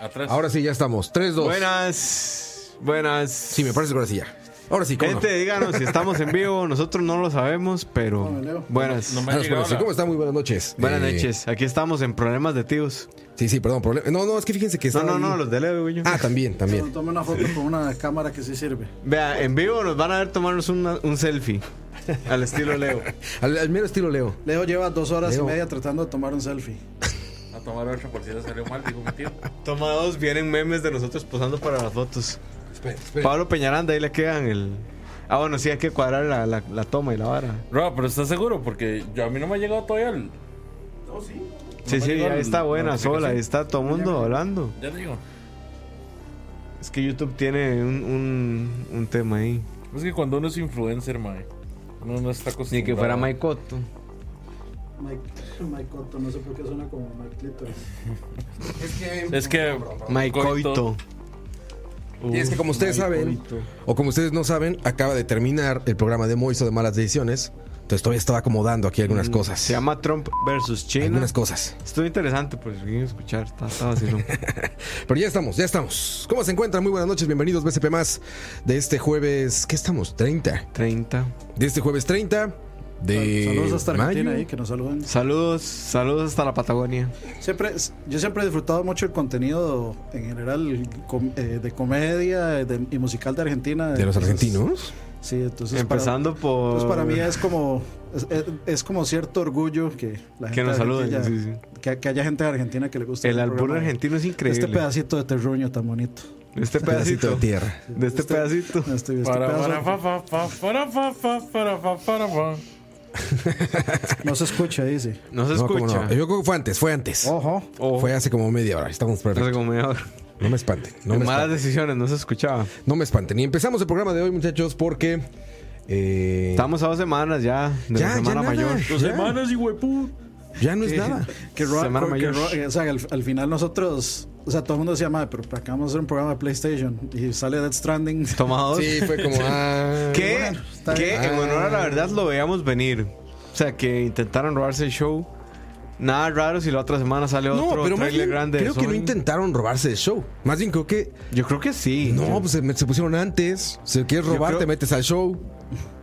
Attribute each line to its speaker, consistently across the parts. Speaker 1: Atrás.
Speaker 2: Ahora sí, ya estamos. 3, 2.
Speaker 3: Buenas, buenas.
Speaker 2: Sí, me parece que ahora sí ya. Ahora sí, ¿cómo no?
Speaker 3: Gente, díganos si estamos en vivo. Nosotros no lo sabemos, pero
Speaker 4: No, Leo.
Speaker 3: buenas.
Speaker 1: No me ha
Speaker 2: Buenas,
Speaker 1: llegado
Speaker 2: buenas, sí,
Speaker 1: la-
Speaker 2: ¿Cómo están? Muy buenas noches.
Speaker 3: Buenas
Speaker 2: Eh,
Speaker 3: noches. Aquí estamos en problemas de tíos.
Speaker 2: Sí, sí, perdón. problema- No, no, es que fíjense que
Speaker 3: No,
Speaker 2: están
Speaker 3: no,
Speaker 2: ahí-
Speaker 3: no, los de Leo, güey.
Speaker 2: Ah, también,
Speaker 4: Bueno,
Speaker 2: también.
Speaker 4: Tome una foto con una cámara que sí sirve.
Speaker 3: Vea, en vivo nos van a ver tomarnos una- un selfie al estilo Leo.
Speaker 2: Al, al mero estilo Leo.
Speaker 4: Leo lleva dos horas
Speaker 2: Leo.
Speaker 4: y media tratando de tomar un selfie.
Speaker 1: A tomar otra por si le salió mal, digo mi tío.
Speaker 3: Toma dos, vienen memes de nosotros posando para las fotos.
Speaker 2: Espera, espera.
Speaker 3: Pablo Peñaranda, ahí le quedan el. Ah, bueno, sí, hay que cuadrar la, la- la toma y la vara.
Speaker 1: Rob, pero ¿estás seguro? Porque yo, a mí no me ha llegado todavía el...
Speaker 3: Sí,
Speaker 1: me
Speaker 3: sí,
Speaker 1: llegó
Speaker 3: ahí
Speaker 1: el-
Speaker 3: está buena,
Speaker 1: la
Speaker 3: sola, ahí está todo el mundo hablando.
Speaker 1: Ya te digo.
Speaker 3: Es que YouTube tiene un, un- un tema ahí.
Speaker 1: Es que cuando uno es influencer, mae, uno no está acostumbrado.
Speaker 3: Ni que fuera Mike Cotto.
Speaker 4: Mike, Mike Cotto, no sé por qué suena como Mike Clitoris.
Speaker 1: Es que...
Speaker 3: Mike
Speaker 1: Coito.
Speaker 3: Coito. Uh.
Speaker 2: Y es que como ustedes saben, o como ustedes no saben, acaba de terminar el programa de Moiso de Malas Decisiones. Entonces todavía estaba acomodando aquí algunas cosas.
Speaker 3: Mm, Se llama Trump versus China.
Speaker 2: Algunas cosas.
Speaker 3: Estuvo interesante, pues, vine a escuchar. Está, está vacilón.
Speaker 2: Pero ya estamos, ya estamos. ¿Cómo se encuentran? Muy buenas noches, bienvenidos BCP más de este jueves, ¿qué estamos? 30.
Speaker 3: 30.
Speaker 2: De este jueves 30 de
Speaker 4: Sal- Saludos hasta Argentina
Speaker 2: mayo.
Speaker 4: ahí, que nos saluden.
Speaker 3: Saludos, saludos hasta la Patagonia.
Speaker 4: Siempre, yo siempre he disfrutado mucho el contenido en general com- eh, de comedia eh, de- y musical de Argentina.
Speaker 2: de los
Speaker 4: Entonces,
Speaker 2: argentinos.
Speaker 4: Sí, entonces. para-
Speaker 3: Empezando por.
Speaker 4: entonces para mí es como es, es- es como cierto orgullo que la gente
Speaker 3: Que nos
Speaker 4: de Argentina-
Speaker 3: saluden. sí, sí.
Speaker 4: que, que haya gente de Argentina que le guste
Speaker 3: El
Speaker 4: este
Speaker 3: albur
Speaker 4: programa.
Speaker 3: argentino es increíble.
Speaker 4: Este pedacito de terruño tan bonito.
Speaker 2: Pedacito
Speaker 3: Este
Speaker 2: de
Speaker 3: pedacito.
Speaker 2: tierra.
Speaker 3: De este pedacito.
Speaker 4: Este, este
Speaker 1: Para,
Speaker 4: pedazo-
Speaker 1: para, pa, pa, pa, para, pa, pa, para, pa, para, pa.
Speaker 4: no se escucha, dice.
Speaker 3: No se
Speaker 2: No, cómo
Speaker 3: escucha.
Speaker 2: no. Yo creo que fue antes, fue antes.
Speaker 4: Ojo.
Speaker 3: Oh,
Speaker 2: Fue hace como media hora. Estamos
Speaker 3: no sé
Speaker 2: perfectos.
Speaker 3: cómo me ahora.
Speaker 2: No me espanten. No me
Speaker 3: Malas
Speaker 2: espanten.
Speaker 3: decisiones, no se escuchaba.
Speaker 2: No me espanten. Y empezamos el programa de hoy, muchachos, porque. eh,
Speaker 3: Estamos a dos semanas ya de
Speaker 2: Ya, ya
Speaker 3: la semana
Speaker 2: nada.
Speaker 3: mayor.
Speaker 1: Dos
Speaker 2: Ya.
Speaker 1: semanas, hijo de puta.
Speaker 2: ya no es nada.
Speaker 4: Que Roa-
Speaker 3: Semana
Speaker 4: que
Speaker 3: mayor.
Speaker 4: Roa- eh, o sea, al, al final nosotros, o sea, todo el mundo decía, madre, pero para acá vamos a hacer un programa de PlayStation y sale Dead Stranding.
Speaker 3: Toma dos.
Speaker 2: Sí, fue como. ah,
Speaker 3: que,
Speaker 4: bueno, está
Speaker 3: que
Speaker 2: bien.
Speaker 3: en honor a la verdad lo veíamos venir. O sea, que intentaron robarse el show. Nada raro si la otra semana sale
Speaker 2: No,
Speaker 3: otro
Speaker 2: pero más
Speaker 3: trailer
Speaker 2: bien,
Speaker 3: grande. de
Speaker 2: creo que no
Speaker 3: Sony.
Speaker 2: intentaron robarse el show. Más bien creo que.
Speaker 3: Yo creo que sí.
Speaker 2: No, pues se, me- se pusieron antes. Si quieres
Speaker 3: Yo
Speaker 2: robar,
Speaker 3: creo-
Speaker 2: te metes al show.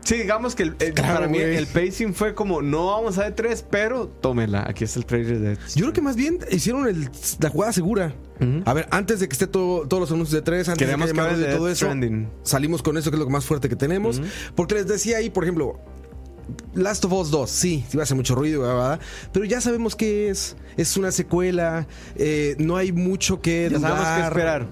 Speaker 3: Sí, digamos que el- el-
Speaker 2: Claro,
Speaker 3: para mí
Speaker 2: güey.
Speaker 3: el pacing fue como, no vamos a E3, pero tómela. Aquí está el trailer de...
Speaker 2: Yo creo que más bien hicieron el- la jugada segura. A ver, antes de que esté todo- todos los anuncios de tres, antes
Speaker 3: Queremos
Speaker 2: de
Speaker 3: que
Speaker 2: haya
Speaker 3: hable
Speaker 2: más
Speaker 3: de Death Stranding.
Speaker 2: salimos con eso, que es lo más fuerte que tenemos. Porque les decía ahí, por ejemplo, Last of Us 2, sí, sí va a hacer mucho ruido, bla, bla, bla, pero ya sabemos qué es. Es una secuela, eh, no hay mucho que
Speaker 3: Ya sabemos qué
Speaker 2: dudar.
Speaker 3: esperar.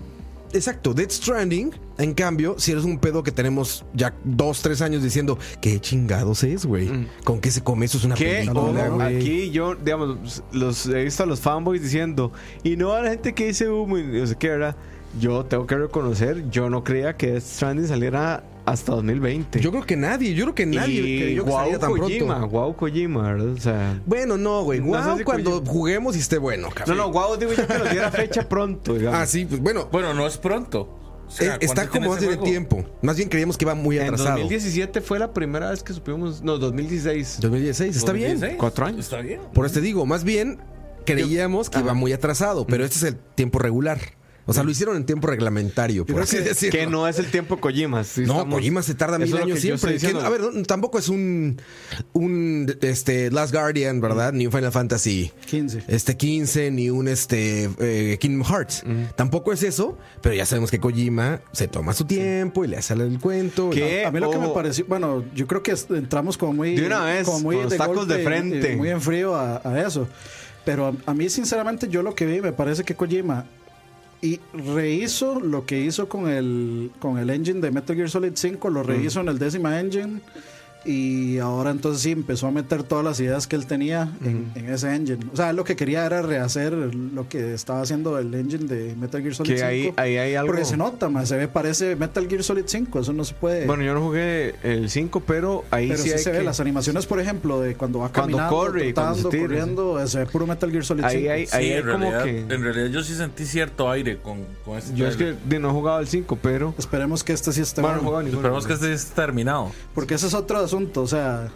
Speaker 2: Exacto, Dead Stranding, en cambio, si eres un pedo que tenemos ya dos, tres años diciendo, ¿qué chingados es, güey?
Speaker 3: Mm.
Speaker 2: ¿Con qué se come? Eso es una
Speaker 3: Que
Speaker 2: película,
Speaker 3: ojo,
Speaker 2: güey.
Speaker 3: aquí yo, digamos, los he visto a los fanboys diciendo, y no a la gente que dice humo y no sé qué, ¿verdad? Yo tengo que reconocer, yo no creía que Death Stranding saliera hasta 2020.
Speaker 2: Yo creo que nadie, yo creo que nadie
Speaker 3: y
Speaker 2: creyó que
Speaker 3: guau
Speaker 2: saliera tan
Speaker 3: Kojima,
Speaker 2: pronto.
Speaker 3: guau Kojima, ¿verdad? O sea,
Speaker 2: Bueno, no, güey.
Speaker 3: No
Speaker 2: Guau,
Speaker 3: sé si
Speaker 2: cuando
Speaker 3: Kojima.
Speaker 2: juguemos y esté bueno,
Speaker 3: no,
Speaker 2: cabrón.
Speaker 3: no, guau, digo yo que nos diera fecha pronto, digamos.
Speaker 2: Ah, sí, pues bueno.
Speaker 1: Bueno, no es pronto. O sea,
Speaker 2: Eh, está
Speaker 1: ¿cuánto tiene
Speaker 2: como hace
Speaker 1: ese
Speaker 2: de
Speaker 1: juego?
Speaker 2: tiempo. Más bien creíamos que iba muy
Speaker 3: En
Speaker 2: atrasado.
Speaker 3: 2017 fue la primera vez que supimos, no, 2016.
Speaker 2: 2016, está bien.
Speaker 1: 2016.
Speaker 3: Cuatro años.
Speaker 1: Está bien.
Speaker 2: Por eso te digo, más bien creíamos que iba muy atrasado,
Speaker 3: Mm.
Speaker 2: pero este es el tiempo regular. O sea, lo hicieron en tiempo reglamentario, por
Speaker 4: creo
Speaker 2: así
Speaker 4: que-
Speaker 2: decirlo.
Speaker 3: Que no es el tiempo Kojima. sí
Speaker 2: No,
Speaker 3: estamos-
Speaker 2: Kojima se tarda
Speaker 3: Eso
Speaker 2: mil
Speaker 3: es lo
Speaker 2: años
Speaker 3: que yo
Speaker 2: siempre.
Speaker 3: estoy
Speaker 2: Que-
Speaker 3: diciendo.
Speaker 2: a ver, no, tampoco es un, un este, Last Guardian, ¿verdad? Ni un Final Fantasy
Speaker 4: 15.
Speaker 2: este 15, ni un este eh, Kingdom Hearts. Tampoco es eso, pero ya sabemos que Kojima se toma su tiempo y le hace el cuento.
Speaker 3: ¿Qué?
Speaker 4: A mí lo que me
Speaker 3: Ojo.
Speaker 4: pareció, bueno, yo creo que es- entramos como muy.
Speaker 3: De una vez,
Speaker 4: como muy
Speaker 3: con los tacos de frente.
Speaker 4: eh, muy en frío a, a eso. Pero a, a mí, sinceramente, yo lo que vi me parece que Kojima y rehizo lo que hizo con el, con el engine de Metal Gear Solid 5, lo rehizo
Speaker 3: Mm.
Speaker 4: en el décima engine. Y ahora entonces sí empezó a meter todas las ideas que él tenía
Speaker 3: Mm.
Speaker 4: en, en ese engine. O sea, él lo que quería era rehacer lo que estaba haciendo el engine de Metal Gear Solid
Speaker 3: Que
Speaker 4: 5.
Speaker 3: ahí- ahí hay algo-
Speaker 4: Porque se nota, más se ve, parece Metal Gear Solid 5, eso no se
Speaker 2: eh.
Speaker 4: puede...
Speaker 3: Bueno, yo no jugué el 5, pero ahí
Speaker 4: Pero
Speaker 3: sí,
Speaker 4: sí,
Speaker 3: hay
Speaker 4: se
Speaker 3: que...
Speaker 4: ve las animaciones, por ejemplo, de cuando va
Speaker 3: Cuando
Speaker 4: caminando,
Speaker 3: corre y cuando
Speaker 4: trotando,
Speaker 3: se tira,
Speaker 4: corriendo, se ve puro Metal Gear Solid
Speaker 3: Ahí
Speaker 4: 5.
Speaker 3: hay-
Speaker 1: Sí,
Speaker 3: ahí hay
Speaker 1: en,
Speaker 3: como
Speaker 1: realidad,
Speaker 3: que...
Speaker 1: en realidad yo sí sentí cierto aire con, con este
Speaker 3: Yo es
Speaker 1: trailer.
Speaker 3: que de- no he jugado el 5, pero...
Speaker 4: Esperemos que este sí esté
Speaker 3: Bueno, no he
Speaker 4: bueno,
Speaker 3: jugado ninguno.
Speaker 1: Esperemos que este esté terminado.
Speaker 4: porque ese es otro asunto, o sea,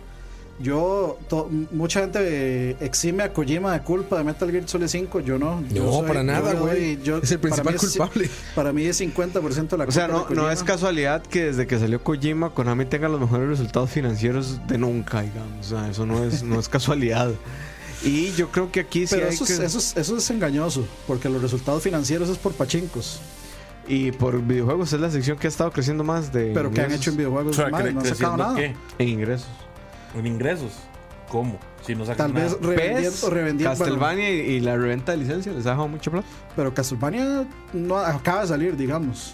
Speaker 4: Yo, to- mucha gente exime a Kojima de culpa de Metal Gear Solid 5, yo no. yo
Speaker 2: No, para nada,
Speaker 4: yo
Speaker 2: güey.
Speaker 4: doy- yo-
Speaker 2: Es el
Speaker 4: para
Speaker 2: principal
Speaker 4: mí
Speaker 2: culpable.
Speaker 4: para mí es 50% la culpa.
Speaker 3: O sea,
Speaker 4: de
Speaker 3: no, no
Speaker 4: Kojima.
Speaker 3: es casualidad que desde que salió Kojima, Konami tenga los mejores resultados financieros de nunca, digamos. O sea, eso no es, no es casualidad. Y yo creo que aquí sí
Speaker 4: Pero
Speaker 3: hay
Speaker 4: eso, es,
Speaker 3: que...
Speaker 4: eso, es, eso es engañoso, porque los resultados financieros es por pachincos,
Speaker 3: Y por videojuegos es la sección que ha estado creciendo más de...
Speaker 4: pero que han
Speaker 3: ingresos-
Speaker 4: hecho en
Speaker 1: O
Speaker 4: videojuegos
Speaker 1: sea,
Speaker 4: madre,
Speaker 1: cre-
Speaker 4: no han sacado
Speaker 1: creciendo
Speaker 4: nada.
Speaker 1: qué?
Speaker 3: En ingresos.
Speaker 1: En ingresos. ¿Cómo? Si no sacan
Speaker 4: Tal vez
Speaker 1: nada.
Speaker 3: PES,
Speaker 4: revendiendo, revendiendo bueno,
Speaker 3: Castlevania y, y la reventa de licencia les ha dejado mucho plata.
Speaker 4: pero Castlevania no acaba de salir, digamos.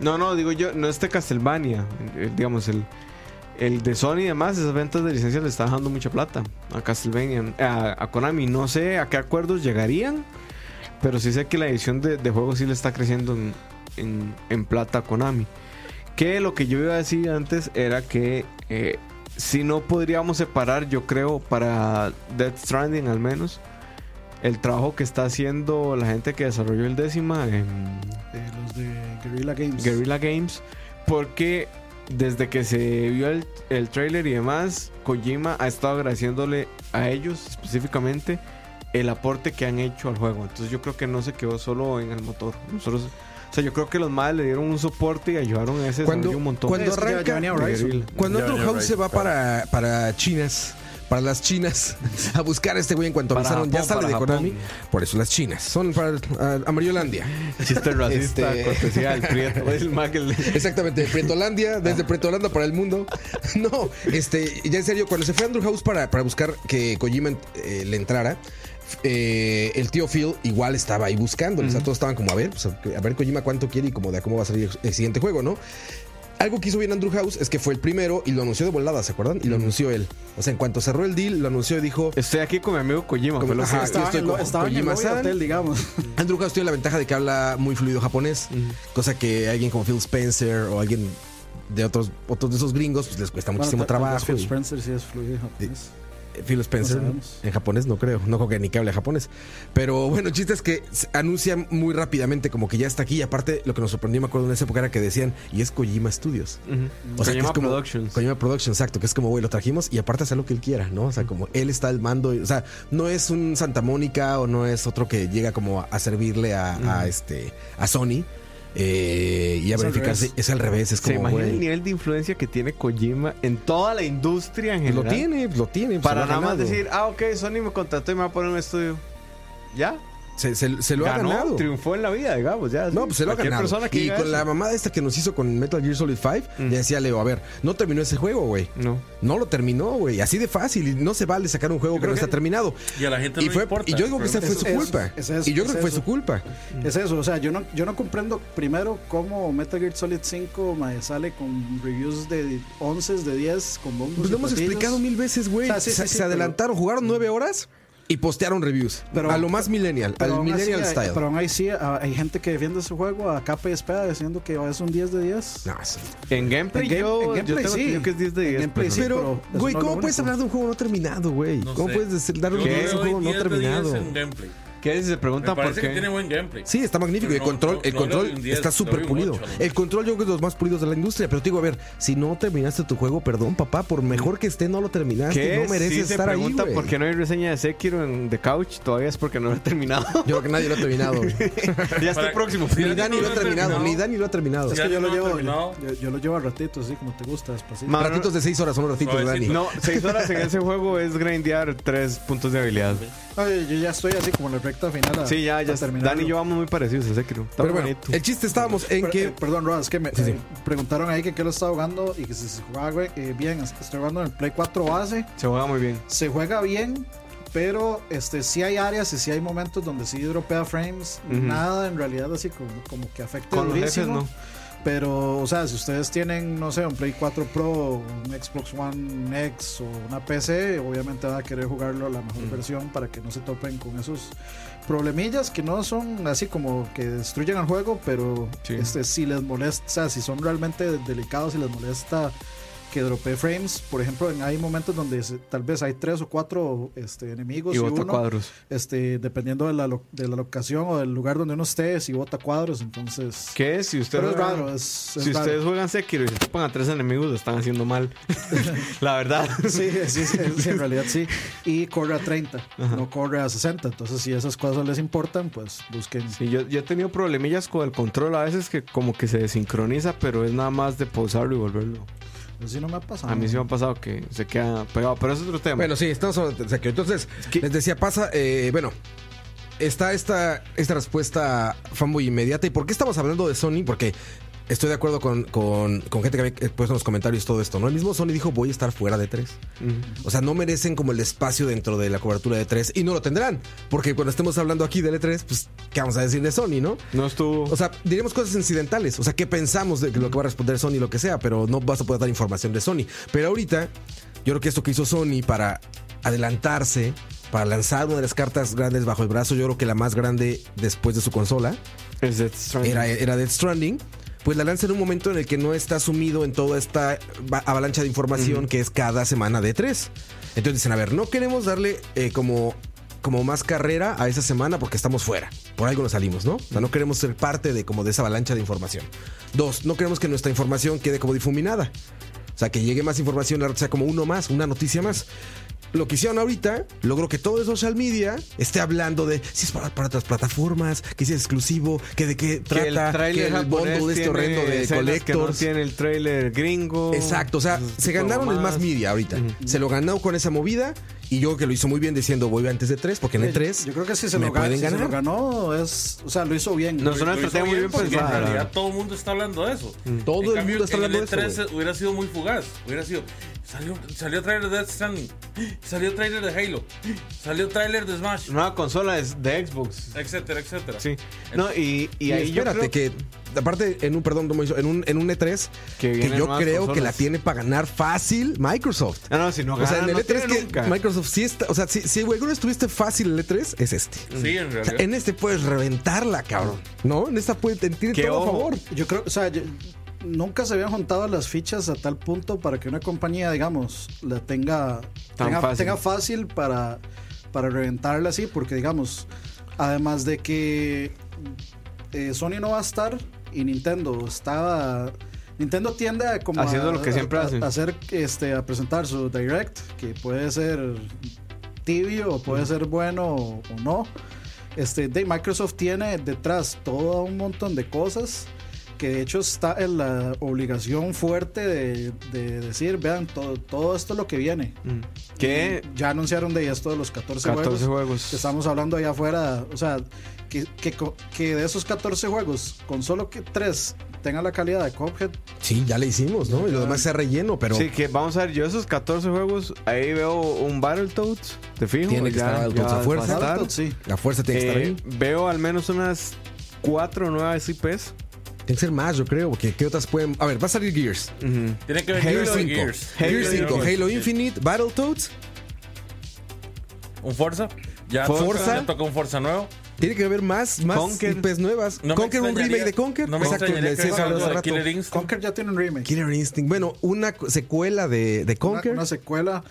Speaker 3: No, no, digo yo, no este Castlevania, el- el- digamos el, el de Sony y demás, esas ventas de licencias le está dejando mucha plata a Castlevania, a, a Konami, no sé a qué acuerdos llegarían, pero sí sé que la edición de, de juegos sí le está creciendo en, en- en plata a Konami. Que lo que yo iba a decir antes era que eh, si no podríamos separar, yo creo, para Death Stranding al menos, el trabajo que está haciendo la gente que desarrolló el décima en...
Speaker 4: de los de Guerrilla Games.
Speaker 3: Guerrilla Games porque desde que se vio el, el trailer y demás, Kojima ha estado agradeciéndole a ellos específicamente el aporte que han hecho al juego. Entonces yo creo que no se quedó solo en el motor. Nosotros, o sea, yo creo que los madres le dieron un soporte y ayudaron a ese
Speaker 2: Cuando-
Speaker 3: desarrollo un montón.
Speaker 2: cuando
Speaker 4: Es que ya-
Speaker 2: arranca-
Speaker 4: ya venía
Speaker 3: De
Speaker 4: Horizon.
Speaker 3: Guerrilla.
Speaker 2: Cuando
Speaker 1: Ya,
Speaker 2: Andrew
Speaker 1: ya,
Speaker 2: House
Speaker 1: right,
Speaker 2: se va para, para Chinas, para las Chinas, a buscar a este güey en cuanto
Speaker 3: Para
Speaker 2: avisaron, ya
Speaker 3: Japón,
Speaker 2: sale de
Speaker 3: para
Speaker 2: Konami.
Speaker 3: Japón.
Speaker 2: Por eso las Chinas, son para ah, Amarillolandia.
Speaker 3: Chiste racista,
Speaker 2: Este-
Speaker 3: cortesía del Prieto. Es el más que le-
Speaker 2: Exactamente, de Pretolandia, desde Pretolandia para el mundo. No, este, ya en serio, cuando se fue Andrew House para, para buscar que Kojima eh, le entrara, eh, el tío Phil igual estaba ahí buscando. O sea, todos estaban como, a ver, pues, a ver Kojima cuánto quiere y como de a cómo va a salir el siguiente juego, ¿no? Algo que hizo bien Andrew House es que fue el primero y lo anunció de volada, ¿se acuerdan? Y lo anunció él. O sea, en cuanto cerró el deal, lo anunció y dijo,
Speaker 3: Estoy aquí con mi amigo Kojima.
Speaker 2: Como-
Speaker 3: fue lo que-
Speaker 2: Ajá,
Speaker 4: Estaba
Speaker 2: yo estoy
Speaker 4: Ah, en, el-
Speaker 2: con
Speaker 4: estaba en el lobby del
Speaker 2: Kojima-san.
Speaker 4: hotel, digamos.
Speaker 2: Andrew House tiene la ventaja de que habla muy fluido japonés, cosa que alguien como Phil Spencer o alguien de otros, otros de esos gringos pues les cuesta muchísimo
Speaker 4: Bueno, tal- tal vez
Speaker 2: trabajo.
Speaker 4: Phil
Speaker 2: y-
Speaker 4: Spencer sí es fluido en japonés.
Speaker 2: eh, Phil Spencer
Speaker 4: No sabemos.
Speaker 2: en japonés no creo, no creo que ni que hable japonés. Pero bueno, el chiste es que se anuncia muy rápidamente como que ya está aquí y aparte lo que nos sorprendió me acuerdo en esa época era que decían y es Kojima Studios.
Speaker 3: Ujú.
Speaker 2: que
Speaker 3: Kojima
Speaker 2: es como-
Speaker 3: Productions.
Speaker 2: Kojima Productions, exacto, que es como, güey, lo trajimos y aparte hace lo que él quiera, ¿no? O sea, como él está al mando, y- o sea, no es un Santa Mónica o no es otro que llega como a, a servirle a, a, este a Sony eh, y a
Speaker 4: Es al
Speaker 2: verificarse.
Speaker 4: revés.
Speaker 2: Es al revés, es
Speaker 3: ¿Se
Speaker 2: como,
Speaker 3: imagina el
Speaker 2: güey.
Speaker 3: nivel de influencia que tiene Kojima en toda la industria en
Speaker 2: Lo
Speaker 3: general?
Speaker 2: tiene, lo tiene. pues,
Speaker 3: Para
Speaker 2: se lo ha
Speaker 3: nada más
Speaker 2: ganado.
Speaker 3: decir, ah, ok, Sony me contrató y me va a poner un estudio. ¿Ya?
Speaker 2: Se, se- se lo
Speaker 3: Ganó,
Speaker 2: ha ganado.
Speaker 3: triunfó en la vida, digamos,
Speaker 2: No,
Speaker 3: ya. sí.
Speaker 2: pues se lo ha
Speaker 3: Cualquier
Speaker 2: ganado.
Speaker 3: persona que
Speaker 2: Y
Speaker 3: diga
Speaker 2: con la
Speaker 3: eso. Mm.
Speaker 2: mamada esta que nos hizo con Metal Gear Solid 5, ya decía Leo, a ver, no terminó ese juego, güey.
Speaker 3: No.
Speaker 2: No lo terminó, güey. Así de fácil. Y no se vale sacar un juego que no está terminado.
Speaker 1: Y a la gente
Speaker 2: Y,
Speaker 1: no
Speaker 2: fue-
Speaker 1: le importa.
Speaker 2: y yo digo que esa fue su
Speaker 4: Es- es-
Speaker 2: culpa.
Speaker 4: es eso,
Speaker 2: y yo
Speaker 4: es
Speaker 2: creo que fue
Speaker 4: eso.
Speaker 2: su culpa. Pues
Speaker 4: Es eso, o sea, yo no, yo no comprendo primero cómo Metal Gear Solid 5 mae, sale con reviews de 11 de 10 con bombos.
Speaker 2: Pues
Speaker 4: y
Speaker 2: lo hemos
Speaker 4: platillos.
Speaker 2: explicado mil veces, güey.
Speaker 4: O sea, sí,
Speaker 2: se
Speaker 4: sí, sí,
Speaker 2: se
Speaker 4: pero-
Speaker 2: adelantaron, jugaron nueve horas y postearon reviews.
Speaker 4: Pero-
Speaker 2: a lo más millennial,
Speaker 4: Pero
Speaker 2: al
Speaker 4: aún así
Speaker 2: millennial
Speaker 4: hay-
Speaker 2: style.
Speaker 4: Pero aún ahí sí ah, hay gente que defiende ese juego a capa y espada diciendo que es un 10 de 10.
Speaker 2: No, eso-
Speaker 3: En gameplay,
Speaker 4: En game-
Speaker 3: yo,
Speaker 4: en
Speaker 3: yo
Speaker 4: gameplay,
Speaker 3: tengo
Speaker 4: sí.
Speaker 3: entendido que es 10 de
Speaker 4: En
Speaker 3: 10.
Speaker 4: gameplay, sí.
Speaker 3: pero-
Speaker 2: pero,
Speaker 4: pero
Speaker 2: güey,
Speaker 4: eso no
Speaker 2: ¿cómo
Speaker 4: lo
Speaker 2: puedes
Speaker 4: único.
Speaker 2: hablar de un juego no terminado, güey?
Speaker 1: No
Speaker 2: ¿Cómo
Speaker 1: sé.
Speaker 2: puedes decir- dar
Speaker 1: Yo
Speaker 2: un
Speaker 1: le
Speaker 2: es un
Speaker 1: doy
Speaker 2: juego no
Speaker 1: 10 de 10
Speaker 2: terminado?
Speaker 1: en gameplay.
Speaker 3: ¿Qué se
Speaker 1: Me
Speaker 3: pregunta por
Speaker 1: parece
Speaker 3: qué?
Speaker 1: que tiene buen gameplay.
Speaker 2: Sí, está magnífico.
Speaker 1: Pero
Speaker 2: y el
Speaker 1: no-
Speaker 2: control,
Speaker 1: no-
Speaker 2: el
Speaker 1: no le doy
Speaker 2: control
Speaker 1: un 10,
Speaker 2: está
Speaker 1: le doy un
Speaker 2: súper pulido.
Speaker 1: 8, ¿no?
Speaker 2: El control yo creo que es de los más pulidos de la industria. Pero te digo, a ver, si no terminaste tu juego, perdón, papá, por mejor que esté, no lo terminaste.
Speaker 3: ¿Qué?
Speaker 2: No mereces
Speaker 3: si se
Speaker 2: estar ahí,
Speaker 3: pregunta
Speaker 2: güey.
Speaker 3: por qué no hay reseña de Sekiro en The Couch, todavía es porque no lo he terminado.
Speaker 2: Yo creo que nadie lo ha terminado. güey.
Speaker 3: ya está
Speaker 1: Para-
Speaker 3: el próximo.
Speaker 1: Sí.
Speaker 2: ni Dani lo ha terminado, ni Dani lo ha terminado.
Speaker 4: Es
Speaker 1: Ya
Speaker 4: que yo lo
Speaker 1: no ha
Speaker 4: llevo,
Speaker 1: terminado.
Speaker 4: yo, yo lo llevo al ratito, así como te gusta, despacito.
Speaker 3: Ma-
Speaker 2: Ratitos de seis horas son los ratitos de Dani.
Speaker 1: Suavecito.
Speaker 3: No, 6 horas en ese juego es grindear 3 puntos de habilidad.
Speaker 4: Ay, Ah, yo ya estoy así como en la recta final. a-
Speaker 3: Sí, ya, ya.
Speaker 4: a terminarlo.
Speaker 3: Dani y yo vamos muy parecidos a Sekiro. Está
Speaker 2: Ah, Pero bueno, eh,
Speaker 3: bonito.
Speaker 2: el chiste estábamos en
Speaker 4: Per-
Speaker 2: que
Speaker 4: eh, perdón, Roa, es que me
Speaker 2: Sí, sí.
Speaker 4: eh, preguntaron ahí que qué lo estaba jugando y que si se jugaba güey, eh, bien. Es que Estoy jugando en el Play 4 base.
Speaker 3: Se juega muy bien.
Speaker 4: Se juega bien, pero este sí hay áreas y sí hay momentos donde sí dropea frames.
Speaker 3: Ujú.
Speaker 4: Nada en realidad así como, como que afecte
Speaker 3: Con los jefes,
Speaker 4: durísimo.
Speaker 3: no.
Speaker 4: Pero, o sea, si ustedes tienen, no sé, un Play 4 Pro, un Xbox One X o una PC, obviamente van a querer jugarlo a la mejor versión para que no se topen con esos problemillas que no son así como que destruyen el juego, pero
Speaker 3: Sí.
Speaker 4: este si les molesta, o sea, si son realmente delicados y les molesta que dropee frames. Por ejemplo, en- hay momentos donde se- tal vez hay tres o cuatro este, enemigos
Speaker 3: Y
Speaker 4: y,
Speaker 3: bota
Speaker 4: uno,
Speaker 3: cuadros.
Speaker 4: este, dependiendo de la, lo- de la locación o del lugar donde uno esté, si bota cuadros, entonces...
Speaker 3: ¿Qué es? Si ustedes,
Speaker 4: Pero es
Speaker 3: juegan-
Speaker 4: raro, es, es
Speaker 3: si
Speaker 4: raro.
Speaker 3: ustedes juegan Sekiro y se topan a tres enemigos, lo están haciendo mal. la verdad.
Speaker 4: Sí, sí, sí, sí, en realidad sí. Y corre a 30, no corre a 60. Entonces, si esas cosas les importan, pues busquen.
Speaker 3: Sí, yo, yo he tenido problemillas con el control a veces que como que se desincroniza, pero es nada más de pausarlo y volverlo.
Speaker 4: Así no me ha pasado.
Speaker 3: A mí sí me ha pasado que se queda pegado, pero es otro tema.
Speaker 2: Ah. Bueno, sí, estamos hablando de Sekiro. Entonces,
Speaker 3: que-
Speaker 2: les decía, pasa, eh, bueno, está esta, esta respuesta fanboy inmediata. ¿Y por qué estamos hablando de Sony? Porque estoy de acuerdo con, con- con gente que había eh, puesto en los comentarios todo esto, ¿no? El mismo Sony dijo, voy a estar fuera de 3. O sea, no merecen como el espacio dentro de la cobertura de 3 y no lo tendrán. Porque cuando estemos hablando aquí de E3, pues, ¿qué vamos a decir de Sony, no?
Speaker 3: no estuvo.
Speaker 2: O sea, diremos cosas incidentales. O sea, qué pensamos de lo que va a responder Sony, lo que sea, pero no vas a poder dar información de Sony. Pero ahorita, yo creo que esto que hizo Sony para adelantarse, para lanzar una de las cartas grandes bajo el brazo, yo creo que la más grande después de su consola,
Speaker 3: es Death Stranding.
Speaker 2: era, era Death Stranding. Pues la lanza en un momento en el que no está sumido en toda esta va- avalancha de información que es cada semana de E tres. Entonces dicen, a ver, no queremos darle eh, como, como más carrera a esa semana porque estamos fuera. Por algo nos salimos, ¿no? O sea, no queremos ser parte de como de esa avalancha de información. Dos, no queremos que nuestra información quede como difuminada. O sea, que llegue más información, la- sea como uno más, una noticia más. Lo que hicieron ahorita, logró que todo el social media esté hablando de si es para, para otras plataformas, que si es exclusivo, que de qué
Speaker 3: que el
Speaker 2: trata, que
Speaker 3: trailer
Speaker 2: el
Speaker 3: japonés
Speaker 2: bundle este
Speaker 3: tiene
Speaker 2: horrendo de
Speaker 3: escenas que no
Speaker 2: collectors.
Speaker 3: tiene el trailer gringo.
Speaker 2: Exacto, o sea,
Speaker 3: Ese tipo
Speaker 2: se
Speaker 3: de
Speaker 2: ganaron el más
Speaker 3: mamadas.
Speaker 2: media ahorita. Se lo ganó con esa movida y yo creo que lo hizo muy bien diciendo voy antes de tres, porque en el tres
Speaker 4: Yo creo que si se,
Speaker 2: me
Speaker 4: lo ganó,
Speaker 2: pueden
Speaker 4: si se
Speaker 2: ganar.
Speaker 4: lo ganó, es. O sea, lo hizo bien.
Speaker 3: No, son-
Speaker 1: Lo
Speaker 3: una
Speaker 1: hizo
Speaker 3: estrategia muy bien
Speaker 1: porque
Speaker 3: pensada.
Speaker 1: En realidad todo el mundo está hablando de eso.
Speaker 2: Mm. Todo
Speaker 1: En
Speaker 2: el
Speaker 1: cambio,
Speaker 2: mundo está
Speaker 1: en
Speaker 2: hablando de
Speaker 1: el E3
Speaker 2: eso, güey.
Speaker 1: Hubiera sido muy fugaz. Hubiera sido. Salió, salió trailer de Death Stranding. Salió trailer de Halo. Salió trailer de Smash.
Speaker 3: Nueva consola es de Xbox.
Speaker 1: Etcétera, etcétera.
Speaker 3: Sí. No, y, y
Speaker 2: Y
Speaker 3: ahí yo
Speaker 2: espérate
Speaker 3: creo
Speaker 2: que aparte en un perdón Moisés, en un en un E3
Speaker 3: Que
Speaker 2: que,
Speaker 3: vienen
Speaker 2: yo
Speaker 3: más
Speaker 2: creo que
Speaker 3: consolas.
Speaker 2: la tiene para ganar fácil Microsoft.
Speaker 3: Ah, no, si no
Speaker 2: o sea,
Speaker 3: ganan,
Speaker 2: en el
Speaker 4: E
Speaker 3: no
Speaker 2: E3
Speaker 3: tienen
Speaker 2: que
Speaker 3: nunca.
Speaker 2: Microsoft sí está, o sea, si si alguno estuviste fácil el E3 es este.
Speaker 1: Sí, en
Speaker 2: O sea,
Speaker 1: realidad.
Speaker 2: en este puedes reventarla, cabrón. ¿No? En esta puede te- tiene
Speaker 3: Que
Speaker 2: todo
Speaker 3: ojo.
Speaker 2: a favor.
Speaker 4: Yo creo. O sea, yo- nunca se habían juntado las fichas a tal punto para que una compañía, digamos, la tenga.
Speaker 3: Tan
Speaker 4: tenga,
Speaker 3: fácil.
Speaker 4: tenga fácil para, para reventarla así, porque, digamos, además de que eh, Sony no va a estar y Nintendo estaba. Nintendo tiende a como
Speaker 3: Haciendo lo que siempre
Speaker 4: a-
Speaker 3: hace.
Speaker 4: a hacer este a presentar su direct que puede ser tibio o puede ser bueno o, o no. Este de Microsoft tiene detrás todo un montón de cosas que de hecho está en la obligación fuerte de, de decir, vean, todo, todo esto es lo que viene.
Speaker 3: Mm. Que
Speaker 4: Ya anunciaron de esto de los 14,
Speaker 3: 14
Speaker 4: juegos
Speaker 3: juegos.
Speaker 2: Pues,
Speaker 4: que estamos hablando allá afuera, o sea, que, que, co- que de esos 14 juegos, con solo que 3 tengan la calidad de Cuphead,
Speaker 2: Sí, ya le hicimos, ¿no? Y lo demás sea relleno, pero
Speaker 3: Sí, que vamos a ver, yo esos 14 juegos, ahí veo un Battletoads, te fijo.
Speaker 2: Tiene que
Speaker 3: Ya-
Speaker 2: estar Battletoads
Speaker 3: ya
Speaker 2: a fuerza.
Speaker 3: va a
Speaker 4: Battletoads,
Speaker 3: estar.
Speaker 4: sí.
Speaker 2: la fuerza tiene que estar
Speaker 3: Eh,
Speaker 2: ahí.
Speaker 3: veo al menos unas 4 nuevas IPs.
Speaker 2: Tiene que ser más, yo creo, porque ¿qué otras pueden? A ver, va a salir Gears.
Speaker 3: Ujú.
Speaker 1: Tiene que venir
Speaker 2: Gears
Speaker 1: Halo
Speaker 2: 5,
Speaker 1: Gears.
Speaker 2: Gears 5,
Speaker 1: Gears.
Speaker 2: Halo Infinite, Battletoads,
Speaker 1: Un Forza. Ya
Speaker 2: Forza.
Speaker 1: Ya tocó un Forza nuevo.
Speaker 2: tiene que haber más más
Speaker 3: Conker.
Speaker 2: IPs nuevas.
Speaker 1: No me
Speaker 2: Conker un
Speaker 1: extrañaría-
Speaker 2: remake de Conker,
Speaker 1: No me
Speaker 2: Exacto,
Speaker 1: extrañaría
Speaker 2: le
Speaker 1: que
Speaker 2: decía
Speaker 1: hagan
Speaker 2: hace
Speaker 1: algo de
Speaker 2: rato.
Speaker 1: Killer Instinct.
Speaker 4: Conker ya tiene un remake.
Speaker 2: Killer Instinct. Bueno, una cu- secuela de, de
Speaker 4: Una-
Speaker 2: Conker.
Speaker 4: Una, secuela.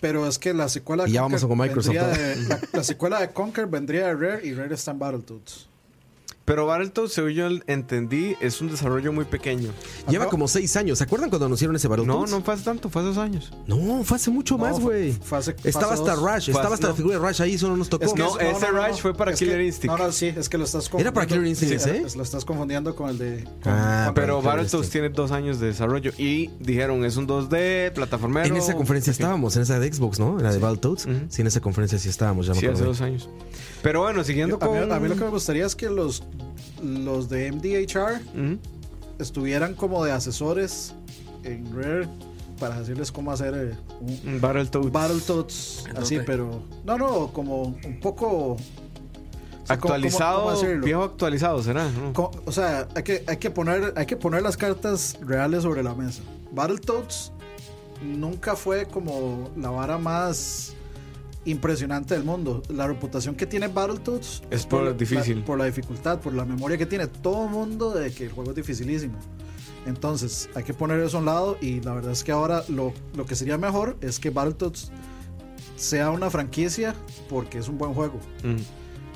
Speaker 4: Pero es que la secuela de
Speaker 2: Y ya
Speaker 4: Conker
Speaker 2: vamos con Microsoft,
Speaker 4: vendría de- la, la secuela de Conker vendría de Rare y Rare está en Battletoads.
Speaker 3: Pero Battletoads, según yo entendí, es un desarrollo muy pequeño.
Speaker 2: Lleva
Speaker 4: Acá-
Speaker 2: como seis años. ¿Se acuerdan cuando anunciaron ese
Speaker 3: No,
Speaker 2: Battletoads? Ah,
Speaker 3: no fue hace tanto, fue hace dos años.
Speaker 2: No, fue hace mucho
Speaker 4: No,
Speaker 2: más,
Speaker 4: fue-
Speaker 2: güey.
Speaker 4: fue hace- fue
Speaker 2: Estaba
Speaker 4: hace
Speaker 2: hasta
Speaker 4: dos.
Speaker 2: Rush,
Speaker 3: Fue
Speaker 2: estaba
Speaker 3: hace-
Speaker 2: hasta la
Speaker 3: no.
Speaker 2: figura de Rush ahí, solo nos tocó.
Speaker 3: que No, ese Rush fue para
Speaker 4: Es
Speaker 3: Killer
Speaker 4: que-
Speaker 3: Instinct.
Speaker 4: No, no, sí, es que lo estás
Speaker 2: Era para Killer Instinct,
Speaker 4: sí,
Speaker 2: ¿eh?
Speaker 4: es- Lo estás confundiendo con el de. con-
Speaker 2: Ah,
Speaker 4: con-
Speaker 3: Pero
Speaker 2: Killer
Speaker 3: Battletoads
Speaker 2: Instinct.
Speaker 3: tiene dos años de desarrollo y dijeron es un 2D, plataformero.
Speaker 2: en esa conferencia
Speaker 3: Sí.
Speaker 2: estábamos, en esa de Xbox, ¿no? En la de Battletoads.
Speaker 3: Ujú.
Speaker 2: Sí, en esa conferencia sí estábamos, ya me
Speaker 3: Sí, hace
Speaker 2: acuerdo.
Speaker 3: dos años. Pero bueno, siguiendo
Speaker 4: yo- a,
Speaker 3: con.
Speaker 4: mí, a mí lo que me gustaría es que los, los de MDHR
Speaker 3: Ujú.
Speaker 4: estuvieran como de asesores en Rare para decirles cómo hacer eh, un,
Speaker 3: Un Battletoads.
Speaker 4: Battletoads, así,
Speaker 1: dónde?
Speaker 4: pero. No, no, como un poco. o sea, ¿cómo-
Speaker 3: actualizado,
Speaker 4: cómo- cómo hacerlo?
Speaker 3: viejo actualizado será. ¿no?
Speaker 4: Co- O sea, hay que, hay, que poner, hay que poner las cartas reales sobre la mesa. Battletoads nunca fue como la vara más impresionante del mundo. La reputación que tiene Battletoads
Speaker 3: Es por
Speaker 4: la-
Speaker 3: difícil.
Speaker 4: por la dificultad, por la memoria que tiene todo el mundo de que el juego es dificilísimo. Entonces, hay que poner eso a un lado y la verdad es que ahora lo, lo que sería mejor es que Battletoads sea una franquicia porque es un buen juego.
Speaker 3: Mm.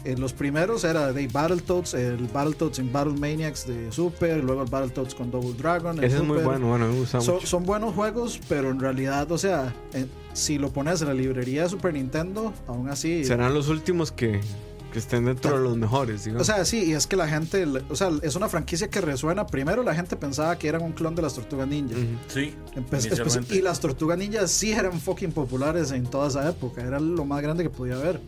Speaker 4: En los primeros era de Battletoads, el Battletoads en Battle Maniacs de Super, luego el Battletoads con Double Dragon. el
Speaker 3: Ese es muy
Speaker 4: Super.
Speaker 3: bueno, bueno, me gusta
Speaker 4: So-
Speaker 3: mucho.
Speaker 4: son buenos juegos, pero en realidad, o sea, en- si lo pones en la librería de Super Nintendo, aún así.
Speaker 3: Serán los últimos que, que estén dentro de los mejores,
Speaker 4: O
Speaker 3: digamos.
Speaker 4: sea, sí, y es que la gente, o sea, es una franquicia que resuena. Primero la gente pensaba que eran un clon de las Tortugas Ninja.
Speaker 3: Ujú.
Speaker 1: Sí.
Speaker 2: pues,
Speaker 4: Empe-
Speaker 1: inicialmente.
Speaker 4: empe- pues, y las tortugas ninjas sí eran fucking populares en toda esa época, era lo más grande que podía haber.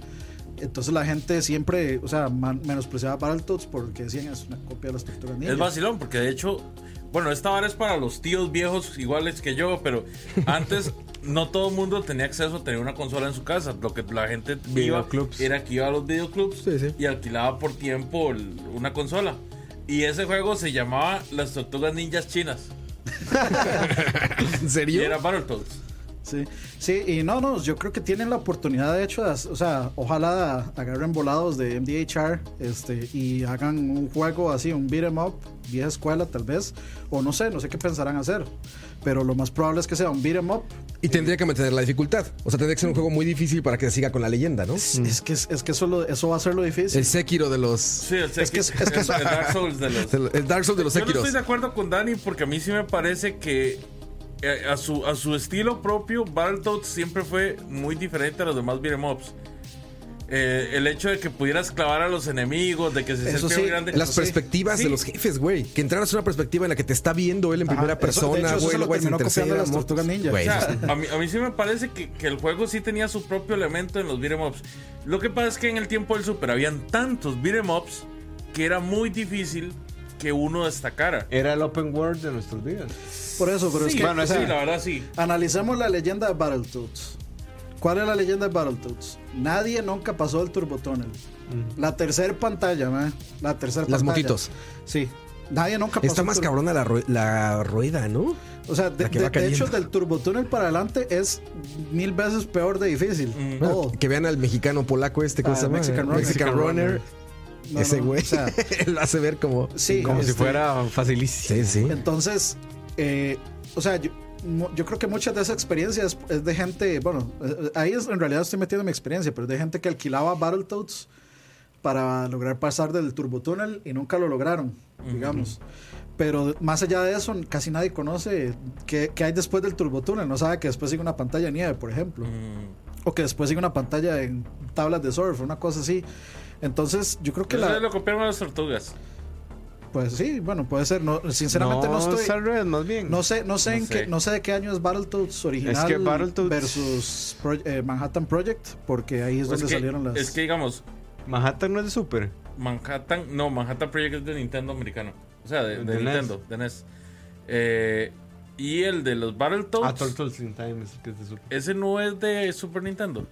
Speaker 4: Entonces la gente siempre, o sea, man- menospreciaba Battletoads porque decían es una copia de las tortugas ninjas.
Speaker 1: Es vacilón, porque de hecho, bueno, esta vara es para los tíos viejos iguales que yo, pero antes no todo el mundo tenía acceso a tener una consola en su casa. Lo que la gente iba
Speaker 3: Videoclubs.
Speaker 1: era que iba a los videoclubs
Speaker 2: Sí, sí.
Speaker 1: y alquilaba por tiempo el- una consola. Y ese juego se llamaba Las Tortugas Ninjas Chinas.
Speaker 2: ¿En
Speaker 1: Y
Speaker 2: serio?
Speaker 1: era Battletoads.
Speaker 4: Sí, sí, y no, no, yo creo que tienen la oportunidad de hecho, de hac- o sea, ojalá agarren volados de MDHR este, y hagan un juego así, un beat em up, vieja escuela tal vez, o no sé, no sé qué pensarán hacer, pero lo más probable es que sea un beat em up
Speaker 2: Y tendría que mantener la dificultad. O sea, tendría que ser un juego muy difícil para que siga con la leyenda, ¿no?
Speaker 4: Es, es que, es que eso, lo- eso va a ser lo difícil.
Speaker 2: El Sekiro de los.
Speaker 1: Sí, el
Speaker 4: Es que- es que-
Speaker 1: el- el Dark Souls de los.
Speaker 2: El el Dark Souls de los
Speaker 1: Yo no
Speaker 2: Sekiros.
Speaker 1: estoy de acuerdo con Dani porque a mí sí me parece que eh, a su, a su estilo propio, Battletoads siempre fue muy diferente a los demás beat'em ups. Eh, el hecho de que pudieras clavar a los enemigos, de que se
Speaker 4: Eso
Speaker 1: sentía
Speaker 4: sí,
Speaker 1: muy grande.
Speaker 2: Las
Speaker 4: Sí.
Speaker 2: perspectivas
Speaker 1: Sí.
Speaker 2: de los jefes, güey. Que entraras en una perspectiva en la que te está viendo él en
Speaker 4: Ajá,
Speaker 2: primera
Speaker 4: eso- de hecho,
Speaker 2: persona,
Speaker 4: eso
Speaker 2: güey.
Speaker 4: se lo
Speaker 2: luego es en
Speaker 4: terminó copiando
Speaker 2: tercera.
Speaker 4: las
Speaker 2: mo-
Speaker 4: Tortugas Ninja.
Speaker 2: Güey,
Speaker 1: O sea, a mí, a mí sí me parece que, que el juego sí tenía su propio elemento en los beat'em ups. Lo que pasa es que en el tiempo del Super habían tantos beat'em ups que era muy difícil que uno destacara.
Speaker 3: Era el open world de nuestros días.
Speaker 4: Por eso, pero
Speaker 1: sí,
Speaker 4: es que
Speaker 1: bueno,
Speaker 4: o
Speaker 1: sí,
Speaker 4: sea,
Speaker 1: la verdad sí.
Speaker 4: analicemos la leyenda de Battletoads. ¿Cuál es la leyenda de Battletoads? Nadie nunca pasó el Turbo Tunnel. La tercera pantalla, man. La tercera
Speaker 2: Mm. Las
Speaker 4: pantalla.
Speaker 2: motitos.
Speaker 4: Sí. Nadie nunca pasó.
Speaker 2: Está
Speaker 4: el
Speaker 2: más
Speaker 4: tur-
Speaker 2: cabrona la, ru- la rueda, ¿no?
Speaker 4: O sea, de,
Speaker 2: la que
Speaker 4: de-
Speaker 2: va
Speaker 4: de hecho,
Speaker 2: cayendo.
Speaker 4: del Turbo Tunnel para adelante es mil veces peor de difícil.
Speaker 2: Mm. Bueno,
Speaker 4: Todo.
Speaker 2: Que vean al mexicano polaco este, ¿cómo
Speaker 4: Oh. Ah,
Speaker 2: se llama?
Speaker 4: Mexican Runner.
Speaker 2: Mexican
Speaker 3: Mexican
Speaker 2: Runner.
Speaker 3: Runner.
Speaker 4: No,
Speaker 2: Ese
Speaker 4: no,
Speaker 2: güey.
Speaker 4: o sea,
Speaker 2: él lo hace ver como.
Speaker 4: sí,
Speaker 3: Como si
Speaker 4: este,
Speaker 3: fuera facilísimo.
Speaker 2: Sí, sí.
Speaker 4: Entonces, eh, o sea, yo, mo- yo creo que muchas de esas experiencias es de gente, bueno, eh, eh, ahí es- en realidad estoy metiendo mi experiencia, pero es de gente que alquilaba Battletoads para lograr pasar del Turbo Tunnel y nunca lo lograron, digamos. Pero más allá de eso, casi nadie conoce qué, qué hay después del Turbo Tunnel. No sabe que después sigue una pantalla de nieve, por ejemplo. O que después sigue una pantalla en tablas de surf, una cosa así. Entonces, yo creo que
Speaker 1: Que
Speaker 4: la...
Speaker 1: lo copiaron a las tortugas.
Speaker 4: Pues sí, bueno, puede ser. No, sinceramente no, estoy...
Speaker 3: es al revés, más bien.
Speaker 4: No sé, no sé,
Speaker 1: No
Speaker 4: en
Speaker 1: sé.
Speaker 4: Qué, no sé de qué año es Battletoads original
Speaker 3: Es que Battletoads-
Speaker 4: versus Pro- eh, Manhattan Project, porque ahí es
Speaker 1: Pues Es
Speaker 4: donde
Speaker 1: que-
Speaker 4: salieron las.
Speaker 1: es que digamos,
Speaker 3: Manhattan no es de Super.
Speaker 1: Manhattan, no, Manhattan Project es de Nintendo americano. O sea, de, de
Speaker 3: De NES.
Speaker 1: Nintendo, de NES. Eh, y el de los
Speaker 3: Ah,
Speaker 1: Battletoads,
Speaker 3: Turtles in Time es el que es de Super.
Speaker 1: ese no es de Super Nintendo.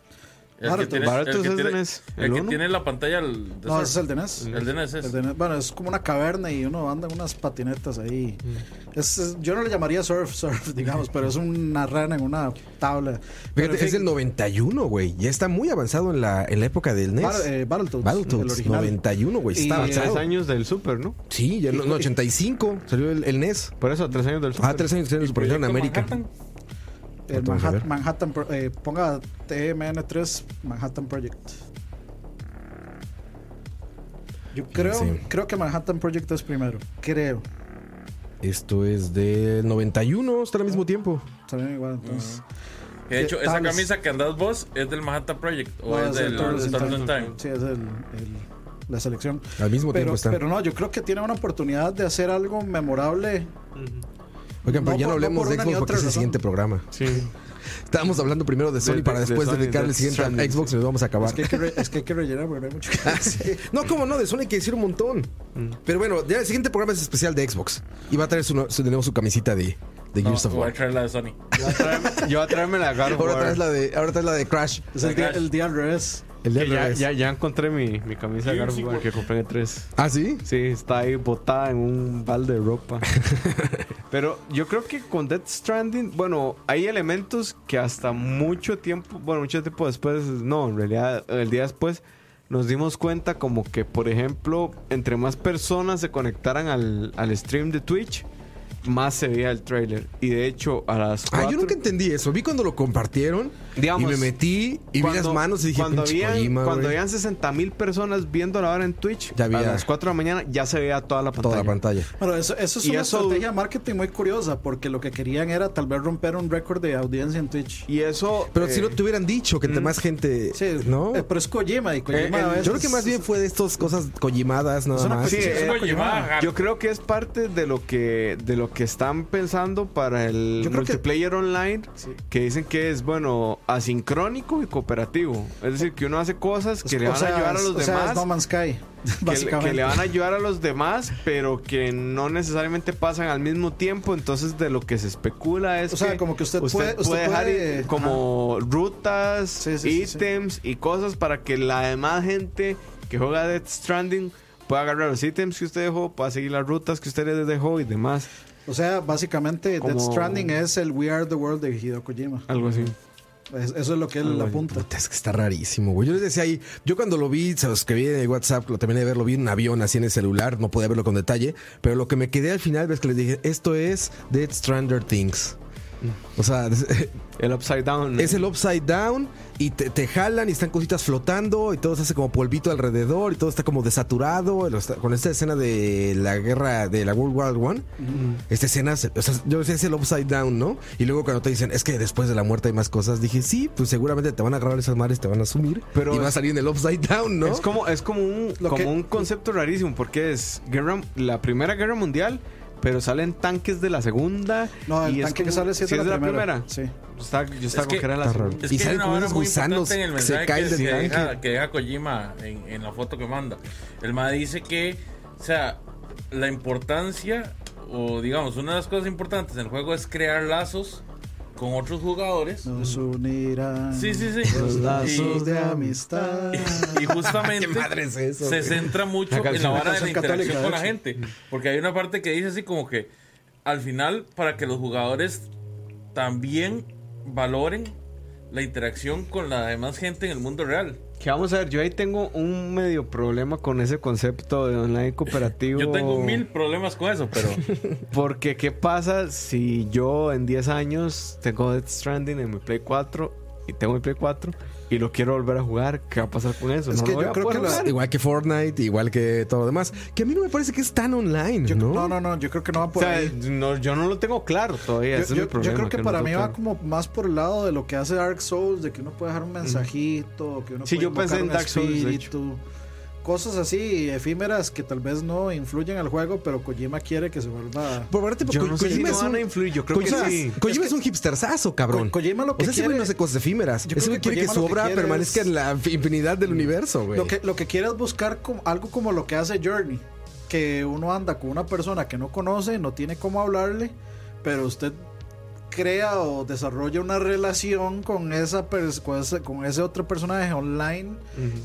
Speaker 1: El que
Speaker 4: Battletoads.
Speaker 1: tiene, el
Speaker 3: Battletoads
Speaker 1: que
Speaker 3: es de
Speaker 1: tiene-
Speaker 3: NES,
Speaker 1: el
Speaker 3: ¿el
Speaker 1: que
Speaker 3: uno?
Speaker 1: tiene la pantalla el de
Speaker 4: no,
Speaker 1: Surf.
Speaker 4: ese es el de NES.
Speaker 1: el, de NES es.
Speaker 4: El de NES. Bueno, es como una caverna y uno anda en unas patinetas ahí. Es- es- yo no le llamaría surf, surf, digamos, pero es una rana en una tabla. Pero,
Speaker 2: Fíjate,
Speaker 4: en fin,
Speaker 2: es del 91, güey. Ya está muy avanzado en la, en la época del NES.
Speaker 4: Bar- eh, Battletoads, el
Speaker 2: E Battletoads,
Speaker 4: original.
Speaker 2: 91, güey.
Speaker 4: Y-
Speaker 2: Está
Speaker 3: A tres
Speaker 2: avanzado.
Speaker 3: años del Super, ¿no?
Speaker 2: Sí, ya en el 85 salió el, el NES.
Speaker 3: Por eso, a tres años del Super.
Speaker 2: Ah, tres años en el Super en
Speaker 1: Proyecto
Speaker 2: América.
Speaker 1: Manhattan.
Speaker 4: el
Speaker 2: Vamos a
Speaker 4: Manhat-
Speaker 2: ver.
Speaker 4: Manhattan, Pro- eh, ponga TMN3 Manhattan Project. Yo creo,
Speaker 2: Sí.
Speaker 4: creo que Manhattan Project es primero. Creo.
Speaker 2: Esto es del 91, está al mismo tiempo.
Speaker 4: También igual, entonces.
Speaker 1: Que de hecho, esa
Speaker 4: Tablas.
Speaker 1: camisa que andas vos es del Manhattan Project o
Speaker 4: No,
Speaker 1: es
Speaker 4: es el
Speaker 1: del
Speaker 4: Turtles in
Speaker 1: Turtles in
Speaker 4: Time.
Speaker 1: Time.
Speaker 4: Sí, es el, el- la selección.
Speaker 2: Al mismo
Speaker 4: Pero,
Speaker 2: tiempo están.
Speaker 4: pero no, yo creo que tiene una oportunidad de hacer algo memorable.
Speaker 2: Oigan, pero ya
Speaker 4: no
Speaker 2: no
Speaker 4: por- no
Speaker 2: hablemos
Speaker 4: por
Speaker 2: de
Speaker 4: una
Speaker 2: Xbox
Speaker 4: ni
Speaker 2: porque
Speaker 4: otra
Speaker 2: es el
Speaker 4: razón.
Speaker 2: siguiente programa.
Speaker 3: Sí.
Speaker 2: Estábamos hablando primero de Sony
Speaker 3: de-
Speaker 2: para
Speaker 3: de
Speaker 2: después
Speaker 3: Sony,
Speaker 2: dedicar
Speaker 3: de
Speaker 2: el siguiente
Speaker 3: Stranding,
Speaker 2: a Xbox y nos vamos a acabar.
Speaker 4: Es que hay que, re- es que hay que rellenar porque no hay mucho que decir.
Speaker 2: No, cómo no, de Sony hay que decir un montón.
Speaker 3: Mm.
Speaker 2: Pero bueno, ya el siguiente programa es especial de Xbox. Y va a traer su, su- de nuevo su camisita de, de
Speaker 1: No,
Speaker 2: Gears of
Speaker 1: voy a
Speaker 2: War.
Speaker 1: traer la de Sony.
Speaker 3: Yo voy a traerme- yo voy a traerme la God of
Speaker 2: Ahora
Speaker 3: War.
Speaker 2: traes la de, ahora traes la de Crash.
Speaker 4: Es el día, el día al revés.
Speaker 2: El de
Speaker 3: Que ya,
Speaker 2: revés.
Speaker 3: ya, ya encontré mi, mi camisa de God of War que compré en E E3.
Speaker 2: ¿Ah, sí?
Speaker 3: Sí, está ahí botada en un balde de ropa. Pero yo creo que con Death Stranding, bueno, hay elementos que hasta mucho tiempo, bueno, mucho tiempo después, no, en realidad el día después, nos dimos cuenta como que, por ejemplo, entre más personas se conectaran al, al stream de Twitch, más se veía el trailer. Y de hecho, a las
Speaker 2: Ah,
Speaker 3: 4.
Speaker 2: yo nunca entendí eso. Vi cuando lo compartieron
Speaker 3: Digamos,
Speaker 2: y me metí y vi las manos y dije,
Speaker 3: cuando
Speaker 2: "Pinche
Speaker 3: habían,
Speaker 2: Kojima,
Speaker 3: cuando
Speaker 2: güey".
Speaker 3: habían 60 mil personas viendo la hora en Twitch,
Speaker 2: Ya había-
Speaker 3: a las 4 de la mañana ya se veía toda la pantalla.
Speaker 2: toda la pantalla.
Speaker 4: Bueno, eso, eso es
Speaker 3: Y
Speaker 4: una
Speaker 3: eso-
Speaker 4: estrategia de marketing muy curiosa, porque lo que querían era tal vez romper un récord de audiencia en Twitch.
Speaker 3: Y eso.
Speaker 2: Pero
Speaker 3: eh, mm,
Speaker 2: si no te hubieran dicho que entre más gente,
Speaker 4: Sí,
Speaker 2: ¿no?
Speaker 4: eh, pero es Kojima y Kojima
Speaker 3: Eh, eh,
Speaker 4: a veces-
Speaker 2: yo creo que más bien fue de estas cosas cojimadas nada
Speaker 4: una
Speaker 2: más.
Speaker 3: Sí,
Speaker 4: Sí,
Speaker 1: Es
Speaker 3: eh,
Speaker 1: una llevada.
Speaker 3: Yo creo que es parte de lo que de lo que están pensando para el
Speaker 4: Yo creo que-
Speaker 3: multiplayer online,
Speaker 4: Sí.
Speaker 3: que dicen que es bueno asincrónico y cooperativo. Es decir, que uno hace cosas que le
Speaker 4: Pues, o
Speaker 3: van
Speaker 4: sea,
Speaker 3: a ayudar a los
Speaker 4: o sea, es
Speaker 3: demás,
Speaker 4: No Man's Sky,
Speaker 3: que le- que,
Speaker 4: básicamente.
Speaker 3: le van a ayudar a los demás, pero que no necesariamente pasan al mismo tiempo. Entonces, de lo que se especula es
Speaker 4: O sea,
Speaker 3: que
Speaker 4: como que usted puede- usted
Speaker 3: dejar
Speaker 4: puede-
Speaker 3: i- como rutas,
Speaker 4: Sí, sí, sí, sí.
Speaker 3: ítems y cosas para que la demás gente que juega Death Stranding pueda agarrar los ítems que usted dejó, pueda seguir las rutas que usted les dejó y demás.
Speaker 4: O sea, básicamente Dead
Speaker 3: Como-
Speaker 4: Stranding es el We Are the World de Hideo Kojima.
Speaker 3: Algo así.
Speaker 4: Es- eso es lo que él
Speaker 3: Algo así.
Speaker 4: apunta.
Speaker 2: Puta, Es que está rarísimo, güey. Yo les decía ahí, yo cuando lo vi, se los escribí en el WhatsApp, lo terminé de ver, lo vi en un avión así en el celular, no podía verlo con detalle, pero lo que me quedé al final es que les dije, esto es Dead Stranger Things. O sea,
Speaker 3: El Upside Down.
Speaker 2: es el upside down y te, te jalan y están cositas flotando y todo se hace como polvito alrededor y todo está como desaturado. lo está- Con esta escena de la guerra de la World War One, esta escena, se- o sea, yo decía es el upside down, ¿no? Y luego cuando te dicen es que después de la muerte hay más cosas, dije sí, pues seguramente te van a agarrar esas mares, te van a sumir
Speaker 3: Pero
Speaker 2: y va a
Speaker 3: es-
Speaker 2: salir en el upside down, ¿no?
Speaker 3: Es como, es como, un,
Speaker 4: Lo
Speaker 3: como
Speaker 4: que-
Speaker 3: un concepto rarísimo, porque es guerra, la primera guerra mundial, pero salen tanques de la segunda.
Speaker 4: No, el
Speaker 3: y es
Speaker 4: tanque que
Speaker 3: como-
Speaker 4: sale sí es
Speaker 3: sí
Speaker 4: de la primera.
Speaker 3: Sí.
Speaker 4: Sí.
Speaker 3: Yo estaba, yo estaba con
Speaker 1: que-
Speaker 3: que era la
Speaker 2: Está raro.
Speaker 3: segunda.
Speaker 1: Es
Speaker 2: Y
Speaker 1: que
Speaker 2: salen
Speaker 1: hay una
Speaker 2: como
Speaker 1: vara
Speaker 2: unos
Speaker 1: muy
Speaker 2: gusanos
Speaker 1: importante en el
Speaker 2: que se
Speaker 1: mensaje
Speaker 2: caen
Speaker 1: que,
Speaker 2: del
Speaker 1: que
Speaker 2: tanque.
Speaker 1: deja, que deja Kojima en, en la foto que manda. El MAD dice que, o sea, la importancia, o digamos, una de las cosas importantes en el juego es crear lazos con otros jugadores.
Speaker 4: Nos
Speaker 3: Mm.
Speaker 4: unirán
Speaker 1: Sí, sí, sí.
Speaker 4: los
Speaker 1: Y-
Speaker 4: lazos de amistad.
Speaker 1: Y justamente
Speaker 2: ¿Qué madre es eso,
Speaker 1: se
Speaker 2: güey?
Speaker 1: centra mucho
Speaker 3: La
Speaker 1: en la
Speaker 3: canción-
Speaker 1: vara de la
Speaker 4: canción
Speaker 1: interacción
Speaker 4: católica,
Speaker 1: con
Speaker 4: de
Speaker 1: la gente. Porque hay una parte que dice así como que al final, para que los jugadores también valoren la interacción con la demás gente en el mundo real.
Speaker 3: Que vamos a ver, yo ahí tengo un medio problema con ese concepto de online cooperativo.
Speaker 1: Yo tengo mil problemas con eso, pero
Speaker 3: Porque, ¿qué pasa si yo en 10 años tengo Death Stranding en mi Play 4 y tengo mi Play 4 y lo quiero volver a jugar? ¿Qué va a pasar con eso?
Speaker 4: Es
Speaker 3: No
Speaker 4: que
Speaker 3: lo voy
Speaker 4: yo
Speaker 3: a
Speaker 4: creo
Speaker 3: poder
Speaker 4: que la-
Speaker 3: jugar.
Speaker 2: Igual que Fortnite, igual que todo lo demás, que a mí no me parece que es tan online,
Speaker 4: Yo-
Speaker 2: ¿no?
Speaker 4: ¿no? no, no, yo creo que no va
Speaker 3: O
Speaker 4: por
Speaker 3: sea,
Speaker 4: ahí.
Speaker 3: no, yo no lo tengo claro todavía. ese
Speaker 4: Yo,
Speaker 3: es
Speaker 4: yo-
Speaker 3: mi
Speaker 4: yo
Speaker 3: problema,
Speaker 4: creo que,
Speaker 3: no
Speaker 4: para
Speaker 3: lo
Speaker 4: mí
Speaker 3: tengo
Speaker 4: va como más por el lado de lo que hace Dark Souls, de que uno puede dejar un mensajito, que uno
Speaker 3: Sí,
Speaker 4: puede
Speaker 3: yo pensé
Speaker 4: invocar
Speaker 3: en
Speaker 4: un
Speaker 3: Dark Souls, de hecho.
Speaker 4: espíritu, Cosas así efímeras que tal vez no influyen al juego, pero Kojima quiere que se vuelva.
Speaker 2: Por parte,
Speaker 3: Yo
Speaker 2: Ko-
Speaker 3: no sé si
Speaker 2: Kojima
Speaker 3: no
Speaker 2: es
Speaker 3: van
Speaker 2: un-
Speaker 3: a influir, yo creo que
Speaker 2: Kojima-
Speaker 3: sí.
Speaker 2: Kojima es un hipsterzazo, cabrón.
Speaker 4: Ko- Kojima lo
Speaker 2: O
Speaker 4: que
Speaker 2: sea, ese güey
Speaker 4: quiere-
Speaker 2: no hace cosas efímeras.
Speaker 4: Yo creo
Speaker 2: Ese güey
Speaker 4: que
Speaker 2: quiere que
Speaker 4: Kojima
Speaker 2: su
Speaker 4: lo que
Speaker 2: obra
Speaker 4: quiere
Speaker 2: permanezca
Speaker 4: es-
Speaker 2: en la infinidad del universo, güey.
Speaker 4: Lo que, lo que quiere es buscar como- algo como lo que hace Journey, que uno anda con una persona que no conoce, no tiene cómo hablarle, pero usted crea o desarrolla una relación con esa pers- con ese, con ese otro personaje online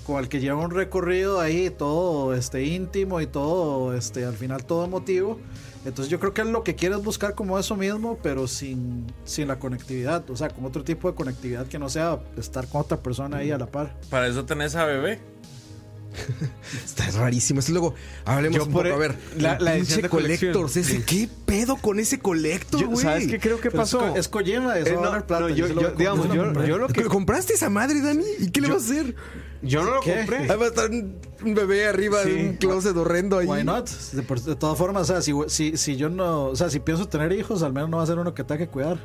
Speaker 4: con el que lleva un recorrido ahí todo este íntimo y todo este al final todo emotivo entonces yo creo que lo que quiere es buscar como eso mismo pero sin, sin la conectividad o sea con otro tipo de conectividad que no sea estar con otra persona ahí a la par
Speaker 1: para eso tenés a bebé.
Speaker 2: Está rarísimo. Eso luego hablemos
Speaker 3: Yo
Speaker 2: un
Speaker 3: por
Speaker 2: poco. A ver,
Speaker 3: la- la
Speaker 2: el
Speaker 3: edición de
Speaker 2: Collectors.
Speaker 3: colección.
Speaker 2: Ese, ¿Qué pedo con ese Collector,
Speaker 3: Yo-
Speaker 2: güey?
Speaker 3: ¿Sabes qué creo que
Speaker 4: Pero es
Speaker 3: pasó?
Speaker 4: co- Es Kojima, eso
Speaker 3: Eh,
Speaker 4: va a
Speaker 3: no,
Speaker 4: ganar plata.
Speaker 3: no,
Speaker 4: yo
Speaker 3: yo-
Speaker 4: se lo
Speaker 3: yo-
Speaker 4: voy a
Speaker 3: digamos,
Speaker 4: comprar.
Speaker 3: yo, yo lo que.
Speaker 2: ¿Compraste esa madre, Dani? ¿Y qué le vas a hacer?
Speaker 3: Yo no lo
Speaker 4: ¿Qué?
Speaker 3: compré.
Speaker 2: Ahí va a estar un un bebé arriba de
Speaker 3: Sí.
Speaker 2: un closet horrendo ahí.
Speaker 4: Why not? De, por- de todas formas, o sea, si, si, si yo no, o sea, si pienso tener hijos, al menos no va a ser uno que tenga que cuidar.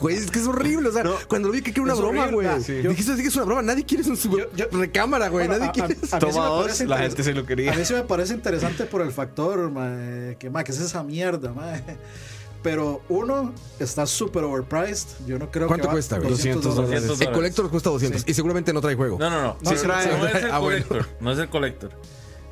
Speaker 2: Güey, es que es horrible. O sea,
Speaker 3: No.
Speaker 2: cuando lo vi que era una
Speaker 4: Es
Speaker 2: broma,
Speaker 4: horrible.
Speaker 2: güey.
Speaker 3: Sí.
Speaker 2: Dijiste "Sí que es una broma. Nadie quiere su
Speaker 4: Yo- yo-
Speaker 2: recámara, güey.
Speaker 4: Bueno,
Speaker 2: Nadie
Speaker 4: a-
Speaker 2: quiere.
Speaker 4: a- a mí sí me
Speaker 3: Toma dos,
Speaker 4: parece
Speaker 3: la
Speaker 4: interes-
Speaker 3: gente se lo quería.
Speaker 4: A mí sí me parece interesante por el factor, mae, que, mae, que es esa mierda, mae. Pero uno está súper overpriced. Yo no creo
Speaker 2: ¿Cuánto
Speaker 4: que. va-
Speaker 2: cuesta, güey?
Speaker 3: 200 dólares.
Speaker 2: El Collector cuesta 200 y seguramente no trae juego.
Speaker 1: No, no, no.
Speaker 4: No,
Speaker 1: Sí,
Speaker 4: sí
Speaker 1: no,
Speaker 4: trae.
Speaker 1: es el
Speaker 2: Ah, bueno.
Speaker 1: collector. No es el collector.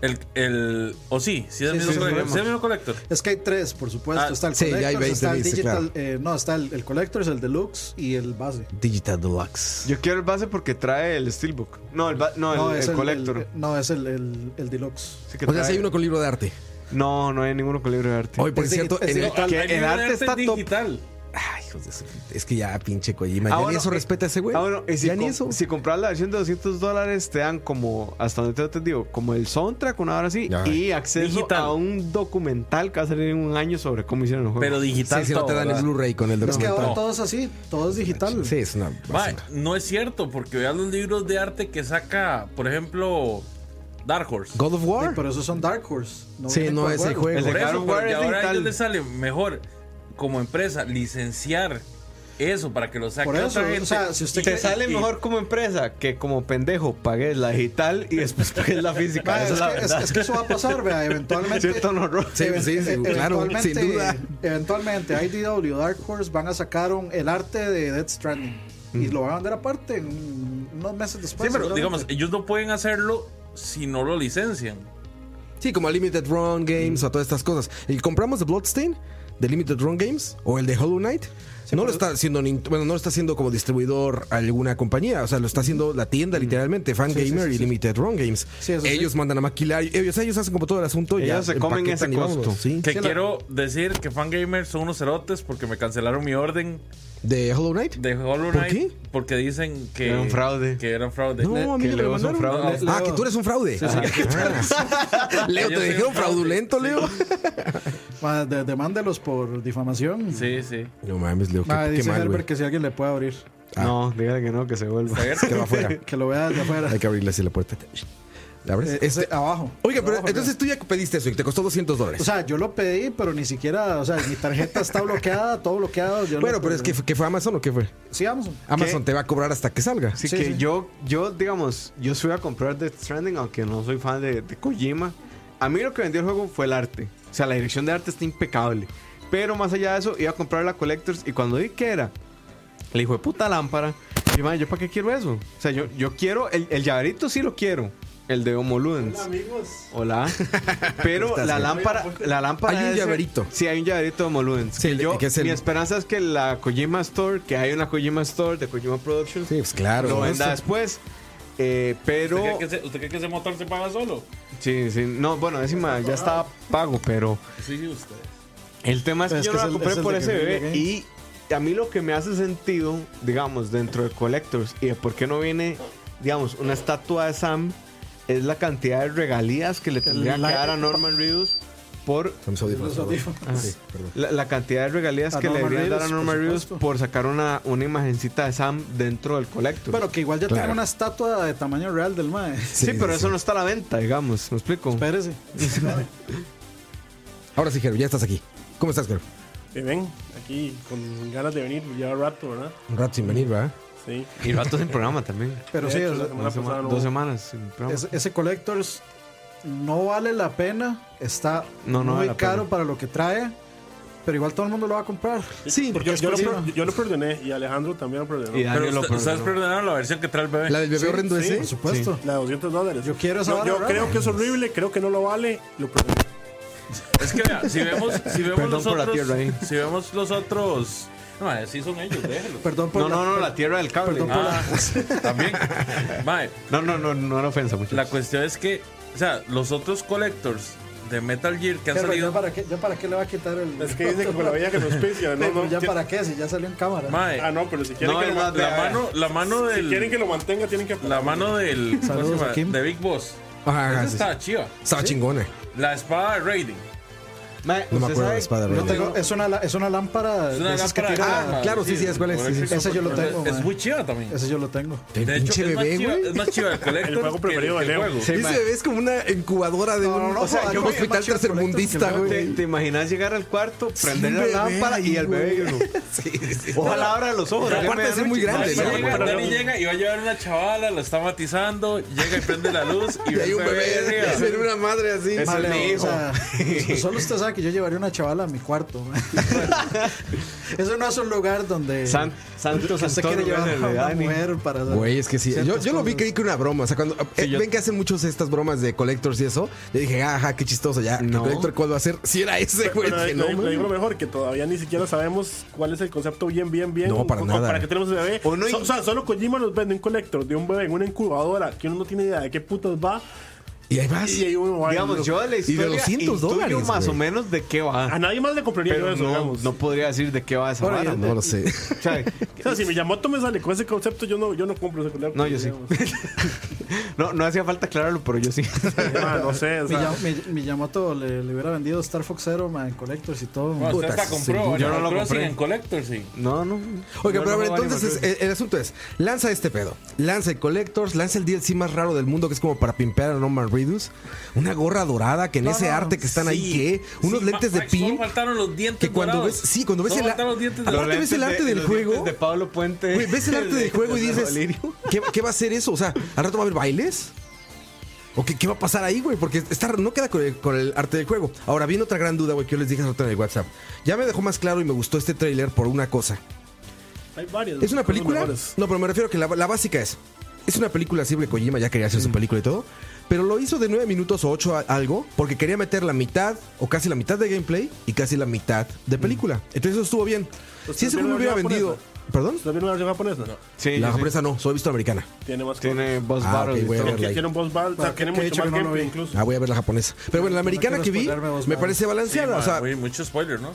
Speaker 1: El, el, o sí, sí es el
Speaker 4: Sí,
Speaker 1: mismo,
Speaker 4: sí,
Speaker 1: collector.
Speaker 4: sí.
Speaker 1: Sí es el mismo collector.
Speaker 4: Es que hay tres, por supuesto.
Speaker 1: Ah,
Speaker 4: está el
Speaker 2: sí, ya hay
Speaker 4: Collectors, está
Speaker 2: 20,
Speaker 4: el
Speaker 2: dice,
Speaker 4: Digital.
Speaker 2: claro.
Speaker 4: eh, no, está el, el Collectors, el Deluxe y el Base.
Speaker 2: Digital Deluxe.
Speaker 3: Yo quiero el base porque trae el Steelbook. No, el, ba- no, el,
Speaker 4: es
Speaker 3: el Collector.
Speaker 4: no, es el, el, el Deluxe.
Speaker 3: Sí que
Speaker 2: o sea,
Speaker 3: trae-
Speaker 2: si hay uno con libro de arte.
Speaker 3: No, no hay ninguno con libro de arte.
Speaker 2: Hoy, por
Speaker 4: Es digi-
Speaker 2: cierto,
Speaker 4: es
Speaker 2: en el-
Speaker 4: digital.
Speaker 1: Hay
Speaker 3: el
Speaker 1: un
Speaker 3: arte está top.
Speaker 1: digital.
Speaker 2: Ay, hijos de su- Es que ya, pinche Kojima. Ya
Speaker 3: Ah,
Speaker 2: ni
Speaker 3: bueno,
Speaker 2: eso
Speaker 3: eh,
Speaker 2: respeta a ese güey.
Speaker 3: Ah, bueno, y si,
Speaker 2: ya ni
Speaker 3: com-
Speaker 2: eso.
Speaker 3: si compras la versión de 200 dólares, te dan como, hasta donde te entendido, como el soundtrack, una hora así,
Speaker 2: Ya.
Speaker 3: y acceso
Speaker 1: Digital.
Speaker 3: a un documental que va a salir en un año sobre cómo hicieron el juego.
Speaker 1: Pero
Speaker 2: Sí,
Speaker 1: digital.
Speaker 2: si no te
Speaker 1: todo,
Speaker 2: dan el
Speaker 1: ¿verdad?
Speaker 2: Blu-ray con el
Speaker 4: Es que ahora
Speaker 1: No.
Speaker 4: todo es así, todo es digital.
Speaker 2: Sí, es una.
Speaker 1: Mae,
Speaker 2: basura.
Speaker 1: no es cierto, porque vean los libros de arte que saca, por ejemplo, Dark Horse.
Speaker 2: God of
Speaker 4: Sí,
Speaker 2: War.
Speaker 4: pero esos son Dark Horse.
Speaker 2: Sí,
Speaker 4: vienen
Speaker 2: no
Speaker 4: con
Speaker 2: es el
Speaker 4: juegos.
Speaker 2: juego.
Speaker 3: El
Speaker 1: Por
Speaker 3: de God
Speaker 1: eso,
Speaker 3: of
Speaker 1: pero
Speaker 3: War
Speaker 1: ya
Speaker 3: es
Speaker 1: ahora a ellos
Speaker 3: digital.
Speaker 1: les sale mejor como empresa licenciar eso para que lo saque
Speaker 4: Por eso,
Speaker 1: otra gente.
Speaker 4: o sea, si usted
Speaker 1: Y-
Speaker 3: Te
Speaker 1: y-
Speaker 3: sale
Speaker 1: y-
Speaker 3: mejor como empresa que como pendejo pagues la digital y después pagues la física.
Speaker 4: Ma,
Speaker 3: Esa
Speaker 4: es,
Speaker 3: es la
Speaker 4: que, es-
Speaker 3: verdad.
Speaker 4: es que eso va a pasar, vea, eventualmente.
Speaker 3: ¿Cierto, no, Ro?
Speaker 2: Sí,
Speaker 4: Even-
Speaker 2: sí, sí,
Speaker 4: e-
Speaker 2: claro,
Speaker 4: eventualmente-
Speaker 2: sin duda.
Speaker 4: Eventualmente, IDW, Dark Horse van a sacar un- el arte de Death Stranding y
Speaker 2: Mm.
Speaker 4: lo van a vender aparte en unos meses
Speaker 1: Sí,
Speaker 4: después.
Speaker 1: pero
Speaker 4: Pues seguramente.
Speaker 1: digamos, eh, ellos no pueden hacerlo si no lo licencian.
Speaker 2: Sí, como a Limited Run Games o a todas estas cosas. El compramos de Bloodstain, de Limited Run Games o el de Hollow Knight. no lo está haciendo Nin- bueno, no lo está haciendo como distribuidor alguna compañía, o sea, lo está haciendo la tienda literalmente, Fan
Speaker 4: sí,
Speaker 2: Gamer
Speaker 4: sí,
Speaker 2: y
Speaker 4: sí.
Speaker 2: Limited Run Games.
Speaker 4: Sí, eso sí.
Speaker 2: ellos mandan a maquilar, ellos, ellos hacen como todo el asunto y
Speaker 3: Ellos
Speaker 2: ya
Speaker 3: se comen
Speaker 2: empaquetan
Speaker 3: ese
Speaker 2: y vámonos,
Speaker 3: costo.
Speaker 2: ¿sí?
Speaker 1: Que
Speaker 4: Sí, la-
Speaker 1: quiero decir que Fangamer son unos cerotes porque me cancelaron mi orden
Speaker 2: De Hollow Knight.
Speaker 1: de Hollow
Speaker 2: ¿Por
Speaker 1: Knight.
Speaker 2: qué?
Speaker 1: Porque dicen que...
Speaker 3: Era un fraude.
Speaker 1: Que era un fraude.
Speaker 2: No, a mí
Speaker 3: que
Speaker 2: no me
Speaker 3: Leo
Speaker 2: lo
Speaker 3: es un
Speaker 2: mandaron.
Speaker 3: fraude.
Speaker 4: Le-
Speaker 2: Ah,
Speaker 4: Leo-
Speaker 2: que tú eres un fraude. Ah.
Speaker 1: Yo
Speaker 2: Leo, te
Speaker 1: soy un fraude.
Speaker 2: dijeron fraudulento,
Speaker 1: Sí.
Speaker 2: Leo.
Speaker 4: Ma, de- demándelos por difamación.
Speaker 1: Sí, sí.
Speaker 2: No mames, Leo, qué,
Speaker 4: Ma,
Speaker 2: qué
Speaker 4: dice
Speaker 2: mal,
Speaker 4: Herbert
Speaker 2: güey.
Speaker 4: que si alguien le puede abrir,
Speaker 2: Ah.
Speaker 3: No, dígale que no, que se vuelva.
Speaker 1: A ver,
Speaker 2: Que va afuera.
Speaker 4: que lo vea desde afuera.
Speaker 2: Hay que abrirle así la puerta. ¿La abres?
Speaker 4: Eh,
Speaker 2: Este-
Speaker 4: ese- abajo.
Speaker 2: Oiga, pero
Speaker 4: Abajo,
Speaker 2: entonces tú ya pediste eso y te costó 200
Speaker 4: O
Speaker 2: dólares.
Speaker 4: sea, yo lo pedí, pero ni siquiera, o sea, mi tarjeta está bloqueada, todo bloqueado. yo lo
Speaker 2: Bueno, pero es que,
Speaker 4: pedí.
Speaker 2: fue- que fue Amazon o qué fue?
Speaker 4: Sí, Amazon.
Speaker 2: Amazon te va a cobrar hasta que salga.
Speaker 3: Así
Speaker 4: Sí,
Speaker 3: que
Speaker 4: sí.
Speaker 3: yo, yo, digamos, yo fui a comprar Death Stranding, aunque no soy fan de, de Kojima. A mí lo que vendió el juego fue el arte. O sea, la dirección de arte está impecable. Pero más allá de eso, iba a comprar la Collectors y cuando vi que era, le dijo, puta lámpara. Y man, ¿yo para qué quiero eso? O sea, yo, yo quiero, el, el llaverito sí lo quiero. El de Homo Ludens. Hola. Pero
Speaker 2: Estás
Speaker 3: la
Speaker 2: bien.
Speaker 3: lámpara, la lámpara.
Speaker 2: Hay un
Speaker 3: ese-
Speaker 2: llaverito.
Speaker 3: Sí, hay un llaverito de Homo Ludens.
Speaker 2: Sí,
Speaker 3: Que
Speaker 2: el-
Speaker 3: yo-
Speaker 2: que es el-
Speaker 3: Mi esperanza es que la Kojima Store, que hay una Kojima Store de Kojima Productions,
Speaker 2: Sí, pues claro.
Speaker 3: lo
Speaker 2: ¿no?
Speaker 3: venda después. Eh, pero.
Speaker 1: ¿Usted cree, que ese, usted cree que ese motor se paga solo?
Speaker 3: Sí, sí. No, bueno, encima ya estaba pago, pero.
Speaker 1: Sí, sí, usted.
Speaker 3: El tema es que
Speaker 4: Es
Speaker 3: yo
Speaker 4: que
Speaker 3: no
Speaker 4: es
Speaker 3: la
Speaker 4: el-
Speaker 3: compré
Speaker 4: es el
Speaker 3: por
Speaker 4: de
Speaker 3: ese
Speaker 4: Guerrilla
Speaker 3: bebé. Y a mí lo que me hace sentido, digamos, dentro de Collectors y de por qué no viene, digamos, una estatua de Sam, es la cantidad de regalías que le tendrían
Speaker 4: la-
Speaker 3: que dar a Norman Reedus por
Speaker 2: Son mis audífonos,
Speaker 4: Los
Speaker 2: perdón.
Speaker 4: audífonos.
Speaker 2: Ah, sí, perdón.
Speaker 3: La, la cantidad de regalías
Speaker 4: A
Speaker 3: que le
Speaker 4: Norman
Speaker 3: deberían dar a
Speaker 4: Reedus,
Speaker 3: Norman
Speaker 4: por
Speaker 3: Reedus
Speaker 4: supuesto.
Speaker 3: por sacar una, una imagencita de Sam dentro del Collector.
Speaker 4: Bueno, que igual ya
Speaker 2: Claro.
Speaker 4: tengo una estatua de tamaño real del mae.
Speaker 3: sí,
Speaker 2: sí,
Speaker 3: pero
Speaker 2: sí,
Speaker 3: eso
Speaker 2: sí.
Speaker 3: no está a la venta, digamos. ¿Me explico?
Speaker 4: Espérese.
Speaker 2: Ahora sí, Jero, ya estás aquí. ¿Cómo estás, Jero?
Speaker 5: Bien, bien, aquí con ganas de venir, lleva rato, ¿verdad?
Speaker 2: Un rato sin venir, ¿verdad?
Speaker 5: Sí.
Speaker 3: Y rato sin programa también.
Speaker 4: Pero
Speaker 5: De
Speaker 4: sí,
Speaker 5: hecho,
Speaker 4: o sea,
Speaker 5: la semana
Speaker 3: Una sema-
Speaker 5: pasada no
Speaker 3: dos
Speaker 5: hubo.
Speaker 3: semanas sin programa.
Speaker 4: ese, ese Collectors no vale la pena. Está
Speaker 3: No, no
Speaker 4: muy
Speaker 3: vale la
Speaker 4: caro
Speaker 3: pena.
Speaker 4: para lo que trae. Pero igual todo el mundo lo va a comprar.
Speaker 2: Sí,
Speaker 5: Yo, yo, lo,
Speaker 4: exclusiva.
Speaker 5: per- yo lo perdoné y Alejandro también lo perdonó.
Speaker 3: Y Daniel
Speaker 1: Pero
Speaker 3: lo
Speaker 1: usted,
Speaker 3: perdonó.
Speaker 1: ustedes perdonaron la versión que trae el bebé.
Speaker 2: La del bebé horrendo
Speaker 5: sí,
Speaker 2: ese.
Speaker 4: Por supuesto.
Speaker 5: La de 200 dólares.
Speaker 4: Yo quiero esa
Speaker 5: Yo,
Speaker 4: vara,
Speaker 5: yo
Speaker 4: ¿verdad?
Speaker 5: creo que es horrible, creo que no lo vale, lo perdoné.
Speaker 1: Es que vea, si vemos, si vemos
Speaker 3: Perdón
Speaker 1: los
Speaker 3: por la
Speaker 1: otros.
Speaker 3: tierra ahí.
Speaker 1: Si vemos los otros. No, mae, sí son ellos, déjenlo.
Speaker 4: Perdón por
Speaker 3: No, no, no, la tierra del cable.
Speaker 4: Perdón por
Speaker 1: Ah, también. Mae,
Speaker 3: No, no, no, no era ofensa, muchachos.
Speaker 1: la cuestión es que, o sea, los otros collectors de Metal Gear que han
Speaker 4: Pero ya
Speaker 1: salido.
Speaker 4: para, qué, ya para qué le va a quitar el.
Speaker 5: Es que dice que con la bella que nos auspicia, no, no.
Speaker 4: ya
Speaker 5: ti-
Speaker 4: para qué, si ya salió en cámara.
Speaker 1: Mae,
Speaker 5: Ah, no, pero si quieren,
Speaker 3: No,
Speaker 5: que, lo,
Speaker 3: es la
Speaker 5: ma-
Speaker 3: de-
Speaker 1: la mano, la mano
Speaker 5: si
Speaker 1: del.
Speaker 5: quieren que lo mantenga, tienen que
Speaker 1: La mano del. ¿cómo se
Speaker 4: Saludos
Speaker 1: llama?
Speaker 4: a Kim.
Speaker 1: De Big Boss. Esa
Speaker 2: Ajá, ajá, sí, sí.
Speaker 1: está chiva.
Speaker 2: Estaba chingona.
Speaker 1: La espada de Raiden.
Speaker 3: Mae,
Speaker 2: No me
Speaker 3: ¿usted
Speaker 2: acuerdo de
Speaker 3: sabe?
Speaker 2: la espada,
Speaker 4: Yo
Speaker 2: ¿verdad?
Speaker 4: tengo- es, una, la- es una lámpara.
Speaker 1: Es una
Speaker 4: de esas que
Speaker 1: lámpara
Speaker 4: tira-
Speaker 2: Ah, claro, sí, sí, es cuál es, sí, sí.
Speaker 1: por-
Speaker 4: Ese yo lo
Speaker 1: por-
Speaker 4: tengo,
Speaker 1: Es
Speaker 4: mae.
Speaker 1: muy chiva también.
Speaker 4: Ese yo lo tengo.
Speaker 2: El
Speaker 1: De hecho,
Speaker 2: pinche
Speaker 1: es más
Speaker 2: bebé,
Speaker 1: chiva-
Speaker 2: güey.
Speaker 1: es más chiva el collector.
Speaker 5: El juego
Speaker 1: que- que
Speaker 5: preferido de
Speaker 1: el
Speaker 5: Leo.
Speaker 1: juego.
Speaker 3: Sí,
Speaker 2: Ese
Speaker 3: mae.
Speaker 2: bebé es como una incubadora de
Speaker 4: No, no,
Speaker 2: un
Speaker 4: no,
Speaker 2: o sea,
Speaker 4: joder,
Speaker 2: un
Speaker 4: no,
Speaker 2: hospital
Speaker 4: no, no,
Speaker 2: tercermundista,
Speaker 4: no,
Speaker 3: ¿Te,
Speaker 2: güey.
Speaker 3: te imaginas llegar al cuarto, prender la
Speaker 2: bebé
Speaker 3: lámpara y
Speaker 2: ahí,
Speaker 3: el bebé y uno.
Speaker 2: Sí, sí.
Speaker 3: Ojalá abra los ojos.
Speaker 2: La
Speaker 3: ya
Speaker 2: puerta es
Speaker 3: medianoche.
Speaker 2: muy grande,
Speaker 1: Dani
Speaker 2: ¿no?
Speaker 1: llega,
Speaker 5: Bueno,
Speaker 1: Dani
Speaker 5: no.
Speaker 1: llega y va a llevar una chavala, la está matizando, llega y prende la luz y
Speaker 2: Y hay un bebé
Speaker 1: arriba.
Speaker 2: es en una madre así.
Speaker 3: Es
Speaker 4: Vale,
Speaker 3: el
Speaker 4: o
Speaker 3: hijo.
Speaker 4: sea, solo usted sabe que yo llevaría una chavala a mi cuarto. man. Eso no es un lugar donde
Speaker 3: San- Santo
Speaker 4: que usted quiere
Speaker 3: Santoro,
Speaker 4: llevar
Speaker 3: el de
Speaker 4: a una
Speaker 3: Dani.
Speaker 4: mujer para
Speaker 2: Güey, es que sí. Yo,
Speaker 4: ciertas
Speaker 2: yo lo vi,
Speaker 4: cosas.
Speaker 2: creí que era una broma. O sea, cuando eh,
Speaker 3: yo-
Speaker 2: ven que hacen muchos estas bromas de collectors y eso, yo dije, ajá, qué chistoso ya. ¿El
Speaker 3: No.
Speaker 2: collector cuál va a ser? Si era ese, güey.
Speaker 5: Pero
Speaker 2: Dije,
Speaker 5: le-
Speaker 2: no,
Speaker 5: le, le
Speaker 2: mames.
Speaker 5: digo lo mejor, que todavía ni siquiera sabemos cuál es el concepto bien, bien, bien.
Speaker 2: No, para
Speaker 5: O- o
Speaker 2: nada.
Speaker 5: ¿Para qué tenemos ese bebé?
Speaker 3: O no hay-
Speaker 5: So- o sea, solo Kojima nos vende un colector de un bebé en una incubadora que uno no tiene idea de qué putas va.
Speaker 2: Y ahí vas.
Speaker 5: Y ahí uno va.
Speaker 3: Digamos, yo de la historia
Speaker 2: 200
Speaker 3: intuyo
Speaker 2: dólares,
Speaker 3: más
Speaker 2: güey.
Speaker 3: o
Speaker 2: Ah,
Speaker 3: menos de qué va.
Speaker 5: A nadie más le compraría yo
Speaker 3: Ah. Pero
Speaker 5: eso,
Speaker 3: no,
Speaker 5: digamos.
Speaker 3: no podría decir de qué va esa
Speaker 4: Ahora,
Speaker 3: vara.
Speaker 4: yo-
Speaker 2: No lo sé.
Speaker 3: O sea,
Speaker 5: O sea, si Miyamoto me sale con ese concepto, yo no, yo no compro ese pues, concepto.
Speaker 3: No, yo sí.
Speaker 5: digamos.
Speaker 3: no, no hacía falta aclararlo, pero yo sí.
Speaker 5: Ah, no sé, o sea,
Speaker 4: Miya- Mi- Miyamoto le, le hubiera vendido Star Fox Zero ma, en Collectors y todo.
Speaker 1: Bueno, usted
Speaker 2: Puta,
Speaker 1: hasta
Speaker 2: sin
Speaker 1: compró
Speaker 2: duda.
Speaker 3: Yo no lo
Speaker 1: Animal Crossing
Speaker 3: compré.
Speaker 1: en Collector, sí.
Speaker 3: No, no.
Speaker 2: Oiga, pero a
Speaker 3: No, no
Speaker 2: ver,
Speaker 3: va
Speaker 2: entonces
Speaker 3: Animal
Speaker 2: es- el, el asunto es, lanza este pedo, lanza el Collectors, lanza el DLC más raro del mundo que es como para pimpear a Norman Reedus, una gorra dorada que en ese arte que están ahí,
Speaker 1: Sí,
Speaker 2: ¿qué? Unos
Speaker 1: sí,
Speaker 2: lentes
Speaker 1: ma-
Speaker 2: de
Speaker 1: ma- solo
Speaker 2: pimp.
Speaker 1: faltaron los dientes
Speaker 2: que cuando
Speaker 1: dorados.
Speaker 2: ves- sí, cuando ves
Speaker 1: Solo
Speaker 2: el a-
Speaker 1: faltaron los dientes
Speaker 2: Aparte
Speaker 3: Los
Speaker 1: dorados.
Speaker 2: ves
Speaker 3: lentes
Speaker 2: el arte
Speaker 3: de-
Speaker 2: del
Speaker 3: los
Speaker 2: juego.
Speaker 3: lentes De Pablo Puente.
Speaker 2: Güey, ves el arte del juego y
Speaker 3: de
Speaker 2: dices,
Speaker 3: Valirio.
Speaker 2: ¿qué, qué va a ser eso? O sea, ¿al rato va a haber bailes? ¿O qué, qué va a pasar ahí, güey? Porque está, no queda con el, con el arte del juego. Ahora, viene otra gran duda, güey, que yo les dije hace rato en el WhatsApp. Ya me dejó más claro y me gustó este tráiler por una cosa.
Speaker 5: hay varios.
Speaker 2: ¿Es una película? No, pero me refiero a que la, la básica es. Es una película simple, Kojima ya quería hacer
Speaker 5: Mm.
Speaker 2: su película y todo. Pero lo hizo de 9 minutos o 8 a- algo, porque quería meter la mitad, o casi la mitad de gameplay y casi la mitad de película. Entonces eso estuvo bien.
Speaker 5: Mm. Pues
Speaker 2: si ese juego
Speaker 5: también
Speaker 2: hubiera
Speaker 5: la
Speaker 2: vendido. ¿Perdón?
Speaker 5: ¿Estás viendo una versión japonesa?
Speaker 3: Sí,
Speaker 2: La
Speaker 3: yo sí.
Speaker 2: japonesa no, solo he visto la americana.
Speaker 5: Tiene más cosas.
Speaker 3: Tiene Boss
Speaker 2: Ah,
Speaker 3: Battle
Speaker 2: ok,
Speaker 3: y
Speaker 2: güey.
Speaker 3: todo.
Speaker 5: Tiene, tiene un boss battle, o sea,
Speaker 4: Bueno,
Speaker 5: tiene
Speaker 4: que he
Speaker 5: mucho
Speaker 4: dicho
Speaker 5: más
Speaker 4: que no lo
Speaker 5: gameplay
Speaker 4: vi.
Speaker 5: incluso.
Speaker 2: Ah, voy a ver la japonesa. Pero bueno, la americana
Speaker 4: quiero
Speaker 2: que vi
Speaker 4: spoilearme vos,
Speaker 2: me
Speaker 4: man.
Speaker 2: parece
Speaker 1: Sí,
Speaker 2: balanceada.
Speaker 1: ma,
Speaker 2: o sea,
Speaker 1: güey, mucho spoiler, ¿no?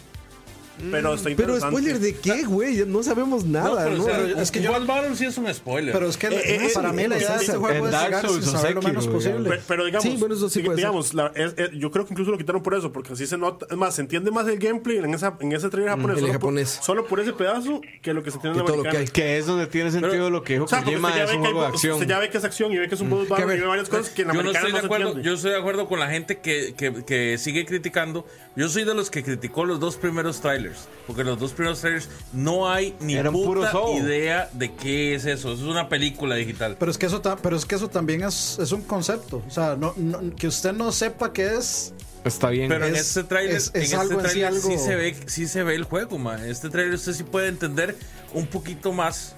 Speaker 5: Pero está
Speaker 2: Mm. pero
Speaker 5: interesante.
Speaker 2: spoiler de qué, güey? No sabemos nada, ¿no?
Speaker 1: pero, o sea,
Speaker 4: Pero es que
Speaker 1: un
Speaker 4: yo-
Speaker 1: Wild Battle sí es un spoiler.
Speaker 4: Pero es que
Speaker 5: Eh, eh,
Speaker 4: para
Speaker 5: eh,
Speaker 4: mí la idea de este
Speaker 2: en
Speaker 4: juego es
Speaker 3: Dark
Speaker 4: llegar sin
Speaker 3: Souls o
Speaker 4: saber lo menos
Speaker 3: Sekiro, güey.
Speaker 4: posible.
Speaker 5: Pe- Pero digamos,
Speaker 2: Sí, bueno, eso sí
Speaker 5: dig-
Speaker 2: puede ser.
Speaker 5: digamos la- es- es- yo creo que incluso lo quitaron por eso, porque así se nota, es más, se entiende más el gameplay en, esa, en ese trailer japonés,
Speaker 2: Mm, el
Speaker 5: solo,
Speaker 2: japonés.
Speaker 5: Por, solo por ese pedazo que lo que se entiende
Speaker 2: Que
Speaker 5: en
Speaker 2: todo
Speaker 5: la
Speaker 2: lo que
Speaker 5: americana.
Speaker 3: Que es donde tiene sentido
Speaker 1: Pero-
Speaker 3: lo que dijo
Speaker 5: O sea, porque
Speaker 3: Kojima,
Speaker 5: usted ya,
Speaker 3: es
Speaker 5: ve
Speaker 3: un
Speaker 5: que hay,
Speaker 3: juego de
Speaker 5: bo-
Speaker 3: acción.
Speaker 5: usted ya ve que es acción y ve que es un boss
Speaker 2: a
Speaker 5: battle
Speaker 2: ver,
Speaker 5: y ve varias cosas que en la
Speaker 1: yo no
Speaker 5: americana
Speaker 1: estoy
Speaker 5: no
Speaker 1: de
Speaker 5: se
Speaker 1: acuerdo, yo
Speaker 5: entiende.
Speaker 1: estoy de acuerdo con la gente que, que- que sigue criticando. Yo soy de los que criticó los dos primeros trailers, porque los dos primeros trailers no hay ni
Speaker 3: Eran puro
Speaker 1: puta
Speaker 3: show.
Speaker 1: idea de qué es eso. Eso es una película digital.
Speaker 4: Pero es que eso, ta- pero es que eso también es, es un concepto. O sea, no, no- que usted no sepa qué es.
Speaker 3: Está bien.
Speaker 1: Pero en
Speaker 4: es-
Speaker 1: este tráiler,
Speaker 4: es-
Speaker 1: en
Speaker 4: es
Speaker 1: este
Speaker 4: algo en sí,
Speaker 1: tráiler sí
Speaker 4: algo-
Speaker 1: se ve, sí se ve el juego, ma. En Este tráiler usted sí puede entender un poquito más.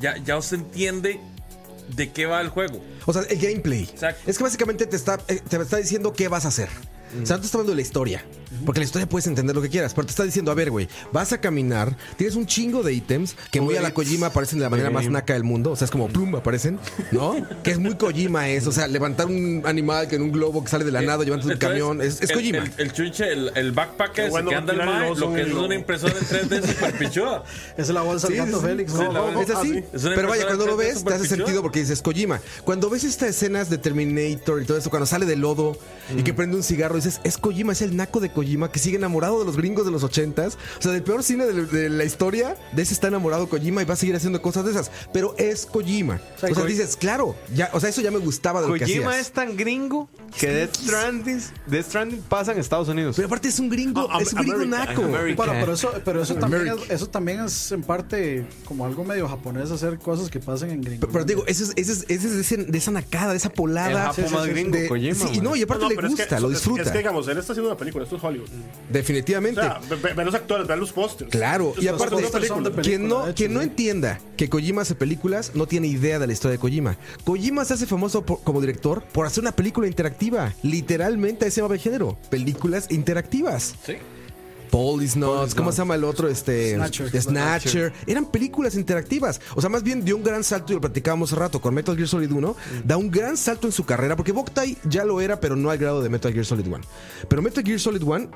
Speaker 1: Ya, ya usted entiende de qué va el juego.
Speaker 2: O sea, el gameplay.
Speaker 1: Exacto.
Speaker 2: Es que básicamente te está, eh, te está diciendo qué vas a hacer. O sea, no te está hablando de la historia. Porque la historia puedes entender lo que quieras. Pero te está diciendo, a ver, güey, vas a caminar, tienes un chingo de ítems que muy a la Kojima aparecen de la manera más naca del mundo. O sea, es como plum, aparecen, ¿no? que es muy Kojima eso. O sea, levantar un animal que en un globo que sale de la nada, llevando un
Speaker 1: Entonces,
Speaker 2: camión. Es, es
Speaker 1: el-
Speaker 2: Kojima.
Speaker 1: El, el chunche, el, el backpack ese
Speaker 5: bueno
Speaker 1: que anda el
Speaker 5: tirar el
Speaker 1: mae,
Speaker 5: oso
Speaker 1: lo
Speaker 5: en
Speaker 1: que
Speaker 5: el
Speaker 1: es
Speaker 5: globo.
Speaker 1: una impresora en 3D super pichuda.
Speaker 4: Es la bolsa del
Speaker 2: Sí,
Speaker 4: gato
Speaker 2: sí, sí.
Speaker 4: Félix.
Speaker 2: Sí,
Speaker 4: ¿no?
Speaker 2: la-
Speaker 4: ¿no?
Speaker 2: es
Speaker 4: Ah,
Speaker 2: así.
Speaker 1: Es una
Speaker 2: Pero vaya,
Speaker 1: impresora
Speaker 2: cuando lo
Speaker 1: 3D
Speaker 2: ves, te hace
Speaker 1: superfichada.
Speaker 2: sentido porque dices Kojima. Cuando ves estas escenas de Terminator y todo eso, cuando sale de lodo y que prende un cigarro, dices, es Kojima, es el naco de Kojima que sigue enamorado de los gringos de los ochentas. O sea, del peor cine de, de la historia, de ese está enamorado Kojima y va a seguir haciendo cosas de esas. Pero es Kojima. O sea,
Speaker 4: Ko-
Speaker 2: dices, claro, ya, o sea, eso ya me gustaba de lo que
Speaker 3: Kojima
Speaker 2: hacías.
Speaker 3: es tan gringo que Death Stranding, Death Stranding pasa en Estados Unidos.
Speaker 2: Pero aparte es un gringo,
Speaker 5: Ah,
Speaker 2: es un gringo
Speaker 5: American,
Speaker 2: naco.
Speaker 3: American.
Speaker 4: Bueno, pero eso, pero eso también
Speaker 2: America.
Speaker 4: es, eso también es en parte como algo medio japonés hacer cosas que pasen en gringo.
Speaker 2: Pero, pero digo, ese es, ese es, ese es de, ese- de esa nacada, de esa polada.
Speaker 3: El japo más gringo, Kojima,
Speaker 2: sí, y
Speaker 3: man.
Speaker 2: no, y aparte
Speaker 5: No,
Speaker 2: le
Speaker 5: pero
Speaker 2: gusta,
Speaker 5: es que,
Speaker 2: lo
Speaker 5: es-
Speaker 2: disfruta.
Speaker 5: Es, que digamos, él está haciendo una película, esto es Hollywood. O
Speaker 2: Definitivamente.
Speaker 5: sea, ve, ve- ve los actores, ve los pósters.
Speaker 2: Claro, y
Speaker 5: Los
Speaker 2: aparte,
Speaker 5: pósters son de película.
Speaker 2: quien no,
Speaker 4: de hecho,
Speaker 2: quien no
Speaker 4: sí.
Speaker 2: entienda que Kojima hace películas no tiene idea de la historia de Kojima. Kojima se hace famoso por- como director por hacer una película interactiva. Literalmente ese va de género. Películas interactivas.
Speaker 1: Sí.
Speaker 2: Paul is Not, ¿cómo se llama el otro? Este,
Speaker 4: Snatcher.
Speaker 2: Snatcher. Eran películas interactivas. O sea, más bien dio un gran salto, y lo platicábamos hace rato con Metal Gear Solid 1. Da un gran salto en su carrera, porque Boktai ya lo era, pero no al grado de Metal Gear Solid 1. Pero Metal Gear Solid 1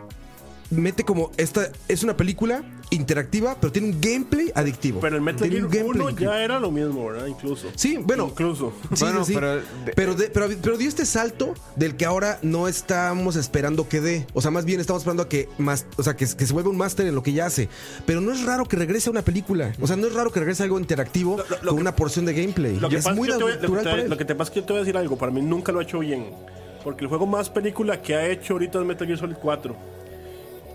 Speaker 2: mete como. Esta es una película interactiva, pero tiene un gameplay adictivo.
Speaker 5: Pero el Metal
Speaker 2: Tiene un
Speaker 5: Gear 1
Speaker 2: gameplay
Speaker 5: ya era lo mismo, ¿verdad? Incluso.
Speaker 2: Sí, bueno.
Speaker 5: Incluso.
Speaker 2: Sí,
Speaker 3: Bueno,
Speaker 2: sí, sí.
Speaker 3: pero-
Speaker 2: Pero, de- pero- pero dio este salto del que ahora no estamos esperando que dé. O sea, más bien estamos esperando a que más, o sea, que, que se vuelva un máster en lo que ya hace. Pero no es raro que regrese a una película. O sea, no es raro que regrese algo interactivo con una porción de gameplay.
Speaker 5: Lo que,
Speaker 2: es
Speaker 5: pasa
Speaker 2: muy
Speaker 5: es que yo te voy- lo que
Speaker 2: natural
Speaker 5: te-
Speaker 2: para él.
Speaker 5: lo que te pasa es que yo te voy a decir algo. Para mí nunca lo ha hecho bien. Porque el juego más película que ha hecho ahorita es Metal Gear Solid 4.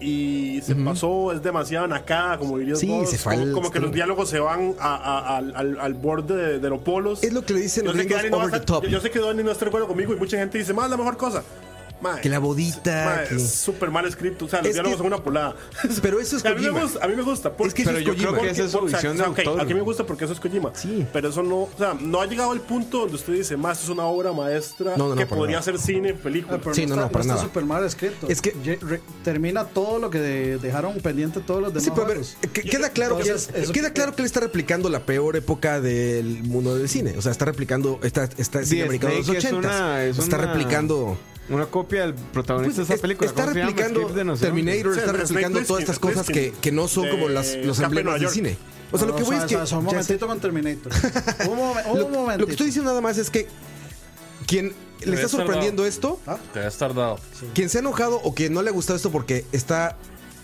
Speaker 5: Y se pasó, es demasiado nacada, como dirías
Speaker 2: Sí,
Speaker 5: vos.
Speaker 2: se fue al
Speaker 5: como, como que
Speaker 2: extremo.
Speaker 5: los diálogos se van a- a- al, al- al borde de, de los polos.
Speaker 2: Es lo que le dicen
Speaker 5: yo
Speaker 2: los
Speaker 5: sé que
Speaker 2: gringos
Speaker 5: Dani no va a
Speaker 2: over the
Speaker 5: estar-
Speaker 2: top.
Speaker 5: Yo, yo sé que Dani no está de acuerdo conmigo y mucha gente dice, más la mejor cosa. Ma, mae,
Speaker 2: Que la bodita,
Speaker 5: mae,
Speaker 2: que-
Speaker 5: Es súper mal escrito. O sea,
Speaker 2: Es
Speaker 5: los
Speaker 2: que-
Speaker 5: diálogos son una polada.
Speaker 2: Pero eso es
Speaker 5: a mí me
Speaker 2: Kojima.
Speaker 5: gusta. A mí me gusta porque,
Speaker 2: Es que eso
Speaker 5: pero
Speaker 2: es
Speaker 5: yo
Speaker 2: Kojima.
Speaker 5: creo que
Speaker 3: Esa es su
Speaker 5: o sea,
Speaker 3: visión de
Speaker 5: ok,
Speaker 3: autor.
Speaker 5: A mí me gusta porque eso es Kojima.
Speaker 2: Sí.
Speaker 5: Pero eso no. O sea, no ha llegado al punto donde usted dice, más es una obra maestra
Speaker 2: No, no, no,
Speaker 5: que
Speaker 2: para
Speaker 5: podría
Speaker 2: nada.
Speaker 5: ser cine, película.
Speaker 4: Ah, Pero
Speaker 2: Sí, no, no,
Speaker 4: está,
Speaker 2: para
Speaker 4: está
Speaker 2: nada.
Speaker 4: súper mal escrito.
Speaker 2: Es que-
Speaker 4: Ye- re- termina todo lo que de- dejaron pendiente todos los demás.
Speaker 2: Sí, pero a ver, eh,
Speaker 4: juegos.
Speaker 2: que- queda claro, que,
Speaker 4: Entonces, eso-
Speaker 2: queda claro que él está replicando la peor época del mundo del cine. O sea, está replicando, está, está el
Speaker 3: Sí,
Speaker 2: cine americano de los
Speaker 3: Snake es
Speaker 2: 80.
Speaker 3: una- es
Speaker 2: está
Speaker 3: una-
Speaker 2: replicando.
Speaker 3: Una copia del
Speaker 2: Pues,
Speaker 3: protagonista de
Speaker 2: es-
Speaker 3: esa película.
Speaker 2: está
Speaker 3: ¿cómo se llama?
Speaker 2: replicando
Speaker 3: Escape de no sé dónde.
Speaker 2: Terminator,
Speaker 5: Sí,
Speaker 2: está
Speaker 5: Snake
Speaker 2: replicando todas
Speaker 5: Plissken,
Speaker 2: estas cosas que,
Speaker 5: Plissken.
Speaker 2: que no son como las, los
Speaker 5: De
Speaker 2: emblemas
Speaker 5: Escape
Speaker 2: del
Speaker 5: de Nueva
Speaker 2: cine.
Speaker 5: York.
Speaker 2: O sea,
Speaker 4: No,
Speaker 2: lo que voy
Speaker 4: o
Speaker 2: es
Speaker 4: sea,
Speaker 2: que.
Speaker 4: o sea, Un
Speaker 2: ya sé-
Speaker 4: momentito con Terminator. un momen- un
Speaker 2: lo,
Speaker 4: momentito.
Speaker 2: lo que estoy diciendo nada más es que quien le
Speaker 1: Debe
Speaker 2: está
Speaker 1: estar
Speaker 2: sorprendiendo esto,
Speaker 1: Te has tardado.
Speaker 2: quien se ha enojado o quien no le ha gustado esto porque está.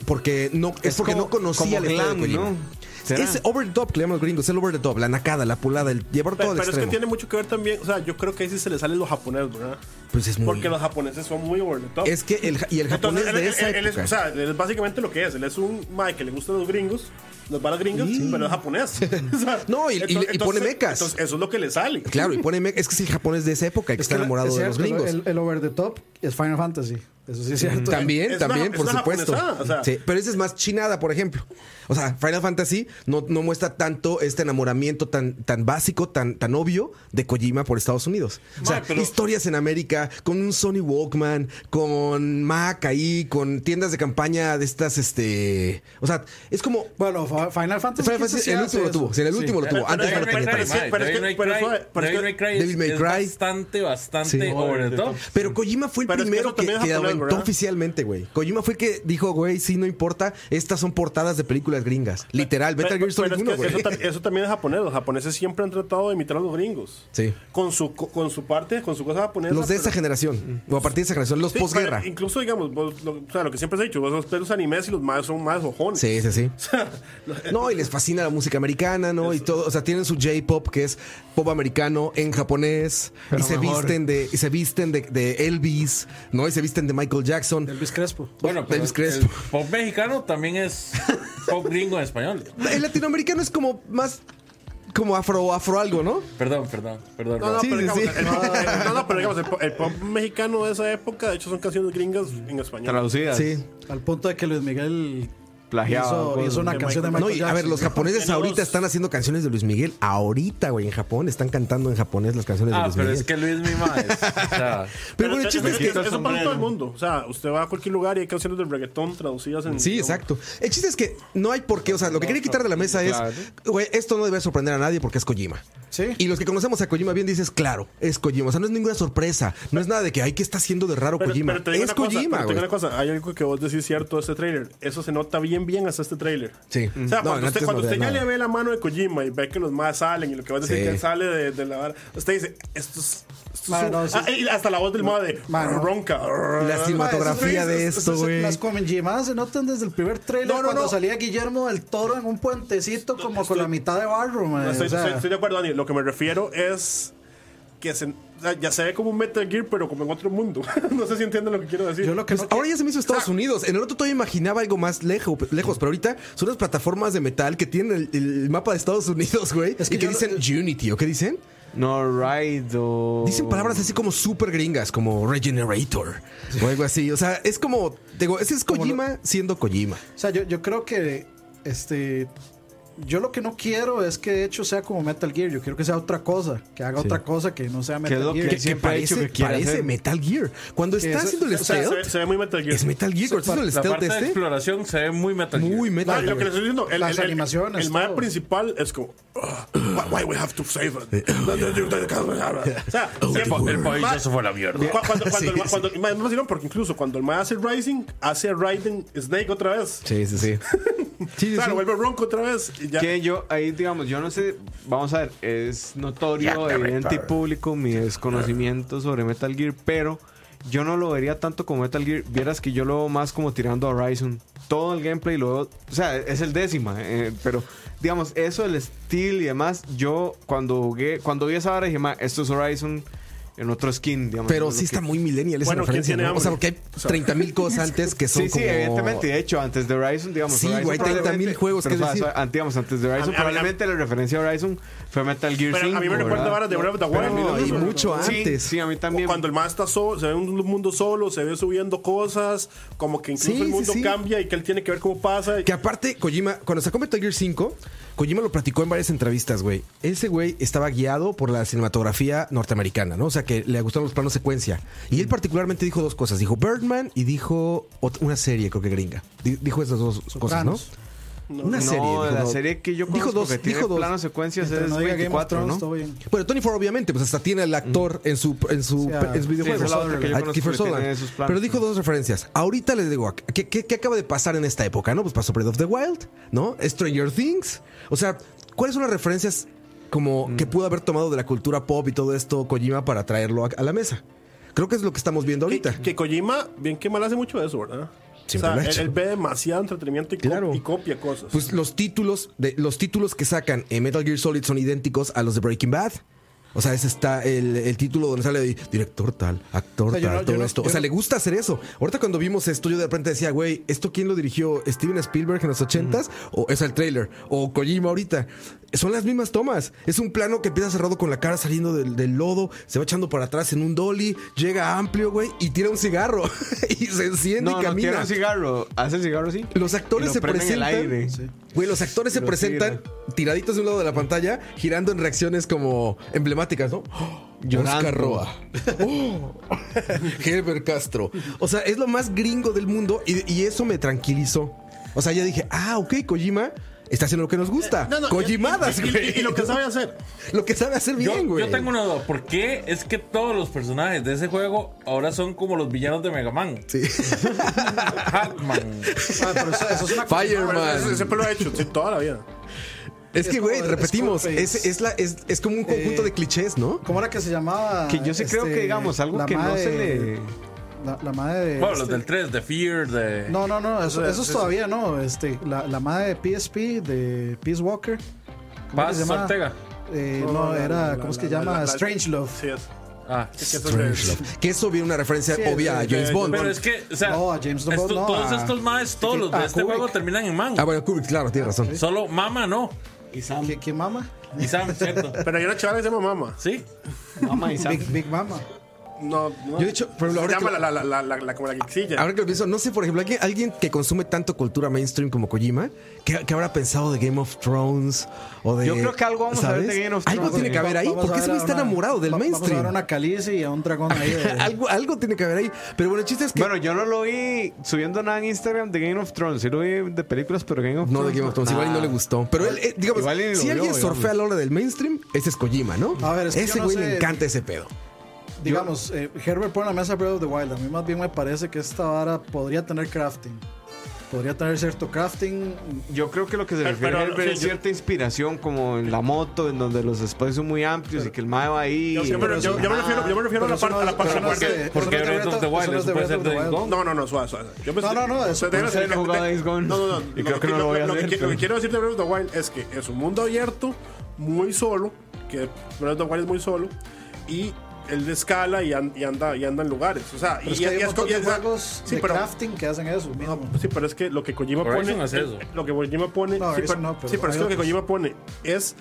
Speaker 2: Porque no, es,
Speaker 3: Es
Speaker 2: porque
Speaker 3: como-
Speaker 2: no conocía
Speaker 3: como
Speaker 2: el estado de
Speaker 3: glam,
Speaker 2: Kojima.
Speaker 3: ¿no? ¿Será?
Speaker 2: Es over the top que le llaman los gringos, el over the top, la nacada, la pulada, el llevar todo
Speaker 5: Pero,
Speaker 2: al
Speaker 5: pero es que
Speaker 2: extremo.
Speaker 5: tiene mucho que ver también. O sea, yo creo que ahí sí se le salen los japoneses, ¿verdad?
Speaker 2: Pues es muy-
Speaker 5: Porque los japoneses son muy over the top.
Speaker 2: Es que el, ja- y el japonés
Speaker 5: Entonces, él,
Speaker 2: de
Speaker 5: él-
Speaker 2: esa
Speaker 5: él- él es,
Speaker 2: época.
Speaker 5: o sea, él es básicamente lo que es. Él es un mae que le gustan los gringos, los balas gringas, pero es japonés. O sea,
Speaker 2: No, y- y- y pone mecas.
Speaker 5: Entonces, eso es lo que le sale.
Speaker 2: claro, y poneme, es que es el japonés de esa época, el que
Speaker 4: Es
Speaker 2: está
Speaker 4: que la-
Speaker 2: enamorado
Speaker 4: es
Speaker 2: de los
Speaker 4: cierto,
Speaker 2: gringos.
Speaker 4: El, el over the top es Final Fantasy. Eso sí es cierto.
Speaker 2: También,
Speaker 5: Es una-
Speaker 2: también,
Speaker 5: es
Speaker 2: por
Speaker 5: una
Speaker 2: supuesto.
Speaker 5: japonesada, o sea.
Speaker 2: Sí, pero ese es más chinada, por ejemplo. O sea, Final Fantasy no, no muestra tanto este enamoramiento tan, tan básico, tan, tan obvio de Kojima por Estados Unidos. O sea,
Speaker 5: Ma, pero-
Speaker 2: historias en América, con un Sony Walkman, con Mac ahí, con tiendas de campaña de estas, este. O sea, es como.
Speaker 4: Bueno, fa- Final Fantasy.
Speaker 2: Final
Speaker 4: 15
Speaker 2: Fantasy,
Speaker 4: sí
Speaker 2: el
Speaker 4: hace
Speaker 2: último lo
Speaker 4: eso.
Speaker 2: tuvo. Sí, en el
Speaker 4: Sí.
Speaker 2: último lo tuvo. Antes de
Speaker 5: Devil
Speaker 2: Final
Speaker 5: May Cry,
Speaker 2: Fantasy.
Speaker 5: sí, pero es que- pero suave, pero es
Speaker 1: Devil May
Speaker 5: que-
Speaker 1: Cry
Speaker 2: Devil May
Speaker 1: es
Speaker 2: Cry.
Speaker 1: bastante, bastante
Speaker 2: Sí.
Speaker 1: over the top.
Speaker 2: Pero Kojima fue el
Speaker 5: Pero es que
Speaker 2: primero que,
Speaker 5: eso también es
Speaker 2: que
Speaker 5: japonés,
Speaker 2: aventó
Speaker 5: ¿verdad?
Speaker 2: oficialmente, güey. Kojima fue el que dijo, güey, sí, no importa, estas son portadas de películas gringas. Literal, Metal
Speaker 5: Pero-
Speaker 2: Gear Solid
Speaker 5: pero es
Speaker 2: 1,
Speaker 5: que
Speaker 2: güey.
Speaker 5: eso, tam- eso también es japonés. Los japoneses siempre han tratado de imitar a los gringos.
Speaker 2: Sí.
Speaker 5: Con su, co- con su parte, con su cosa japonesa.
Speaker 2: Los de
Speaker 5: pero-
Speaker 2: esa generación, o a partir de esa generación, los
Speaker 5: Sí,
Speaker 2: posguerra.
Speaker 5: pero Incluso, digamos, vos- lo, o sea, lo que siempre se ha dicho, vos ves los animes y los más son más ojones.
Speaker 2: Sí, sí, sí. No, y les fascina la música americana, ¿no? Y todo, o sea, tienen su J-pop que es pop americano en japonés y se
Speaker 3: mejor.
Speaker 2: visten de y se visten de, de Elvis, ¿no? Y se visten de Michael Jackson.
Speaker 4: Elvis Crespo.
Speaker 1: Bueno, pero
Speaker 2: Elvis
Speaker 1: el,
Speaker 2: Crespo.
Speaker 1: pop mexicano también es pop gringo en español.
Speaker 2: El latinoamericano es como más como afro afro algo, ¿no?
Speaker 1: Perdón, perdón, perdón.
Speaker 5: No, no,
Speaker 1: Rob.
Speaker 2: Sí,
Speaker 5: pero
Speaker 2: sí,
Speaker 5: digamos,
Speaker 2: sí.
Speaker 5: el pop- el- no, no, pero digamos, el pop, el pop mexicano de esa época, de hecho, son canciones gringas en español.
Speaker 3: Traducidas.
Speaker 2: Sí.
Speaker 4: Al punto de que Luis Miguel
Speaker 3: Plagiado,
Speaker 4: hizo,
Speaker 3: algo
Speaker 4: hizo una
Speaker 5: de
Speaker 4: canción de
Speaker 5: Michael
Speaker 2: No,
Speaker 4: Michael
Speaker 2: y a
Speaker 4: Jackson.
Speaker 2: ver, los japoneses
Speaker 5: Tiene
Speaker 2: ahorita
Speaker 5: dos.
Speaker 2: están haciendo canciones de Luis Miguel. Ahorita, güey, en Japón están cantando en japonés las canciones de
Speaker 1: Ah,
Speaker 2: Luis
Speaker 1: pero
Speaker 2: Miguel.
Speaker 1: es que Luis Mima es. O sea,
Speaker 2: Pero bueno, el chiste es
Speaker 5: eso-
Speaker 2: que.
Speaker 5: eso- Eso pasa en
Speaker 3: sombrero.
Speaker 5: todo el mundo. O sea, usted va a cualquier lugar y hay canciones de reggaetón traducidas en.
Speaker 2: Sí, exacto. El chiste es que no hay por qué. O sea, lo que quería quitar de la mesa es.
Speaker 3: Claro.
Speaker 2: Güey, esto no debe sorprender a nadie porque es Kojima.
Speaker 4: Sí.
Speaker 2: Y los que conocemos a Kojima bien dices, claro, es Kojima. O sea, no es ninguna sorpresa. No es nada de que, ay, ¿qué está haciendo de raro
Speaker 5: Pero,
Speaker 2: Kojima?
Speaker 5: pero te digo
Speaker 2: es
Speaker 5: una cosa,
Speaker 2: Kojima,
Speaker 5: pero te
Speaker 2: güey.
Speaker 5: digo una cosa, hay algo que vos decís cierto de este trailer. Eso se nota bien, bien hasta este trailer.
Speaker 2: Sí.
Speaker 5: O sea,
Speaker 2: No,
Speaker 5: cuando
Speaker 2: antes
Speaker 5: usted, cuando
Speaker 2: no
Speaker 5: usted
Speaker 2: veía
Speaker 5: ya
Speaker 2: nada.
Speaker 5: le ve la mano de Kojima y ve que los más salen y lo que vos decís
Speaker 2: Sí.
Speaker 5: que él sale de, de la vara, usted dice, esto es. esto es
Speaker 4: Ma,
Speaker 5: un-
Speaker 4: no, sí.
Speaker 5: Ah, y hasta la voz del mod de
Speaker 4: Ma, no.
Speaker 5: ronca.
Speaker 2: Y La cinematografía de esto, güey.
Speaker 4: Las comenjimadas se notan desde el primer trailer
Speaker 2: No, no,
Speaker 4: cuando
Speaker 2: no.
Speaker 4: salía Guillermo del Toro en un puentecito como con la mitad de barro, man.
Speaker 5: No, estoy,
Speaker 4: o sea,
Speaker 5: estoy- estoy de acuerdo, Dani. Lo que me refiero es que se- o sea, ya se ve como un Metal Gear, pero como en otro mundo. no sé si entienden lo que quiero decir.
Speaker 4: yo lo que
Speaker 2: Pues
Speaker 4: no
Speaker 2: ahora ya se me hizo Estados Unidos. En el otro todavía imaginaba algo más lejo- lejos, pero ahorita son las plataformas de metal que tienen el, el mapa de Estados Unidos, güey.
Speaker 4: Es que
Speaker 2: y que
Speaker 4: yo-
Speaker 2: dicen Unity, ¿o qué dicen?
Speaker 3: No, right. O...
Speaker 2: Dicen palabras así como súper gringas, como Regenerator o algo así. O sea, es como, digo, ese es Kojima siendo Kojima.
Speaker 4: O sea, yo, yo creo que este. Yo lo que no quiero es que de hecho sea como Metal Gear. Yo quiero que sea otra cosa. Que haga otra cosa que no sea Metal
Speaker 3: es lo
Speaker 4: Gear.
Speaker 3: que
Speaker 2: Que
Speaker 3: siempre ha
Speaker 2: parece,
Speaker 3: dicho que quiere
Speaker 2: parece
Speaker 3: hacer.
Speaker 2: Metal Gear. Cuando está
Speaker 4: eso-
Speaker 2: haciendo el
Speaker 4: o
Speaker 5: O sea, se, ve,
Speaker 2: stealth,
Speaker 5: se ve muy Metal Gear.
Speaker 2: es Metal Gear. Cuando está haciendo el
Speaker 1: la
Speaker 2: stealth
Speaker 1: parte de
Speaker 2: este,
Speaker 1: exploración se ve muy metal. Gear.
Speaker 2: muy
Speaker 5: No, y
Speaker 2: Metal
Speaker 5: lo que les
Speaker 2: Gear.
Speaker 5: estoy diciendo, el,
Speaker 4: Las
Speaker 5: el- el-
Speaker 4: animaciones,
Speaker 5: el mae
Speaker 4: todo.
Speaker 5: principal es como, "Ugh, why, why we have to save it? o sea, siempre-
Speaker 1: El, el país
Speaker 5: mae-
Speaker 1: ya se fue a la mierda.
Speaker 5: Cu- Cuando, cuando, el ma-
Speaker 2: sí.
Speaker 5: cuando- y mae, no me sirven porque incluso cuando el mae hace Rising, hace a Raiden Snake otra vez.
Speaker 2: Sí, sí, sí. Sí, sí,
Speaker 5: Claro,
Speaker 2: sí.
Speaker 5: vuelve Ronco otra vez. Y ya.
Speaker 3: Que yo, ahí digamos, yo no sé, vamos a ver, es notorio, evidente y público mi desconocimiento sobre Metal Gear, pero yo no lo vería tanto como Metal Gear, vieras que yo lo veo más como tirando a Horizon. Todo el gameplay lo veo, o sea, es el décima, eh, pero digamos, eso, el estilo y demás, yo cuando jugué, cuando vi esa hora dije, "Ma, esto es Horizon, en otro skin, digamos.
Speaker 2: Pero
Speaker 3: es lo
Speaker 2: sí está
Speaker 3: que-
Speaker 2: muy millennial esa
Speaker 5: Bueno, ¿quién
Speaker 2: referencia,
Speaker 5: tiene
Speaker 2: ¿no? O sea, porque
Speaker 5: hambre?
Speaker 2: hay 30 mil cosas antes que son
Speaker 3: Sí,
Speaker 2: como...
Speaker 3: sí, evidentemente. De hecho, antes de Horizon, digamos.
Speaker 2: Sí,
Speaker 3: Horizon
Speaker 2: güey, hay 30.000
Speaker 3: probablemente-
Speaker 2: juegos
Speaker 3: pero,
Speaker 2: que
Speaker 3: o sea,
Speaker 2: decir.
Speaker 3: so- Digamos, antes de
Speaker 5: A
Speaker 3: Horizon,
Speaker 5: mí- a mí-
Speaker 3: probablemente la referencia a Horizon fue Metal Gear
Speaker 5: Pero
Speaker 3: 5.
Speaker 5: a mí me recuerda
Speaker 3: ¿verdad?
Speaker 5: varas de Breath of the
Speaker 3: Pero a
Speaker 5: Wild.
Speaker 3: mí no,
Speaker 5: o-
Speaker 2: y mucho
Speaker 5: o-
Speaker 2: antes.
Speaker 3: Sí, sí, a mí también.
Speaker 5: Cuando el man está solo, se ve un mundo solo, se ve subiendo cosas, como que incluso
Speaker 2: Sí,
Speaker 5: el
Speaker 2: sí,
Speaker 5: mundo
Speaker 2: sí.
Speaker 5: cambia y que él tiene que ver cómo pasa. y-
Speaker 2: Que aparte, Kojima, cuando sacó Metal Gear 5, Kojima lo platicó en varias entrevistas, güey. Ese güey estaba guiado por la cinematografía norteamericana, ¿no? O sea, que le gustaron los planos secuencia. Y él particularmente dijo dos cosas. Dijo Birdman y dijo ot- una serie, creo que gringa. Di- Dijo esas dos cosas, ¿no?
Speaker 4: Sopranos.
Speaker 2: Una
Speaker 3: no,
Speaker 2: serie. dijo,
Speaker 3: la
Speaker 2: no.
Speaker 3: serie que yo conozco
Speaker 2: dijo dos,
Speaker 3: que tiene
Speaker 2: dijo dos.
Speaker 3: planos secuencias
Speaker 4: Mientras
Speaker 3: es
Speaker 4: no diga Game of
Speaker 3: 24,
Speaker 4: Thrones,
Speaker 3: ¿no?
Speaker 4: todo bien.
Speaker 2: Bueno, Tony Ford obviamente, pues hasta tiene al actor en su en su,
Speaker 4: Sí, a-
Speaker 2: en su videojuego.
Speaker 3: sí, esa es la otra que yo
Speaker 2: A
Speaker 3: conozco
Speaker 2: Kiefer
Speaker 3: que tiene
Speaker 2: Sutherland.
Speaker 3: esos planes,
Speaker 2: Pero dijo
Speaker 3: ¿no?
Speaker 2: dos referencias. Ahorita les digo, ¿qué, qué, qué acaba de pasar en esta época? ¿No? Pues pasó Breath of the Wild, ¿no? Stranger Things. O sea, ¿cuáles son las referencias como
Speaker 3: Mm.
Speaker 2: que pudo haber tomado de la cultura pop y todo esto Kojima para traerlo a, a la mesa? Creo que es lo que estamos viendo
Speaker 5: Que,
Speaker 2: ahorita.
Speaker 5: que Kojima, bien que mal hace mucho de eso, ¿verdad?
Speaker 2: Siempre
Speaker 5: o
Speaker 2: lo ha
Speaker 5: sea, él,
Speaker 2: hecho.
Speaker 5: él ve demasiado entretenimiento y, co-
Speaker 2: Claro.
Speaker 5: y copia cosas.
Speaker 2: Pues los títulos de los títulos que sacan en Metal Gear Solid son idénticos a los de Breaking Bad. O sea, ese está el, el título donde sale ahí, director tal, actor
Speaker 4: O sea, yo
Speaker 2: tal,
Speaker 4: no- yo
Speaker 2: todo
Speaker 4: no-
Speaker 2: esto. O
Speaker 4: yo
Speaker 2: sea,
Speaker 4: no-
Speaker 2: le gusta hacer eso. Ahorita cuando vimos esto, yo de repente decía, güey, ¿esto quién lo dirigió? ¿Steven Spielberg en los 80s? O es el trailer. O Kojima ahorita. Son las mismas tomas. Es un plano que empieza cerrado con la cara saliendo del, del lodo, se va echando para atrás en un dolly, llega amplio, güey, y tira un cigarro. y se enciende
Speaker 3: No,
Speaker 2: y
Speaker 3: no,
Speaker 2: camina.
Speaker 3: tiene un cigarro. Hace el cigarro así.
Speaker 2: Los actores
Speaker 3: Y lo
Speaker 2: se
Speaker 3: prende en el
Speaker 2: presentan.
Speaker 3: aire.
Speaker 2: Güey, los actores se
Speaker 3: Lo
Speaker 2: presentan tiraditos de un lado de la pantalla, girando en reacciones como emblemáticas, ¿no?
Speaker 3: Llorando.
Speaker 2: Oscar Roa. Oh, Herbert Castro. O sea, es lo más gringo del mundo y, y eso me tranquilizó. O sea, ya dije, ah, ok, Kojima está haciendo lo que nos gusta.
Speaker 5: No, no,
Speaker 2: Kojimadas,
Speaker 5: y- y-
Speaker 2: güey.
Speaker 5: y- y lo que sabe hacer.
Speaker 2: Lo que sabe hacer
Speaker 1: Yo,
Speaker 2: bien, güey.
Speaker 1: yo tengo una duda. ¿Por qué es que todos los personajes de ese juego ahora son como los villanos de Mega Man?
Speaker 2: Sí.
Speaker 1: Hackman.
Speaker 4: Ah, pero eso, eso es una cosa-
Speaker 5: Pero
Speaker 2: Fireman.
Speaker 5: ese- Siempre lo ha hecho, sí, toda la vida.
Speaker 2: Es que,
Speaker 4: es
Speaker 2: güey,
Speaker 4: como-
Speaker 2: repetimos,
Speaker 4: Scarface.
Speaker 2: es, es la, es, es como un conjunto
Speaker 4: Eh,
Speaker 2: de clichés, ¿no?
Speaker 4: ¿Cómo era que se llamaba?
Speaker 3: Que yo sí creo
Speaker 4: Este,
Speaker 3: que, digamos, algo
Speaker 4: la
Speaker 3: que no
Speaker 4: madre
Speaker 3: se
Speaker 4: de-
Speaker 3: le.
Speaker 4: La, la madre de.
Speaker 1: Bueno, los
Speaker 4: este-
Speaker 1: del 3, de Fear, de.
Speaker 4: No, no, no, eso, eso es
Speaker 5: sí, sí.
Speaker 4: todavía no. Este, la, la madre de PSP, de Peace Walker. ¿Cómo
Speaker 1: Paz
Speaker 4: se llama?
Speaker 1: Ortega.
Speaker 4: Eh,
Speaker 5: No,
Speaker 4: no,
Speaker 5: no,
Speaker 4: era,
Speaker 5: no, no,
Speaker 4: ¿cómo es
Speaker 5: no,
Speaker 4: que
Speaker 5: no,
Speaker 4: llama?
Speaker 5: la- la-
Speaker 4: Strange Love.
Speaker 5: Sí, es.
Speaker 1: Ah.
Speaker 5: Es que eso es-
Speaker 2: Strangelove. Que eso viene una referencia
Speaker 4: Sí,
Speaker 2: obvia a
Speaker 4: sí,
Speaker 2: James
Speaker 5: sí,
Speaker 2: Bond.
Speaker 1: Pero es que, o sea,
Speaker 4: No, a James Bond,
Speaker 1: esto-
Speaker 4: no,
Speaker 1: todos
Speaker 4: a-
Speaker 1: estos maes, todos los de
Speaker 4: a
Speaker 1: este
Speaker 4: Kubrick.
Speaker 1: juego terminan en man.
Speaker 2: Ah, bueno, Kubrick, claro, tiene razón.
Speaker 1: Solo mama no.
Speaker 4: ¿Qué, qué mama?
Speaker 1: Y Sam, ¿cierto?
Speaker 5: Pero hay una chavala que se llama Mama.
Speaker 1: Sí.
Speaker 3: Mamá y Sam.
Speaker 4: Big, Big Mama.
Speaker 5: No, no.
Speaker 2: Yo, de hecho, por ejemplo,
Speaker 5: Se
Speaker 2: ahora
Speaker 5: llama
Speaker 2: que-
Speaker 5: la, la, la, la, la- como la guixilla.
Speaker 2: Ahora que lo pienso, no sé, por ejemplo, alguien, alguien que consume tanto cultura mainstream como Kojima, ¿qué, qué habrá pensado de Game of Thrones? O de,
Speaker 3: Yo creo que algo vamos a ver de Game of
Speaker 2: Algo
Speaker 3: Thrones,
Speaker 2: tiene que
Speaker 3: güey.
Speaker 2: haber ahí,
Speaker 4: Vamos a
Speaker 2: porque ese
Speaker 4: ver
Speaker 2: güey
Speaker 4: a
Speaker 2: está
Speaker 4: una-
Speaker 2: enamorado del
Speaker 4: va- Vamos a
Speaker 2: mainstream.
Speaker 4: ver a una calice y a un dragón ahí. de-
Speaker 2: algo, algo tiene que haber ahí. Pero bueno, el chiste es que.
Speaker 3: Bueno, yo no lo vi subiendo nada en Instagram de Game of Thrones. Sí lo vi de películas, pero Game of
Speaker 2: no de
Speaker 3: Thrones.
Speaker 2: Game of Thrones,
Speaker 3: no.
Speaker 2: igual y no le gustó. Pero él, eh, digamos,
Speaker 3: Igual y lo
Speaker 2: si
Speaker 3: vio,
Speaker 2: alguien
Speaker 3: digamos.
Speaker 2: surfea a la hora del mainstream, ese es Kojima, ¿no?
Speaker 4: A ver, es que
Speaker 2: ese
Speaker 4: yo no
Speaker 2: güey le
Speaker 4: sé.
Speaker 2: encanta ese pedo.
Speaker 4: digamos, eh, Herbert pone en la mesa Breath of the Wild. A mí más bien me parece que esta vara podría tener crafting. Podría tener cierto crafting.
Speaker 3: Yo creo que lo que se
Speaker 5: Pero-
Speaker 3: refiere
Speaker 5: pero,
Speaker 3: a Herbert
Speaker 5: sí,
Speaker 3: es
Speaker 5: yo-
Speaker 3: cierta inspiración, como en la moto, en donde los espacios son muy amplios y que el mae va ahí.
Speaker 5: Yo,
Speaker 3: y-
Speaker 5: yo me, yo- yo me refiero, yo me refiero a la
Speaker 4: Pero
Speaker 5: parte.
Speaker 4: eso
Speaker 5: a la
Speaker 4: no-
Speaker 5: parte-
Speaker 4: pero eso
Speaker 5: a la
Speaker 4: no es
Speaker 5: parte-
Speaker 4: de-
Speaker 1: Porque
Speaker 4: eso no es
Speaker 1: Breath of the Wild
Speaker 4: eso no
Speaker 1: es-
Speaker 4: es de
Speaker 1: puede
Speaker 4: Breath
Speaker 1: ser
Speaker 4: of the
Speaker 1: de
Speaker 4: Wild.
Speaker 1: Gong.
Speaker 5: No, no, no, suave, suave. Yo pensé-
Speaker 4: No, no, no, eso-
Speaker 5: de- de-
Speaker 3: no sé, no he jugado
Speaker 5: de-
Speaker 3: Days Gone.
Speaker 5: No, no, no.
Speaker 3: Y creo que no lo voy a hacer,
Speaker 5: que- Lo
Speaker 3: pero-
Speaker 5: que quiero decir de Breath of the Wild es que es un mundo abierto, muy solo, que Breath of the Wild es muy solo, y él de escala y, an- y anda, y anda en lugares. O sea,
Speaker 4: Pero
Speaker 5: y,
Speaker 4: es que hay
Speaker 5: y
Speaker 4: un montón de
Speaker 5: y esa-
Speaker 4: juegos
Speaker 5: sí,
Speaker 4: de
Speaker 5: pero,
Speaker 4: crafting que hacen eso. mismo.
Speaker 5: Pues Sí, pero es que lo que Kojima
Speaker 1: Horizon
Speaker 5: pone.
Speaker 1: hace eso.
Speaker 5: Lo que Kojima pone.
Speaker 4: No,
Speaker 5: sí,
Speaker 4: Horizon
Speaker 5: pero,
Speaker 4: no, pero
Speaker 5: sí, pero es que
Speaker 4: hay
Speaker 5: lo que
Speaker 4: otros.
Speaker 5: Kojima pone es.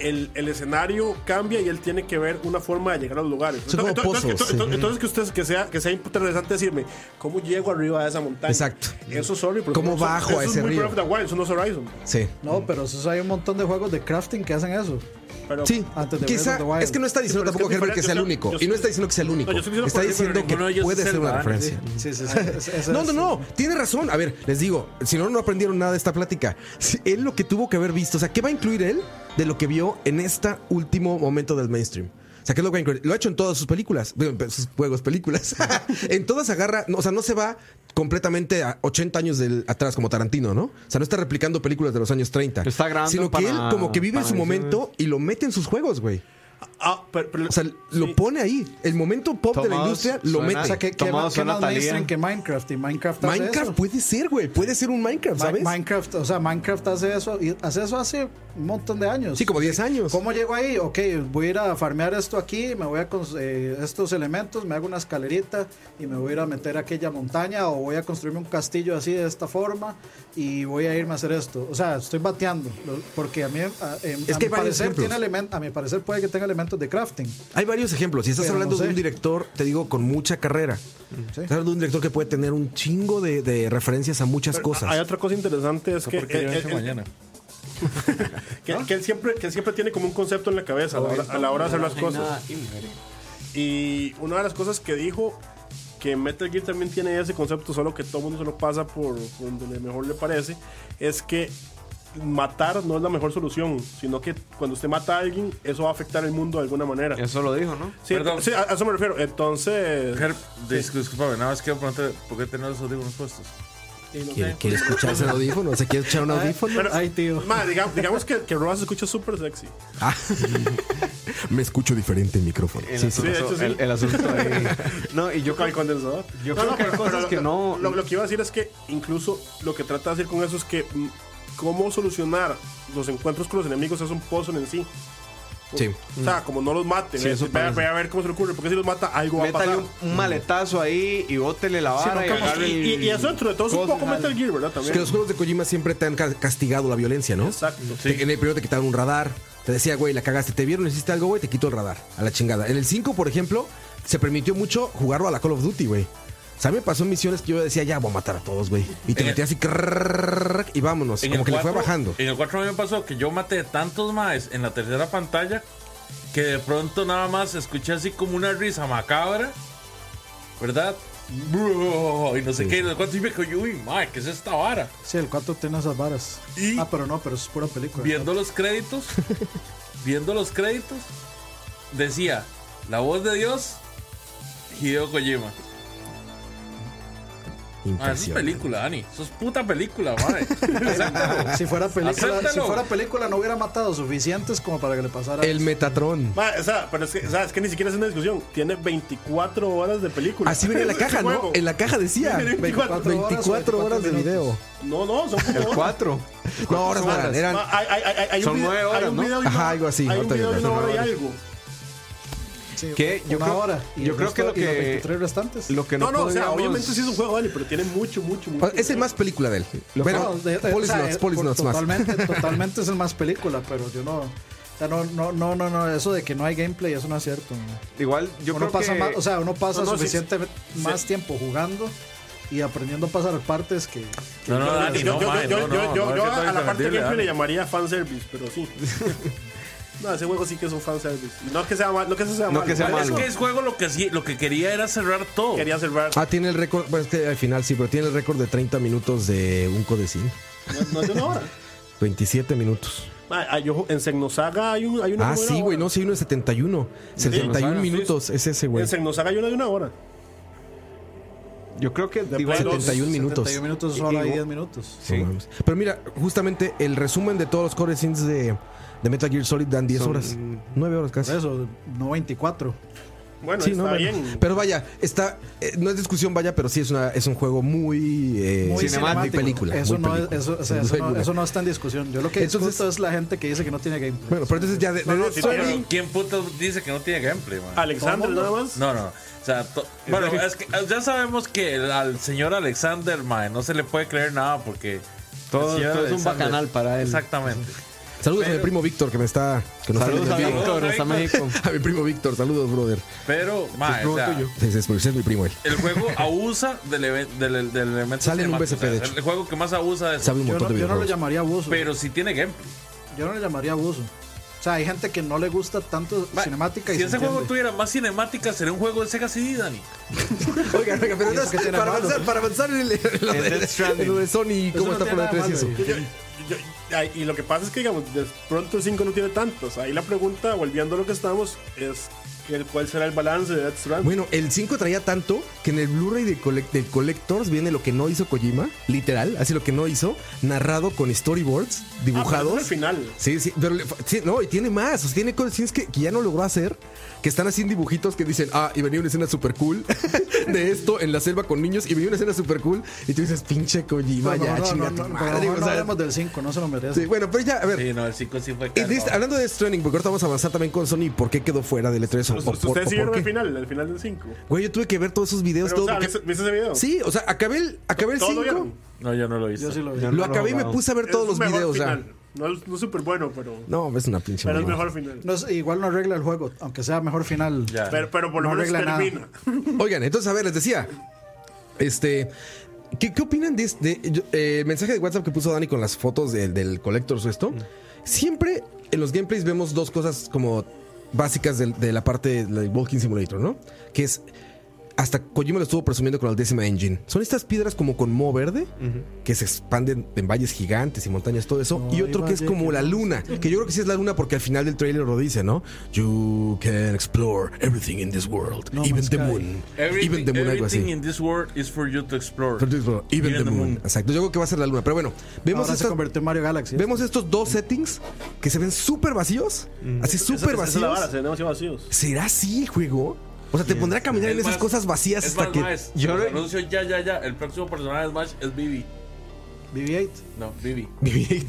Speaker 5: El, el escenario cambia y él tiene que ver una forma de llegar a los lugares.
Speaker 2: Son como pozos,
Speaker 5: entonces-
Speaker 2: sí.
Speaker 5: entonces que ustedes que sea que sea interesante decirme cómo llego arriba de esa montaña.
Speaker 2: Exacto.
Speaker 5: Eso es sorry, pero
Speaker 2: ¿Cómo
Speaker 5: eso-
Speaker 2: bajo
Speaker 5: eso
Speaker 2: a ese
Speaker 5: es muy
Speaker 2: río?
Speaker 5: Breath of the Wild, eso no es Horizon.
Speaker 2: Sí.
Speaker 4: No, pero eso, hay un montón de juegos de crafting que hacen eso.
Speaker 5: Pero
Speaker 2: Sí,
Speaker 4: Antes de
Speaker 2: quizá
Speaker 4: Breath of the Wild.
Speaker 2: es que no está
Speaker 5: Sí,
Speaker 2: diciendo
Speaker 5: pero es
Speaker 2: tampoco
Speaker 5: que es
Speaker 2: Herbert que
Speaker 5: diferente,
Speaker 2: sea el
Speaker 5: yo-
Speaker 2: único.
Speaker 5: yo
Speaker 2: y no
Speaker 5: estoy-
Speaker 2: está diciendo que sea el único.
Speaker 5: yo estoy diciendo
Speaker 2: está
Speaker 5: por-
Speaker 2: diciendo
Speaker 5: pero
Speaker 2: que
Speaker 1: ninguno de ellos
Speaker 2: puede
Speaker 1: es
Speaker 2: ser
Speaker 1: el
Speaker 2: una
Speaker 3: ¿eh?
Speaker 1: Dante.
Speaker 2: referencia.
Speaker 4: Sí, sí, sí. Ese- ese
Speaker 2: No,
Speaker 4: es-
Speaker 2: no, no, tiene razón. A ver, les digo, si no, no aprendieron nada de esta plática. Si él lo que tuvo que haber visto, o sea, ¿qué va a incluir él de lo que vio en este último momento del mainstream? O sea, ¿qué es lo que va a incluir? Lo ha hecho en todas sus películas, digo, en sus juegos, películas. en todas agarra, no, o sea, no se va completamente a 80 años del, atrás como Tarantino, ¿no? O sea, no está replicando películas de los años 30.
Speaker 3: Está grabando
Speaker 2: Sino que él
Speaker 3: para-
Speaker 2: como que vive en
Speaker 3: para
Speaker 2: su
Speaker 3: versiones.
Speaker 2: momento y lo mete en sus juegos, güey.
Speaker 5: Ah, pero, pero-
Speaker 2: O sea,
Speaker 5: sí.
Speaker 2: lo pone ahí. El momento pop de la
Speaker 3: Tomados,
Speaker 2: industria lo
Speaker 3: suena-
Speaker 2: mete.
Speaker 4: O sea, que, que,
Speaker 3: Tomado
Speaker 4: ma- que
Speaker 3: suena
Speaker 4: más
Speaker 3: Thalía.
Speaker 4: mainstream que Minecraft. Y Minecraft hace
Speaker 2: Minecraft
Speaker 4: eso.
Speaker 2: puede ser, güey. Puede ser un Minecraft,
Speaker 4: Ma-
Speaker 2: ¿sabes?
Speaker 4: Minecraft, o sea, Minecraft hace eso. Y hace eso hace un montón de años.
Speaker 2: Sí, como 10 años.
Speaker 4: ¿Cómo llego ahí? Ok, voy a ir a farmear esto aquí, me voy a cons- eh, estos elementos, me hago una escalerita y me voy a ir a meter a aquella montaña o voy a construirme un castillo así de esta forma y voy a irme a hacer esto. O sea, estoy bateando, lo- porque a mí, a, em,
Speaker 2: Es
Speaker 4: a
Speaker 2: que hay
Speaker 4: mi
Speaker 2: varios
Speaker 4: parecer
Speaker 2: ejemplos.
Speaker 4: tiene elemen- a mi parecer puede que tenga elementos de crafting.
Speaker 2: Hay varios ejemplos. Si estás
Speaker 4: Pero
Speaker 2: hablando
Speaker 4: no
Speaker 2: de un
Speaker 4: sé. Mm,
Speaker 2: director, te digo, con mucha carrera. Estás hablando de un director que puede tener un chingo de, de referencias a muchas cosas.
Speaker 5: ah, Hay otra cosa interesante, es que,
Speaker 1: ¿Por qué
Speaker 5: él-
Speaker 1: yo
Speaker 5: él-
Speaker 1: entro mañana?
Speaker 5: que- que él siempre, que él siempre tiene como un concepto en la cabeza a la hora, a la hora de hacer las cosas. Y una de las cosas que dijo que Metal Gear también tiene ese concepto, solo que todo el mundo se lo pasa por, por donde le mejor le parece, es que matar no es la mejor solución, sino que cuando usted mata a alguien, eso va a afectar el mundo de alguna manera.
Speaker 3: Eso lo dijo, ¿no?
Speaker 5: Sí,
Speaker 1: Perdón.
Speaker 5: sí, a, a eso me refiero. Entonces,
Speaker 1: Herb, dis- discúlpame, nada más quiero preguntarte por qué tenés los audífonos puestos.
Speaker 2: ¿Quiere, quiere escucharse el audífono? ¿Se quiere escuchar un audífono?
Speaker 5: bueno,
Speaker 4: Ay, tío.
Speaker 5: ma, diga- digamos, que, que Roa se escucha súper sexy.
Speaker 2: Ah. Me escucho diferente en micrófono. Sí, sí.
Speaker 5: Sí, de hecho, sí.
Speaker 3: El, el asunto ahí. No, y yo
Speaker 5: Con el condensador.
Speaker 3: Yo creo que hay cosas que no-
Speaker 5: Lo, lo que iba a decir es que incluso lo que trata de hacer con eso es que mm, cómo solucionar los encuentros con los enemigos es un puzzle en sí.
Speaker 2: Sí.
Speaker 5: O sea, como no los mate,
Speaker 3: Sí,
Speaker 5: ve-
Speaker 3: eso
Speaker 5: ve- ve,
Speaker 3: parece.
Speaker 5: a ver cómo se le ocurre, porque si los mata algo va a
Speaker 3: métale
Speaker 5: pasar.
Speaker 3: un, un maletazo ahí y bótele la
Speaker 5: Sí, no,
Speaker 3: vara y,
Speaker 5: capaz-
Speaker 3: agarre
Speaker 5: y, y-
Speaker 3: el-
Speaker 5: y eso dentro de todo es un
Speaker 3: cosas,
Speaker 5: poco
Speaker 3: dale.
Speaker 5: Metal Gear, ¿verdad?
Speaker 2: Es que
Speaker 5: También.
Speaker 2: los juegos de Kojima siempre te han ca- castigado la violencia, ¿no?
Speaker 5: Exacto.
Speaker 2: Te- en el primero te quitaron un radar. Te decía, güey, la cagaste, te vieron, hiciste algo, güey, te quito el radar. A la chingada. En el 5, por ejemplo, se permitió mucho jugarlo a la Call of Duty, güey. O sea, me pasó en misiones que yo decía, ya voy a matar a todos, güey. Y te
Speaker 1: En el-
Speaker 2: metías así, crrrrrrrrrrrrrrrrrr, y vámonos.
Speaker 1: En
Speaker 2: Como
Speaker 1: el
Speaker 2: que le fue
Speaker 1: cuatro-
Speaker 2: bajando.
Speaker 1: En el 4 me pasó que yo maté tantos maes en la tercera pantalla que de pronto nada más escuché así como una risa macabra, ¿verdad? Bro, y no sé qué, y no sé cuánto, y me dije, uy, mae, ¿qué es esta vara?
Speaker 4: Sí, el 4 tiene esas varas.
Speaker 1: Y-
Speaker 4: Ah, pero no, pero eso es pura película.
Speaker 1: Viendo los créditos, viendo los créditos, decía, la voz de Dios, Hideo Kojima. Ah, eso es
Speaker 2: Impresionante.
Speaker 1: película, Dani. Eso es puta película, mae.
Speaker 4: Si fuera película, si
Speaker 1: Acéptalo.
Speaker 4: fuera película no hubiera matado suficientes como para que le pasara.
Speaker 2: El
Speaker 4: eso.
Speaker 2: Metatrón.
Speaker 5: Ma, o sea, pero es que, o sea, es que ni siquiera es una discusión. Tiene 24 horas de película.
Speaker 2: Así venía en la
Speaker 5: Este
Speaker 2: caja,
Speaker 5: juego.
Speaker 2: ¿no? En la caja decía
Speaker 5: 24
Speaker 4: horas o
Speaker 2: 24 horas de
Speaker 4: 24
Speaker 2: video.
Speaker 5: No, no, son como
Speaker 3: El
Speaker 5: dos.
Speaker 3: 4.
Speaker 2: No, horas no eran. eran-
Speaker 5: Ma, hay, hay- hay- hay un
Speaker 3: Son
Speaker 5: video-
Speaker 3: nueve
Speaker 5: hay
Speaker 3: horas,
Speaker 5: un
Speaker 3: ¿no?
Speaker 5: video y
Speaker 2: Ajá,
Speaker 5: una-
Speaker 2: algo así,
Speaker 5: Hay un
Speaker 2: ahorita
Speaker 5: video y
Speaker 2: digo,
Speaker 5: una
Speaker 2: son
Speaker 5: hora y
Speaker 2: nueve
Speaker 5: algo.
Speaker 4: Sí,
Speaker 3: ¿Qué? Yo
Speaker 4: una
Speaker 3: creo-
Speaker 4: hora. y
Speaker 3: yo
Speaker 4: el
Speaker 3: creo que
Speaker 4: resto-
Speaker 3: lo
Speaker 4: y los
Speaker 3: que-
Speaker 4: 23 restantes.
Speaker 3: Lo que no,
Speaker 5: no, no, o sea,
Speaker 3: podríamos-
Speaker 5: obviamente sí es un juego, Dani, pero tiene mucho, mucho, mucho.
Speaker 2: Pues, Es el más película de él.
Speaker 3: Lo-
Speaker 2: Bueno,
Speaker 4: No, de- de-
Speaker 2: Police
Speaker 4: o sea,
Speaker 2: Nuts,
Speaker 4: eh,
Speaker 2: Police
Speaker 4: por-
Speaker 2: Nuts más.
Speaker 4: Totalmente, totalmente es el más película, pero yo no. o sea, no, no, no, no, no, eso de que no hay gameplay, eso no es cierto. man.
Speaker 3: Igual yo
Speaker 4: uno
Speaker 3: creo
Speaker 4: pasa
Speaker 3: que
Speaker 4: más- o sea, uno pasa
Speaker 5: No, no, sí,
Speaker 4: suficiente más tiempo jugando y aprendiendo a pasar partes que.
Speaker 1: No, no,
Speaker 5: Yo-
Speaker 1: Dani,
Speaker 5: yo-
Speaker 1: no,
Speaker 5: yo-
Speaker 1: mae,
Speaker 5: yo-
Speaker 1: no,
Speaker 5: yo-
Speaker 1: no,
Speaker 5: yo-
Speaker 1: no,
Speaker 5: yo
Speaker 1: es que
Speaker 5: a
Speaker 1: tengo
Speaker 5: la
Speaker 1: que
Speaker 5: parte de gameplay
Speaker 1: mentirle,
Speaker 5: le
Speaker 1: Dani.
Speaker 5: llamaría fanservice, pero sí. no, ese juego sí que es un fanservice. No que sea mal, no que eso sea
Speaker 3: No
Speaker 5: malo.
Speaker 3: que sea
Speaker 5: Vale,
Speaker 1: Es
Speaker 3: malo.
Speaker 1: que es juego lo que sí, lo que quería era cerrar todo.
Speaker 5: Quería cerrar.
Speaker 2: Ah, tiene el récord. Bueno, es que al final sí, pero tiene el récord de 30 minutos de un codecín.
Speaker 5: No, no es de una hora.
Speaker 2: 27 minutos.
Speaker 5: Ma, ah, yo- en Segnosaga hay, un, hay una.
Speaker 2: Ah,
Speaker 5: de una
Speaker 2: sí, güey,
Speaker 5: hora.
Speaker 2: no, sí, uno de 71. 71 minutos es ese, güey.
Speaker 5: En Segnosaga hay una de una hora.
Speaker 3: yo creo que
Speaker 5: De
Speaker 3: igual-
Speaker 5: plano.
Speaker 2: 71 minutos.
Speaker 4: 71 minutos, solo hay 10 minutos.
Speaker 2: No mames. Pero mira, justamente el resumen de todos los codecins de, de Metal Gear Solid dan 10
Speaker 3: Son-
Speaker 2: horas. 9 horas casi.
Speaker 4: Por eso, no 24.
Speaker 5: Bueno,
Speaker 2: Sí,
Speaker 5: está
Speaker 2: no, bueno.
Speaker 5: bien.
Speaker 2: Pero vaya, está, eh, no es discusión, vaya, pero sí es una, es un juego muy, eh,
Speaker 4: Muy cinemático.
Speaker 2: película.
Speaker 4: Eso,
Speaker 2: muy
Speaker 4: no, es-
Speaker 2: película,
Speaker 4: eso, o
Speaker 2: sin
Speaker 4: sea, eso,
Speaker 2: duda
Speaker 4: no,
Speaker 2: alguna.
Speaker 4: eso no está en discusión. Yo lo que
Speaker 2: Entonces-
Speaker 4: discuto es la gente que dice que no tiene gameplay.
Speaker 2: Bueno, pero entonces ya de,
Speaker 5: No, no,
Speaker 2: de-
Speaker 5: sí,
Speaker 2: Sony-
Speaker 5: pero-
Speaker 1: ¿Quién putas dice que no tiene gameplay, mae?
Speaker 5: Alexander,
Speaker 4: Todo
Speaker 5: nada más.
Speaker 1: No, no. O sea, to- bueno, es que ah, ya sabemos que el- al señor Alexander, mae, no se le puede creer nada porque
Speaker 3: Todo-
Speaker 1: el señor
Speaker 3: todo es un
Speaker 1: Alexander-
Speaker 3: bacanal para él.
Speaker 1: Exactamente.
Speaker 2: saludos a mi primo Víctor que me está, que nos
Speaker 3: Saludos
Speaker 2: está
Speaker 1: Saludos,
Speaker 3: a
Speaker 2: viendo en
Speaker 3: Víctor, hasta
Speaker 1: Víctor.
Speaker 3: México.
Speaker 2: vivo. A mi primo Víctor, saludos, brother.
Speaker 1: Pero, mae, o sea,
Speaker 2: Sí, sí, es, porque es mi primo él.
Speaker 1: el juego abusa del, eve- del, del elemento
Speaker 2: Sale en un
Speaker 1: cinemático,
Speaker 2: BSP, de
Speaker 1: o sea,
Speaker 2: hecho.
Speaker 1: El juego que más abusa de eso.
Speaker 2: Sabe un
Speaker 4: yo
Speaker 2: montón
Speaker 4: no,
Speaker 2: de
Speaker 4: yo no lo
Speaker 2: videojuegos.
Speaker 4: llamaría abuso.
Speaker 1: Pero si tiene gameplay.
Speaker 4: Yo no le llamaría abuso. O sea, hay gente que no le gusta tanto
Speaker 1: Mae,
Speaker 4: cinemática y
Speaker 1: si
Speaker 4: se
Speaker 1: ese juego
Speaker 4: entiende.
Speaker 1: tuviera más cinemática, sería un juego de Sega CD, Dani.
Speaker 2: Oiga, oiga, pero
Speaker 4: ¿Y eso
Speaker 2: entonces,
Speaker 4: qué tiene
Speaker 2: para,
Speaker 4: malo?
Speaker 2: avanzar, para avanzar en, el, en lo
Speaker 3: En
Speaker 2: de-
Speaker 3: Death Stranding.
Speaker 2: en lo de Sony,
Speaker 4: Eso
Speaker 2: ¿cómo
Speaker 4: no
Speaker 2: está
Speaker 4: tiene
Speaker 2: por
Speaker 4: nada
Speaker 2: detrás y eso?
Speaker 4: malo,
Speaker 5: Yo- yo- yo- ay, y lo que pasa es que, digamos, de pronto el 5 no tiene tantos. Ahí la pregunta, volviendo a lo que estábamos, es el cuál será el balance de Death Stranding.
Speaker 2: Bueno, el 5 traía tanto que en el Blu-ray del, collec- del Collectors viene lo que no hizo Kojima, literal, así lo que no hizo, narrado con storyboards
Speaker 5: Ah, pero eso es
Speaker 2: dibujados.
Speaker 5: el final.
Speaker 2: Sí, sí, pero le- sí, no, y tiene más, o sea, tiene cosas que, que ya no logró hacer, que están así en dibujitos que dicen, ah, y venía una escena super cool de esto en la selva con niños, y venía una escena super cool, y tú dices, pinche Kojima,
Speaker 4: No,
Speaker 2: ya,
Speaker 4: no, no,
Speaker 2: chinga
Speaker 4: no,
Speaker 2: tu
Speaker 4: no,
Speaker 2: madre",
Speaker 4: pero
Speaker 2: o
Speaker 4: mejor no
Speaker 2: sea,
Speaker 4: hablemos del 5, no se lo merece.
Speaker 2: sí, bueno, pero ya, a ver,
Speaker 1: Sí, no, el 5 sí fue
Speaker 2: y
Speaker 1: caro.
Speaker 2: listo, hablando de Death Stranding, porque ahorita vamos a avanzar también con Sony, ¿por qué quedó fuera del E3 o, o por- o
Speaker 5: Pues, Ustedes siguieron
Speaker 2: por
Speaker 5: el
Speaker 2: qué?
Speaker 5: final, el final del 5.
Speaker 2: Güey, yo tuve que ver todos esos videos, todo,
Speaker 5: Pero, o sea,
Speaker 2: porque-
Speaker 5: ¿viste, viste ese video?
Speaker 2: Sí, o sea, acabé el, acabé el
Speaker 5: ¿Todo
Speaker 2: 5.
Speaker 5: lo vieron?
Speaker 1: No, yo no lo hice.
Speaker 4: Yo sí lo vi.
Speaker 3: Yo
Speaker 2: Lo
Speaker 3: no
Speaker 2: acabé y me
Speaker 3: wow.
Speaker 2: puse a ver
Speaker 5: Es
Speaker 2: todos
Speaker 5: un
Speaker 2: los
Speaker 5: mejor
Speaker 2: videos ya.
Speaker 5: final. No es no es súper bueno, pero,
Speaker 2: No, es una pinche
Speaker 5: pero es
Speaker 2: mamada.
Speaker 5: mejor final.
Speaker 4: No sé, igual no arregla el juego, aunque sea mejor final.
Speaker 1: Ya.
Speaker 5: Pero, pero por lo
Speaker 4: No
Speaker 5: menos
Speaker 4: arregla
Speaker 5: termina.
Speaker 2: Oigan, entonces, a ver, les decía. Este. ¿Qué, qué opinan de este? de- yo- eh, el mensaje de WhatsApp que puso Dani con las fotos del, del Collectors o esto. Siempre en los gameplays vemos dos cosas como básicas del- de, la parte del Walking Simulator, ¿no? Que es. Hasta Kojima lo estuvo presumiendo con la décima engine. Son estas piedras como con moho verde que se expanden en valles gigantes y montañas, todo eso.
Speaker 4: No,
Speaker 2: y
Speaker 4: hay
Speaker 2: otro que es
Speaker 4: valle
Speaker 2: como
Speaker 4: que
Speaker 2: la
Speaker 4: no
Speaker 2: luna, que yo creo que sí es la luna porque al final del trailer lo dice, ¿no? You can explore everything in this world,
Speaker 4: No
Speaker 2: even
Speaker 4: Man's
Speaker 2: the
Speaker 4: Sky.
Speaker 2: moon. even
Speaker 1: Everything,
Speaker 2: the moon, algo
Speaker 1: everything
Speaker 2: así.
Speaker 1: in this world is for you to explore.
Speaker 2: Even the moon. Exacto, yo creo que va a ser la luna. Pero bueno, vemos,
Speaker 4: Ahora se
Speaker 2: estas-
Speaker 4: convirtió en Mario Galaxy.
Speaker 2: vemos estos dos settings que se ven súper vacíos.
Speaker 4: Mm.
Speaker 2: Así súper
Speaker 5: Esa- esa es la vara,
Speaker 2: vacíos.
Speaker 5: se ven demasiado vacíos.
Speaker 2: ¿Será así el juego? O sea, te pondrá a caminar en
Speaker 1: Es
Speaker 2: esas
Speaker 1: más-
Speaker 2: cosas vacías
Speaker 1: Es
Speaker 2: hasta
Speaker 1: más,
Speaker 2: que...
Speaker 1: más,
Speaker 3: Yo-
Speaker 1: lo anuncio ya, ya, ya. El próximo personaje de Smash es Vivi.
Speaker 4: BB-8.
Speaker 1: No, Vivi.
Speaker 2: Vivir.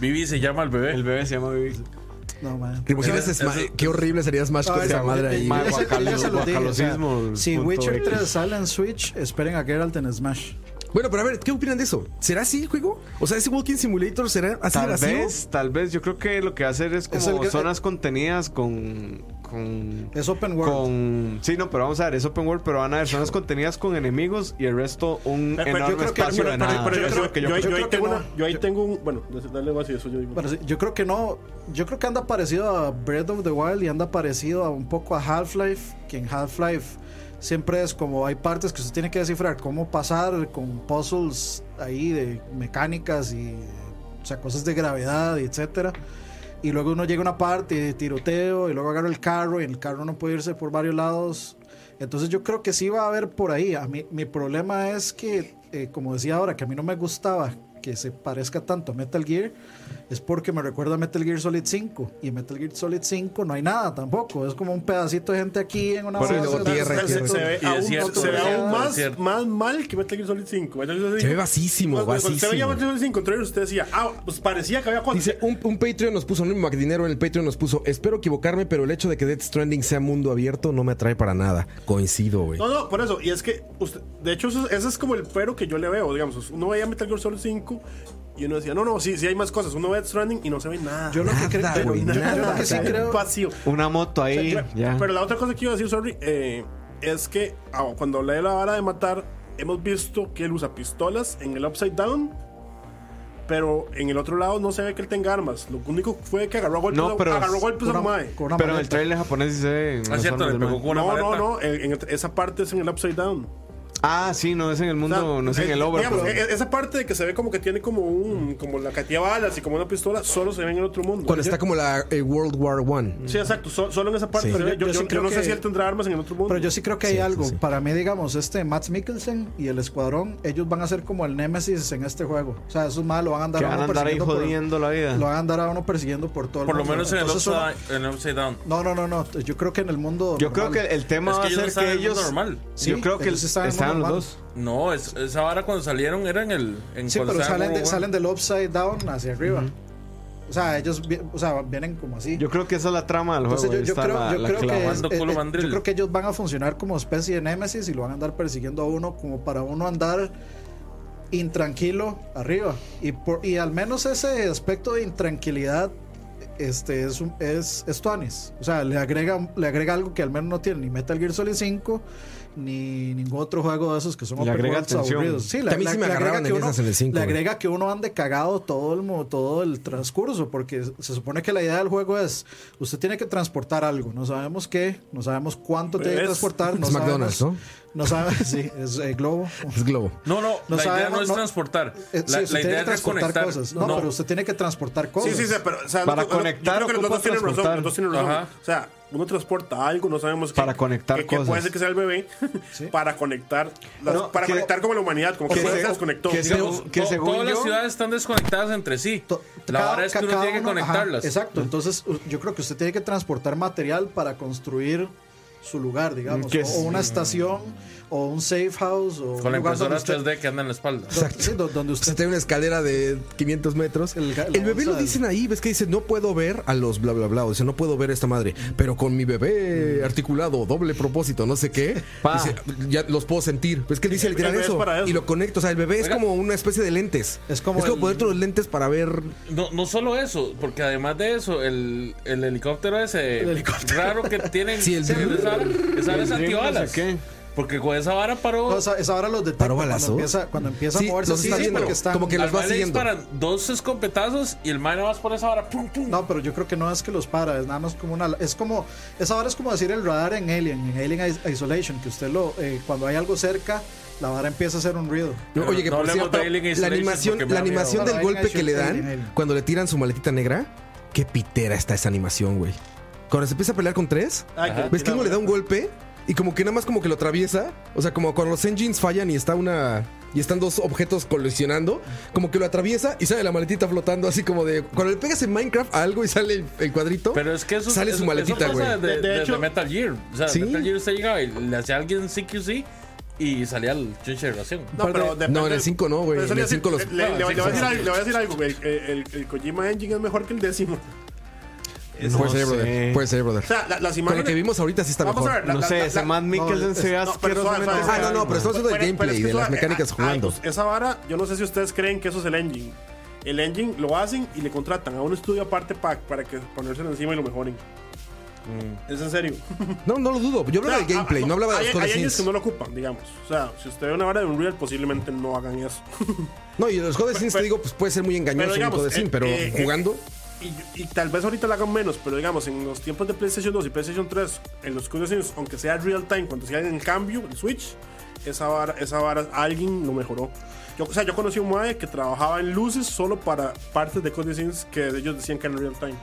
Speaker 1: Vivi se llama el bebé.
Speaker 3: El bebé se llama Vivi.
Speaker 4: No, man.
Speaker 2: ¿Te imaginas
Speaker 1: Eso-
Speaker 2: Sma-
Speaker 1: eso-
Speaker 2: Qué horrible sería Smash con
Speaker 4: Ah,
Speaker 2: esa
Speaker 4: esa-
Speaker 2: madre ahí.
Speaker 4: yo- yo- yo- yo- yo- yo- se lo dije, o sea,
Speaker 3: Macabacalismo
Speaker 4: Si
Speaker 3: punto
Speaker 4: Witcher
Speaker 3: X.
Speaker 4: 3 sale en Switch, esperen a Geralt en Smash.
Speaker 2: Bueno, pero a ver, ¿qué opinan de eso? ¿Será así el juego? O sea, ese Walking Simulator será así de
Speaker 3: Tal
Speaker 2: vacío?
Speaker 3: vez, tal vez. Yo creo que lo que va a hacer es como
Speaker 4: Es el gra-
Speaker 3: zonas contenidas con. con
Speaker 4: Es open world.
Speaker 3: Con, sí, no, pero vamos a ver, es open world, pero van a ver zonas contenidas con enemigos y el resto un
Speaker 5: Eh, pero
Speaker 3: enorme
Speaker 5: yo creo que-
Speaker 3: espacio
Speaker 5: pero-
Speaker 3: de
Speaker 5: pero-
Speaker 3: nada.
Speaker 5: pero yo
Speaker 3: Eso es
Speaker 5: creo-
Speaker 3: lo que yo
Speaker 5: yo ahí-
Speaker 3: creo.
Speaker 5: yo ahí
Speaker 4: creo que
Speaker 5: tengo
Speaker 4: no.
Speaker 5: una- Yo ahí tengo un. Bueno, dale algo así, eso yo digo.
Speaker 4: Bueno, sí, yo creo que no. Yo creo que anda parecido a Breath of the Wild y anda parecido a un poco a Half-Life, que en Half-Life siempre es como hay partes que usted tiene que descifrar cómo pasar con puzzles ahí de mecánicas y o sea, cosas de gravedad y etcétera. Y luego uno llega a una parte de tiroteo y luego agarra el carro y el carro no puede irse por varios lados. Entonces yo creo que sí va a haber por ahí. A mí, mi problema es que, eh, como decía ahora, que a mí no me gustaba que se parezca tanto a Metal Gear, es porque me recuerda a Metal Gear Solid 5. Y en Metal Gear Solid 5 no hay nada tampoco. Es como un pedacito de gente aquí en una
Speaker 2: Bueno, y
Speaker 4: base,
Speaker 2: luego
Speaker 4: otro
Speaker 2: tierra y
Speaker 5: Se- se-
Speaker 4: pedacito,
Speaker 5: se ve
Speaker 1: Y
Speaker 5: aún-
Speaker 1: desierto,
Speaker 5: se ve
Speaker 1: desierto,
Speaker 5: aún más,
Speaker 1: desierto.
Speaker 5: más mal que Metal Gear Solid 5. Metal Gear Solid
Speaker 2: Se ve
Speaker 5: 5.
Speaker 2: vacísimo,
Speaker 5: Cuando- cuando se veía
Speaker 2: vacísimo.
Speaker 5: Metal Gear Solid 5, entonces usted decía, ah, pues parecía que había cuatro.
Speaker 2: Dice, un, un Patreon nos puso, Anónimo Macdinero en el Patreon nos puso, espero equivocarme, pero el hecho de que Death Stranding sea mundo abierto no me atrae para nada. Coincido, güey.
Speaker 5: No, no, por eso. Y es que, usted- de hecho, eso, ese es como el pero que yo le veo. Digamos, uno veía Metal Gear Solid 5 y uno decía, no, no, sí, sí hay más cosas. Uno ve Death Stranding y no se ve nada.
Speaker 4: Yo lo que creo-
Speaker 2: Nada,
Speaker 4: yo-
Speaker 2: güey,
Speaker 4: yo- yo
Speaker 2: nada,
Speaker 4: lo que sí
Speaker 2: cabrón.
Speaker 4: creo-
Speaker 5: Vacío.
Speaker 3: Una moto
Speaker 5: O sea,
Speaker 3: ahí,
Speaker 5: claro,
Speaker 3: ya.
Speaker 5: Pero la otra cosa que iba a decir, sorry, eh, es que ah, cuando hablé de la vara de matar, hemos visto que él usa pistolas en el Upside Down, pero en el otro lado no se ve que él tenga armas. Lo único fue que agarró golpes,
Speaker 3: No,
Speaker 5: a-
Speaker 3: pero-
Speaker 5: agarró golpes a
Speaker 4: con
Speaker 5: un
Speaker 4: una-
Speaker 5: mae.
Speaker 4: con una
Speaker 3: pero en el
Speaker 4: maleta.
Speaker 3: trailer japonés sí se ve.
Speaker 1: Ah,
Speaker 3: las
Speaker 1: cierto,
Speaker 3: armas
Speaker 1: le
Speaker 3: del
Speaker 1: pegó
Speaker 3: man.
Speaker 1: con una
Speaker 5: No, no,
Speaker 1: maleta.
Speaker 5: no, en- en- esa parte es en el Upside Down.
Speaker 3: Ah, sí, no es en el
Speaker 5: O sea,
Speaker 3: mundo, no es en
Speaker 5: eh,
Speaker 3: el over.
Speaker 5: digamos,
Speaker 3: pero-
Speaker 5: e- Esa parte de que se ve como que tiene como un como la cantidad de balas y como una pistola, solo se ve en el otro mundo.
Speaker 2: Mm. Cuando está como la eh, World War One.
Speaker 5: Sí, exacto, so- solo en esa parte.
Speaker 2: Sí.
Speaker 5: pero
Speaker 4: Yo-
Speaker 5: yo,
Speaker 4: yo sí
Speaker 5: yo- yo
Speaker 4: creo
Speaker 5: no sé
Speaker 4: que-
Speaker 5: si él tendrá armas en el otro mundo.
Speaker 4: Pero yo sí creo que hay
Speaker 2: Sí, sí,
Speaker 4: algo.
Speaker 2: sí.
Speaker 4: Para mí, digamos, este Matt Mikkelsen y el escuadrón, ellos van a ser como el Némesis en este juego. O sea, esos más lo van a andar,
Speaker 3: que
Speaker 4: a
Speaker 3: van
Speaker 4: uno
Speaker 3: a andar ahí
Speaker 4: persiguiendo por-
Speaker 3: jodiendo la vida.
Speaker 4: Lo van a andar a uno persiguiendo por todo el
Speaker 1: Por lo
Speaker 4: mundo.
Speaker 1: menos en el,
Speaker 4: Entonces, uno-
Speaker 1: upside, en el Upside Down.
Speaker 4: No, no, no, no. Yo creo que en el mundo.
Speaker 3: Yo creo que el tema
Speaker 1: Es
Speaker 3: va
Speaker 1: que
Speaker 3: a
Speaker 1: ellos
Speaker 3: ser
Speaker 1: están
Speaker 3: que
Speaker 1: en el mundo
Speaker 3: ellos.
Speaker 1: normal.
Speaker 4: Sí,
Speaker 3: yo creo que
Speaker 4: ellos estaban en el
Speaker 3: estaban los
Speaker 4: mundo
Speaker 3: dos.
Speaker 1: No, es- esa vara cuando salieron era en el. En
Speaker 4: Sí,
Speaker 1: cuando
Speaker 4: pero
Speaker 1: estaba
Speaker 4: salen, de-
Speaker 1: World War.
Speaker 4: salen del upside down hacia arriba. O sea, ellos vi- o sea, vienen como así.
Speaker 3: Yo creo que esa es la trama del juego.
Speaker 4: Entonces, yo,
Speaker 3: ahí
Speaker 4: yo
Speaker 3: está
Speaker 4: creo,
Speaker 3: la-
Speaker 4: yo
Speaker 3: la
Speaker 4: creo
Speaker 3: clava.
Speaker 4: que es-
Speaker 1: clavando
Speaker 4: eh,
Speaker 1: culo
Speaker 4: eh,
Speaker 1: mandril.
Speaker 4: yo creo que ellos van a funcionar como especie de némesis y lo van a andar persiguiendo a uno como para uno andar intranquilo arriba. Y, por, y al menos ese aspecto de intranquilidad este, es, un- es, es tuanis. O sea, le agrega, le agrega algo que al menos no tiene ni Metal Gear Solid 5 ni ningún otro juego de esos que son
Speaker 3: Le agrega tensión.
Speaker 4: Sí,
Speaker 2: Que a mí sí me agarraban
Speaker 4: agrega
Speaker 2: en
Speaker 4: que uno-
Speaker 2: esas en el 5,
Speaker 4: le
Speaker 2: güey.
Speaker 4: agrega agrega que uno ande cagado todo el, mo- todo el transcurso, porque se supone que la idea del juego es, usted tiene que transportar algo, no sabemos qué, no sabemos cuánto tiene que
Speaker 5: Es-
Speaker 4: transportar, no
Speaker 2: es McDonald's,
Speaker 4: sabemos, ¿no? sabemos, sí, es eh, globo.
Speaker 2: Es globo.
Speaker 1: No, no,
Speaker 4: No
Speaker 1: la idea
Speaker 4: sabemos,
Speaker 1: no es
Speaker 4: no-
Speaker 1: transportar.
Speaker 4: Eh, sí,
Speaker 1: La,
Speaker 4: usted
Speaker 1: la idea
Speaker 4: tiene que
Speaker 1: es
Speaker 4: transportar
Speaker 1: desconectar.
Speaker 4: cosas, no, pero usted tiene que transportar
Speaker 5: Sí,
Speaker 4: cosas.
Speaker 5: sí, sí, pero o sea,
Speaker 3: Para
Speaker 5: no- no-
Speaker 3: conectar,
Speaker 5: yo creo que los
Speaker 3: ocupas
Speaker 5: dos tienen razón,
Speaker 3: transportar.
Speaker 5: los dos tienen razón.
Speaker 1: Ajá.
Speaker 5: O sea, uno transporta algo, no sabemos qué.
Speaker 3: Para conectar
Speaker 5: qué- qué
Speaker 3: cosas.
Speaker 5: puede ser que sea el bebé. Para conectar. las-
Speaker 3: No,
Speaker 5: para
Speaker 3: que-
Speaker 5: conectar como la humanidad, como que
Speaker 3: se-
Speaker 5: se desconectó.
Speaker 3: que se-
Speaker 1: Digamos,
Speaker 3: que
Speaker 1: to-
Speaker 3: según
Speaker 1: todas
Speaker 3: yo-
Speaker 1: las ciudades están desconectadas entre sí.
Speaker 4: To-
Speaker 1: La
Speaker 4: cada-
Speaker 1: verdad es que uno
Speaker 4: cada
Speaker 1: tiene que
Speaker 4: uno, ajá,
Speaker 1: conectarlas.
Speaker 4: exacto, entonces u- yo creo que usted tiene que transportar material para construir su lugar, digamos,
Speaker 3: Que
Speaker 4: o,
Speaker 3: es-
Speaker 4: o una estación, o un safe house, o
Speaker 1: Con la
Speaker 4: un lugar
Speaker 1: impresora
Speaker 4: donde usted,
Speaker 1: 3D que anda en la espalda.
Speaker 4: do- sí, do- donde
Speaker 2: Se
Speaker 4: usted
Speaker 2: trae una escalera de 500 metros.
Speaker 4: El
Speaker 2: El,
Speaker 4: ga- la
Speaker 2: bebé
Speaker 4: bolsa
Speaker 2: lo
Speaker 4: del-
Speaker 2: dicen ahí, ves que dice, no puedo ver a los bla bla bla, o dice, no puedo ver a esta madre, pero con mi
Speaker 4: Mm.
Speaker 2: bebé articulado, doble propósito, no sé qué,
Speaker 3: Pa.
Speaker 2: dice, ya los puedo sentir. Es que él dice literal
Speaker 5: bebé es
Speaker 2: eso,
Speaker 5: para eso.
Speaker 2: y lo conecto, o sea, el bebé es como una especie de lentes.
Speaker 4: Es como el-
Speaker 2: ponerte los lentes para ver...
Speaker 1: No, no solo eso, porque además de eso, el, el helicóptero ese
Speaker 4: helicóptero.
Speaker 1: raro que tienen.
Speaker 2: Sí, el
Speaker 1: esa
Speaker 2: Dream.
Speaker 1: esa vara- esa vara es
Speaker 3: Dream no sé
Speaker 1: antibalas.
Speaker 3: qué.
Speaker 1: Porque con esa vara paró.
Speaker 4: no, esa- esa vara los detecta
Speaker 2: ¿Paró
Speaker 4: cuando
Speaker 2: balazo?
Speaker 4: empieza, cuando empieza
Speaker 2: Sí,
Speaker 4: a moverse
Speaker 2: los
Speaker 4: sí,
Speaker 2: está
Speaker 4: sí,
Speaker 2: viendo,
Speaker 4: porque están-
Speaker 2: como que- los
Speaker 1: al
Speaker 2: va
Speaker 1: mae le
Speaker 2: siguiendo.
Speaker 1: disparan dos escopetazos y el mae nada más por esa vara. Pum, pum.
Speaker 4: no, pero yo creo que no es que los para, es nada más como una es como esa vara es como decir el radar en Alien, en Alien Is- Isolation, que usted lo eh, cuando hay algo cerca, la vara empieza a hacer un ruido.
Speaker 1: Pero
Speaker 2: Oye, que
Speaker 1: no
Speaker 2: por
Speaker 1: hablemos
Speaker 2: cierto,
Speaker 1: de Alien
Speaker 2: la
Speaker 1: Isolation
Speaker 2: animación,
Speaker 1: porque me
Speaker 2: la
Speaker 1: da miedo.
Speaker 2: animación del
Speaker 4: Alien
Speaker 2: golpe que le
Speaker 4: Isolation,
Speaker 2: dan
Speaker 4: Alien.
Speaker 2: cuando le tiran su maletita negra, qué pitera está esa animación, güey. Cuando se empieza a pelear con tres,
Speaker 5: Ay, que-
Speaker 2: ¿Ves que uno le da un golpe? Y como que nada más como que lo atraviesa. O sea, como cuando los engines fallan y está una. Y están dos objetos colisionando. Como que lo atraviesa y sale la maletita flotando. Así como de. Cuando le pegas en Minecraft a algo y sale el, el cuadrito.
Speaker 1: Pero es que eso
Speaker 2: Sale su
Speaker 1: eso- eso
Speaker 2: maletita,
Speaker 1: pasa
Speaker 2: güey.
Speaker 1: desde-
Speaker 5: De- de
Speaker 1: desde
Speaker 5: hecho-
Speaker 1: Metal Gear. O sea,
Speaker 2: Sí.
Speaker 1: Metal Gear usted llegaba y le hacía a alguien CQC y salía el chinche de ración.
Speaker 5: No, pero depende-
Speaker 2: No, en el 5 no, güey.
Speaker 5: Pero eso
Speaker 2: En
Speaker 5: le
Speaker 2: el 5 los.
Speaker 5: hace- Le, le-
Speaker 1: Ah, sí,
Speaker 5: le voy a
Speaker 1: sí,
Speaker 5: decir
Speaker 1: sí.
Speaker 5: algo, le voy a decir algo, El, el- el Kojima Engine es mejor que el décimo.
Speaker 2: puede
Speaker 1: Pues,
Speaker 3: no
Speaker 2: ser,
Speaker 3: sé.
Speaker 2: brother. Puede ser, brother.
Speaker 5: O sea, la- las
Speaker 2: Con
Speaker 5: imágenes.
Speaker 2: lo que vimos ahorita sí está
Speaker 5: Vamos a
Speaker 2: mejor.
Speaker 5: ver, la-
Speaker 3: No
Speaker 5: la-
Speaker 3: sé,
Speaker 5: la-
Speaker 3: ese Matt Mikkelsen se ve
Speaker 5: no, pero suave,
Speaker 3: asquerosamente
Speaker 5: suave,
Speaker 2: Ah, no, no, pero estamos hablando del
Speaker 5: Pero- pero
Speaker 2: gameplay,
Speaker 5: es que
Speaker 2: de las
Speaker 5: suave,
Speaker 2: mecánicas
Speaker 5: ah,
Speaker 2: jugando.
Speaker 5: ah, esa vara, yo no sé si ustedes creen que eso es el engine. El engine lo hacen y le contratan a un estudio aparte pa- para que ponérselo encima y lo mejoren.
Speaker 2: Mm.
Speaker 5: Es en serio.
Speaker 2: No, no lo dudo. Yo hablaba
Speaker 5: O sea,
Speaker 2: del gameplay,
Speaker 5: ah,
Speaker 2: no hablaba de
Speaker 5: hay-
Speaker 2: los
Speaker 5: Hay engines que no
Speaker 2: codecins.
Speaker 5: lo ocupan, digamos. O sea, si usted ve una vara de Unreal, posiblemente no hagan eso.
Speaker 2: No, y los codecins te
Speaker 5: pero-
Speaker 2: digo, pues puede ser muy engañoso un
Speaker 5: digamos,
Speaker 2: codecin,
Speaker 5: eh,
Speaker 2: pero
Speaker 5: eh, eh,
Speaker 2: jugando.
Speaker 5: Y, y tal vez ahorita lo hagan menos, pero digamos, en los tiempos de PlayStation 2 y PlayStation 3, en los codecins, aunque sea real time, cuando se hagan en cambio, el Switch, esa vara, esa vara, alguien lo mejoró. Yo, o sea, yo conocí a un mae que trabajaba en luces solo para partes de codecins que ellos decían que eran real time.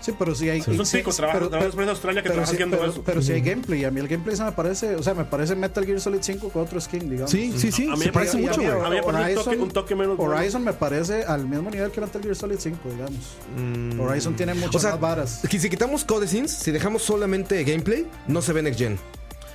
Speaker 4: Sí, pero sí hay.
Speaker 5: Es un
Speaker 4: sí,
Speaker 5: pico, trabaja-
Speaker 4: pero- pero-
Speaker 5: trabaja en una empresa de Australia que
Speaker 4: pero
Speaker 5: trabaja
Speaker 4: sí-
Speaker 5: haciendo
Speaker 4: pero-
Speaker 5: eso.
Speaker 4: Pero sí hay gameplay. A mí el gameplay se me parece. O sea, me parece Metal Gear Solid 5 con otro skin, digamos.
Speaker 2: Sí, sí, sí.
Speaker 5: a mí
Speaker 2: Se parece
Speaker 5: me parece-
Speaker 2: mucho,
Speaker 5: a mí-
Speaker 2: güey.
Speaker 5: a mí- me parece un toque- un toque menos bueno.
Speaker 4: Horizon me parece al mismo nivel que Metal Gear Solid 5, digamos. Horizon tiene muchas
Speaker 2: Mm. O sea,
Speaker 4: más varas.
Speaker 2: que si quitamos codecins, si dejamos solamente gameplay, no se ve next gen.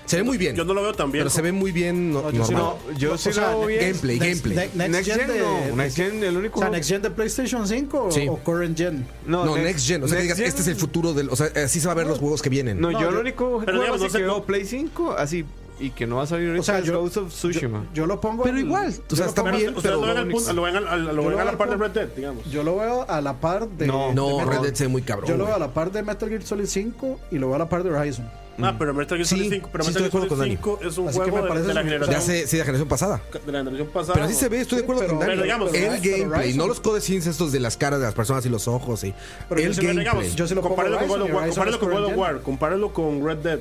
Speaker 2: Se ve muy bien.
Speaker 5: Yo no lo veo tan bien.
Speaker 2: pero se ve muy bien no-
Speaker 4: No, yo sí
Speaker 2: normal.
Speaker 3: No, yo
Speaker 4: O
Speaker 3: sí
Speaker 4: sea,
Speaker 3: lo veo bien.
Speaker 2: gameplay, gameplay.
Speaker 4: Next, next
Speaker 3: Next
Speaker 4: gen,
Speaker 3: Gen,
Speaker 4: de,
Speaker 3: no. Next Gen, el único.
Speaker 4: O sea, Next Gen de PlayStation 5 o-
Speaker 2: Sí.
Speaker 4: o Current Gen.
Speaker 2: no, next gen. O sea, que digas,
Speaker 3: Next Gen-
Speaker 2: este es el futuro del. O sea, así se va a ver los juegos que vienen.
Speaker 3: No,
Speaker 4: No,
Speaker 3: yo
Speaker 4: yo-
Speaker 3: lo único
Speaker 5: Pero
Speaker 3: juego
Speaker 5: digamos, no
Speaker 3: así
Speaker 5: sé
Speaker 3: que veo
Speaker 5: cómo-
Speaker 3: Play 5, así, y que no va a salir ahorita
Speaker 4: O sea,
Speaker 3: es
Speaker 4: yo-
Speaker 3: Ghost of Tsushima.
Speaker 4: Yo lo pongo.
Speaker 2: pero
Speaker 4: al-
Speaker 2: igual. O sea, está
Speaker 5: Pero
Speaker 2: bien,
Speaker 5: ustedes
Speaker 2: pero.
Speaker 5: lo ven al
Speaker 2: no
Speaker 5: punto- lo ven al- al- lo
Speaker 4: Yo
Speaker 5: ven
Speaker 4: lo
Speaker 5: a
Speaker 4: veo
Speaker 5: la par de
Speaker 4: al
Speaker 5: Red Dead, digamos.
Speaker 4: Yo lo veo a la par de.
Speaker 3: No.
Speaker 4: de
Speaker 2: No,
Speaker 4: Metal-
Speaker 2: Red Dead se ve muy cabrón.
Speaker 4: Yo lo veo a
Speaker 2: güey.
Speaker 4: la par de Metal Gear Solid 5 y lo veo a la par de Horizon.
Speaker 5: Ah, pero Metal Gear Solid
Speaker 2: Mm. Sí,
Speaker 5: 5, pero
Speaker 2: sí,
Speaker 5: Metal
Speaker 2: estoy de
Speaker 5: Gear
Speaker 2: acuerdo
Speaker 5: Solid
Speaker 2: con
Speaker 5: 5 es un
Speaker 4: Así que
Speaker 5: juego
Speaker 4: me
Speaker 5: de-
Speaker 4: parece
Speaker 5: de la
Speaker 4: un-
Speaker 5: generación
Speaker 2: Ya sé, sí, de generación pasada.
Speaker 5: de la generación pasada.
Speaker 2: Pero sí se ve, estoy de
Speaker 4: Sí,
Speaker 2: acuerdo con
Speaker 4: pero-
Speaker 2: Dani.
Speaker 5: pero digamos,
Speaker 2: el
Speaker 5: Horizon-
Speaker 2: gameplay,
Speaker 4: Horizon.
Speaker 2: no los codecins estos de las caras de las personas y los ojos. Y
Speaker 4: Pero yo
Speaker 2: el
Speaker 4: sí
Speaker 5: Pero
Speaker 2: gameplay.
Speaker 5: digamos,
Speaker 4: Yo sí lo pongo
Speaker 5: compáralo con
Speaker 4: Horizon,
Speaker 5: God of
Speaker 4: y
Speaker 5: War,
Speaker 4: Horizon
Speaker 5: compáralo
Speaker 4: es
Speaker 5: con God of
Speaker 4: current
Speaker 5: War, compáralo con Red Dead.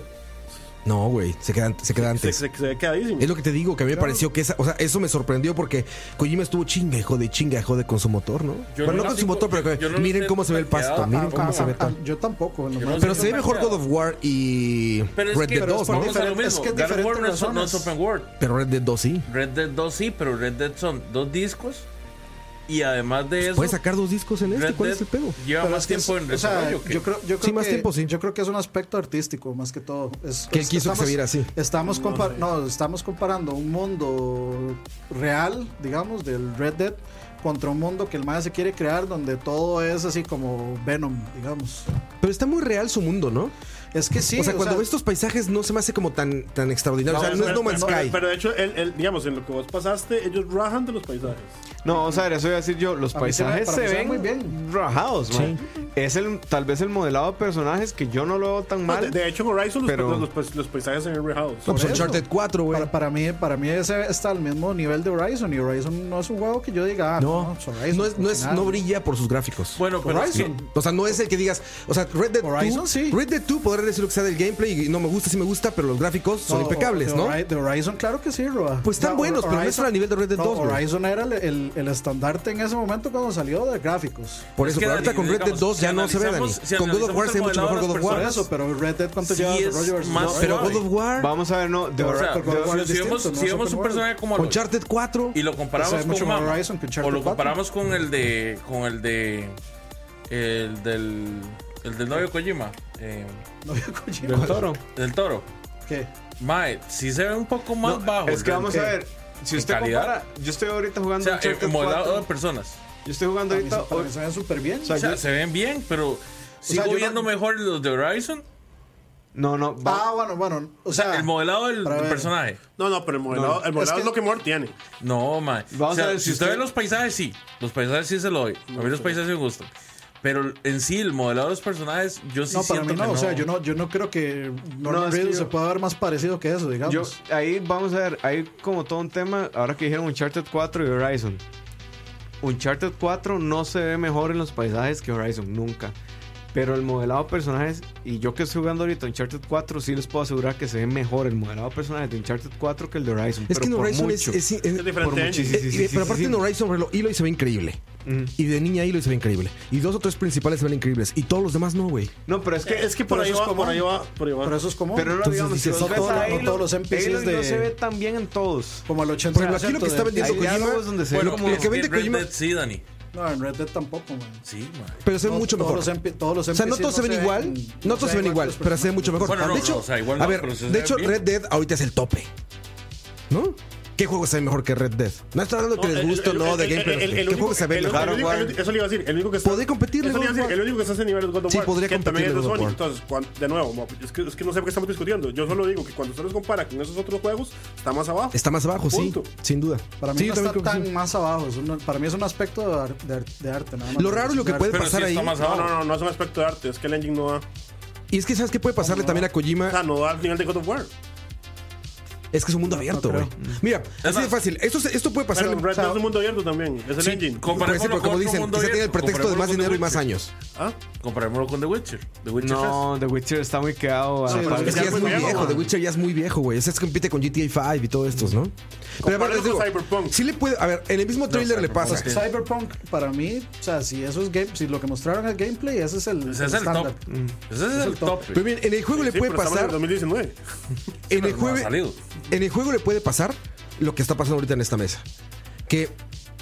Speaker 2: No, güey, se quedan, se queda
Speaker 5: Se,
Speaker 2: antes.
Speaker 5: se, se ve quedadísimo.
Speaker 2: Es lo que te digo, que a mí me pareció que esa, o sea, eso me sorprendió porque Kojima estuvo chinga y jode, chinga y jode con su motor, ¿no?
Speaker 1: Yo
Speaker 2: bueno,
Speaker 1: no
Speaker 2: no
Speaker 1: lo
Speaker 2: con su
Speaker 1: sigo-
Speaker 2: motor, pero
Speaker 1: yo no lo
Speaker 2: miren
Speaker 1: sé
Speaker 2: cómo se ve el
Speaker 1: tanqueado,
Speaker 2: pasto, miren cómo
Speaker 4: Ah,
Speaker 2: se ve
Speaker 4: ah,
Speaker 2: todo.
Speaker 4: ah, yo tampoco. en lo más-
Speaker 1: no sé
Speaker 2: Pero se ve mejor God of War y
Speaker 1: Pero es
Speaker 2: Red
Speaker 1: que
Speaker 2: Dead 2, ¿no?
Speaker 1: vamos a lo
Speaker 4: Diferente- es
Speaker 1: mismo.
Speaker 4: que
Speaker 1: God of War no es- no
Speaker 4: diferentes
Speaker 1: es open world.
Speaker 2: Pero Red Dead 2 sí.
Speaker 1: Red Dead 2 sí, pero Red Dead son dos discos. Y además de eso,
Speaker 2: Pues, Puedes sacar dos discos en este,
Speaker 1: Red
Speaker 2: ¿cuál
Speaker 1: Dead
Speaker 2: es el pedo?
Speaker 1: lleva
Speaker 4: Pero
Speaker 1: más
Speaker 4: es que es-
Speaker 1: tiempo en
Speaker 4: o sea,
Speaker 1: desarrollo. que-
Speaker 4: yo creo, yo creo
Speaker 2: Sí, más
Speaker 4: que,
Speaker 2: tiempo, sí.
Speaker 4: Yo creo que es un aspecto artístico, más que todo. Es,
Speaker 2: Que él
Speaker 4: es-
Speaker 2: quiso que se viera así.
Speaker 4: Estamos, compa- no, estamos comparando un mundo real, digamos, del Red Dead, contra un mundo que el MAE se quiere crear, donde todo es así como Venom, digamos.
Speaker 2: Pero está muy real su mundo, ¿no?
Speaker 4: Es que sí.
Speaker 2: o sea, cuando ves estos paisajes no se me hace como tan, tan extraordinario. o sea, no es No Man's
Speaker 5: pero,
Speaker 2: Sky.
Speaker 5: pero de hecho, él, él, digamos, en lo que vos pasaste, ellos rajan de los paisajes.
Speaker 3: No, vamos a ver, eso voy a decir yo. Los
Speaker 4: A mí se me-
Speaker 3: paisajes
Speaker 4: para
Speaker 3: se
Speaker 4: mí se
Speaker 3: ven
Speaker 4: ven muy bien.
Speaker 3: rajados, man. Es el, tal vez el modelado de personajes que yo no lo veo tan
Speaker 5: No, de,
Speaker 3: mal.
Speaker 5: de hecho, en Horizon los,
Speaker 3: Pero-
Speaker 5: los, los- los paisajes se ven rajados.
Speaker 2: No, pues
Speaker 4: por eso.
Speaker 2: Uncharted 4, güey.
Speaker 4: Para, para mí, para mí ese está al mismo nivel de Horizon. Y Horizon no es un juego que yo diga, ah,
Speaker 2: No, no, es, no, es, no brilla por sus gráficos.
Speaker 1: bueno, pero es que-
Speaker 4: Horizon.
Speaker 2: O sea, no es el que digas. O sea, Red Dead
Speaker 4: Horizon,
Speaker 2: 2.
Speaker 4: sí.
Speaker 2: Red Dead 2 podría podré decir lo que sea del gameplay y no me gusta, sí me gusta, pero los gráficos son impecables,
Speaker 4: de
Speaker 2: ¿no?
Speaker 4: Hori- De Horizon, claro que sí, Roa.
Speaker 2: Pues están
Speaker 4: O sea,
Speaker 2: buenos, pero no
Speaker 4: Horizon-
Speaker 2: están al nivel de Red Dead
Speaker 4: no,
Speaker 2: 2, bro.
Speaker 4: Horizon era el, el- el estandarte en ese momento cuando salió de gráficos.
Speaker 2: Por
Speaker 1: Es
Speaker 2: eso,
Speaker 1: que,
Speaker 2: pero ahorita con Red Dead
Speaker 1: digamos,
Speaker 2: 2 ya
Speaker 1: si
Speaker 2: no se ve, Dani.
Speaker 1: analizamos- si
Speaker 2: con God of War
Speaker 1: analizamos
Speaker 2: se ve mucho
Speaker 1: el
Speaker 2: mejor God of
Speaker 1: modelado
Speaker 4: Por
Speaker 1: de
Speaker 2: War.
Speaker 1: las
Speaker 4: eso, pero Red Dead, ¿cuánto
Speaker 1: Sí
Speaker 4: lleva
Speaker 1: es
Speaker 4: desarrollo versus
Speaker 1: más-
Speaker 4: Horizon?
Speaker 2: Pero
Speaker 1: suave.
Speaker 2: God of War,
Speaker 3: Vamos a ver, no. de
Speaker 1: O sea,
Speaker 3: verdad,
Speaker 4: Oracle World War es
Speaker 1: si, si
Speaker 4: distinto,
Speaker 1: vemos,
Speaker 4: ¿no?
Speaker 1: si vemos
Speaker 4: Super
Speaker 1: un
Speaker 4: Mario.
Speaker 1: personaje como Aloy
Speaker 2: Uncharted 4.
Speaker 1: y lo
Speaker 4: O sea,
Speaker 1: comparamos
Speaker 4: es
Speaker 1: con
Speaker 4: mucho más
Speaker 1: Mamo,
Speaker 4: Horizon que Uncharted
Speaker 1: o lo
Speaker 4: 4.
Speaker 1: comparamos con el de con el de el del el del novio Kojima, eh,
Speaker 4: No veo Kojima.
Speaker 3: del toro.
Speaker 1: del Toro.
Speaker 4: ¿Qué?
Speaker 1: Mae, si se ve un poco más
Speaker 3: No,
Speaker 1: bajo.
Speaker 3: es que
Speaker 1: el-
Speaker 3: vamos a ver. Si
Speaker 1: en
Speaker 3: usted
Speaker 1: calidad.
Speaker 3: compara, yo estoy ahorita
Speaker 1: o
Speaker 3: jugando
Speaker 1: sea, eh,
Speaker 3: Uncharted
Speaker 1: modelado
Speaker 3: 4.
Speaker 1: de personas.
Speaker 3: Yo estoy jugando
Speaker 4: Para mí se-
Speaker 3: ahorita.
Speaker 4: para mí se ven súper bien.
Speaker 3: o sea,
Speaker 1: O sea,
Speaker 3: yo-
Speaker 1: se ven bien, pero sigo
Speaker 4: yo no-
Speaker 1: viendo mejor los de Horizon,
Speaker 3: no, no. va-
Speaker 4: Ah, bueno, bueno. O sea,
Speaker 1: el modelado del,
Speaker 4: para
Speaker 1: del
Speaker 4: ver.
Speaker 1: personaje.
Speaker 5: No, no, pero el modelado, el modelado es,
Speaker 4: que-
Speaker 5: lo que mejor tiene.
Speaker 1: No, mae.
Speaker 3: Vamos
Speaker 1: O sea,
Speaker 3: a ver
Speaker 1: si
Speaker 3: si
Speaker 1: usted,
Speaker 3: usted-
Speaker 1: ve los paisajes, sí. Los paisajes sí se lo doy. A mí los paisajes me gustan. Pero en sí, el modelado de los personajes, yo sí
Speaker 4: no, para
Speaker 1: siento
Speaker 4: mí no.
Speaker 1: que
Speaker 4: O sea, yo no, yo no creo que Norman
Speaker 3: es que
Speaker 4: Reedus
Speaker 3: yo-
Speaker 4: se pueda ver más parecido que eso, digamos.
Speaker 3: Yo, ahí vamos a ver, hay como todo un tema, ahora que dijeron Uncharted 4 y Horizon. Uncharted 4 no se ve mejor en los paisajes que Horizon, nunca. Pero el modelado de personajes, y yo que estoy jugando ahorita Uncharted 4, sí les puedo asegurar que se ve mejor el modelado de personajes de Uncharted 4 que el de Horizon.
Speaker 2: Es que en
Speaker 3: por
Speaker 2: Horizon es,
Speaker 3: mucho.
Speaker 2: es- es-
Speaker 5: Es
Speaker 2: eh,
Speaker 5: diferente.
Speaker 3: muchísimo.
Speaker 5: engine.
Speaker 3: sí, sí,
Speaker 2: eh,
Speaker 3: sí,
Speaker 2: pero
Speaker 3: sí,
Speaker 2: aparte
Speaker 3: sí.
Speaker 2: en Horizon, reloj, Eloy se ve increíble.
Speaker 3: Mm.
Speaker 2: Y de niña Eloy se ve increíble. Y dos o tres principales se ven increíbles. Y todos los demás no, güey.
Speaker 3: No, pero es que...
Speaker 5: Es que por
Speaker 4: Pero
Speaker 5: ahí
Speaker 4: eso es
Speaker 5: va, por
Speaker 4: común.
Speaker 5: ahí va, por ahí va.
Speaker 4: pero eso es común.
Speaker 3: pero no,
Speaker 2: Entonces
Speaker 3: digamos, si
Speaker 2: dices,
Speaker 3: vos
Speaker 2: no
Speaker 3: ves
Speaker 4: todo-
Speaker 3: a
Speaker 4: no
Speaker 3: Aloy,
Speaker 4: todos los NPCs
Speaker 3: Aloy no
Speaker 4: de-
Speaker 3: se ve tan bien en todos.
Speaker 4: como el 80%.
Speaker 2: Por ejemplo, aquí lo que está
Speaker 4: de-
Speaker 2: vendiendo
Speaker 3: Hay
Speaker 2: Kojima-
Speaker 3: diálogos donde se
Speaker 2: Bueno,
Speaker 3: ve
Speaker 2: lo
Speaker 3: como-
Speaker 2: que vende
Speaker 1: en Red
Speaker 2: Kojima-
Speaker 1: Dead sí, Dani.
Speaker 4: No, en Red Dead tampoco, man.
Speaker 1: Sí, mae.
Speaker 2: Pero se ve
Speaker 4: Todos-
Speaker 2: mucho
Speaker 4: todos
Speaker 2: mejor.
Speaker 3: em-
Speaker 4: los NP todos los
Speaker 2: O sea,
Speaker 4: NPCs
Speaker 2: no todos se ven igual, no todos se ven igual,
Speaker 4: que los
Speaker 2: pero se ve
Speaker 4: personajes.
Speaker 2: mucho mejor.
Speaker 1: Bueno, no,
Speaker 2: de
Speaker 1: no,
Speaker 2: hecho,
Speaker 1: o sea, igual no,
Speaker 2: a ver,
Speaker 1: pero se
Speaker 2: de
Speaker 1: ve
Speaker 2: hecho,
Speaker 1: bien.
Speaker 2: Red Dead ahorita es el tope. ¿No? ¿Qué juego se ve mejor que Red Dead? No estoy hablando que les guste o no de gameplay.
Speaker 5: El, el, el
Speaker 2: ¿Qué
Speaker 5: único,
Speaker 2: juego se ve
Speaker 5: el- el
Speaker 2: mejor?
Speaker 5: único- el- eso le iba a decir. El único que está,
Speaker 2: Podría competirle
Speaker 5: eso le iba
Speaker 2: God
Speaker 5: a
Speaker 2: of
Speaker 5: decir,
Speaker 2: War.
Speaker 5: el único que está a ese nivel es God of War.
Speaker 2: Sí, podría
Speaker 5: que también es
Speaker 2: competirle
Speaker 5: de
Speaker 2: God of
Speaker 5: Sony.
Speaker 2: War.
Speaker 5: Entonces, cuan- de nuevo, mo- es que, es que no sé por qué estamos discutiendo. Yo solo digo que cuando usted los compara con esos otros juegos, está más abajo.
Speaker 2: Está más abajo, sí,
Speaker 5: Punto.
Speaker 2: sin duda.
Speaker 4: Para mí
Speaker 2: Sí, yo
Speaker 4: no
Speaker 2: también
Speaker 4: está
Speaker 2: creo que sí.
Speaker 4: tan más abajo. es una- para mí es un aspecto de, ar- de ar- de arte. nada más.
Speaker 2: Lo raro es lo que
Speaker 4: Arte.
Speaker 2: puede
Speaker 1: Pero sí
Speaker 2: pasar
Speaker 1: está
Speaker 2: ahí.
Speaker 1: más
Speaker 5: No,
Speaker 1: abajo.
Speaker 5: no, no, no es un aspecto de arte, es que el engine no da.
Speaker 2: Y es que, ¿sabes qué puede pasarle también a
Speaker 5: O sea,
Speaker 2: Kojima?
Speaker 5: no da al nivel de God of War.
Speaker 2: Es que es un mundo abierto, güey. Mira, así de
Speaker 1: más-
Speaker 2: fácil. Esto, se- esto puede pasarle.
Speaker 5: Pero Red Dead es un mundo abierto también, es el
Speaker 1: Sí,
Speaker 5: engine.
Speaker 2: Pues sí,
Speaker 1: comparémoslo
Speaker 2: pero
Speaker 1: con
Speaker 2: como
Speaker 1: otro
Speaker 2: dicen,
Speaker 1: mundo
Speaker 2: quizá tiene el
Speaker 1: abierto,
Speaker 2: pretexto de
Speaker 1: comparémoslo
Speaker 2: más
Speaker 1: con
Speaker 2: dinero y
Speaker 1: The
Speaker 2: más
Speaker 1: Witcher.
Speaker 2: años.
Speaker 5: ¿Ah?
Speaker 1: Comparémoslo con The Witcher. The Witcher
Speaker 3: No, The Witcher está muy quedado.
Speaker 4: Sí,
Speaker 3: a-
Speaker 4: pero
Speaker 3: para-
Speaker 2: pues Es que ya es muy
Speaker 5: viejo,
Speaker 2: viejo,
Speaker 5: man.
Speaker 2: The Witcher ya es muy viejo, güey. Ese es compite con GTA V y todo estos, ¿no? Pero a ver,
Speaker 5: Compáralo
Speaker 2: les digo,
Speaker 5: con Cyberpunk.
Speaker 2: sí le puede, a ver, en el mismo trailer le pasa.
Speaker 1: Cyberpunk
Speaker 4: Cyberpunk, para mí, o sea, si eso es game, si lo que mostraron es gameplay, ese es el,
Speaker 1: Ese es el top.
Speaker 4: estándar.
Speaker 1: Ese es el top.
Speaker 2: Pero bien, en el juego le
Speaker 5: Sí,
Speaker 2: puede
Speaker 5: pero estamos
Speaker 2: pasar,
Speaker 5: en el 2019.
Speaker 2: en el
Speaker 1: Pero no ha
Speaker 2: juego,
Speaker 1: salido.
Speaker 2: en el juego le puede pasar lo que está pasando ahorita en esta mesa, que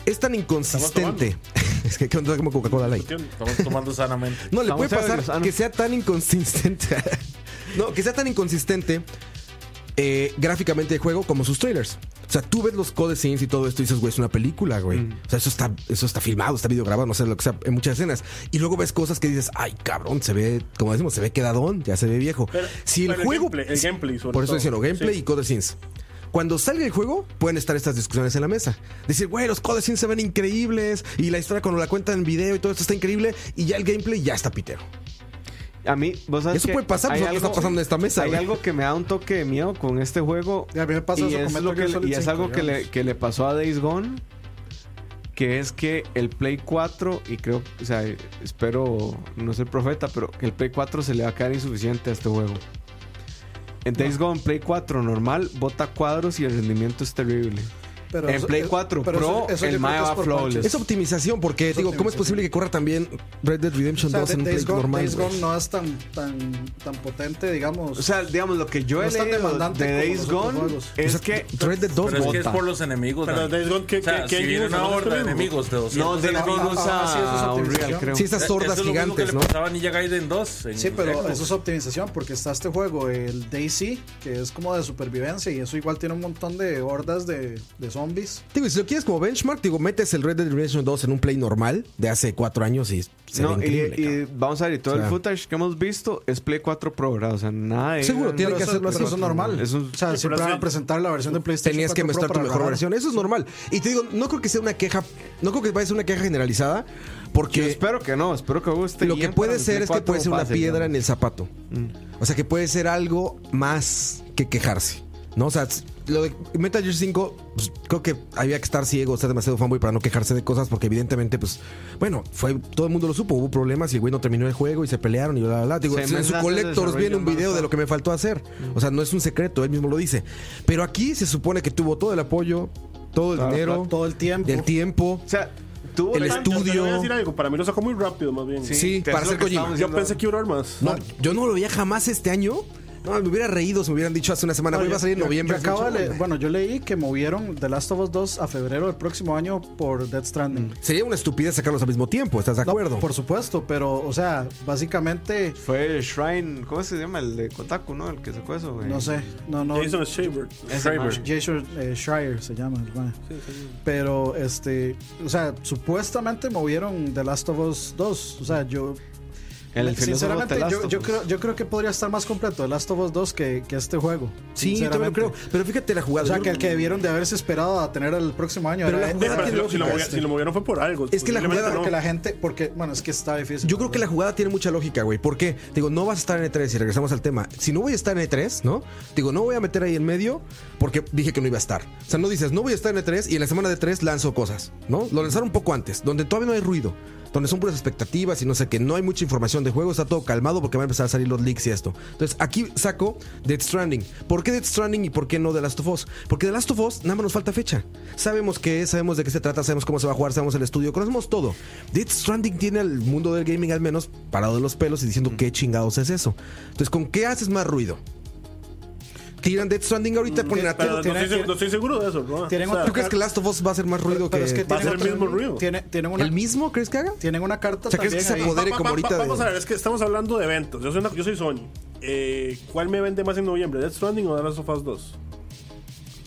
Speaker 2: es tan inconsistente. Es que onda como Coca-Cola Light.
Speaker 1: Estamos tomando sanamente.
Speaker 2: No, le
Speaker 3: Estamos
Speaker 2: puede pasar
Speaker 3: ebrios, ah, no.
Speaker 2: que sea tan inconsistente. no, que sea tan inconsistente eh, gráficamente de juego como sus trailers. O sea, tú ves los code scenes y todo esto y dices, güey, es una película, güey.
Speaker 3: Mm.
Speaker 2: O sea, eso está, eso está filmado, está videograbado, no sé, lo que sea, en muchas escenas. Y luego ves cosas que dices, ay, cabrón, se ve, como decimos, se ve quedadón, ya se ve viejo.
Speaker 5: Pero-
Speaker 2: si el
Speaker 5: pero el
Speaker 2: juego.
Speaker 5: gameplay- el gameplay, sobre
Speaker 2: Por eso
Speaker 5: todo.
Speaker 2: dicen, gameplay
Speaker 5: Sí.
Speaker 2: y code scenes. Cuando salga el juego, pueden estar estas discusiones en la mesa. Decir, güey, los code scenes se ven increíbles y la historia cuando la cuentan en video y todo esto está increíble y ya el gameplay ya está pitero.
Speaker 3: A mí, vos sabes
Speaker 2: Eso
Speaker 3: que
Speaker 2: puede pasar, pues,
Speaker 3: hay
Speaker 2: lo que está
Speaker 3: algo-
Speaker 2: pasando en esta mesa,
Speaker 3: Hay
Speaker 2: güey.
Speaker 3: algo que me da un toque de miedo con este juego.
Speaker 4: Y a mí me pasa
Speaker 3: y
Speaker 4: eso con
Speaker 3: es,
Speaker 4: Metal
Speaker 3: lo que,
Speaker 4: Gear Solid
Speaker 3: y es
Speaker 4: 5,
Speaker 3: algo que le,
Speaker 4: digamos.
Speaker 3: que le pasó a Days Gone. Que es que el Play 4, y creo, o sea, espero no ser profeta, pero que el Play 4 se le va a quedar insuficiente a este juego. En Days Gone, Play 4 normal, bota cuadros y el rendimiento es terrible.
Speaker 4: Pero
Speaker 3: en
Speaker 4: eso-
Speaker 3: Play
Speaker 4: eh,
Speaker 3: 4
Speaker 4: pero
Speaker 3: Pro,
Speaker 4: eso- eso
Speaker 3: el
Speaker 4: yo creo
Speaker 3: Maya
Speaker 4: que es
Speaker 3: va
Speaker 4: por
Speaker 3: flawless.
Speaker 4: parches.
Speaker 2: Es optimización, porque digo, ¿cómo es
Speaker 4: optimización.
Speaker 2: posible que corra también Red Dead Redemption
Speaker 4: O sea,
Speaker 2: 2 en un
Speaker 4: Days
Speaker 2: Play
Speaker 4: Gone,
Speaker 2: normal?
Speaker 4: Days
Speaker 2: güey?
Speaker 4: Gone no es tan, tan, tan potente, digamos.
Speaker 3: O sea, digamos, lo que yo
Speaker 4: No
Speaker 3: he
Speaker 4: es tan
Speaker 3: leído de
Speaker 4: demandante como los
Speaker 3: Days
Speaker 4: otros
Speaker 3: Gone
Speaker 4: juegos.
Speaker 2: O
Speaker 3: es
Speaker 2: sea,
Speaker 3: que
Speaker 2: Red Dead 2
Speaker 1: Pero es que es
Speaker 2: bota.
Speaker 1: por los enemigos.
Speaker 5: Pero
Speaker 1: Dani.
Speaker 5: Days Gone, ¿qué-
Speaker 1: O sea,
Speaker 5: qué-
Speaker 1: si
Speaker 5: qué
Speaker 1: viene
Speaker 5: enemigos
Speaker 1: una
Speaker 5: son
Speaker 1: horda de
Speaker 5: estos
Speaker 1: enemigos de 200
Speaker 3: No, Days Gone
Speaker 4: Ah, ah, sí, eso
Speaker 3: usa
Speaker 4: es
Speaker 3: Unreal,
Speaker 4: optimización.
Speaker 3: creo.
Speaker 2: Sí, esas
Speaker 1: Eh, Eso es
Speaker 2: hordas
Speaker 1: lo mismo que
Speaker 2: gigantes,
Speaker 1: le
Speaker 2: ¿no?
Speaker 1: pasaba a Ninja Gaiden 2. en
Speaker 4: Sí, pero
Speaker 1: Xbox.
Speaker 4: eso es optimización, porque está este juego, el Daisy, que es como de supervivencia, y eso igual tiene un montón de hordas de, de zombies.
Speaker 2: Digo, y si lo quieres como benchmark, digo, metes el Red Dead Redemption 2 en un Play normal de hace 4 años y se
Speaker 3: No,
Speaker 2: ve
Speaker 3: y,
Speaker 2: increíble.
Speaker 3: y
Speaker 2: cabrón.
Speaker 3: vamos a ver, y todo
Speaker 2: O sea,
Speaker 3: el footage que hemos visto es Play 4 Pro, ¿verdad? O sea, nada de.
Speaker 2: Seguro, tiene
Speaker 4: Pero
Speaker 2: que
Speaker 4: eso-
Speaker 2: hacerlo así.
Speaker 4: pero eso es normal.
Speaker 3: Eso es-
Speaker 4: o sea, siempre van a presentar la versión de PlayStation
Speaker 2: Tenías que
Speaker 4: 4 Pro
Speaker 2: mostrar tu
Speaker 4: para
Speaker 2: mejor
Speaker 4: grabar.
Speaker 2: versión, eso es normal. Y te digo, no creo que sea una queja, no creo que vaya a ser una queja generalizada,
Speaker 3: Yo
Speaker 2: porque
Speaker 3: espero que no, espero que guste.
Speaker 2: lo
Speaker 3: bien
Speaker 2: que puede
Speaker 3: para el
Speaker 2: ser
Speaker 3: Play
Speaker 2: es que
Speaker 3: 4
Speaker 2: puede ser una
Speaker 3: fácil,
Speaker 2: piedra en
Speaker 3: digamos.
Speaker 2: el zapato. O sea, que puede ser algo más que quejarse. No, o sea, lo de Metal Gear 5, pues, creo que había que estar ciego, ser demasiado fanboy para no quejarse de cosas, porque evidentemente, pues, bueno, fue todo el mundo lo supo, hubo problemas y el güey no terminó el juego y se pelearon y bla, bla, bla. Digo,
Speaker 3: Se
Speaker 2: en su
Speaker 3: enlaza
Speaker 2: Collectors
Speaker 3: el
Speaker 2: viene un
Speaker 3: desarrollo
Speaker 2: video
Speaker 3: más,
Speaker 2: de lo que me faltó hacer. O sea, no es un secreto, él mismo lo dice. Pero aquí se supone que tuvo todo el apoyo, todo el
Speaker 4: Claro,
Speaker 2: dinero,
Speaker 4: claro, todo el tiempo.
Speaker 2: del tiempo.
Speaker 3: O sea, tuvo
Speaker 2: El
Speaker 5: Yo- yo te
Speaker 2: estudio.
Speaker 5: voy a decir algo, para mí lo sacó muy rápido, más bien.
Speaker 2: Sí, para
Speaker 3: es
Speaker 2: ser
Speaker 3: lo que
Speaker 2: Kojima.
Speaker 3: estábamos
Speaker 5: Yo
Speaker 3: diciendo.
Speaker 5: pensé que iba a durar más.
Speaker 2: No, yo no lo veía jamás este año. No, me hubiera reído si me hubieran dicho hace una semana,
Speaker 4: No,
Speaker 2: güey,
Speaker 4: yo-
Speaker 2: va a salir en
Speaker 4: yo-
Speaker 2: noviembre.
Speaker 4: yo acabo de
Speaker 2: es un
Speaker 4: leer-
Speaker 2: chorro,
Speaker 4: bueno, yo leí que movieron The Last of Us 2 a febrero del próximo año por Dead Stranding.
Speaker 2: güey. Sería una estupidez sacarlos al mismo tiempo, ¿estás de
Speaker 4: No,
Speaker 2: Mm, acuerdo?
Speaker 4: por supuesto, pero, o sea, básicamente,
Speaker 3: Fue el Shrine, ¿cómo se llama? El de Kotaku, ¿no? El que sacó eso, güey.
Speaker 4: no sé, no, no.
Speaker 5: Jason Shaver.
Speaker 3: Schreiber.
Speaker 4: Jason eh, Schreier se llama el mae. Pero, este, o sea, supuestamente movieron The Last of Us 2. O sea, yo.
Speaker 3: El filósofo
Speaker 4: sinceramente,
Speaker 3: The Last of
Speaker 4: yo, yo
Speaker 3: Us.
Speaker 4: creo, yo creo que podría estar más completo The Last of Us 2 que, que este juego.
Speaker 2: sí, yo
Speaker 4: sinceramente.
Speaker 2: creo. Pero fíjate la
Speaker 4: O
Speaker 2: jugada.
Speaker 4: sea,
Speaker 2: yo-
Speaker 4: que el que debieron de haberse esperado a tener el próximo año
Speaker 2: Pero
Speaker 4: era
Speaker 2: la
Speaker 5: Sí,
Speaker 2: jugada
Speaker 5: pero si,
Speaker 2: tiene
Speaker 5: lo, si lo
Speaker 2: lógica,
Speaker 5: movi-
Speaker 2: este.
Speaker 5: si lo movieron fue por algo.
Speaker 2: Es que la
Speaker 5: Posiblemente
Speaker 2: jugada-
Speaker 5: no.
Speaker 4: Porque la gente, porque, bueno, es que está difícil.
Speaker 2: Yo creo que la jugada tiene mucha lógica, güey. ¿Por qué? Digo, no vas a estar en E3 y regresamos al tema. Si no voy a estar en E3, ¿no? Digo, no voy a meter ahí en medio porque dije que no iba a estar. O sea, no dices, no voy a estar en E3 y en la semana de E3 lanzo cosas, ¿no? Lo lanzaron un poco antes, donde todavía no hay ruido, donde son puras expectativas y no sé qué, no hay mucha información de juego, está todo calmado porque van a empezar a salir los leaks y esto. Entonces, aquí saco Dead Stranding. ¿Por qué Dead Stranding y por qué no The Last of Us? Porque The Last of Us nada más nos falta fecha. Sabemos qué es, sabemos de qué se trata, sabemos cómo se va a jugar, sabemos el estudio, conocemos todo. Dead Stranding tiene al mundo del gaming al menos parado de los pelos y diciendo qué chingados es eso. Entonces, ¿con qué haces más ruido? Tiran Dead Stranding
Speaker 4: Mm,
Speaker 2: ahorita,
Speaker 4: eh,
Speaker 2: ponen a
Speaker 5: Pero no,
Speaker 2: todo.
Speaker 5: estoy, seg- no estoy seguro de eso, ¿no?
Speaker 4: Tienen
Speaker 5: O sea,
Speaker 2: ¿Tú crees que Last of Us va a hacer más ruido
Speaker 4: Pero es
Speaker 2: que,
Speaker 4: que
Speaker 5: Va a ser
Speaker 4: tienen
Speaker 5: el
Speaker 4: otro-
Speaker 5: mismo ruido.
Speaker 4: Tiene, tienen una,
Speaker 2: el mismo? ¿Crees que haga?
Speaker 4: tienen una carta
Speaker 2: O sea, ¿crees que
Speaker 4: también
Speaker 2: se
Speaker 4: ahí.
Speaker 2: apodere
Speaker 5: Va- va-
Speaker 2: como
Speaker 5: va-
Speaker 2: ahorita de-
Speaker 5: Vamos a ver, es que estamos hablando de eventos. Yo soy, una- yo soy Sony. Eh, ¿Cuál me vende más en noviembre? ¿Death Stranding o The Last of Us 2?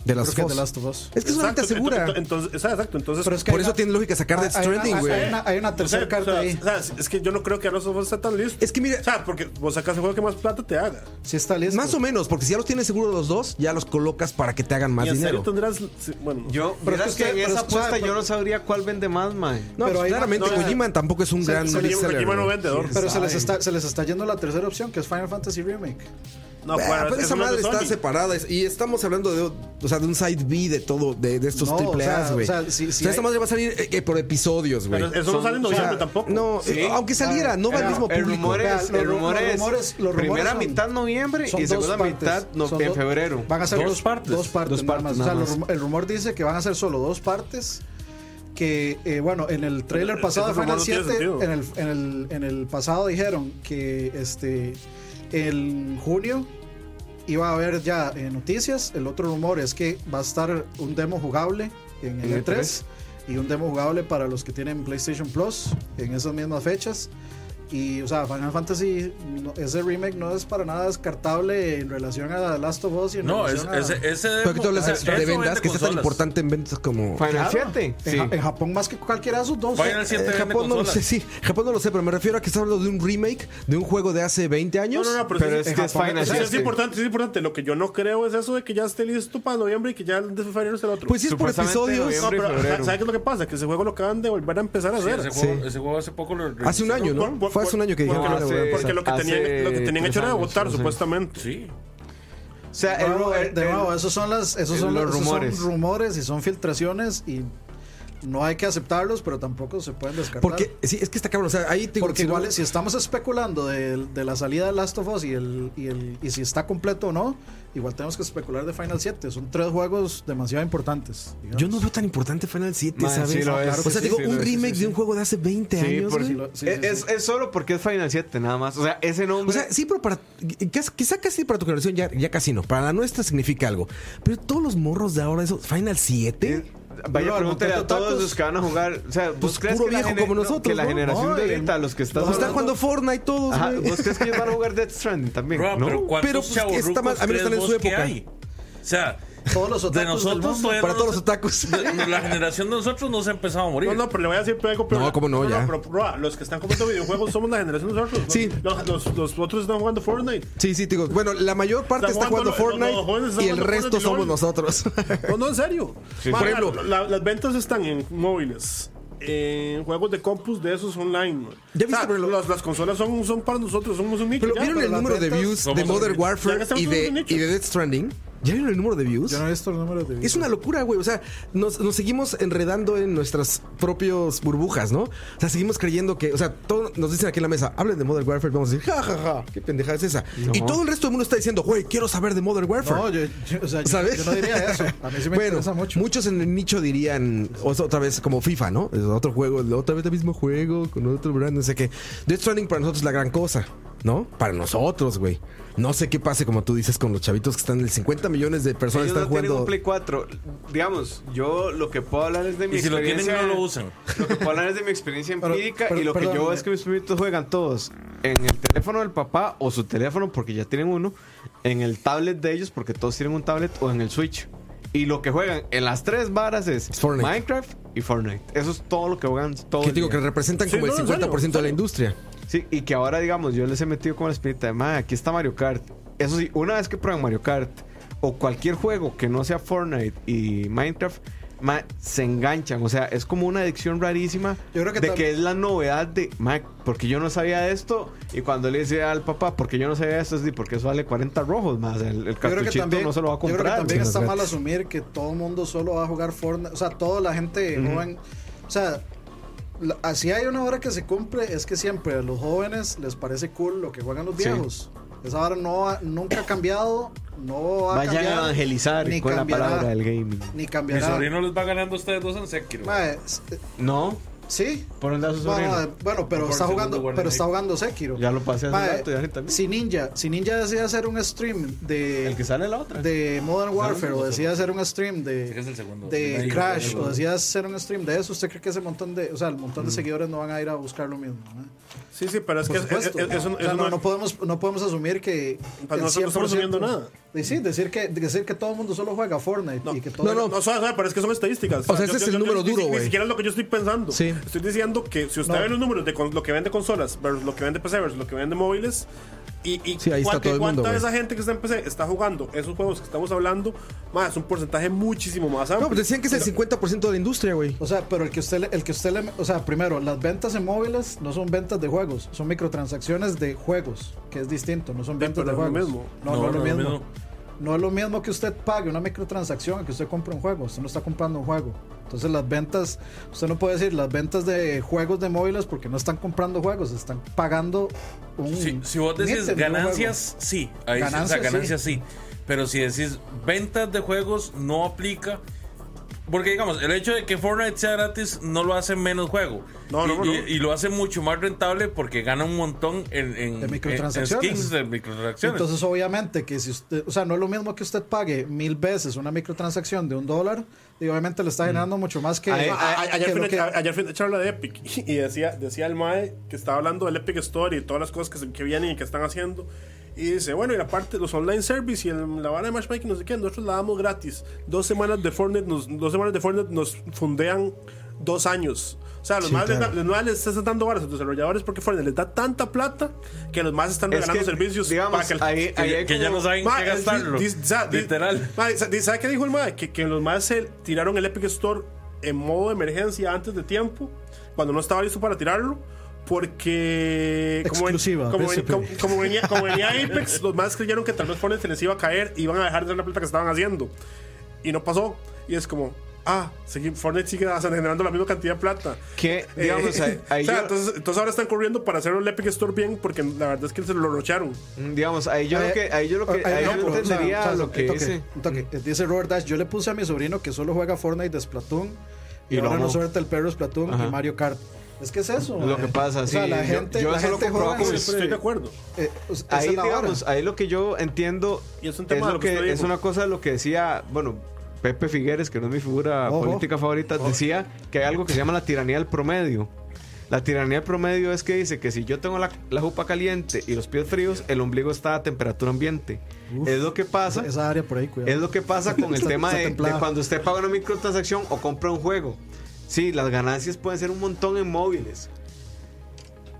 Speaker 2: De
Speaker 4: Creo
Speaker 2: las
Speaker 4: que es The
Speaker 2: cosas.
Speaker 4: Last of Us.
Speaker 2: Es que es una
Speaker 5: Exacto,
Speaker 2: neta segura.
Speaker 5: ento- Entonces, exacto, exacto, entonces...
Speaker 4: Pero es que
Speaker 2: Por
Speaker 4: hay
Speaker 2: eso
Speaker 4: una-
Speaker 2: tiene lógica sacar Dead
Speaker 4: hay- hay una-
Speaker 2: Stranding,
Speaker 4: hay-
Speaker 2: güey.
Speaker 4: Hay una, hay una
Speaker 5: o sea,
Speaker 4: tercera carta
Speaker 5: o sea,
Speaker 4: ahí.
Speaker 5: o sea, es que yo no creo que The Last of Us esté tan listo.
Speaker 2: Es que mira-
Speaker 5: O sea, porque vos sacas el juego que más plata te haga.
Speaker 4: Sí está listo.
Speaker 2: Más o menos, porque si ya los tienes seguros los dos, ya los colocas para que te hagan más
Speaker 5: y en serio
Speaker 2: dinero.
Speaker 5: tendrás... sí, Bueno,
Speaker 3: Yo,
Speaker 4: Pero
Speaker 3: pero
Speaker 4: es que usted-
Speaker 3: que en
Speaker 4: pero
Speaker 3: esa
Speaker 4: es que usted-
Speaker 3: apuesta yo no sabría cuál vende más, mae.
Speaker 2: No,
Speaker 4: Pero
Speaker 2: pues,
Speaker 4: hay-
Speaker 2: claramente
Speaker 4: no, o sea,
Speaker 2: Kojima tampoco es un
Speaker 4: se-
Speaker 2: gran
Speaker 4: se-
Speaker 5: Kojima-
Speaker 2: seller,
Speaker 5: Kojima no
Speaker 2: güey.
Speaker 5: vende, Dor.
Speaker 4: Pero se les,
Speaker 3: Ay.
Speaker 4: está, se les está yendo la tercera opción, que es Final Fantasy Remake.
Speaker 5: No,
Speaker 2: Bah,
Speaker 5: bueno,
Speaker 2: Ah, pero
Speaker 5: eso
Speaker 2: esa
Speaker 5: no es
Speaker 2: madre
Speaker 5: de
Speaker 2: está
Speaker 5: Sony.
Speaker 2: separada es- y estamos hablando de, o sea, de un side B de todo, de, de estos
Speaker 4: No, o
Speaker 2: triple
Speaker 4: sea,
Speaker 2: A's, güey. O
Speaker 4: o
Speaker 2: sea,
Speaker 4: sea, si- si
Speaker 2: esa
Speaker 4: hay-
Speaker 2: madre va a salir eh, eh, por episodios, güey.
Speaker 5: Pero eso no sale en
Speaker 2: O sea,
Speaker 5: noviembre tampoco.
Speaker 2: No,
Speaker 3: Sí.
Speaker 2: eh, aunque saliera, no va al
Speaker 4: Era-
Speaker 2: mismo
Speaker 3: El
Speaker 2: público.
Speaker 3: rumor
Speaker 4: Vea,
Speaker 3: es,
Speaker 4: los
Speaker 3: el
Speaker 4: ru-
Speaker 3: rumor
Speaker 4: los
Speaker 3: es
Speaker 4: rumores- los rumores
Speaker 3: primera
Speaker 4: son-
Speaker 3: mitad noviembre
Speaker 4: Son
Speaker 3: y
Speaker 4: dos
Speaker 3: segunda
Speaker 4: partes.
Speaker 3: mitad no-
Speaker 4: Son
Speaker 3: en
Speaker 4: dos-
Speaker 3: febrero.
Speaker 4: Van a ser
Speaker 1: Dos partes.
Speaker 4: Dos partes.
Speaker 3: Dos
Speaker 4: nada
Speaker 3: partes,
Speaker 4: más. O sea,
Speaker 3: nada
Speaker 4: los
Speaker 3: más.
Speaker 4: rumo- el rumor dice que van a ser solo dos partes. Que, eh, bueno, en el trailer
Speaker 5: Pero
Speaker 4: pasado de
Speaker 5: ese
Speaker 4: Final
Speaker 5: rumor no tiene
Speaker 4: 7,
Speaker 5: sentido.
Speaker 4: en el, en, el, en el pasado dijeron que este en junio iba a haber ya eh, noticias. El otro rumor es que va a estar un demo jugable
Speaker 3: En
Speaker 4: en el
Speaker 5: E
Speaker 3: el
Speaker 4: 3 y un demo jugable para los que tienen PlayStation Plus en esas mismas fechas. Y, o sea, Final Fantasy, no- ese remake no es para nada descartable en relación a The Last of Us. Y en
Speaker 1: No, es,
Speaker 4: relación a-
Speaker 1: ese, ese
Speaker 2: Pero aquí tú hablas
Speaker 1: o sea,
Speaker 2: de
Speaker 1: eso
Speaker 2: ventas,
Speaker 1: vende
Speaker 2: que está tan
Speaker 1: consolas.
Speaker 2: importante en ventas como...
Speaker 3: Final
Speaker 4: Claro.
Speaker 3: 7.
Speaker 4: En,
Speaker 3: Sí.
Speaker 4: Ja- en Japón, más que cualquiera de esos dos.
Speaker 1: Final 7
Speaker 2: Eh,
Speaker 1: vende
Speaker 2: Japón no lo
Speaker 1: consolas.
Speaker 2: sé, sí. Japón no lo sé, pero me refiero a que está hablando de un remake de un juego de hace 20
Speaker 5: No,
Speaker 2: años.
Speaker 5: no, no, pero,
Speaker 3: Pero
Speaker 5: sí-
Speaker 3: es que es
Speaker 4: Japón-
Speaker 3: Final
Speaker 5: Sí, es
Speaker 3: 7.
Speaker 5: importante, sí es importante. Lo que yo no creo es eso de que ya esté listo para noviembre y que ya el de febrero sea el otro.
Speaker 2: Pues sí es por
Speaker 3: Supuestamente
Speaker 2: episodios.
Speaker 5: No,
Speaker 3: noviembre y
Speaker 5: pero
Speaker 3: febrero.
Speaker 5: ¿sabes qué es lo que pasa? Que ese juego lo acaban de volver a empezar a
Speaker 1: Sí,
Speaker 5: hacer.
Speaker 1: ese, juego, ese juego hace poco lo
Speaker 2: Hace un
Speaker 1: revisaron.
Speaker 2: año, ¿no?
Speaker 5: Por- por-
Speaker 2: Fue hace un año que
Speaker 5: porque
Speaker 2: dijeron que
Speaker 3: no,
Speaker 2: ahora voy a
Speaker 3: hace-
Speaker 2: empezar.
Speaker 5: Porque lo que,
Speaker 3: Hace
Speaker 5: tenían, lo que tenían
Speaker 3: tres
Speaker 5: hecho era
Speaker 3: años,
Speaker 5: votar,
Speaker 3: no sé.
Speaker 5: supuestamente.
Speaker 1: Sí.
Speaker 3: O sea,
Speaker 4: De
Speaker 3: el-
Speaker 4: nuevo,
Speaker 3: el-
Speaker 4: de
Speaker 3: el-
Speaker 4: nuevo, esos son, las, esos
Speaker 3: el-
Speaker 4: son
Speaker 3: los
Speaker 4: esos son
Speaker 3: rumores.
Speaker 4: rumores y son filtraciones y no hay que aceptarlos, pero tampoco se pueden descartar.
Speaker 2: Porque, sí, es que está cabrón. O sea, ahí te digo,
Speaker 4: Porque
Speaker 2: si no-
Speaker 4: igual, si estamos especulando de, de la salida de Last of Us y, el, y, el, y si está completo o no, igual tenemos que especular de Final 7. Son tres juegos demasiado importantes. digamos.
Speaker 2: Yo no veo tan importante Final 7,
Speaker 3: Man,
Speaker 2: ¿sabes?
Speaker 3: sí lo es,
Speaker 2: o sea,
Speaker 3: sí,
Speaker 2: digo,
Speaker 3: sí,
Speaker 2: un
Speaker 3: lo es, sí,
Speaker 2: remake
Speaker 3: sí,
Speaker 2: de un juego de hace 20
Speaker 3: Sí,
Speaker 2: años.
Speaker 3: porque
Speaker 2: güey.
Speaker 4: lo- sí, sí,
Speaker 3: E es,
Speaker 4: sí.
Speaker 3: es- es solo porque es Final 7 nada más. O sea, ese nombre.
Speaker 2: O sea, sí, pero para. Quizá casi para tu generación ya, ya casi no. Para la nuestra significa algo. Pero todos los morros de ahora, eso, Final 7.
Speaker 3: Vaya,
Speaker 4: Bro,
Speaker 3: pregúntale a
Speaker 4: Montero
Speaker 3: todos
Speaker 4: Tacos.
Speaker 3: los que van a jugar. O sea, ¿vos
Speaker 2: Pues
Speaker 3: crees
Speaker 2: puro
Speaker 3: que la,
Speaker 2: viejo
Speaker 3: gener-
Speaker 2: como
Speaker 3: no,
Speaker 2: nosotros,
Speaker 3: que la
Speaker 2: ¿no?
Speaker 3: generación
Speaker 4: No,
Speaker 3: de
Speaker 4: y-
Speaker 3: ahorita, los que están
Speaker 4: Pues
Speaker 2: están jugando Fortnite todos,
Speaker 3: Ajá,
Speaker 2: güey.
Speaker 3: ¿Vos crees que ellos van a jugar Death Stranding también?
Speaker 1: Bro,
Speaker 3: ¿no?
Speaker 1: pero
Speaker 2: Pero,
Speaker 1: ¿cuántos
Speaker 2: pues, está
Speaker 1: chavos
Speaker 2: mal, a menos están en su época.
Speaker 1: O sea,
Speaker 4: Todos los
Speaker 1: de
Speaker 4: otakus del
Speaker 1: nosotros
Speaker 4: mundo.
Speaker 1: todavía
Speaker 2: Para
Speaker 1: no
Speaker 2: todos
Speaker 1: se-
Speaker 2: los otakus.
Speaker 1: de- La generación de nosotros no se ha empezado a morir.
Speaker 5: No, no, pero le voy a decir algo peor.
Speaker 2: No, cómo no, ya.
Speaker 5: pero, bro, los que están comprando videojuegos somos la generación de nosotros. ¿no?
Speaker 2: Sí.
Speaker 5: Los, los- los otros están jugando Fortnite.
Speaker 2: Sí, sí, te digo. Bueno, la mayor parte
Speaker 5: Está
Speaker 2: está jugando
Speaker 5: jugando lo- lo- los
Speaker 2: Fortnite
Speaker 5: jóvenes están
Speaker 2: y el
Speaker 5: jugando
Speaker 2: resto
Speaker 5: Fortnite y
Speaker 2: somos
Speaker 5: LOL.
Speaker 2: nosotros.
Speaker 5: No, no, en serio.
Speaker 2: Por
Speaker 5: Por
Speaker 2: ejemplo-
Speaker 5: ejemplo, las ventas están en móviles. En juegos de compus de esos online. man.
Speaker 2: ¿Ya viste, pero lo-
Speaker 5: las, las consolas son, son para nosotros, somos un nicho.
Speaker 2: Pero
Speaker 5: ya,
Speaker 2: vieron
Speaker 5: pero
Speaker 2: el
Speaker 5: las
Speaker 2: número de
Speaker 5: ventas-
Speaker 2: views de
Speaker 1: Somos
Speaker 2: Modern
Speaker 1: un nicho.
Speaker 2: Warfare
Speaker 5: Ya que estamos
Speaker 2: y
Speaker 5: en un
Speaker 2: de,
Speaker 5: nicho.
Speaker 2: y de Death Stranding. ¿Ya vieron el número de views?
Speaker 4: Yo no he visto los números de
Speaker 2: Es una locura, güey. O sea, nos, nos seguimos enredando en nuestras propias burbujas, ¿no? O sea, seguimos creyendo que. O sea, todo, nos dicen aquí en la mesa, hablen de Modern Warfare. Vamos a decir, ja, ja, ja, qué pendejada es esa. Y todo el resto del mundo está diciendo, güey, quiero saber de Modern Warfare.
Speaker 4: No, yo, yo- o sea, yo-
Speaker 2: ¿Sabes?
Speaker 4: yo no diría eso. A mí sí me
Speaker 2: bueno,
Speaker 4: interesa mucho.
Speaker 2: muchos en el nicho dirían o sea, otra vez como FIFA, ¿no? Es otro juego, otra vez el mismo juego, con otro brand, no sé qué. Death Stranding para nosotros es la gran cosa, ¿no? Para nosotros, güey. No sé qué pase, como tú dices, con los chavitos que están el 50 millones de personas
Speaker 3: Ellos
Speaker 2: están
Speaker 3: no tienen
Speaker 2: Pues jugando.
Speaker 3: un Play 4. Digamos, yo lo que puedo hablar es de mi
Speaker 1: Y si lo tienen,
Speaker 3: experiencia.
Speaker 1: no lo usan.
Speaker 3: Lo que puedo hablar es de mi experiencia
Speaker 4: Pero-
Speaker 3: empírica
Speaker 4: pero-
Speaker 3: y lo
Speaker 4: perdón,
Speaker 3: que yo veo
Speaker 4: eh.
Speaker 3: es que mis primitos juegan todos en el teléfono del papá o su teléfono porque ya tienen uno, en el tablet de ellos porque todos tienen un tablet o en el Switch. Y lo que juegan en las tres varas es
Speaker 2: Es Fortnite.
Speaker 3: Minecraft y Fortnite. Eso es todo lo que juegan todo
Speaker 2: Que
Speaker 3: el
Speaker 2: digo que
Speaker 3: día.
Speaker 2: representan
Speaker 5: Sí,
Speaker 2: como
Speaker 5: no,
Speaker 2: el
Speaker 5: en serio,
Speaker 2: 50% de la industria.
Speaker 3: Sí, y que ahora, digamos, yo les he metido como la espinita de, madre, aquí está Mario Kart. Eso sí, una vez que prueban Mario Kart o cualquier juego que no sea Fortnite y Minecraft, mae, se enganchan. O sea, es como una adicción rarísima
Speaker 4: Yo creo que
Speaker 3: de
Speaker 4: tam-
Speaker 3: que es la novedad de, mae, porque yo no sabía de esto. Y cuando le decía al papá, porque yo no sabía de esto, es de, porque eso vale 40 rojos más. El, el
Speaker 4: Yo creo, que
Speaker 3: cartuchito
Speaker 4: también,
Speaker 3: no se lo va a
Speaker 4: yo creo que
Speaker 3: comprar.
Speaker 4: también
Speaker 2: Sí,
Speaker 4: está
Speaker 2: los
Speaker 4: mal
Speaker 2: gratis.
Speaker 4: asumir que todo el mundo solo va a jugar Fortnite. O sea, toda la gente joven. O sea, la- así hay una hora que se cumple. Es que siempre a los jóvenes les parece cool lo que juegan los
Speaker 3: Sí.
Speaker 4: viejos. Esa hora no ha- nunca ha cambiado. No va a
Speaker 3: Vayan
Speaker 4: cambiar.
Speaker 3: a evangelizar
Speaker 4: ni
Speaker 3: con
Speaker 4: cambiará,
Speaker 3: la palabra del gaming.
Speaker 4: Ni
Speaker 1: Mi
Speaker 4: cambiará.
Speaker 1: sobrino les va ganando a ustedes dos en Sekiro.
Speaker 4: Mae, s- eh,
Speaker 3: No,
Speaker 4: sí.
Speaker 3: por un lazo
Speaker 4: Bueno,
Speaker 3: sobrino.
Speaker 4: bueno,
Speaker 1: Mejor
Speaker 4: pero está
Speaker 1: segundo
Speaker 4: jugando,
Speaker 1: guardia
Speaker 4: pero
Speaker 1: ahí.
Speaker 4: está jugando Sekiro.
Speaker 3: Ya lo pasé hace
Speaker 4: Mae,
Speaker 3: rato, ya también.
Speaker 4: si Ninja, si Ninja decide hacer un stream de
Speaker 3: El que sale la otra.
Speaker 4: de Modern Warfare
Speaker 1: no,
Speaker 4: o
Speaker 1: no,
Speaker 4: decía hacer un stream
Speaker 1: Ese es
Speaker 4: de,
Speaker 1: el segundo.
Speaker 4: de
Speaker 1: Ahí,
Speaker 4: Crash
Speaker 1: ahí, ahí.
Speaker 4: o decía hacer un stream de eso, ¿usted cree que ese montón de, o sea, el montón de seguidores no van a ir a buscar lo mismo? ¿no?
Speaker 5: Sí, sí, pero es
Speaker 4: Por
Speaker 5: que es- es-
Speaker 4: supuesto.
Speaker 5: es- eso
Speaker 4: O sea,
Speaker 5: eso
Speaker 4: no,
Speaker 5: no-
Speaker 4: no podemos, no podemos asumir que
Speaker 5: Pues
Speaker 4: el
Speaker 5: nosotros no estamos
Speaker 4: 100%
Speaker 5: asumiendo nada.
Speaker 4: Y sí, decir que, decir que todo el mundo solo juega Fortnite y que todo
Speaker 2: No, no.
Speaker 5: No, o sea, o sea, pero es que son estadísticas.
Speaker 2: O sea, ese es el número
Speaker 5: ni-
Speaker 2: duro,
Speaker 5: Ni,
Speaker 2: güey.
Speaker 5: siquiera es lo que yo estoy pensando.
Speaker 2: Sí.
Speaker 5: Estoy diciendo que si usted
Speaker 4: No.
Speaker 5: ve los números de con- lo que vende consolas versus lo que vende PC versus lo que vende móviles. Y, y
Speaker 2: Sí, ahí está
Speaker 5: cuánta-
Speaker 2: todo el mundo,
Speaker 5: cuánta de
Speaker 2: güey.
Speaker 5: esa gente que está en PC está jugando esos juegos que estamos hablando, más es un porcentaje muchísimo más
Speaker 2: No,
Speaker 5: amplio.
Speaker 2: pues decían que es el 50% de la industria, güey.
Speaker 4: O sea, Ah, pero el que usted le, el que usted le, o sea, primero, las ventas en móviles no son ventas de juegos, son microtransacciones de juegos, que es distinto, no son
Speaker 5: Sí,
Speaker 4: ventas de
Speaker 5: pero no es
Speaker 4: juegos.
Speaker 5: lo mismo.
Speaker 4: No, no, es lo mismo. No es lo mismo que usted pague una microtransacción a que usted compre un juego, usted no está comprando un juego. Entonces las ventas, usted no puede decir las ventas de juegos de móviles porque no están comprando juegos, están pagando un
Speaker 1: Si, si vos
Speaker 4: un
Speaker 1: decís
Speaker 4: ítem de un
Speaker 1: ganancias, sí. Ahí sí, o sea,
Speaker 4: Ganancias,
Speaker 1: ganancias,
Speaker 4: sí.
Speaker 1: sí. Pero si decís ventas de juegos, no aplica. Porque digamos, el hecho de que Fortnite sea gratis no lo hace menos juego.
Speaker 5: No,
Speaker 1: y,
Speaker 5: no, no.
Speaker 1: y- y lo hace mucho más rentable porque gana un montón en, en-
Speaker 4: De microtransacciones.
Speaker 1: en skins de microtransacciones.
Speaker 4: Entonces, obviamente, que si usted, o sea, no es lo mismo que usted pague mil veces una microtransacción de un dólar, y obviamente le está
Speaker 3: Mm.
Speaker 4: generando mucho más que.
Speaker 3: Ay,
Speaker 5: A- a-
Speaker 4: que
Speaker 5: Ayer fui
Speaker 4: lo
Speaker 5: a
Speaker 4: que-
Speaker 5: una- ayer fui a una charla de Epic y decía, decía el MAE que estaba hablando del Epic Store y todas las cosas que, se- que vienen y que están haciendo. Y dice, bueno, y la parte de los online service y el- la vara de matchmaking, no sé qué, nosotros la damos gratis. Dos semanas de Fortnite nos, dos semanas de Fortnite nos fundean dos años. O sea, los
Speaker 2: Sí,
Speaker 5: más
Speaker 2: claro.
Speaker 5: les, da- los maes les están dando varas a los desarrolladores porque Fortnite les da tanta plata que los más están regalando servicios
Speaker 3: digamos,
Speaker 5: para que el-
Speaker 3: ahí,
Speaker 1: que,
Speaker 3: ahí hay
Speaker 1: que ya
Speaker 3: como-
Speaker 1: no saben
Speaker 5: Ma,
Speaker 1: qué
Speaker 5: es-
Speaker 1: gastarlo.
Speaker 5: di- di- o sea, di-
Speaker 1: Literal.
Speaker 5: ma, sa- di- ¿Sabe qué dijo el MAE? Que, que los MAE se tiraron el Epic Store en modo de emergencia antes de tiempo, cuando no estaba listo para tirarlo, porque. ven-
Speaker 4: Exclusiva,
Speaker 5: como, ven-
Speaker 4: PSP.
Speaker 5: como- como venía, como venía Apex, los MAE creyeron que tal vez Fortnite se les iba a caer y iban a dejar de hacer la plata que estaban haciendo. Y no pasó. Y es como. Ah, segui- Fortnite sigue generando la misma cantidad de plata.
Speaker 3: Que, digamos,
Speaker 5: Eh,
Speaker 3: ahí- ahí
Speaker 5: o sea,
Speaker 3: yo-
Speaker 5: entonces, entonces ahora están corriendo para hacer el Epic Store bien porque la verdad es que se lo rocharon.
Speaker 3: Mm, digamos, ahí yo
Speaker 4: Ay,
Speaker 3: lo que, ahí yo lo
Speaker 4: ay,
Speaker 3: que, ahí
Speaker 4: no,
Speaker 3: yo
Speaker 4: pero, o sea,
Speaker 3: entendería
Speaker 4: o sea,
Speaker 3: lo
Speaker 4: un
Speaker 3: que mm,
Speaker 4: toque,
Speaker 3: dice.
Speaker 4: un toque. Dice Robert Dash, yo le puse a mi sobrino que solo juega Fortnite de Splatoon y,
Speaker 3: Y lo
Speaker 4: ahora
Speaker 3: amó.
Speaker 4: no suelta el perro Splatoon
Speaker 3: Ajá.
Speaker 4: y Mario Kart. Es que es eso.
Speaker 3: Lo
Speaker 4: eh.
Speaker 3: que pasa,
Speaker 4: O sea,
Speaker 3: sí,
Speaker 4: la
Speaker 3: yo-
Speaker 4: gente,
Speaker 3: yo
Speaker 4: la
Speaker 3: eso lo
Speaker 4: gente
Speaker 3: comprobaba con
Speaker 4: joven
Speaker 5: Sí,
Speaker 3: el
Speaker 4: siempre-
Speaker 5: Estoy de acuerdo.
Speaker 4: eh, o sea, esa
Speaker 3: Ahí,
Speaker 4: es la vara.
Speaker 3: digamos, ahí lo que yo entiendo
Speaker 5: Y es un tema
Speaker 3: es
Speaker 5: de
Speaker 3: lo
Speaker 5: lo que usted
Speaker 3: que es
Speaker 5: dijo.
Speaker 3: una cosa lo que decía, bueno, Pepe Figueres, que no es mi figura
Speaker 4: Ojo.
Speaker 3: política favorita, decía que hay algo que se llama la tiranía del promedio. La tiranía del promedio es que dice que si yo tengo la, la jupa caliente y los pies fríos, el ombligo está a temperatura ambiente. es lo que pasa.
Speaker 4: Esa- Esa área por ahí, cuidado.
Speaker 3: Es lo que pasa con el
Speaker 4: Está-
Speaker 3: tema
Speaker 4: está
Speaker 3: de,
Speaker 4: templada.
Speaker 3: de cuando usted paga una microtransacción o compra un juego. Sí, las ganancias pueden ser un montón en móviles.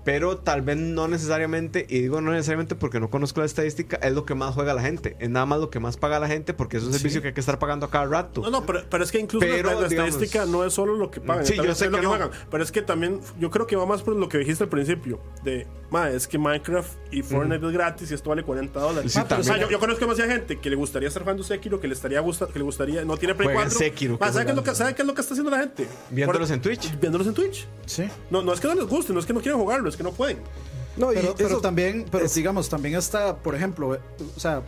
Speaker 3: Pero tal vez no necesariamente, y digo no necesariamente porque no conozco la estadística, es lo que más juega la gente. Es nada más lo que más paga la gente porque es un servicio que hay que estar pagando a cada rato.
Speaker 5: No, no, pero, pero es que incluso
Speaker 3: Pero,
Speaker 5: la, la
Speaker 3: digamos-
Speaker 5: estadística no es solo lo que pagan.
Speaker 3: Sí, yo
Speaker 5: también
Speaker 3: sé
Speaker 5: es lo
Speaker 3: que no.
Speaker 5: juegan. Pero es que también, yo creo que va más por lo que dijiste al principio. De, ma, es que Minecraft y Fortnite es gratis y esto vale 40 dólares.
Speaker 3: Sí,
Speaker 5: Ah, pero, o sea,
Speaker 3: también.
Speaker 5: yo, yo conozco demasiada gente que le gustaría estar jugando Sekiro, que le, estaría gusta, que le gustaría, no tiene Play
Speaker 3: Juegan
Speaker 5: 4.
Speaker 3: Sekiro,
Speaker 5: Ma,
Speaker 3: qué
Speaker 5: ¿sabe, qué es lo
Speaker 3: jugando.
Speaker 5: que, sabe qué es lo que está haciendo la gente?
Speaker 3: Viéndolos
Speaker 5: Por-
Speaker 3: en Twitch.
Speaker 5: Viéndolos en Twitch.
Speaker 4: Sí.
Speaker 5: No, no es que no les guste, no es que no quieran jugarlo, es que no pueden.
Speaker 2: No, y
Speaker 4: Pero, pero
Speaker 2: eso-
Speaker 4: también, pero
Speaker 2: es-
Speaker 4: digamos, también está, por ejemplo, eh, o sea,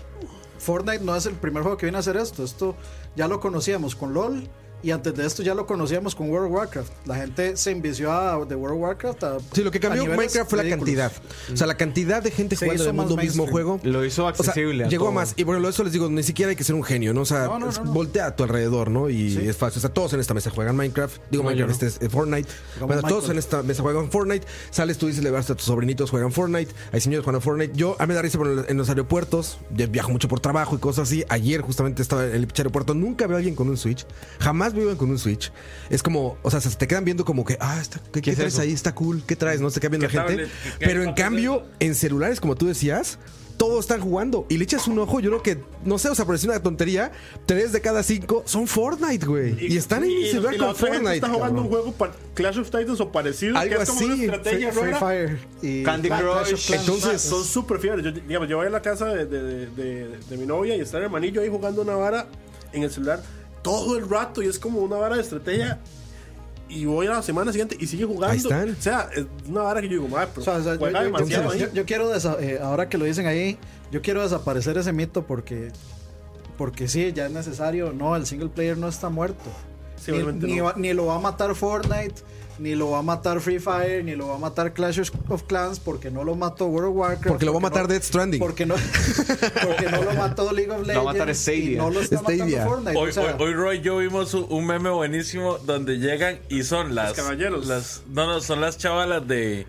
Speaker 4: Fortnite no es el primer juego que viene a hacer esto. Esto ya lo conocíamos con LOL y antes de esto ya lo conocíamos con World of Warcraft. La gente se envició a de World of Warcraft a.
Speaker 2: Sí, lo que cambió
Speaker 4: a niveles
Speaker 2: Minecraft fue la
Speaker 4: ridículos.
Speaker 2: cantidad. O sea, la cantidad de gente
Speaker 4: Se
Speaker 2: jugando en
Speaker 4: hizo
Speaker 2: el
Speaker 4: más
Speaker 2: mundo mismo
Speaker 4: mainstream.
Speaker 2: juego.
Speaker 3: Lo hizo
Speaker 2: O sea,
Speaker 3: accesible.
Speaker 2: llegó
Speaker 3: todo.
Speaker 2: a más. Y bueno, eso les digo, ni siquiera hay que ser un genio, ¿no? O sea,
Speaker 4: No, no, no, no.
Speaker 2: voltea a tu alrededor, ¿no? Y es fácil. O sea, todos en esta mesa juegan Minecraft. Digo,
Speaker 3: No, yo
Speaker 2: Minecraft, este
Speaker 3: no.
Speaker 2: es eh, Fortnite.
Speaker 4: Jugamos
Speaker 2: Bueno, todos
Speaker 4: Minecraft.
Speaker 2: en esta mesa juegan Fortnite. Sales tú dices, le vas a tus sobrinitos, juegan Fortnite. Hay señores juegan Fortnite. Yo, a mí me da risa por el- en los aeropuertos. Yo viajo mucho por trabajo y cosas así. Ayer justamente estaba en el pinche aeropuerto. Nunca veo a alguien con un Switch. Jamás veo a alguien con un Switch. Es como, o sea, se te quedan viendo como que, ah, está, ¿qué, qué
Speaker 3: es
Speaker 2: traes
Speaker 3: eso?
Speaker 2: ahí? Está cool. ¿Qué traes? No se quedan viendo la
Speaker 1: ¿Qué
Speaker 2: gente.
Speaker 1: tablet? ¿Qué- qué
Speaker 2: Pero en
Speaker 1: tablet?
Speaker 2: cambio, en celulares, como tú decías, todos están jugando. Y le echas un ojo, yo creo que, no sé, o sea, parece una tontería. Tres de cada cinco son Fortnite, güey. Y, están en
Speaker 5: y-
Speaker 2: el celular
Speaker 5: y la
Speaker 2: con
Speaker 5: otra gente
Speaker 2: Fortnite.
Speaker 5: está jugando
Speaker 2: cabrón.
Speaker 5: un juego pa- Clash of Titans o parecido,
Speaker 2: Algo
Speaker 5: que es como una
Speaker 2: así,
Speaker 5: estrategia, ¿no
Speaker 4: Free
Speaker 5: era?
Speaker 4: Fire y
Speaker 3: Candy Crush.
Speaker 2: Entonces-
Speaker 5: Ah, son súper fieles. Yo, digamos, yo voy a la casa de, de- de- de- de mi novia y está el hermanillo ahí jugando una vara en el celular todo el rato y es como una vara de estrategia. Y voy a la semana siguiente y sigue jugando.
Speaker 2: Ahí están.
Speaker 5: O sea, es una vara que yo digo, madre, pero
Speaker 4: O sea, o sea, yo,
Speaker 5: juega
Speaker 4: yo-
Speaker 5: demasiado
Speaker 4: yo-
Speaker 5: ahí".
Speaker 4: yo quiero, desa- eh, ahora que lo dicen ahí, yo quiero desaparecer ese mito porque, porque sí, ya es necesario. No, el single player no está muerto.
Speaker 5: Sí,
Speaker 4: ni,
Speaker 5: obviamente
Speaker 4: ni
Speaker 5: no.
Speaker 4: va- ni lo va a matar Fortnite, ni lo va a matar Free Fire, ni lo va a matar Clash of Clans porque no lo mató World of Warcraft.
Speaker 2: Porque lo va a matar
Speaker 4: no-
Speaker 2: Death Stranding.
Speaker 4: Porque no, porque no lo mató League of Legends.
Speaker 3: Lo va a matar Stadia.
Speaker 4: Y no lo está
Speaker 2: Stadia.
Speaker 4: matando Fortnite.
Speaker 1: Hoy,
Speaker 4: o sea,
Speaker 1: hoy- hoy Roy y yo vimos un- un meme buenísimo donde llegan y son las.
Speaker 5: caballeros.
Speaker 1: las- no, no, son las chavalas de.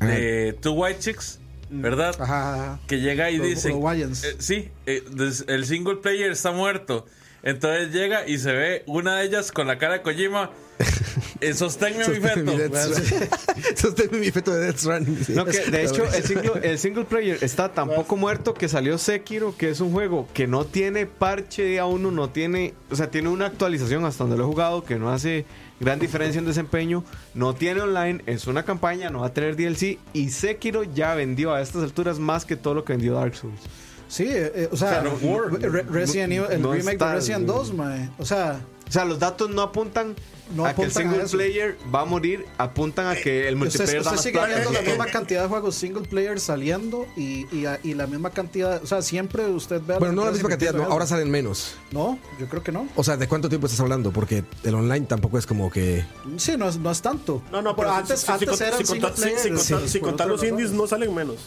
Speaker 1: de Two White Chicks,
Speaker 5: Mm.
Speaker 1: ¿verdad?
Speaker 4: ajá.
Speaker 1: Que llega y
Speaker 4: Los
Speaker 1: dice.
Speaker 4: uruguayans.
Speaker 1: eh, sí, eh, des- el single player está muerto. Entonces llega y se ve una de ellas con la cara de Kojima. eh, Sosténme a mi
Speaker 2: Sosténme
Speaker 1: feto.
Speaker 2: mi Death Stranding. Sosténme mi feto de Death Stranding. sí.
Speaker 3: No, que de hecho, el single, el single player está tan poco muerto que salió Sekiro, que es un juego que no tiene parche de a uno, no tiene. O sea, tiene una actualización hasta donde lo he jugado que no hace gran diferencia en desempeño. No tiene online, es una campaña, no va a tener DLC. Y Sekiro ya vendió a estas alturas más que todo lo que vendió Dark Souls.
Speaker 4: Sí, eh, eh, o sea,
Speaker 1: God of War.
Speaker 4: Re- Resident Evil, el
Speaker 3: No
Speaker 4: remake
Speaker 3: está,
Speaker 4: de Resident
Speaker 3: güey.
Speaker 4: 2, mae. O sea,
Speaker 3: O sea, los datos no apuntan
Speaker 4: No
Speaker 3: a que el
Speaker 4: apuntan a
Speaker 3: single
Speaker 4: eso.
Speaker 3: player va a morir, apuntan a que el multiplayer
Speaker 4: Usted,
Speaker 3: da
Speaker 4: usted
Speaker 3: más
Speaker 4: sigue
Speaker 3: plata.
Speaker 4: viendo la
Speaker 5: Este-
Speaker 4: misma cantidad de juegos single player saliendo y, y, y la misma cantidad, o sea, siempre usted ve...
Speaker 2: Bueno,
Speaker 4: a las
Speaker 2: no la
Speaker 4: empresas
Speaker 2: misma cantidad,
Speaker 4: metiendo
Speaker 2: ¿no?
Speaker 4: eso.
Speaker 2: Ahora salen menos.
Speaker 4: No, yo creo que no.
Speaker 2: O sea, ¿de cuánto tiempo estás hablando? Porque el online tampoco es como que.
Speaker 4: Sí, no es, no es tanto.
Speaker 5: No, no, pero
Speaker 4: Bueno,
Speaker 5: si-
Speaker 4: antes,
Speaker 5: si- si
Speaker 4: antes
Speaker 5: cont-
Speaker 4: eran
Speaker 5: si
Speaker 4: single
Speaker 5: contar- si-
Speaker 4: player.
Speaker 5: si contar-
Speaker 4: sí,
Speaker 5: si
Speaker 4: por
Speaker 5: contar
Speaker 4: otras
Speaker 5: los indies
Speaker 4: razones.
Speaker 5: no salen menos.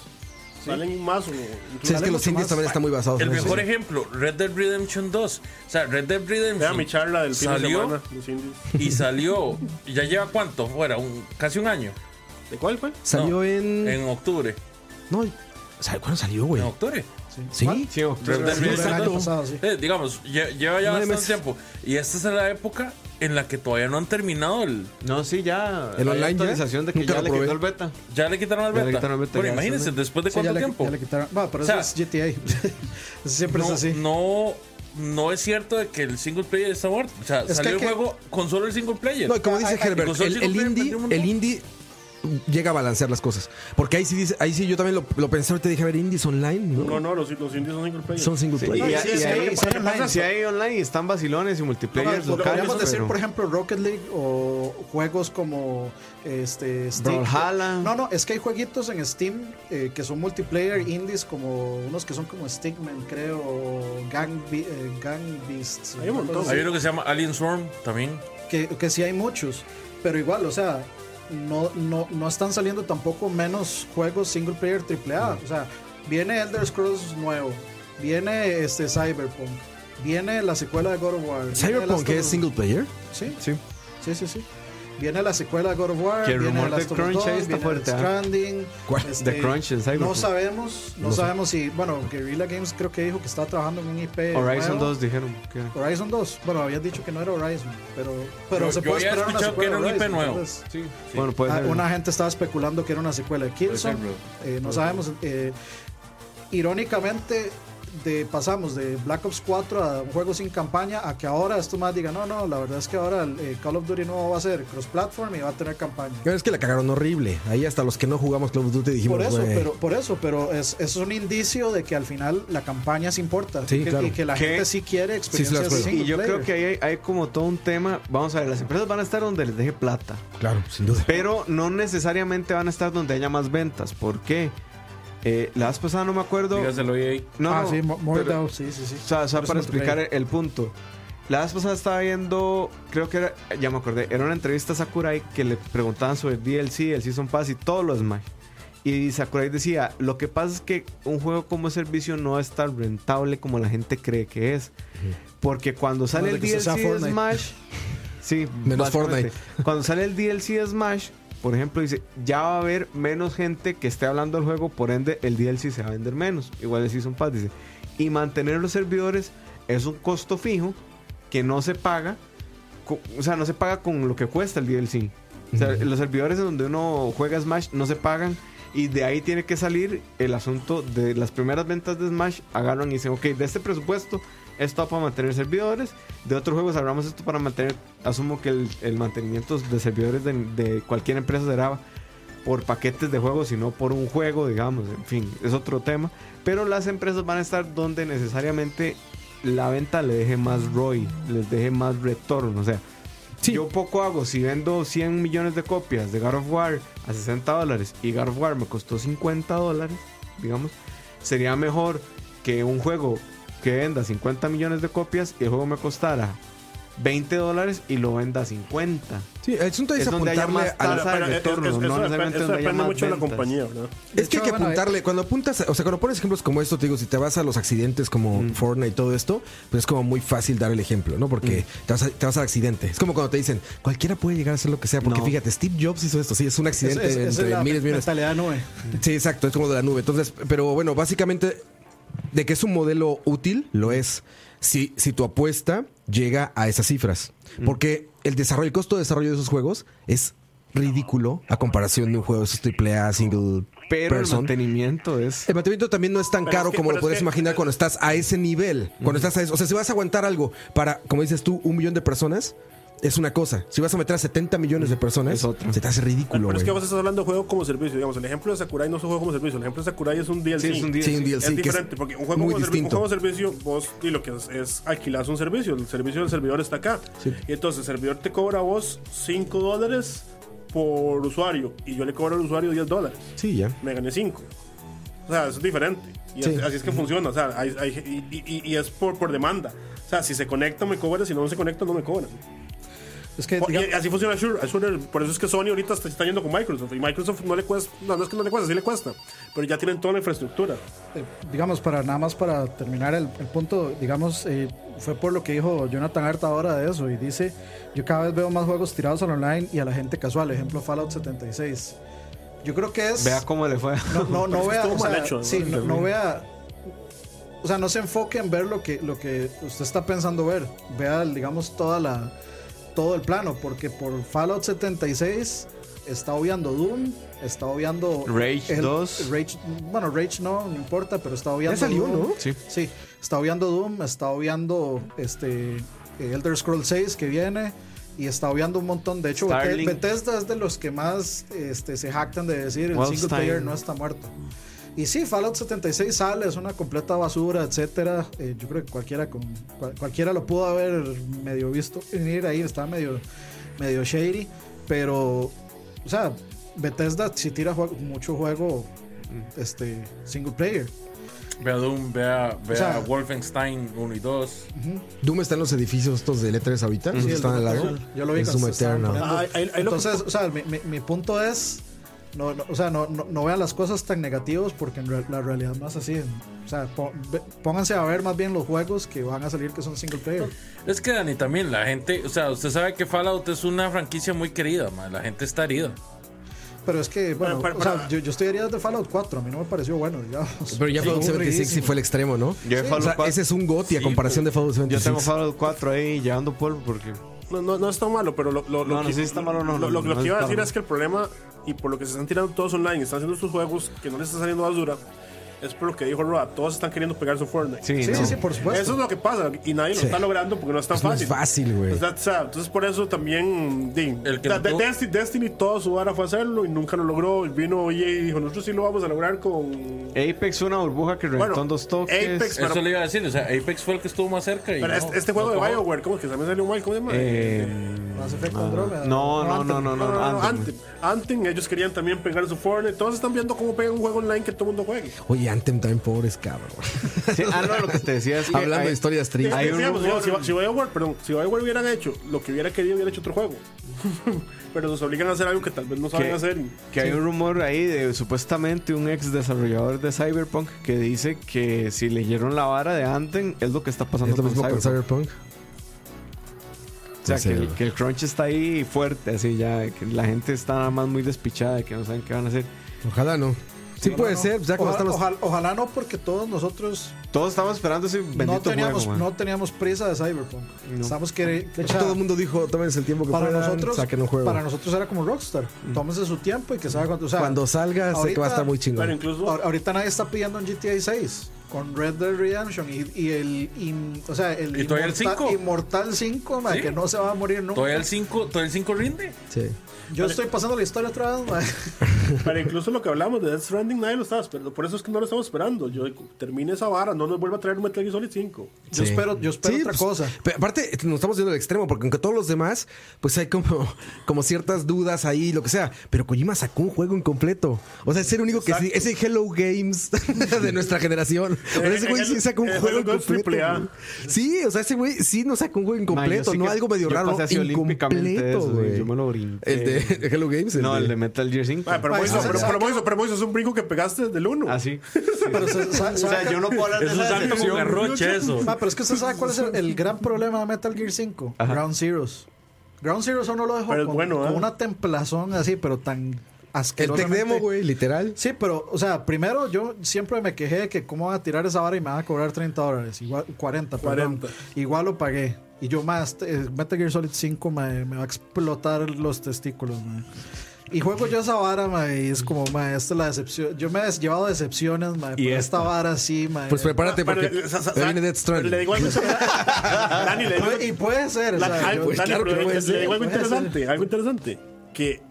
Speaker 5: Salen más o
Speaker 2: Sí, es
Speaker 5: incluso-
Speaker 2: que los
Speaker 4: mucho
Speaker 2: indies
Speaker 4: más.
Speaker 2: también están muy basados
Speaker 1: El
Speaker 2: en eso.
Speaker 1: mejor ejemplo, Red Dead Redemption 2. O sea, Red Dead
Speaker 5: Vea
Speaker 1: Redemption.
Speaker 5: mi charla del fin de
Speaker 1: salió
Speaker 5: semana, los indies.
Speaker 1: y salió. y ¿Ya lleva cuánto? Fuera, un, casi un año.
Speaker 5: ¿De cuál, cuál?
Speaker 2: Salió
Speaker 1: No,
Speaker 4: Mm.
Speaker 2: en.
Speaker 1: En octubre.
Speaker 2: No, ¿sabe ¿cuándo salió, güey?
Speaker 1: En octubre.
Speaker 2: ¿Sí?
Speaker 3: Sí,
Speaker 1: Red Dead
Speaker 4: sí,
Speaker 1: Redemption
Speaker 4: el año
Speaker 1: 2.
Speaker 4: pasado, sí.
Speaker 1: Eh, digamos, lle- lleva ya
Speaker 2: Nueve
Speaker 1: bastante
Speaker 2: meses.
Speaker 1: tiempo. Y esta es la época en la que todavía no han terminado el.
Speaker 3: No, sí, ya.
Speaker 2: ¿El
Speaker 3: hay
Speaker 2: online ya?
Speaker 3: actualización de que
Speaker 2: Nunca
Speaker 3: ya
Speaker 2: lo
Speaker 3: le
Speaker 2: probé.
Speaker 3: quitó el beta.
Speaker 1: Ya le quitaron el
Speaker 3: Ya le
Speaker 1: beta.
Speaker 3: quitaron el beta,
Speaker 1: Bueno,
Speaker 3: ya,
Speaker 1: imagínense,
Speaker 3: sí.
Speaker 1: después de
Speaker 4: Sí, ya
Speaker 1: cuánto
Speaker 4: le,
Speaker 1: tiempo.
Speaker 4: ya le quitaron. Bueno, pero
Speaker 1: O sea,
Speaker 4: eso es GTA. Eso siempre
Speaker 1: no,
Speaker 4: es así.
Speaker 1: no, no es cierto de que el single player está muerto. O sea,
Speaker 4: Es que
Speaker 1: salió el
Speaker 4: que-
Speaker 1: juego con solo el single player.
Speaker 2: No, y como dice
Speaker 1: Ay, ay, con
Speaker 2: Herbert,
Speaker 1: solo
Speaker 2: el, el
Speaker 1: single player
Speaker 2: indie,
Speaker 1: vendió un montón.
Speaker 2: el indie llega a balancear las cosas. Porque ahí sí dice, ahí sí yo también lo, lo pensé y te dije, a ver, indies online, ¿no?
Speaker 5: No, no, los, los indies son single player.
Speaker 2: Son single
Speaker 3: Sí, y,
Speaker 2: player.
Speaker 3: y-
Speaker 5: sí,
Speaker 3: y
Speaker 5: sí,
Speaker 3: hay,
Speaker 5: sí, sí,
Speaker 3: si hay online y están vacilones y multiplayers
Speaker 4: Lo
Speaker 3: locales.
Speaker 4: podríamos decir,
Speaker 3: pero-
Speaker 4: por ejemplo, Rocket League o juegos como este Steam.
Speaker 3: Brawlhalla.
Speaker 4: No, no, es que hay jueguitos en Steam eh, que son multiplayer indies, como unos que son como Stickman, creo, o Gang, Be- eh, Gang Beasts.
Speaker 5: Hay un montón.
Speaker 4: cosas así,
Speaker 1: Hay uno que se llama Alien Swarm también.
Speaker 4: Que, que sí hay muchos, pero igual, o sea, no, no, no están saliendo tampoco menos juegos single player AAA. O sea, viene Elder Scrolls nuevo, viene este Cyberpunk. Viene la secuela de God of War. viene Last
Speaker 2: Cyberpunk
Speaker 4: of
Speaker 2: es
Speaker 4: Us.
Speaker 2: single player.
Speaker 4: Sí.
Speaker 3: Sí.
Speaker 4: Sí, sí, sí. Viene la secuela de God of War.
Speaker 3: Que el
Speaker 4: viene
Speaker 3: rumor de
Speaker 4: Last of Us
Speaker 3: Crunch ahí
Speaker 4: 2,
Speaker 3: está
Speaker 4: viene
Speaker 3: fuerte,
Speaker 4: Death
Speaker 3: ¿ah?
Speaker 4: Stranding.
Speaker 2: ¿Cuál?
Speaker 4: este,
Speaker 3: The Crunch en Cyberpunk.
Speaker 4: No sabemos, no, sabemos si. Bueno, Guerrilla Games creo que dijo que estaba trabajando en un IP.
Speaker 3: Horizon
Speaker 4: nuevo.
Speaker 3: 2 dijeron que era.
Speaker 4: Horizon 2. Bueno, habías dicho que no era Horizon, pero, pero
Speaker 1: Yo-
Speaker 4: se
Speaker 1: yo
Speaker 4: puede
Speaker 1: había
Speaker 4: esperar una
Speaker 1: escuchado que
Speaker 4: secuela.
Speaker 1: era un
Speaker 4: de
Speaker 1: IP
Speaker 4: Horizon,
Speaker 1: nuevo.
Speaker 4: entonces,
Speaker 3: Bueno, puede
Speaker 4: Ah,
Speaker 3: ser.
Speaker 4: una gente estaba especulando que era una secuela de Killzone. Eh, no sabemos. eh, irónicamente, de, pasamos de Black Ops 4 a un juego sin campaña a que ahora esto más diga, no, no, la verdad es que ahora el eh, Call of Duty nuevo va a ser cross-platform y va a tener campaña.
Speaker 2: Es que la cagaron horrible. Ahí hasta los que no jugamos Call of Duty dijimos,
Speaker 4: Por eso,
Speaker 2: "Güey".
Speaker 4: pero, por eso, pero es, es un indicio de que al final la campaña sí importa
Speaker 2: Sí,
Speaker 4: y, que,
Speaker 2: claro.
Speaker 4: y que la
Speaker 3: ¿Qué?
Speaker 4: gente sí quiere
Speaker 2: las
Speaker 4: experiencias
Speaker 2: juega.
Speaker 4: single
Speaker 3: Y yo
Speaker 4: player.
Speaker 3: creo que ahí hay, hay como todo un tema. Vamos a ver, las empresas van a estar donde les deje plata.
Speaker 2: Claro, sin duda.
Speaker 3: Pero no necesariamente van a estar donde haya más ventas. ¿Por qué? Eh, la vez pasada no me acuerdo.
Speaker 1: Dígaselo EA.
Speaker 3: No,
Speaker 4: ah,
Speaker 3: no,
Speaker 4: sí, Mo- More
Speaker 3: pero-
Speaker 4: Doubt, sí, sí, sí.
Speaker 3: O sea, o sea,
Speaker 4: Pero es
Speaker 3: para
Speaker 4: un multiplayer.
Speaker 3: explicar el, el punto. La vez pasada estaba viendo, creo que era, ya me acordé, era una entrevista a Sakurai que le preguntaban sobre el DLC, el Season Pass y todo lo demás. Y Sakurai decía, lo que pasa es que un juego como servicio no es tan rentable como la gente cree que es. Porque cuando sale
Speaker 4: Más de
Speaker 3: el
Speaker 4: que usted sea
Speaker 3: DLC de
Speaker 4: Fortnite.
Speaker 3: Smash... Sí,
Speaker 2: Menos
Speaker 3: básicamente.
Speaker 2: Fortnite.
Speaker 3: Cuando sale el DLC de Smash, por ejemplo, dice, ya va a haber menos gente que esté hablando del juego, por ende el DLC se va a vender menos. Igual el Season Pass dice. Y mantener los servidores es un costo fijo que no se paga, co- o sea, no se paga con lo que cuesta el DLC. O sea, los servidores en donde uno juega Smash no se pagan y de ahí tiene que salir el asunto de las primeras ventas de Smash. Agarran y dicen, ok, de este presupuesto, esto va para mantener servidores. De otros juegos agarramos esto para mantener. Asumo que el, el mantenimiento de servidores de, de cualquier empresa será por paquetes de juegos, sino por un juego, digamos. En fin, es otro tema. Pero las empresas van a estar donde necesariamente la venta le deje más ROI, les deje más retorno. O sea, yo poco hago. Si vendo 100 millones de copias de God of War a 60 dólares y God of War me costó 50 dólares, digamos, sería mejor que un juego que venda 50 millones de copias y el juego me costara 20 dólares y lo venda a 50.
Speaker 2: Sí, el asunto es,
Speaker 3: Es donde haya
Speaker 2: apuntarle
Speaker 3: más
Speaker 2: a la-
Speaker 3: tasa. de
Speaker 5: es- es-
Speaker 3: retorno,
Speaker 5: eso
Speaker 3: no
Speaker 5: depende-
Speaker 3: necesariamente
Speaker 5: eso
Speaker 3: donde haya
Speaker 5: depende
Speaker 3: más
Speaker 5: mucho de la
Speaker 3: ventas.
Speaker 5: compañía, ¿verdad?
Speaker 4: De
Speaker 2: Es que hay que
Speaker 4: hecho, bueno,
Speaker 2: apuntarle, cuando apuntas, o sea, cuando pones ejemplos como esto, te digo, si te vas a los accidentes como Fortnite y todo esto, pues es como muy fácil dar el ejemplo, ¿no? Porque te, vas a- te vas al accidente. Es como cuando te dicen, cualquiera puede llegar a hacer lo que sea, porque
Speaker 3: No.
Speaker 2: fíjate, Steve Jobs hizo esto, sí, es un accidente
Speaker 4: Esa- esa- esa
Speaker 2: entre
Speaker 4: es la
Speaker 2: miles y miles.
Speaker 4: mentalidad nube.
Speaker 2: Sí, exacto, es como de la nube. Entonces, pero bueno, básicamente, de que es un modelo útil, lo es. Si, si tu apuesta llega a esas cifras. Porque el desarrollo, el costo de desarrollo de esos juegos es ridículo a comparación de un juego de esos AAA single
Speaker 3: Pero el
Speaker 2: person.
Speaker 3: mantenimiento es.
Speaker 2: El mantenimiento también no es tan
Speaker 5: Pero
Speaker 2: caro
Speaker 5: es que-
Speaker 2: como lo
Speaker 5: pero es
Speaker 2: puedes
Speaker 5: que-
Speaker 2: imaginar cuando estás a ese nivel. Cuando estás a eso. O sea, si vas a aguantar algo para, como dices tú, un millón de personas, es una cosa. Si vas a meter a 70 millones de personas,
Speaker 3: Es otra.
Speaker 2: se te hace ridículo,
Speaker 5: Pero es que
Speaker 2: güey.
Speaker 5: vos estás hablando de juego como servicio. Digamos, el ejemplo de Sakurai no es un juego como servicio. El ejemplo de Sakurai es un DLC.
Speaker 3: Sí, es un DLC.
Speaker 2: Sí, un DLC,
Speaker 5: Es
Speaker 2: que
Speaker 5: diferente, porque un juego,
Speaker 2: muy
Speaker 5: como servi- un
Speaker 2: distinto.
Speaker 5: juego servicio, vos y lo que es, es alquilas un servicio, el servicio del servidor está acá. Y entonces el servidor te cobra a vos 5 dólares por usuario y yo le cobro al usuario 10 dólares.
Speaker 2: Sí, ya.
Speaker 5: Me gané 5. O sea, eso es diferente. Y
Speaker 2: Sí.
Speaker 5: así, así es que funciona. O sea, hay- hay- y, y- y es por, por demanda. O sea, si se conecta me cobran, si no se conecta no me cobran.
Speaker 2: Pues,
Speaker 4: Es que,
Speaker 5: Por- y
Speaker 4: digamos,
Speaker 5: así funciona Azure. Azure, Por eso es que Sony ahorita está, está yendo con Microsoft. Y Microsoft no le cuesta. No, no es que no le cuesta, sí le cuesta. Pero ya tienen toda la infraestructura.
Speaker 4: eh, digamos, para nada más para terminar el, el punto, digamos, eh, fue por lo que dijo Jonathan Hart ahora de eso y dice, yo cada vez veo más juegos tirados al online y a la gente casual, ejemplo Fallout 76. Yo creo que es...
Speaker 3: Vea cómo le fue.
Speaker 4: no, no, no
Speaker 5: Pero
Speaker 4: vea,
Speaker 5: estuvo
Speaker 4: o
Speaker 5: mal
Speaker 4: sea,
Speaker 5: hecho,
Speaker 4: sí,
Speaker 5: ¿no?
Speaker 4: no, no vea, o sea, no se enfoque en ver lo que, lo que usted está pensando ver, vea, digamos, toda la, todo el plano, porque por Fallout 76 está obviando Doom, está obviando
Speaker 3: Rage 2.
Speaker 4: Rage, bueno, Rage no, no importa, pero está obviando
Speaker 2: salió,
Speaker 4: Doom.
Speaker 2: ¿no?
Speaker 3: Sí.
Speaker 4: Sí, está obviando Doom, está obviando este eh, Elder Scrolls 6 que viene y está obviando un montón. De hecho, Beth-
Speaker 3: Starlink.
Speaker 4: Bethesda es de los que más este, se jactan de decir el
Speaker 3: Wolfenstein.
Speaker 4: single player no está muerto. Y sí, Fallout 76 sale, es una completa basura, etcétera. Eh, yo creo que cualquiera con cual- cualquiera lo pudo haber medio visto venir ahí, está medio medio shady, pero o sea, Bethesda sí tira jue- mucho juego este single player.
Speaker 1: Vea Doom, vea, vea
Speaker 4: O sea-
Speaker 1: Wolfenstein 1 y 2.
Speaker 2: Doom está en los edificios estos de E3 ahorita, los que
Speaker 4: el
Speaker 2: están al
Speaker 4: Doom
Speaker 2: lado.
Speaker 4: Eternal. Yo lo vi
Speaker 2: Es
Speaker 4: cuando
Speaker 2: Doom
Speaker 4: se estaban
Speaker 2: Eternal.
Speaker 4: poniendo.
Speaker 5: Ah, ahí- ahí lo que-
Speaker 4: Entonces, o sea, mi, mi- mi punto es No, no, o sea, no, no, no vean las cosas tan negativas porque en real- la realidad no es así. O sea, po- ve- pónganse a ver más bien los juegos que van a salir que son single player.
Speaker 1: Es que Dani también, la gente, o sea, usted sabe que Fallout es una franquicia muy querida, ma, la gente está herida.
Speaker 4: Pero es que, bueno,
Speaker 5: Para- para-
Speaker 4: o sea,
Speaker 5: para-
Speaker 4: yo, yo estoy herido de Fallout 4, a mí no me pareció bueno, digamos.
Speaker 2: Pero ya
Speaker 4: Sí,
Speaker 2: Fallout 76 sí
Speaker 4: aburridísimo.
Speaker 2: fue el extremo, ¿no?
Speaker 3: Yo he
Speaker 2: O
Speaker 3: Fallout
Speaker 2: sea,
Speaker 3: 4.
Speaker 2: ese es un GOTI a comparación
Speaker 5: pues,
Speaker 2: de Fallout
Speaker 3: Yo
Speaker 2: 76.
Speaker 3: tengo Fallout 4 ahí llevando polvo porque.
Speaker 5: No, no, no está malo, pero lo, lo, lo
Speaker 3: No, no,
Speaker 5: que,
Speaker 3: sí está malo, no,
Speaker 5: lo,
Speaker 3: no,
Speaker 5: lo-
Speaker 3: no,
Speaker 5: lo
Speaker 3: no
Speaker 5: que iba a
Speaker 3: está
Speaker 5: decir
Speaker 3: malo.
Speaker 5: es que el problema, y por lo que se están tirando todos online, están haciendo estos juegos que no les está saliendo basura, es por lo que dijo Roa, todos están queriendo pegar su Fortnite.
Speaker 3: Sí,
Speaker 4: Sí,
Speaker 3: no.
Speaker 4: sí, sí, por supuesto.
Speaker 5: Eso es lo que pasa, y nadie lo
Speaker 2: Sí.
Speaker 5: está logrando porque no es tan
Speaker 2: Pues no es
Speaker 5: fácil.
Speaker 2: fácil, güey.
Speaker 5: Pues that's sad. Entonces por eso también di,
Speaker 1: El que
Speaker 5: da-
Speaker 1: no
Speaker 5: de-
Speaker 1: tuvo-
Speaker 5: Destiny, Destiny todo su vara fue hacerlo y nunca lo logró. Y vino EA y dijo, nosotros sí lo vamos a lograr con...
Speaker 3: Apex fue una burbuja que reventó
Speaker 5: Bueno,
Speaker 3: en dos toques.
Speaker 5: Apex- Pero-
Speaker 1: Eso le iba a decir, o sea, Apex fue el que estuvo más cerca. Y
Speaker 5: Pero
Speaker 1: no,
Speaker 5: este, este juego
Speaker 1: no
Speaker 5: de
Speaker 1: cuajó.
Speaker 5: Bioware, ¿cómo es que también salió mal? ¿Cómo se llama?
Speaker 3: Eh,
Speaker 4: Mass Effect
Speaker 3: ah,
Speaker 4: Andromeda.
Speaker 3: no, no, no,
Speaker 4: Anthem.
Speaker 3: no, no,
Speaker 5: No, no, no,
Speaker 3: Anthem.
Speaker 5: Anthem. Anthem, ellos querían también pegar su Fortnite. Todos están viendo cómo pega un juego online que todo el mundo juegue.
Speaker 2: Oye, Anthem también, pobres cabrón.
Speaker 3: Sí, ah, no, lo que te decía es que
Speaker 2: Hablando
Speaker 3: hay-
Speaker 2: de historias tristes.
Speaker 3: Hay
Speaker 5: Es que,
Speaker 3: un
Speaker 5: digamos,
Speaker 3: rumor-
Speaker 5: si, si Bioware, perdón, si Bioware hubieran hecho lo que hubiera querido, hubiera hecho otro juego. Pero nos obligan a hacer algo que tal vez no saben
Speaker 3: que,
Speaker 5: hacer.
Speaker 3: que hay un rumor ahí de supuestamente un ex desarrollador de Cyberpunk que dice que si leyeron la vara de Anthem es lo que está pasando
Speaker 2: ¿Es lo
Speaker 3: con
Speaker 2: mismo con
Speaker 3: Cyberpunk.
Speaker 2: Cyberpunk?
Speaker 3: O sea,
Speaker 2: Sí,
Speaker 3: que, el,
Speaker 2: güey.
Speaker 3: que el crunch está ahí fuerte, así ya, que la gente está nada más muy despichada, de que no saben qué van a hacer.
Speaker 2: Ojalá no. Sí
Speaker 4: Ojalá
Speaker 2: puede
Speaker 4: no.
Speaker 2: ser, pues ya como
Speaker 4: ojalá,
Speaker 2: están los...
Speaker 4: ojalá- ojalá no, porque todos nosotros
Speaker 3: Todos estamos esperando ese bendito
Speaker 4: no teníamos,
Speaker 3: juego, man.
Speaker 4: no teníamos prisa de Cyberpunk.
Speaker 3: No.
Speaker 4: Estamos que,
Speaker 2: De
Speaker 4: o
Speaker 2: hecho,
Speaker 4: sea,
Speaker 2: todo el mundo dijo, tómense el tiempo que
Speaker 4: para
Speaker 2: puedan,
Speaker 4: nosotros,
Speaker 2: saquen un juego. Mm.
Speaker 4: para nosotros era como Rockstar. Tómese su tiempo y que sabe cuánto. o sea,
Speaker 2: Cuando salga, sé que va a
Speaker 4: ahorita-
Speaker 2: estar muy chingón.
Speaker 5: Pero incluso
Speaker 4: ahor- Ahorita nadie está pidiendo un GTA 6 con Red Dead Redemption y, y el, in- o sea, el,
Speaker 1: Y todavía el
Speaker 4: inmortal,
Speaker 1: cinco.
Speaker 4: Inmortal 5, ma,
Speaker 1: Sí.
Speaker 4: que no se va a morir nunca.
Speaker 1: Todavía el 5, todavía el 5 rinde.
Speaker 2: Sí.
Speaker 4: Yo estoy pasando la historia otra vez. ma.
Speaker 5: Pero incluso lo que hablamos de Death Stranding, nadie lo estaba esperando. Por eso es que no lo estamos esperando. Yo digo, termine esa vara, no nos vuelva a traer un Metal Gear Solid 5.
Speaker 4: Yo
Speaker 2: Sí.
Speaker 4: espero, yo espero
Speaker 2: Sí,
Speaker 4: otra
Speaker 2: pues,
Speaker 4: cosa.
Speaker 2: Pero aparte, nos estamos yendo al extremo, porque aunque todos los demás, pues hay como, como ciertas dudas ahí, lo que sea. Pero Kojima sacó un juego incompleto. O sea, es el único que sí, es el Hello Games de nuestra generación. O sea, ese güey sí sacó un
Speaker 5: Eh, El- el
Speaker 2: juego
Speaker 5: juego es
Speaker 2: incompleto.
Speaker 5: triple A.
Speaker 2: güey. Sí, o sea, ese güey sí nos sacó un juego incompleto,
Speaker 3: Ma, yo sí
Speaker 2: no
Speaker 3: que-
Speaker 2: algo medio
Speaker 3: yo
Speaker 2: raro.
Speaker 3: pasé así olímpicamente
Speaker 2: Incompleto,
Speaker 3: eso,
Speaker 2: güey.
Speaker 3: Yo me lo brinqué.
Speaker 2: El de Hello Games. el
Speaker 3: No, el
Speaker 2: de-
Speaker 3: de Metal Gear 5.
Speaker 5: Ah, pero
Speaker 4: Ah,
Speaker 5: Moiso,
Speaker 4: sí,
Speaker 5: pero,
Speaker 4: sí.
Speaker 5: pero Moiso, pero Moiso, es un brinco que pegaste desde el 1.
Speaker 3: Así.
Speaker 4: Pero se- sa-
Speaker 3: O sea,
Speaker 4: sabe-
Speaker 3: yo no puedo hablar de
Speaker 1: Eso es
Speaker 3: esa
Speaker 1: algo como
Speaker 3: decepción.
Speaker 1: garroche, eso.
Speaker 4: Ma, pero es que usted sabe cuál es el, el gran problema de Metal Gear 5. Ground Zeroes. Ground Zeroes uno lo dejó
Speaker 5: Pero es
Speaker 4: con,
Speaker 5: bueno,
Speaker 4: con
Speaker 5: ¿eh?
Speaker 4: una templazón así, pero tan
Speaker 2: El
Speaker 4: asquerosa.
Speaker 2: tech demo, güey, literal.
Speaker 4: Sí, pero, o sea, primero yo siempre me quejé de que cómo van a tirar esa vara y me van a cobrar 30 dólares. Igual, 40, perdón.
Speaker 5: 40.
Speaker 4: Igual lo pagué. Y yo más, te- eh, Metal Gear Solid 5 me, me va a explotar los testículos, man. Y juego yo esa vara, ma, y
Speaker 2: Mm.
Speaker 4: es como, ma, esta es la decepción. Yo me he llevado decepciones, ma, por esta? vara sí, ma.
Speaker 2: Pues prepárate
Speaker 5: Pero,
Speaker 2: porque
Speaker 5: eh, sa- sa-
Speaker 2: ahí viene Death
Speaker 5: Le
Speaker 2: Stranding.
Speaker 5: digo algo Dani, le digo
Speaker 4: y puede ser, o
Speaker 5: La-
Speaker 4: sea,
Speaker 5: algo,
Speaker 4: yo-
Speaker 2: pues,
Speaker 5: Dani,
Speaker 2: claro que
Speaker 5: pero
Speaker 2: puede
Speaker 5: le-
Speaker 2: ser,
Speaker 5: le digo algo
Speaker 4: puede
Speaker 5: interesante, algo interesante. Que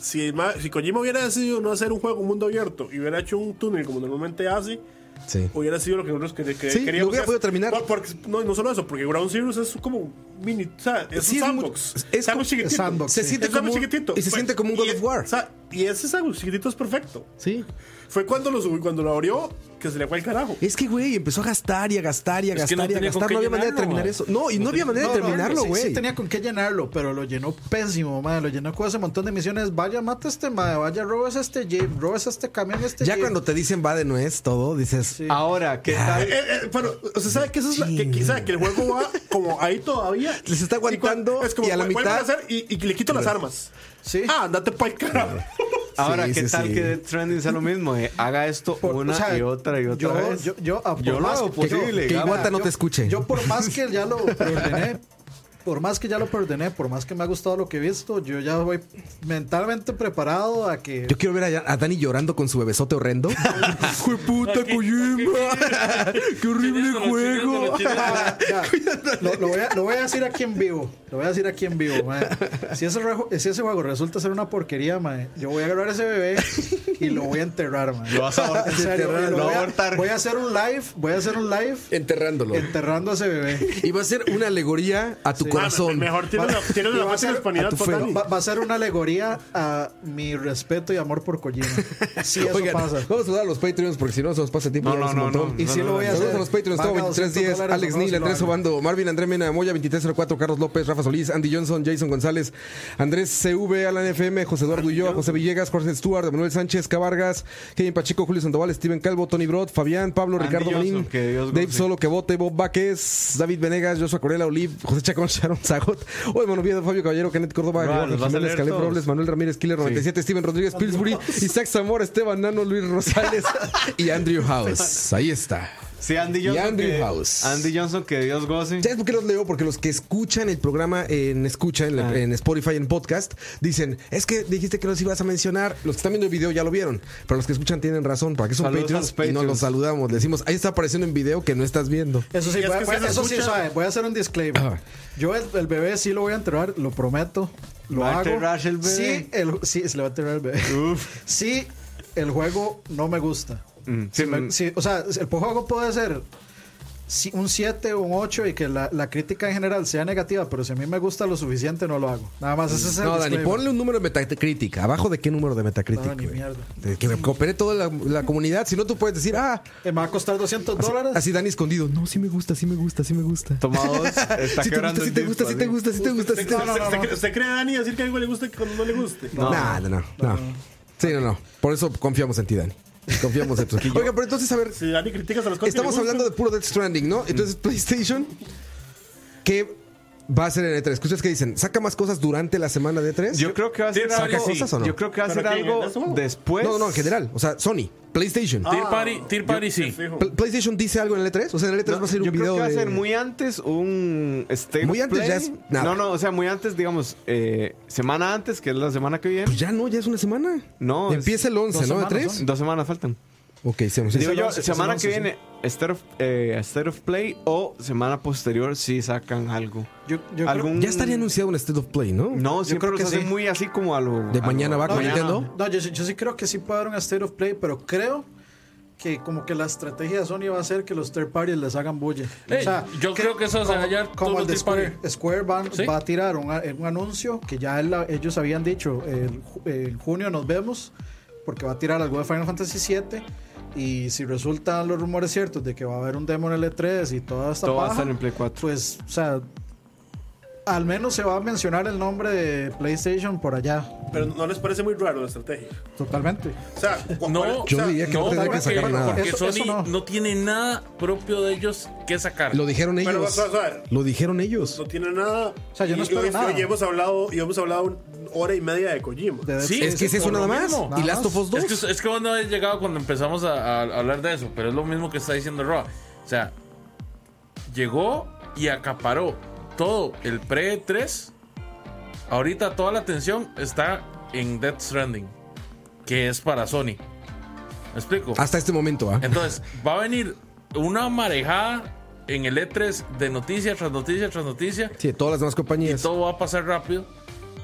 Speaker 5: si, ma- si Kojima hubiera decidido no hacer un juego mundo abierto y hubiera hecho un túnel como normalmente hace,
Speaker 2: Sí.
Speaker 5: hubiera sido lo que nosotros que, que
Speaker 2: Sí,
Speaker 5: queríamos.
Speaker 2: lo hubiera
Speaker 5: que-
Speaker 2: podido terminar.
Speaker 5: No, porque- no, y no solo eso, porque Ground Zeroes es como mini. O sea, es
Speaker 2: Sí,
Speaker 5: un
Speaker 2: es
Speaker 5: sandbox.
Speaker 2: mu- es
Speaker 5: sandbox
Speaker 2: como-
Speaker 5: chiquitito.
Speaker 4: sandbox,
Speaker 2: Se
Speaker 4: sí.
Speaker 2: siente
Speaker 5: Es algo
Speaker 2: como un-
Speaker 5: chiquitito. Pues,
Speaker 2: y se siente como un God
Speaker 5: y-
Speaker 2: of War.
Speaker 5: o sea, y ese sandbox chiquitito es perfecto.
Speaker 2: Sí.
Speaker 5: Fue cuando lo subí, cuando lo abrió, que se le fue el carajo.
Speaker 2: Es que, güey, empezó a gastar y a gastar y a
Speaker 1: Es que no
Speaker 2: gastar y a
Speaker 1: tenía con
Speaker 2: gastar.
Speaker 1: qué
Speaker 2: No había manera de
Speaker 1: llenarlo,
Speaker 2: terminar
Speaker 1: man.
Speaker 2: eso. No, y no había manera de
Speaker 4: No, no,
Speaker 2: terminarlo,
Speaker 4: sí-
Speaker 2: güey.
Speaker 4: Sí, tenía con qué llenarlo, pero lo llenó pésimo, madre. Lo llenó con ese montón de misiones. Vaya, mata a este madre, vaya, robes a este jeep, robes a este camión, a este
Speaker 2: Ya
Speaker 4: jeep.
Speaker 2: cuando te dicen va de nuez todo, dices,
Speaker 3: Ahora,
Speaker 2: Ah,
Speaker 3: ¿qué
Speaker 5: Eh,
Speaker 3: tal?
Speaker 5: eh, eh, pero, o sea, ¿sabe que eso es la, que, que- sabe que el juego va como ahí todavía?
Speaker 2: Les está aguantando y a la
Speaker 5: "Vuel- vuelve
Speaker 2: mitad-
Speaker 5: hacer y, y le quito las armas.
Speaker 4: Sí.
Speaker 5: Ah, andate pa'l carajo.
Speaker 3: Ahora,
Speaker 2: Sí,
Speaker 3: ¿qué
Speaker 2: sí,
Speaker 3: tal
Speaker 2: sí.
Speaker 3: que Death Stranding sea lo mismo? eh? Haga esto
Speaker 4: Por-
Speaker 3: una
Speaker 4: o sea,
Speaker 3: y otra y otra
Speaker 4: yo-
Speaker 3: vez.
Speaker 4: yo- yo, ah, por
Speaker 3: Yo lo
Speaker 4: más
Speaker 3: hago
Speaker 4: que- que yo-
Speaker 3: posible.
Speaker 2: que
Speaker 3: gana.
Speaker 2: Iguata no te escuche.
Speaker 4: Yo, por más que ya lo ordené, por más que ya lo ordené, por más que me ha gustado lo que he visto, yo ya voy mentalmente preparado a que.
Speaker 2: Yo quiero ver a, a Dani llorando con su bebesote horrendo. ¡Hijo de puta, Kojima! ¡Qué horrible
Speaker 1: Chillándolo,
Speaker 2: juego!
Speaker 1: chillándolo, chillándolo.
Speaker 4: Ya, lo, lo voy a, lo voy a decir aquí en vivo. Lo voy a decir aquí en vivo, mae. Si ese, rejo- si ese juego resulta ser una porquería, mae, yo voy a agarrar ese bebé y lo voy a enterrar, mae.
Speaker 3: Lo vas a abor-
Speaker 4: En serio,
Speaker 3: enterrar,
Speaker 4: lo
Speaker 3: lo
Speaker 4: voy a-
Speaker 3: abortar.
Speaker 4: Voy a hacer un live, voy a hacer un live
Speaker 5: Ah,
Speaker 2: Enterrándolo.
Speaker 4: enterrando a ese bebé.
Speaker 2: Y va a ser una alegoría a tu
Speaker 4: Sí.
Speaker 2: corazón.
Speaker 1: Ah,
Speaker 5: me- mejor tiene una, tiene una
Speaker 4: Va a
Speaker 5: parte de
Speaker 4: ser-
Speaker 5: hispanidad
Speaker 2: a tu
Speaker 5: por
Speaker 2: fe.
Speaker 5: Dani.
Speaker 4: Va, va a ser una alegoría a mi respeto y amor por Kojima. Si eso
Speaker 2: Oigan,
Speaker 4: pasa.
Speaker 2: vamos a saludar a los Patreons porque si no se nos pasa el tiempo.
Speaker 3: No,
Speaker 2: ya
Speaker 3: no,
Speaker 2: es un
Speaker 3: no,
Speaker 2: montón.
Speaker 3: no.
Speaker 4: Y si lo voy a hacer.
Speaker 2: Saludos a los Patreons,
Speaker 4: Paga
Speaker 2: Toby, 3
Speaker 4: 200
Speaker 2: días,
Speaker 4: dólares,
Speaker 2: Alex
Speaker 4: ojalá
Speaker 2: Neil,
Speaker 4: se lo
Speaker 2: Andrés
Speaker 4: hagan.
Speaker 2: Obando, Marvin André Mena, Moya 2304, Carlos López, Rafa Solís, Andy Johnson, Jason González, Andrés CV, Alan FM, José Eduardo Ulloa, José Villegas, Jorge Stewart, Manuel Sánchez, Cabargas, Kevin Pacheco, Julio Sandoval, Steven Calvo, Tony Brod, Fabián, Pablo,
Speaker 3: Andy
Speaker 2: Ricardo
Speaker 3: Johnson,
Speaker 2: Marín,
Speaker 3: que Dios
Speaker 2: Dave
Speaker 3: goce.
Speaker 2: Solo, Que Bote, Bob Vázquez, David Venegas, Joshua Corella, Olive, José Chacón, Sharon Zagot, Hoy Manoviedo, Fabio Caballero, Kenneth Córdoba,
Speaker 3: Bueno,
Speaker 2: Eduardo
Speaker 3: los vas a
Speaker 2: Jiménez,
Speaker 3: leer
Speaker 2: Caleb
Speaker 3: todos.
Speaker 2: Robles, Manuel Ramírez, Killer 97, Steven Rodríguez, Pillsbury, Isaac Zamora, Esteban Nano, Luis Rosales y Andrew House. Ahí está.
Speaker 3: Sí, Andy
Speaker 2: Y
Speaker 3: Johnson.
Speaker 2: Andrew
Speaker 3: que,
Speaker 2: House.
Speaker 3: Andy Johnson, que Dios goce.
Speaker 2: ¿Sabes por qué los leo? Porque los que escuchan el programa en escucha, en, la-
Speaker 3: Ah.
Speaker 2: en Spotify, en podcast, dicen, es que dijiste que los ibas a mencionar. Los que están viendo el video ya lo vieron, pero los que escuchan tienen razón. ¿Para qué son
Speaker 3: Saludos a
Speaker 2: Patreons?
Speaker 3: los
Speaker 2: Y nos los
Speaker 3: Patreons.
Speaker 2: saludamos. Le decimos, ahí está apareciendo en video que no estás viendo.
Speaker 4: Eso sí,
Speaker 5: Y es
Speaker 4: voy a-
Speaker 5: que
Speaker 4: voy a-
Speaker 5: si se
Speaker 4: eso sí,
Speaker 5: escucha-
Speaker 4: sabe, voy a hacer un disclaimer.
Speaker 2: Ajá.
Speaker 4: Yo el, el bebé sí lo voy a enterrar, lo prometo. Lo
Speaker 3: Va a
Speaker 4: hago.
Speaker 3: enterrar el bebé.
Speaker 4: Sí, el- sí, se le va a enterrar el bebé.
Speaker 3: Uf.
Speaker 4: Sí, el juego no me gusta.
Speaker 3: Mm, sí,
Speaker 4: Si me-
Speaker 3: mm.
Speaker 4: si- o sea, el juego puede ser si- un 7 o un 8 y que la, la crítica en general sea negativa, pero si a mí me gusta lo suficiente, no lo hago. Nada más, ese es el
Speaker 2: No, Dani,
Speaker 4: disclaimer.
Speaker 2: ponle un número de Metacritic. ¿Abajo de qué número de Metacritic?
Speaker 4: No, ni
Speaker 2: güey?
Speaker 4: mierda.
Speaker 2: De Que coopere toda la, la comunidad. Si no, tú puedes decir, ah,
Speaker 4: Eh, me va a costar 200 dólares.
Speaker 2: así Dani escondido. No, sí me gusta, sí me gusta, sí me gusta.
Speaker 3: Toma dos. Está
Speaker 2: Sí te gusta,
Speaker 3: quebrando
Speaker 2: sí te gusta, sí te gusta, sí te gusta, sí te gusta.
Speaker 5: ¿Usted- usted- ¿Usted cree, Dani, decir que algo le guste cuando no le guste?
Speaker 2: No, no, no, no. Sí, no, no. Por eso confiamos en ti, Dani. Confiamos en ti. Oiga, pero entonces, a ver,
Speaker 5: Si Dani criticas a las cosas
Speaker 2: estamos hablando de puro Death Stranding, ¿no? Entonces, PlayStation, ¿qué va a hacer en E3? ¿Escuchas que dicen? ¿Saca más cosas durante la semana de E E3?
Speaker 3: Yo creo que va a ser
Speaker 1: ¿Saca
Speaker 3: algo.
Speaker 2: cosas o no?
Speaker 3: Yo creo que va a
Speaker 5: ¿Pero
Speaker 3: ser
Speaker 5: quién? ¿En eso?
Speaker 3: algo después.
Speaker 2: No, no, en general. O sea, Sony, PlayStation.
Speaker 3: Ah.
Speaker 1: Tear Party, Tear Party sí.
Speaker 2: Pl- ¿PlayStation dice algo en el E3? O sea, en el E3
Speaker 3: No,
Speaker 2: Este va a salir
Speaker 3: yo
Speaker 2: un video
Speaker 3: creo que va a
Speaker 2: de-
Speaker 3: ser muy antes un state
Speaker 2: Muy
Speaker 3: of
Speaker 2: antes
Speaker 3: play.
Speaker 2: ya es nada.
Speaker 3: No, no, o sea, muy antes, digamos, eh, semana antes, que es la semana que viene.
Speaker 2: Pues ya no, ya es una semana.
Speaker 3: No, es-
Speaker 2: Empieza el 11,
Speaker 4: dos
Speaker 2: ¿no?
Speaker 4: semanas
Speaker 2: ¿E3?
Speaker 4: son.
Speaker 3: Dos semanas faltan.
Speaker 2: Ok, sí, vamos.
Speaker 3: Digo
Speaker 4: el
Speaker 3: yo,
Speaker 4: 11, es el
Speaker 3: semana
Speaker 4: 11,
Speaker 3: que viene, state of, eh, State of Play o semana posterior si sacan algo.
Speaker 4: Yo- yo creo-
Speaker 3: Algún-
Speaker 2: Ya estaría anunciado un State of Play, ¿no?
Speaker 3: No, siempre
Speaker 4: creo
Speaker 3: los
Speaker 4: que
Speaker 3: hacen
Speaker 4: sí.
Speaker 3: muy así como a lo.
Speaker 2: De
Speaker 3: a lo-
Speaker 2: mañana va con
Speaker 4: mañana.
Speaker 2: Nintendo.
Speaker 4: No, yo, sí- yo sí creo que sí puede haber un State of Play, pero creo que como que la estrategia de Sony va a ser que los third parties les hagan bulla.
Speaker 1: Eh, yo creo que eso se va a hallar
Speaker 4: como
Speaker 1: todos
Speaker 4: el de
Speaker 1: los third
Speaker 4: Square, Square va,
Speaker 1: Sí.
Speaker 4: va a tirar un, a- un anuncio que ya el- ellos habían dicho, el ju- en junio nos vemos, porque va a tirar algo de Final Fantasy VII. Y si resultan los rumores ciertos de que va a haber un demo en el E3 y toda esta
Speaker 3: Todo va a
Speaker 4: paja,
Speaker 3: estar en Play 4.
Speaker 4: pues, o sea, al menos se va a mencionar el nombre de PlayStation por allá.
Speaker 5: Pero no les parece muy raro la estrategia.
Speaker 4: Totalmente.
Speaker 5: O sea, cu-
Speaker 1: No,
Speaker 5: cuál- o sea,
Speaker 2: diría que no
Speaker 1: no,
Speaker 2: tendría que
Speaker 1: porque,
Speaker 2: sacar nada.
Speaker 1: porque
Speaker 4: Eso-
Speaker 1: Sony
Speaker 4: eso
Speaker 1: no.
Speaker 4: no.
Speaker 1: tiene nada propio de ellos que sacar.
Speaker 2: Lo dijeron
Speaker 5: Pero,
Speaker 2: ellos.
Speaker 5: o sea, o sea,
Speaker 2: Lo dijeron ellos.
Speaker 5: no tiene nada. O
Speaker 4: sea, yo no espero nada.
Speaker 5: Y hemos hablado, y hemos hablado una hora y media de Kojima.
Speaker 4: De-
Speaker 1: Sí,
Speaker 2: Es que es eso
Speaker 1: por
Speaker 2: nada
Speaker 1: lo
Speaker 2: más.
Speaker 1: mismo.
Speaker 2: Y
Speaker 4: Nada
Speaker 2: Last of Us 2.
Speaker 1: Es que, es que vos no habías llegado cuando empezamos a, a hablar de eso, pero es lo mismo que está diciendo Roa. O sea, llegó y acaparó todo el pre-3. Ahorita toda la atención está en Death Stranding, que es para Sony. ¿Me explico?
Speaker 2: Hasta este momento, ¿ah?
Speaker 1: Entonces, va a venir una marejada en el E3 de noticia tras noticia tras noticia.
Speaker 2: Sí, todas las demás
Speaker 1: Y
Speaker 2: compañías.
Speaker 1: todo va a pasar rápido.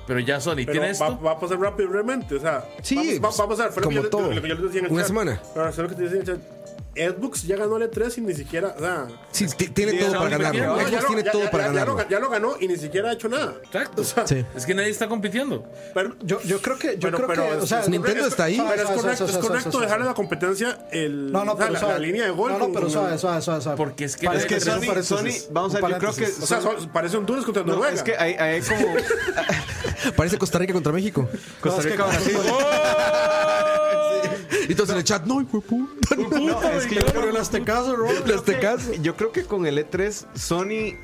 Speaker 1: Pero ya Sony
Speaker 5: Pero
Speaker 1: tiene
Speaker 5: va,
Speaker 1: esto.
Speaker 5: va a pasar rápido realmente. O sea,
Speaker 2: Sí,
Speaker 5: vamos,
Speaker 2: pues,
Speaker 5: va- va a pasar. Fue lo que
Speaker 2: como
Speaker 5: yo le-
Speaker 2: todo.
Speaker 5: lo que yo les decía en el
Speaker 2: Una
Speaker 5: chat.
Speaker 2: semana.
Speaker 5: Pero eso es lo que te decía en el chat. Xbox ya ganó el E3 y ni siquiera. O sea,
Speaker 2: Sí, t- tiene todo
Speaker 1: no,
Speaker 2: para
Speaker 1: no,
Speaker 2: ganarlo.
Speaker 1: no,
Speaker 5: ya
Speaker 2: Xbox
Speaker 5: lo-
Speaker 2: tiene
Speaker 5: ya-
Speaker 2: todo
Speaker 5: ya-
Speaker 2: para
Speaker 5: ya- ya lo-
Speaker 2: ganarlo.
Speaker 5: Ya lo ganó y ni siquiera ha hecho nada.
Speaker 1: Exacto.
Speaker 5: O sea,
Speaker 2: Sí.
Speaker 1: Es que nadie está compitiendo.
Speaker 5: Pero,
Speaker 4: Yo, yo creo que. Yo
Speaker 5: Pero-
Speaker 4: creo
Speaker 5: pero
Speaker 4: que o sea,
Speaker 5: es- es
Speaker 2: Nintendo
Speaker 5: correcto-
Speaker 2: está ahí.
Speaker 5: Pero es
Speaker 4: Suave, suave,
Speaker 5: correcto, es
Speaker 4: suave,
Speaker 5: correcto
Speaker 4: suave,
Speaker 5: dejarle a
Speaker 4: suave.
Speaker 5: la competencia el,
Speaker 4: No, no,
Speaker 5: o sea,
Speaker 4: pero
Speaker 5: la,
Speaker 4: suave.
Speaker 5: la línea de gol.
Speaker 4: No, no,
Speaker 5: con-
Speaker 4: pero
Speaker 5: con-
Speaker 4: suave, suave, suave, suave.
Speaker 1: Porque es que-
Speaker 4: Parece
Speaker 1: Es que
Speaker 4: un
Speaker 1: Sony-
Speaker 4: paréntesis,
Speaker 3: Sony- vamos a ver,
Speaker 4: un
Speaker 3: yo creo que
Speaker 4: paréntesis.
Speaker 5: O sea, son- parece Honduras contra
Speaker 3: No,
Speaker 5: Noruega.
Speaker 3: es que hay, hay como
Speaker 2: Parece Costa Rica contra México.
Speaker 3: Costa
Speaker 4: es que-
Speaker 3: Rica, Brasil.
Speaker 2: Y todos en el chat, no, hijo de puta.
Speaker 3: No, es que yo creo-
Speaker 4: Pero en este caso, Rob,
Speaker 2: En este caso.
Speaker 3: Yo creo que con el E3, Sony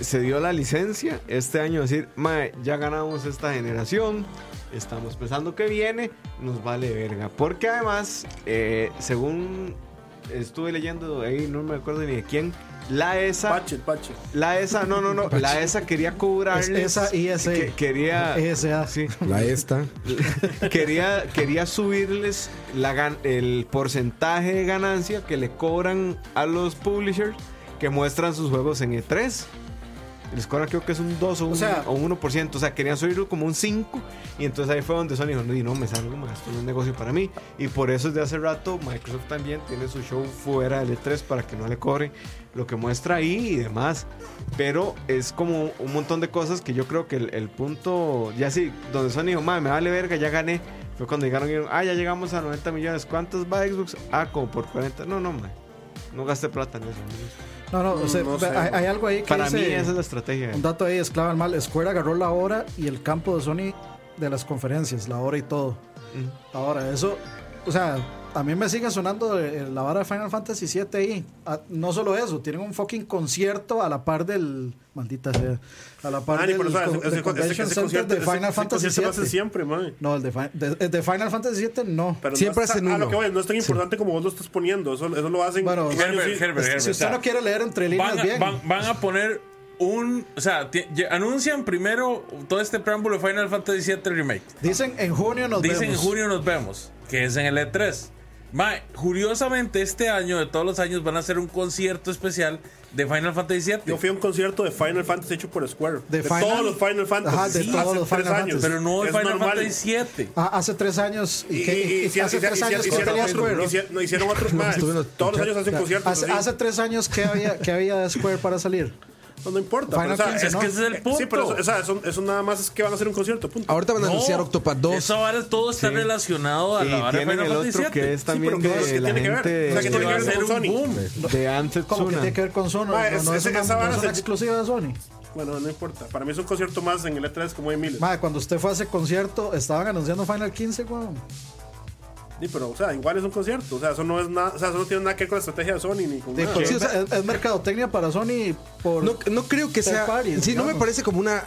Speaker 3: se dio la licencia este año de decir, mae, ya ganamos esta generación, estamos pensando que viene, nos vale verga. Porque además, eh, según estuve leyendo, ahí no me acuerdo ni de quién, la ESA...
Speaker 5: Pache, pache.
Speaker 3: La ESA, no, no, no, la ESA quería cobrarles...
Speaker 4: Es ESA, ISA.
Speaker 3: que- quería...
Speaker 4: ESA.
Speaker 3: Sí,
Speaker 2: La esta.
Speaker 3: quería, quería subirles la gan- el porcentaje de E ganancia que le cobran a los publishers que muestran sus juegos en E3. El score creo que es un 2 o un,
Speaker 4: sea-
Speaker 3: o un 1%. O sea, querían subirlo como un 5. Y entonces ahí fue donde Sony dijo, no, y no me salgo, más, esto no es un negocio para mí. Y por eso desde hace rato Microsoft también tiene su show fuera del E3 para que no le cobre lo que muestra ahí y demás. Pero es como un montón de cosas que yo creo que el, el punto, ya sí, donde Sony dijo, madre, me vale verga, ya gané. Fue cuando llegaron y dijeron, ah, ya llegamos a 90 millones. ¿Cuántas va Xbox? Ah, como por 40. No, no, madre. No gasté plata en eso.
Speaker 4: No, no, o sea,
Speaker 5: Ah, No sé.
Speaker 4: hay, hay algo ahí que
Speaker 3: Para
Speaker 4: dice-
Speaker 3: mí esa es la estrategia.
Speaker 4: Un dato ahí, esclava al mal. Square agarró la hora y el campo de Sony de las conferencias, la hora y todo.
Speaker 3: Ujú.
Speaker 5: Mm.
Speaker 4: Ahora, eso, o sea, a mí me sigue sonando eh, la vara de Final Fantasy VII ahí. Ah, no solo eso, tienen un fucking concierto a la par del. Maldita sea. A la par
Speaker 5: Ah, ni
Speaker 4: del,
Speaker 5: por eso,
Speaker 4: co-
Speaker 5: ese-
Speaker 4: del
Speaker 5: ese- ese-
Speaker 4: Convention
Speaker 5: ese
Speaker 4: Center
Speaker 5: concierto-
Speaker 4: de
Speaker 5: ese-
Speaker 4: Final
Speaker 5: ese
Speaker 4: Fantasy
Speaker 5: concierto lo hacen
Speaker 4: VII.
Speaker 5: siempre, mae.
Speaker 4: No, el de, fi- de- el de Final Fantasy VII no.
Speaker 5: Pero
Speaker 2: Siempre
Speaker 5: no es
Speaker 2: hacen
Speaker 5: tan- a
Speaker 2: uno.
Speaker 5: lo que voy, no es tan importante como vos lo estás poniendo. Eso, eso lo hacen.
Speaker 4: Bueno,
Speaker 5: años
Speaker 1: Herbert,
Speaker 5: sí.
Speaker 1: Herbert, Herbert,
Speaker 4: si
Speaker 1: o
Speaker 4: usted
Speaker 1: sea,
Speaker 4: no quiere leer entre líneas,
Speaker 1: van, a,
Speaker 4: bien.
Speaker 1: van- van a poner un. O sea, ti- ya anuncian primero todo este preámbulo de Final Fantasy VII Remake.
Speaker 4: Dicen en junio nos
Speaker 1: Dicen en
Speaker 4: vemos.
Speaker 1: junio nos vemos, que es en el E3. Mae, curiosamente este año, de todos los años, van a hacer un concierto especial de Final Fantasy VII.
Speaker 5: Yo fui a un concierto de Final Fantasy hecho por Square.
Speaker 4: De
Speaker 5: De,
Speaker 4: Final-
Speaker 5: todos los Final Fantasy.
Speaker 4: Ajá, de
Speaker 5: sí,
Speaker 4: todos
Speaker 5: hace
Speaker 4: los
Speaker 5: tres
Speaker 4: Final
Speaker 5: años.
Speaker 4: Fantasy.
Speaker 1: pero no de
Speaker 5: Es
Speaker 1: Final
Speaker 5: normal.
Speaker 1: Fantasy VII.
Speaker 4: Ah, hace tres años. ¿Y,
Speaker 5: Y,
Speaker 4: qué- y-
Speaker 5: y- y-
Speaker 4: hace
Speaker 5: hicieron-
Speaker 4: tres años que
Speaker 5: hicieron
Speaker 4: tenía
Speaker 5: otro-
Speaker 4: Square?
Speaker 5: hici- no, hicieron otros más.
Speaker 2: estuvieron
Speaker 5: Todos los años hacen conciertos.
Speaker 4: Hace,
Speaker 5: así.
Speaker 4: hace tres años que había, que había de Square para salir.
Speaker 5: No, no importa.
Speaker 4: Final
Speaker 5: pero, o sea,
Speaker 4: 15,
Speaker 5: eh,
Speaker 4: ¿no?
Speaker 1: Es que ese es el punto.
Speaker 5: Sí, pero eso, o sea, eso, eso nada más es que van a hacer un concierto, punto.
Speaker 2: Ahorita van a anunciar Octopath 2.
Speaker 1: Esa vara todo está relacionado a la
Speaker 3: Y
Speaker 1: vara de
Speaker 3: tienen
Speaker 1: Final
Speaker 3: el
Speaker 1: Fantasy
Speaker 3: otro que
Speaker 1: VII.
Speaker 3: es también
Speaker 5: pero ¿qué es
Speaker 3: de
Speaker 5: que
Speaker 3: la
Speaker 5: tiene que ver?
Speaker 3: gente
Speaker 5: O sea, que
Speaker 1: Este
Speaker 5: tiene
Speaker 1: va a
Speaker 5: que ver
Speaker 1: ser
Speaker 5: con
Speaker 1: un
Speaker 5: Sony.
Speaker 1: boom.
Speaker 3: de Anthem
Speaker 4: Como que
Speaker 3: Tsuna.
Speaker 4: tiene que ver con Sony.
Speaker 5: Ma,
Speaker 4: no,
Speaker 5: es-
Speaker 4: no es
Speaker 5: ese-
Speaker 4: una,
Speaker 5: esa
Speaker 4: no
Speaker 5: vara
Speaker 4: es una
Speaker 5: se-
Speaker 4: exclusiva de Sony.
Speaker 5: Bueno, no importa. Para mí es un concierto más en el E3 como hay miles.
Speaker 4: Ma, cuando usted fue a ese concierto, estaban anunciando Final 15, weón.
Speaker 5: Sí, pero, o sea, igual es un concierto. O sea, eso no es nada, o sea, eso no tiene nada que ver con la estrategia de Sony ni con
Speaker 4: De-
Speaker 5: nada.
Speaker 4: sí, o sea, es, es mercadotecnia para Sony por
Speaker 2: No, no creo que
Speaker 4: third
Speaker 2: sea.
Speaker 4: parties,
Speaker 2: sí, no me
Speaker 4: digamos.
Speaker 2: parece como una.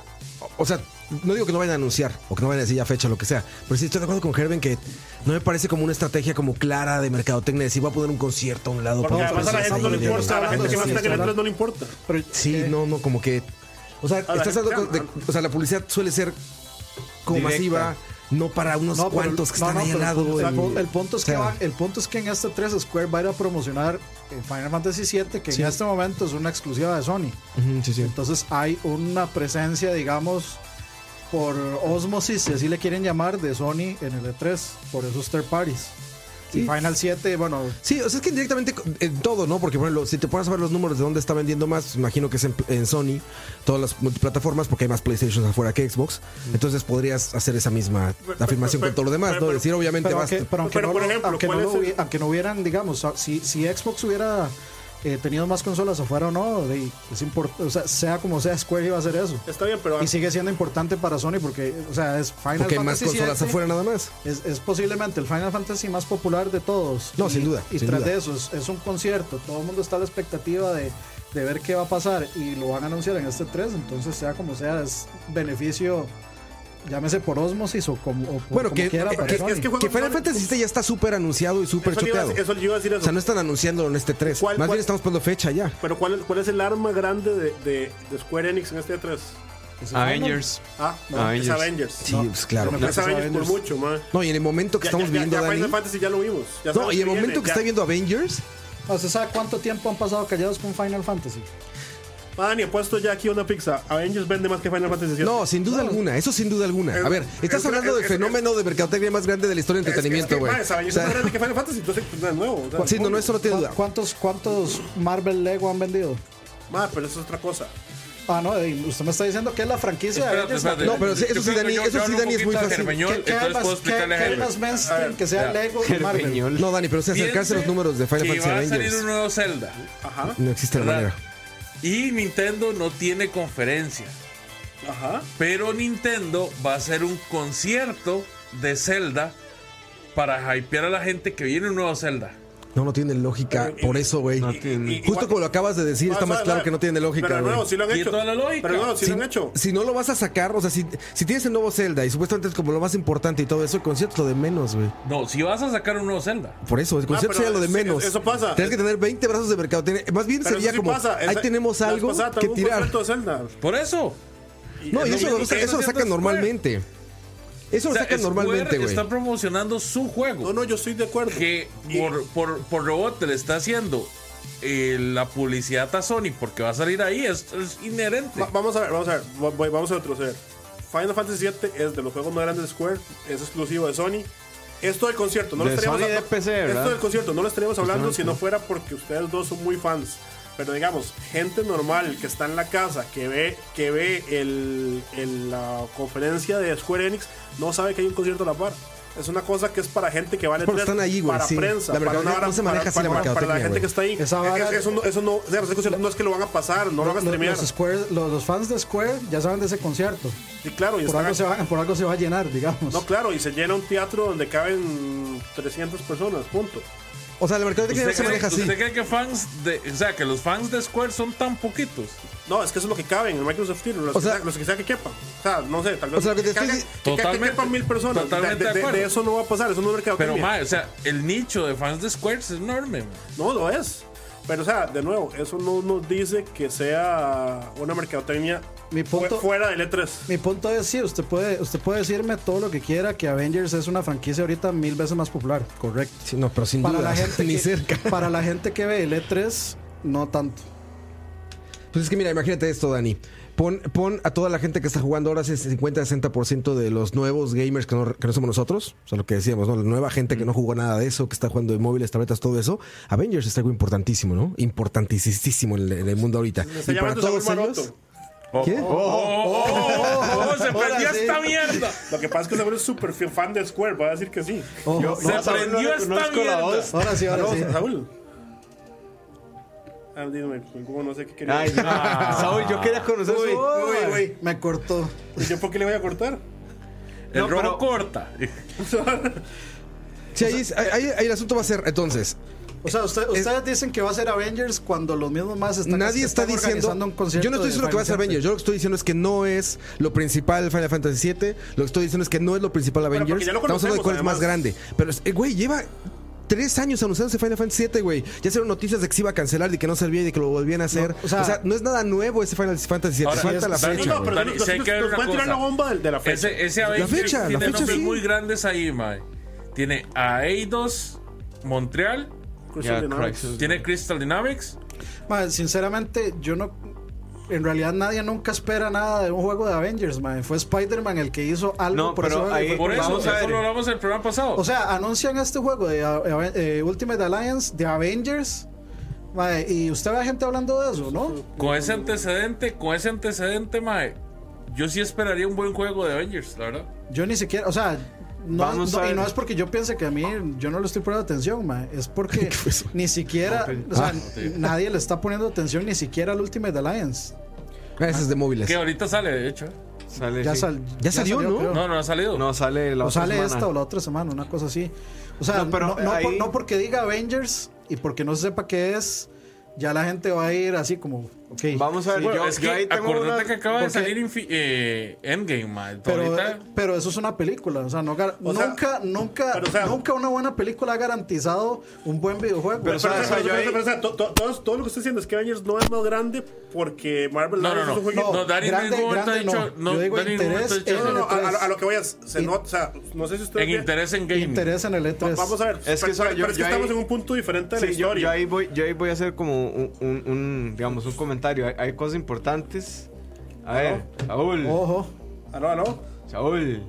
Speaker 2: O sea, no digo que no vayan a anunciar o que no vayan a decir ya fecha o lo que sea. Pero sí estoy de acuerdo con Herben que no me parece como una estrategia como clara de mercadotecnia. de Decir, voy a poner un concierto a un lado.
Speaker 5: Porque
Speaker 2: pongo
Speaker 5: además a la
Speaker 2: otro,
Speaker 5: gente no le
Speaker 2: sí,
Speaker 5: importa. A la gente que va a
Speaker 2: sí,
Speaker 5: estar en el
Speaker 2: sí,
Speaker 5: E3 no le importa.
Speaker 4: pero-
Speaker 2: Sí, no, no, como que. O sea,
Speaker 5: la
Speaker 2: estás
Speaker 5: gente
Speaker 2: hablando
Speaker 5: ama.
Speaker 2: de- o sea, la publicidad suele ser como
Speaker 3: Directa.
Speaker 2: masiva, no para unos
Speaker 4: No, pero-
Speaker 2: cuantos que
Speaker 4: no,
Speaker 2: están
Speaker 4: no,
Speaker 2: ahí al
Speaker 4: pero
Speaker 2: lado.
Speaker 4: El punto,
Speaker 2: y-
Speaker 4: el punto es
Speaker 2: o sea,
Speaker 4: que van- el punto es que en este 3 Square va a ir a promocionar eh, Final Fantasy 7, que
Speaker 2: Sí.
Speaker 4: en este momento es una exclusiva de Sony.
Speaker 2: ujú, sí, sí.
Speaker 4: Entonces hay una presencia, digamos, por osmosis, si así le quieren llamar, de Sony en el E3, por esos third parties.
Speaker 2: Sí.
Speaker 4: Y Final 7, bueno,
Speaker 2: Sí, o sea, es que directamente en todo, ¿no? Porque, por ejemplo, si te pones a ver los números de dónde está vendiendo más, pues, imagino que es en, en Sony, todas las multiplataformas, porque hay más PlayStation afuera que Xbox. Entonces podrías hacer esa misma
Speaker 5: Pero-
Speaker 2: afirmación
Speaker 5: pero-
Speaker 2: con todo lo demás,
Speaker 5: pero-
Speaker 2: ¿no?
Speaker 5: pero-
Speaker 2: Decir, obviamente,
Speaker 4: pero
Speaker 2: vas.
Speaker 4: aunque, pero aunque
Speaker 5: Pero,
Speaker 4: no,
Speaker 5: por
Speaker 4: lo-
Speaker 5: ejemplo,
Speaker 4: aunque, no
Speaker 5: ¿cuál
Speaker 4: lo
Speaker 5: es el-
Speaker 4: hubi- aunque no hubieran, digamos, a- si, si Xbox hubiera eh, tenido más consolas afuera o no, de- es import- o sea, sea como sea, Square iba a hacer eso.
Speaker 5: Está bien, pero
Speaker 4: Y sigue siendo importante para Sony porque, o sea, es Final
Speaker 2: Porque hay más
Speaker 4: Fantasy
Speaker 2: consolas
Speaker 4: VII,
Speaker 2: afuera nada más.
Speaker 4: Es, es posiblemente el Final Fantasy más popular de todos.
Speaker 2: No,
Speaker 4: Y-
Speaker 2: sin duda,
Speaker 4: Y
Speaker 2: sin
Speaker 4: tras
Speaker 2: duda.
Speaker 4: de eso, es, es un concierto. Todo el mundo está a la expectativa de, de ver qué va a pasar y lo van a anunciar en este 3. Entonces, sea como sea, es beneficio, llámese por osmosis o como, o por-
Speaker 2: Bueno,
Speaker 4: como
Speaker 2: que,
Speaker 4: quiera.
Speaker 2: que,
Speaker 4: para
Speaker 2: que-
Speaker 4: Sony.
Speaker 5: es que-
Speaker 2: que Final Fantasy
Speaker 4: pues-
Speaker 2: VII ya está súper anunciado y súper
Speaker 5: eso, le iba a
Speaker 2: choteado.
Speaker 5: decir- eso le iba a decir eso.
Speaker 2: O sea, no están anunciándolo en este 3. Más
Speaker 5: ¿Cuál- cuál-
Speaker 2: bien estamos poniendo fecha ya.
Speaker 5: Pero ¿cuál, es- ¿cuál es el arma grande de, de, de Square Enix en este E3?
Speaker 3: Avengers.
Speaker 5: Ah, no, es
Speaker 3: Avengers.
Speaker 5: Avengers.
Speaker 2: Sí, pues claro.
Speaker 5: No,
Speaker 2: No,
Speaker 5: es Avengers por mucho, man.
Speaker 2: y en el momento que
Speaker 5: Ya-
Speaker 2: estamos
Speaker 5: ya-
Speaker 2: viviendo,
Speaker 5: ya,
Speaker 2: Dani.
Speaker 5: Final Fantasy ya lo vimos. ya
Speaker 2: No,
Speaker 5: sabes
Speaker 2: y el
Speaker 5: que viene,
Speaker 2: momento que
Speaker 5: ya.
Speaker 2: está viendo Avengers.
Speaker 4: Ah, ¿Usted sabe cuánto tiempo han pasado callados con Final Fantasy?
Speaker 5: Ah, Dani, apuesto ya aquí una pizza. Avengers vende más que Final Fantasy VII.
Speaker 2: No, sin duda alguna, eso sin duda alguna. A
Speaker 5: Es-
Speaker 2: ver, estás
Speaker 5: es-
Speaker 2: hablando
Speaker 5: es-
Speaker 2: del
Speaker 5: es-
Speaker 2: fenómeno de mercadotecnia más grande de la historia del
Speaker 5: Es que-
Speaker 2: entretenimiento,
Speaker 5: es que,
Speaker 2: güey.
Speaker 5: ma, es Avengers
Speaker 2: O sea,
Speaker 5: más grande que Final Fantasy, entonces pues, no es nuevo. o sea,
Speaker 2: sí, no, no, eso no tiene
Speaker 4: ¿Cu-
Speaker 2: duda.
Speaker 4: ¿Cuántos, cuántos Marvel Lego han vendido?
Speaker 5: ma, pero eso es otra cosa.
Speaker 4: Ah, no, y usted me está diciendo que es la franquicia de
Speaker 1: Espérate,
Speaker 4: Avengers. la-
Speaker 1: espérate.
Speaker 2: No, pero sí, eso
Speaker 1: Yo
Speaker 2: sí,
Speaker 1: creo que
Speaker 2: Dani-
Speaker 1: yo-
Speaker 2: eso
Speaker 1: yo
Speaker 2: sí,
Speaker 1: hablo
Speaker 2: Dani,
Speaker 1: un
Speaker 2: es muy
Speaker 1: poquito a
Speaker 2: fácil.
Speaker 1: Germeñol,
Speaker 4: ¿Qué, qué hay
Speaker 1: entonces
Speaker 4: más,
Speaker 1: puedo
Speaker 4: qué,
Speaker 1: explicarle a
Speaker 4: qué hay
Speaker 1: Gerber.
Speaker 4: más mainstream que sea
Speaker 1: ya.
Speaker 4: Lego y Marvel?
Speaker 2: No, Dani, pero sí acercarse a los
Speaker 1: Piense
Speaker 2: números de Final
Speaker 1: que
Speaker 2: Fantasy
Speaker 1: va a salir
Speaker 2: Avengers.
Speaker 1: un nuevo Zelda.
Speaker 5: Ajá,
Speaker 2: No existe la
Speaker 1: ¿verdad?
Speaker 2: manera.
Speaker 1: Y Nintendo no tiene conferencia.
Speaker 5: ajá.
Speaker 1: Pero Nintendo va a hacer un concierto de Zelda para hypear a la gente que viene un nuevo Zelda.
Speaker 2: No, no tiene
Speaker 5: Eh,
Speaker 2: lógica. Por eso, güey.
Speaker 3: No tiene.
Speaker 2: Justo como lo acabas de decir,
Speaker 5: Ma,
Speaker 2: está más
Speaker 5: sabe,
Speaker 2: claro
Speaker 5: ma,
Speaker 2: que no tiene lógica,
Speaker 5: Pero no,
Speaker 2: güey.
Speaker 5: sí lo han
Speaker 1: Tiene
Speaker 5: hecho.
Speaker 1: toda la lógica.
Speaker 5: Pero no, sí
Speaker 2: Si,
Speaker 5: lo han hecho.
Speaker 2: si no lo vas a sacar, o sea, si, si tienes el nuevo Zelda y supuestamente es como lo más importante y todo eso, el concierto es lo de menos, güey.
Speaker 1: No, si vas a sacar un nuevo Zelda.
Speaker 2: Por eso, el concierto
Speaker 5: Ah, pero
Speaker 2: sería lo de
Speaker 5: es-
Speaker 2: menos.
Speaker 5: eso pasa.
Speaker 2: Tienes que tener 20 brazos de mercado. Más bien
Speaker 5: Pero
Speaker 2: sería
Speaker 5: eso sí
Speaker 2: como,
Speaker 5: pasa.
Speaker 2: ahí
Speaker 5: Esa-
Speaker 2: tenemos
Speaker 5: la vez
Speaker 2: algo
Speaker 5: pasada
Speaker 2: que
Speaker 5: tuvo un
Speaker 2: tirar.
Speaker 5: concierto de Zelda.
Speaker 1: Por eso.
Speaker 2: No, y
Speaker 1: Es
Speaker 2: eso,
Speaker 1: lo
Speaker 2: lo,
Speaker 1: mismo que
Speaker 2: eso lo
Speaker 1: está
Speaker 2: sacan
Speaker 1: haciendo
Speaker 2: normalmente. Eso
Speaker 1: O
Speaker 2: lo
Speaker 1: sea,
Speaker 2: sacan
Speaker 1: Square
Speaker 2: normalmente, güey.
Speaker 1: Está promocionando su juego.
Speaker 5: No, no, yo estoy de acuerdo.
Speaker 1: Que
Speaker 5: Y-
Speaker 1: por, por, por rebote le está haciendo eh, la publicidad a Sony, porque va a salir ahí, es, es inherente.
Speaker 5: Va- vamos a ver, vamos a ver, va- voy- vamos a retroceder. Final Fantasy VII es de los juegos más grandes de Square, es exclusivo de Sony. Esto del concierto no lo
Speaker 3: De
Speaker 5: estaríamos
Speaker 3: Sony y de
Speaker 5: hablando.
Speaker 3: PC, ¿verdad?
Speaker 5: Esto del concierto no lo estaríamos hablando si
Speaker 3: Justamente.
Speaker 5: no fuera porque ustedes dos son muy fans. Pero digamos, gente normal que está en la casa, que ve, que ve el, el- la conferencia de Square Enix, no sabe que hay un concierto a la par. Es una cosa que es para gente que vale
Speaker 2: Porque
Speaker 5: tres,
Speaker 2: están allí, güey,
Speaker 5: para
Speaker 2: sí.
Speaker 5: prensa,
Speaker 2: La
Speaker 5: para, una
Speaker 2: mercadotecnia-
Speaker 5: vara-
Speaker 2: no se maneja
Speaker 5: para,
Speaker 2: así la
Speaker 5: para- para
Speaker 2: mercadotecnia,
Speaker 5: gente
Speaker 2: güey.
Speaker 5: que está ahí.
Speaker 4: Esa vara-
Speaker 5: Es- es- eso no, eso no, o sea, ese concierto no es que lo van a pasar, no lo van a
Speaker 4: Los,
Speaker 5: streamear.
Speaker 4: los Square- los- los fans de Square ya saben de ese concierto.
Speaker 5: Sí, claro, y
Speaker 4: Por
Speaker 5: están
Speaker 4: algo, se
Speaker 5: acá.
Speaker 4: va, por algo se va a llenar, digamos.
Speaker 5: No, claro, y se llena un teatro donde caben 300 personas, punto.
Speaker 2: O sea, la mercadotecnia no
Speaker 5: Pues
Speaker 1: ¿Usted
Speaker 2: se
Speaker 1: cree,
Speaker 2: maneja así.
Speaker 1: usted cree que fans de, o sea, que los fans de Square son tan poquitos?
Speaker 5: No, es que eso es lo que caben en Microsoft Theater, los,
Speaker 2: O
Speaker 5: que
Speaker 2: sea-
Speaker 5: sea- los que sea que quepan. O sea, no sé, tal vez
Speaker 2: O sea, lo que te
Speaker 5: que,
Speaker 2: estoy
Speaker 5: caigan-
Speaker 2: dic-
Speaker 5: que ca- que
Speaker 1: Totalmente-
Speaker 5: quepan mil personas.
Speaker 1: totalmente
Speaker 5: de,
Speaker 1: de
Speaker 5: de-
Speaker 1: acuerdo.
Speaker 5: de eso no va a pasar, eso no es mercadotecnia.
Speaker 1: Pero, mae, o sea, el nicho de fans de Square es enorme, mae.
Speaker 5: No, lo es. Pero, o sea, de nuevo, eso no nos dice que sea una mercadotecnia
Speaker 4: Mi
Speaker 5: fue-
Speaker 4: punto-
Speaker 5: fuera del E3.
Speaker 4: Mi punto es, sí, usted puede, usted puede decirme todo lo que quiera que Avengers es una franquicia ahorita mil veces más popular. Correcto.
Speaker 2: Sí, no, pero sin
Speaker 4: Para
Speaker 2: duda,
Speaker 4: la, gente
Speaker 2: ni
Speaker 4: que,
Speaker 2: cerca.
Speaker 4: para la gente que ve el E3, no tanto.
Speaker 2: Pues es que mira, imagínate esto, Dani. Pon, pon a toda la gente que está jugando ahora ese 50-60% de los nuevos gamers que no, que no somos nosotros. O sea, lo que decíamos, ¿no? La nueva gente que no jugó nada de eso, que está jugando de móviles, tabletas, todo eso. Avengers es algo importantísimo, ¿no? Importantísimo en el, en el mundo ahorita.
Speaker 5: Se
Speaker 2: Y
Speaker 5: llama
Speaker 2: para todos ellos...
Speaker 1: Oh,
Speaker 2: ¿Qué?
Speaker 1: oh, oh, oh, oh, oh, se
Speaker 4: Ahora
Speaker 1: perdió
Speaker 4: sí.
Speaker 1: esta mierda.
Speaker 5: Lo que pasa es que seguro es súper fan de Square, va a decir que sí.
Speaker 4: Ojo,
Speaker 3: Yo-
Speaker 1: Se
Speaker 3: No, Saúl, no
Speaker 1: prendió
Speaker 3: reconozco
Speaker 1: esta
Speaker 3: la
Speaker 1: mierda.
Speaker 3: voz.
Speaker 4: Ahora sí, ahora
Speaker 5: Saludos,
Speaker 4: sí.
Speaker 5: Saúl. Ah, dime, como no sé qué quería
Speaker 3: Ay,
Speaker 5: decir.
Speaker 3: no. Ah, Saúl, yo quería conocer su
Speaker 4: Uy,
Speaker 3: voz.
Speaker 4: uy, uy, me cortó.
Speaker 5: ¿Y yo por qué le voy a cortar?
Speaker 1: El
Speaker 3: No,
Speaker 1: robo
Speaker 3: pero-
Speaker 1: corta.
Speaker 2: Sí, ahí, es- ahí- ahí- ahí el asunto va a ser, entonces,
Speaker 4: O sea, usted- ustedes dicen que va a ser Avengers cuando los mismos más están
Speaker 2: nadie está
Speaker 4: están
Speaker 2: diciendo.
Speaker 4: organizando un concierto
Speaker 2: yo no estoy
Speaker 4: de
Speaker 2: diciendo que va a ser
Speaker 4: Final
Speaker 2: Avengers. Yo lo que estoy diciendo es que no es lo principal Final Fantasy VII. Lo que estoy diciendo es que no es lo principal
Speaker 5: porque
Speaker 2: Avengers.
Speaker 5: ya lo
Speaker 2: Estamos hablando de
Speaker 5: conocemos,
Speaker 2: cuál es más
Speaker 5: además.
Speaker 2: grande. Pero, eh, güey, lleva. Tres años anunciándose Final Fantasy VII, güey. Ya hicieron noticias de que se iba a cancelar, de que no servía y de que lo volvían a hacer.
Speaker 4: o
Speaker 2: o,
Speaker 4: sea-
Speaker 2: sea, no es nada nuevo ese Final Fantasy VII.
Speaker 1: Ahora,
Speaker 2: Falta
Speaker 1: sí,
Speaker 2: la
Speaker 1: es- Dani,
Speaker 2: fecha.
Speaker 1: no,
Speaker 2: güey.
Speaker 1: pero
Speaker 5: Dani,
Speaker 1: no-
Speaker 5: nos-
Speaker 1: sí hay que ver
Speaker 5: nos
Speaker 1: una
Speaker 5: pueden tirar
Speaker 1: cosa.
Speaker 5: la bomba de, de la fecha.
Speaker 1: Ese, ese Avengers
Speaker 2: fecha, la
Speaker 1: tiene
Speaker 2: fecha,
Speaker 1: nombres
Speaker 2: sí.
Speaker 1: muy grandes ahí, mae. Tiene a Eidos Montreal,
Speaker 5: Crystal
Speaker 3: Ya,
Speaker 5: Dynamics.
Speaker 3: Crysis.
Speaker 1: tiene Crystal Dynamics.
Speaker 4: Ma, sinceramente, yo no. En realidad, nadie nunca espera nada de un juego de Avengers, ma. Fue Spider-Man el que hizo algo
Speaker 3: No,
Speaker 4: por
Speaker 3: pero
Speaker 4: ese juego
Speaker 3: ahí-
Speaker 4: y fue-
Speaker 1: Por eso,
Speaker 3: Vamos a
Speaker 1: eso
Speaker 3: ver.
Speaker 1: lo hablamos el programa pasado.
Speaker 4: O sea, anuncian este juego de a- a- eh, Ultimate Alliance, de Avengers. ma, y usted ve a gente hablando de eso, ¿no?
Speaker 1: con ese antecedente, con ese antecedente, mae, yo sí esperaría un buen juego de Avengers, la verdad.
Speaker 4: Yo ni siquiera, o sea, no,
Speaker 3: Vamos
Speaker 4: no-
Speaker 3: a
Speaker 4: y
Speaker 3: ver.
Speaker 4: no es porque yo piense que a mí yo no le estoy poniendo atención, ma, es porque
Speaker 2: fue eso?
Speaker 4: ni siquiera,
Speaker 3: No,
Speaker 4: o sea,
Speaker 2: Ah.
Speaker 4: nadie le está poniendo atención ni siquiera al Ultimate Alliance.
Speaker 2: Ah, ese es de móviles.
Speaker 1: Que ahorita sale, de hecho.
Speaker 3: Sale,
Speaker 4: Ya,
Speaker 3: sí.
Speaker 4: sal-
Speaker 2: Ya salió, ¿no?
Speaker 4: creo.
Speaker 1: No, no ha salido.
Speaker 3: No, sale la
Speaker 4: o
Speaker 3: otra
Speaker 4: sale
Speaker 3: semana.
Speaker 4: esta o la otra semana, una cosa así. O sea, no,
Speaker 3: No, pero
Speaker 4: no por-
Speaker 3: ahí-
Speaker 4: no porque diga Avengers y porque no se sepa qué es, ya la gente va a ir así como, ok.
Speaker 3: Vamos a ver,
Speaker 1: Bueno,
Speaker 3: yo,
Speaker 1: es
Speaker 3: yo
Speaker 1: que
Speaker 3: ahí tengo
Speaker 1: acordate
Speaker 3: una-
Speaker 1: que acaba de
Speaker 4: porque-
Speaker 1: salir Infi- eh, Endgame, mae.
Speaker 4: Pero, eh,
Speaker 1: ahorita,
Speaker 4: pero eso es una película, o sea, no gar-
Speaker 5: O sea,
Speaker 4: nunca, nunca,
Speaker 5: pero, o sea-
Speaker 4: nunca una buena película ha garantizado un buen videojuego.
Speaker 3: Pero,
Speaker 5: Pero,
Speaker 3: o sea,
Speaker 5: o sea,
Speaker 3: yo
Speaker 5: pero,
Speaker 3: ahí-
Speaker 5: pero, o sea, to- to- todo, todo lo que estoy diciendo es que Avengers no es más grande porque Marvel
Speaker 1: No, no,
Speaker 5: Avengers
Speaker 1: no.
Speaker 5: es un jueguito.
Speaker 1: No, Dani en
Speaker 4: grande,
Speaker 1: ningún momento ha
Speaker 4: grande
Speaker 1: dicho-
Speaker 4: no.
Speaker 1: no,
Speaker 4: Yo digo
Speaker 1: Dani en ningún
Speaker 4: interés
Speaker 1: momento ha
Speaker 4: en
Speaker 1: dicho-
Speaker 5: No, no, no, a,
Speaker 4: el
Speaker 5: a- a
Speaker 4: E3.
Speaker 5: lo que voy a. Se
Speaker 4: Y-
Speaker 5: nota, o sea, eh, no sé si ustedes.
Speaker 1: en
Speaker 5: ve-
Speaker 1: interés en Game.
Speaker 4: Interés en el E E3.
Speaker 5: Vamos a ver.
Speaker 3: Es que,
Speaker 5: pero-
Speaker 3: o sea,
Speaker 5: pero
Speaker 3: yo-
Speaker 5: es que
Speaker 3: yo ahí-
Speaker 5: estamos en un punto diferente de la
Speaker 3: Sí, yo,
Speaker 5: historia.
Speaker 3: yo ahí voy, yo ahí voy a hacer como un, un- un, digamos, un comentario. Hay, hay cosas importantes. A ver, Saúl.
Speaker 4: Ojo.
Speaker 5: Aló, aló.
Speaker 3: Saúl.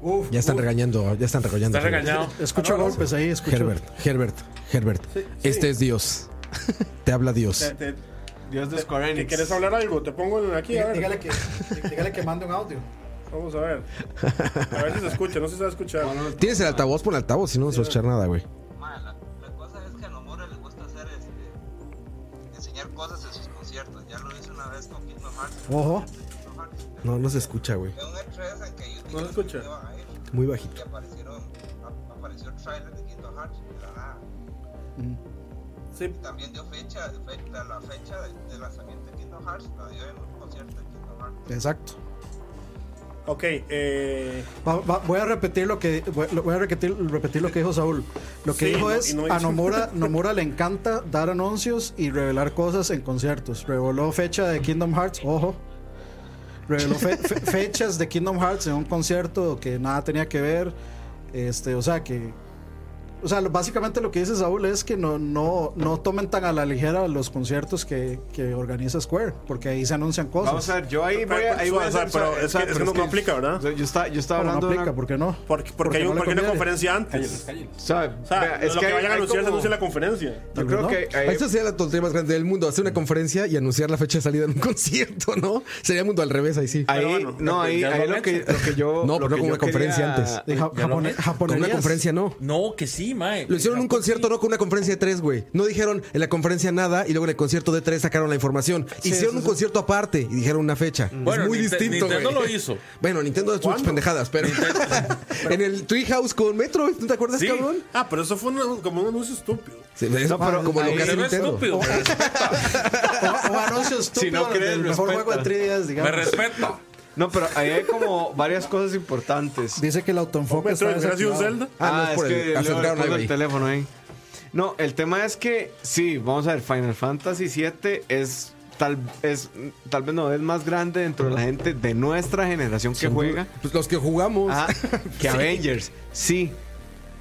Speaker 5: Uf,
Speaker 2: Ya están
Speaker 5: uf.
Speaker 2: regañando, ya están regañando.
Speaker 1: Está regañado.
Speaker 4: Escucho
Speaker 5: Aló, aló.
Speaker 4: golpes ahí, escucho.
Speaker 2: Herbert, Herbert, Herbert. Este es Dios. Te habla Dios.
Speaker 5: Te- te-
Speaker 3: Dios de Square
Speaker 5: te-
Speaker 3: Enix.
Speaker 5: ¿Quieres hablar algo? Te pongo en aquí. A
Speaker 4: Dígale,
Speaker 5: ver.
Speaker 4: dígale que, dígale que mande un audio.
Speaker 5: Vamos a ver. A ver si se escucha. No sé si se va a escuchar.
Speaker 2: ¿Tienes el altavoz? Pon el altavoz, si no, no se va a escuchar nada, güey.
Speaker 6: Ma, la, la cosa es que a Nomura le gusta hacer este, enseñar cosas en sus conciertos. Ya lo hizo una vez con Kingdom Hearts.
Speaker 4: Ojo.
Speaker 6: Kingdom Hearts.
Speaker 2: No, no se escucha, güey.
Speaker 6: En un E3 en que yo
Speaker 5: No se escucha.
Speaker 6: iban a ir
Speaker 2: Muy
Speaker 6: y
Speaker 2: bajito.
Speaker 6: aparecieron, ap- apareció el trailer de Kingdom Hearts de la nada.
Speaker 5: Sí,
Speaker 6: Y también dio fecha, fecha- la fecha de, de lanzamiento de Kingdom Hearts, la dio en un concierto de Kingdom Hearts.
Speaker 4: Exacto.
Speaker 5: ok. Eh.
Speaker 4: Va- va- voy a repetir lo que voy voy a repetir, repetir lo que dijo Saúl. Lo que
Speaker 5: Sí,
Speaker 4: dijo
Speaker 5: no,
Speaker 4: es
Speaker 5: y no
Speaker 4: a
Speaker 5: hizo.
Speaker 4: Nomura, Nomura le encanta dar anuncios y revelar cosas en conciertos. Reveló fecha de Kingdom Hearts, ojo. Reveló fe- fe- fechas de Kingdom Hearts en un concierto que nada tenía que ver. Este, o sea que O sea, lo- básicamente lo que dice Saúl es que no, no, no tomen tan a la ligera los conciertos que, que organiza Square, porque ahí se anuncian cosas.
Speaker 3: Vamos a ver, yo ahí
Speaker 5: Pero-
Speaker 3: voy a. Ahí voy a
Speaker 5: pero-
Speaker 3: hacer-
Speaker 5: pero es que-
Speaker 3: o sea,
Speaker 5: es que no- no aplica, ¿verdad?
Speaker 3: Yo estaba, yo estaba
Speaker 4: Pero no
Speaker 3: hablando
Speaker 4: aplica,
Speaker 3: de. Una,
Speaker 4: ¿por qué no?
Speaker 5: Porque, porque, hay, un-
Speaker 4: no le
Speaker 5: porque hay una
Speaker 4: conviene.
Speaker 5: conferencia antes.
Speaker 3: o sea,
Speaker 5: O sea,
Speaker 3: vea, es
Speaker 5: lo
Speaker 3: que
Speaker 5: que,
Speaker 3: hay-
Speaker 5: vayan a
Speaker 3: hay
Speaker 5: anunciar se
Speaker 3: como-
Speaker 5: anuncia en la conferencia.
Speaker 3: Yo creo
Speaker 4: ¿no?
Speaker 1: Eh,
Speaker 3: que. hay-
Speaker 2: Esta sería la tontería más grande del mundo, hacer una conferencia y anunciar la fecha de salida de un concierto, ¿no? Sería el mundo al revés, ahí sí.
Speaker 3: Ahí,
Speaker 5: Pero bueno,
Speaker 3: no, ahí,
Speaker 1: ya lo
Speaker 3: ahí lo,
Speaker 1: han
Speaker 3: que,
Speaker 1: hecho.
Speaker 3: lo que yo.
Speaker 2: No,
Speaker 3: lo
Speaker 2: pero
Speaker 3: que
Speaker 2: no con
Speaker 3: yo
Speaker 2: una conferencia
Speaker 3: quería-
Speaker 2: antes.
Speaker 4: De ja-
Speaker 1: Ya lo
Speaker 4: japone-
Speaker 1: ves.
Speaker 2: Con una
Speaker 4: japonerías.
Speaker 2: conferencia no.
Speaker 1: No, que sí, mae.
Speaker 2: Lo hicieron en un
Speaker 1: Japón
Speaker 2: concierto,
Speaker 1: sí.
Speaker 2: no con una conferencia de tres, güey. No dijeron en la conferencia nada y luego en el concierto de tres sacaron la información. hicieron un concierto aparte y dijeron una fecha.
Speaker 1: Bueno,
Speaker 2: es muy
Speaker 1: Ninte-
Speaker 2: distinto, güey.
Speaker 1: Nintendo lo hizo.
Speaker 2: Bueno, Nintendo de sus
Speaker 5: ¿Cuándo?
Speaker 2: pendejadas, pero. en el Treehouse con Metro, ¿no te acuerdas,
Speaker 1: Sí.
Speaker 2: cabrón?
Speaker 5: Ah, pero eso fue un- como un anuncio estúpido.
Speaker 2: Sí, es
Speaker 3: pero
Speaker 2: como lo
Speaker 3: ahí
Speaker 2: que hace
Speaker 1: Se ve
Speaker 2: Nintendo.
Speaker 1: estúpido. pues. Me respeta.
Speaker 4: O- o anuncios
Speaker 3: Si no
Speaker 4: estúpidos
Speaker 3: crees,
Speaker 4: del mejor
Speaker 3: respeta.
Speaker 4: juego de 3 días,
Speaker 1: Me
Speaker 4: digamos.
Speaker 1: respeta.
Speaker 3: No, pero ahí hay como varias cosas importantes.
Speaker 4: Dice que el autoenfoque está
Speaker 5: Metroid, hubiera sido un
Speaker 4: desactivado.
Speaker 5: Zelda.
Speaker 2: Ah, no, es por el-
Speaker 3: luego
Speaker 2: acercaron
Speaker 3: le
Speaker 2: algo
Speaker 3: pongo el
Speaker 2: ahí.
Speaker 3: teléfono ahí. No, el tema es que sí, vamos a ver, Final Fantasy VII es tal, es, tal vez no es más grande dentro de la gente de nuestra generación que juega
Speaker 2: Pues los que jugamos.
Speaker 1: Ah.
Speaker 3: Ajá, que Avengers. Sí,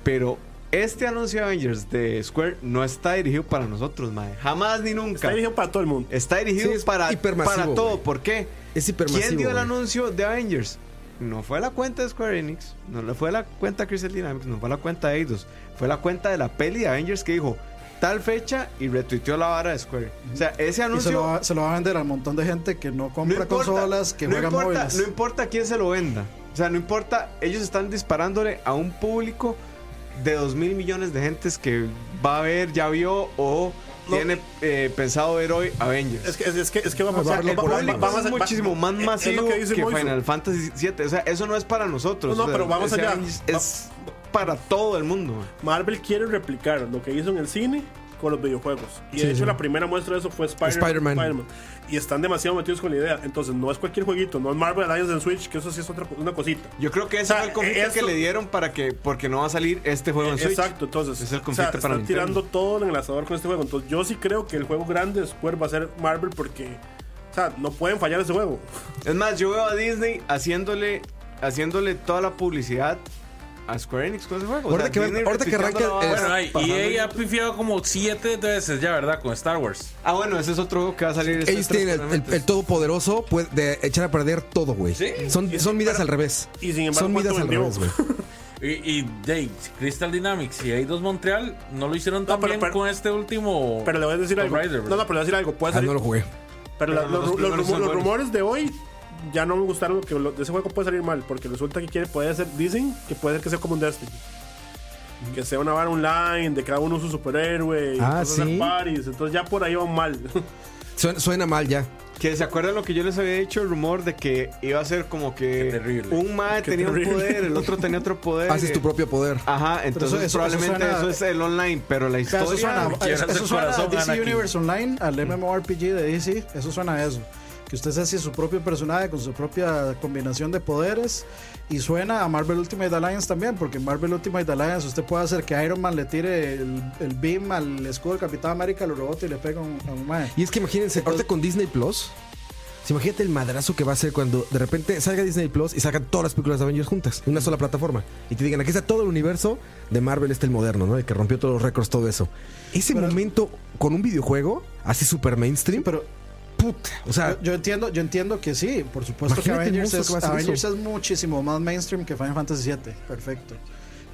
Speaker 3: pero este anuncio de Avengers de Square no está dirigido para nosotros, mae. Jamás ni nunca.
Speaker 5: Está dirigido para todo el mundo.
Speaker 3: Está dirigido
Speaker 2: Sí, es
Speaker 3: para,
Speaker 2: hipermasivo,
Speaker 3: para todo.
Speaker 2: güey.
Speaker 3: ¿Por qué?
Speaker 2: Es hipermasivo,
Speaker 3: ¿Quién dio el
Speaker 2: güey.
Speaker 3: anuncio de Avengers? No fue la cuenta de Square Enix, no le fue la cuenta de Crystal Dynamics, no fue la cuenta de Eidos, fue la cuenta de la peli de Avengers que dijo tal fecha y retuiteó la vara de Square. O sea, ese
Speaker 4: Y se
Speaker 3: anuncio
Speaker 4: lo, va, se lo va a vender al montón de gente que no
Speaker 3: no
Speaker 4: compra
Speaker 3: importa,
Speaker 4: consolas, que
Speaker 3: no
Speaker 4: juega
Speaker 3: importa,
Speaker 4: móviles.
Speaker 3: No importa quién se lo venda. O sea, no importa, ellos están disparándole a un público de 2 mil millones de gentes que va a ver, ya vio o
Speaker 5: No.
Speaker 3: tiene eh, pensado ver hoy Avengers.
Speaker 5: Es que, es, es que, es que va a
Speaker 3: O sea, el
Speaker 5: pasar. va- va- va-
Speaker 3: público
Speaker 5: va- va-
Speaker 3: es muchísimo más
Speaker 5: es- es lo
Speaker 3: masivo
Speaker 5: que
Speaker 3: que,
Speaker 5: dice Moiso.
Speaker 3: Final Fantasy VII. O sea, eso no es para nosotros.
Speaker 5: No, no,
Speaker 3: O sea,
Speaker 5: pero vamos
Speaker 3: ese
Speaker 5: allá.
Speaker 3: Avengers Es para todo el mundo. man.
Speaker 5: Marvel quiere replicar lo que hizo en el cine con los videojuegos. Y
Speaker 2: Sí,
Speaker 5: de hecho,
Speaker 2: sí.
Speaker 5: la primera muestra de eso fue Spider-
Speaker 2: Spider-Man.
Speaker 5: Spider-Man. y están demasiado metidos con la idea. Entonces, no es cualquier jueguito, no es Marvel Alliance en Switch, que eso sí es otra, una cosita.
Speaker 3: Yo creo que ese
Speaker 5: O sea,
Speaker 3: fue el conflicto que
Speaker 5: esto-
Speaker 3: le dieron para que, porque no va a salir este juego en Switch.
Speaker 5: Exacto, entonces
Speaker 3: Es el
Speaker 5: o sea,
Speaker 3: conflicto para
Speaker 5: están
Speaker 3: Nintendo.
Speaker 5: tirando todo el enlazador con este juego. Entonces, yo sí creo que el juego grande de Square va a ser Marvel porque, o sea, no pueden fallar ese juego.
Speaker 3: Es más, yo veo a Disney haciéndole, haciéndole toda la publicidad a Square Enix con ese juego. O
Speaker 2: Ahorita
Speaker 3: sea,
Speaker 2: que va-
Speaker 3: Disney
Speaker 2: ahorita que arranca
Speaker 3: retuiteando la
Speaker 2: el-
Speaker 3: vara,
Speaker 1: Bueno, ay,
Speaker 3: pasando-
Speaker 1: EA ha pifiado como siete veces ya, ¿verdad? Con Star Wars.
Speaker 3: Ah, bueno, ese es otro juego que va a salir. este
Speaker 2: Ellos
Speaker 3: tres
Speaker 2: tienen el, el-
Speaker 3: solamente.
Speaker 2: el todopoderoso puede- de echar a perder todo, güey.
Speaker 1: Sí.
Speaker 2: Son, son midas al revés.
Speaker 5: y sin embargo,
Speaker 2: son
Speaker 5: ¿cuánto
Speaker 2: midas al
Speaker 5: vendió?
Speaker 2: revés, güey.
Speaker 1: Y, y de Crystal Dynamics y Eidos Montreal no lo hicieron tan
Speaker 5: No, pero-
Speaker 1: bien
Speaker 5: pero-
Speaker 1: con este último.
Speaker 5: Pero le voy a decir
Speaker 1: Tomb
Speaker 5: algo.
Speaker 1: Raider, Ah,
Speaker 5: no, no, pero le voy a decir algo. Puede
Speaker 2: Ah,
Speaker 5: salir,
Speaker 2: no lo jugué.
Speaker 5: Pero la-
Speaker 3: Pero
Speaker 5: los,
Speaker 3: los
Speaker 5: ru- los
Speaker 3: primeros
Speaker 5: rumo-
Speaker 3: son
Speaker 5: los
Speaker 3: buenos.
Speaker 5: rumores de hoy ya no me gustaron que lo- de ese juego puede salir mal, porque resulta que quiere, puede ser, dicen que puede ser que sea como un Destiny. Que sea una vara online, de cada uno su superhéroe, y
Speaker 2: Ah,
Speaker 5: entonces hacer
Speaker 2: ¿sí?
Speaker 5: parties, entonces ya por ahí van mal.
Speaker 2: Suena, suena mal ya.
Speaker 3: Que se acuerdan lo que yo les había dicho, el rumor de que iba a ser como que
Speaker 1: Qué terrible.
Speaker 3: un mae
Speaker 5: Qué
Speaker 3: tenía
Speaker 5: terrible.
Speaker 3: un poder, el otro tenía otro poder.
Speaker 4: Ah,
Speaker 2: Haces tu
Speaker 3: eh,
Speaker 2: propio poder.
Speaker 5: Ah.
Speaker 3: Ajá, entonces
Speaker 4: eso- eso
Speaker 3: probablemente
Speaker 4: suena-
Speaker 3: eso es el online, pero la
Speaker 4: Vea,
Speaker 3: historia.
Speaker 4: eso suena,
Speaker 1: Historia,
Speaker 4: eso-
Speaker 1: quieras
Speaker 4: eso
Speaker 1: el
Speaker 4: suena a
Speaker 1: corazón,
Speaker 4: DC
Speaker 1: Anakin.
Speaker 4: Universe Online, al MMORPG de DC, eso suena a eso. Que usted se hace su propio personaje con su propia combinación de poderes. Y suena a Marvel Ultimate Alliance también, porque en Marvel Ultimate Alliance usted puede hacer que Iron Man le tire el, el beam al escudo del Capitán América, lo rebota y le pega un- a un mae.
Speaker 2: Y es que imagínense, ahorita con Disney Plus, se imagínate el madrazo que va a ser cuando de repente salga Disney Plus y salgan todas las películas de Avengers juntas, en una sola plataforma. Y te digan, aquí está todo el universo de Marvel, este el moderno, ¿no? El que rompió todos los récords, todo eso. Ese
Speaker 4: Pero-
Speaker 2: momento con un videojuego, así super mainstream,
Speaker 4: Pero
Speaker 2: puta. O sea,
Speaker 4: yo, yo entiendo, yo entiendo que sí, por supuesto que
Speaker 2: Imagínate el
Speaker 4: Avengers,
Speaker 2: monstruo
Speaker 4: es,
Speaker 2: que va a hacer
Speaker 4: Avengers
Speaker 2: eso.
Speaker 4: es muchísimo más mainstream que Final Fantasy VII, perfecto.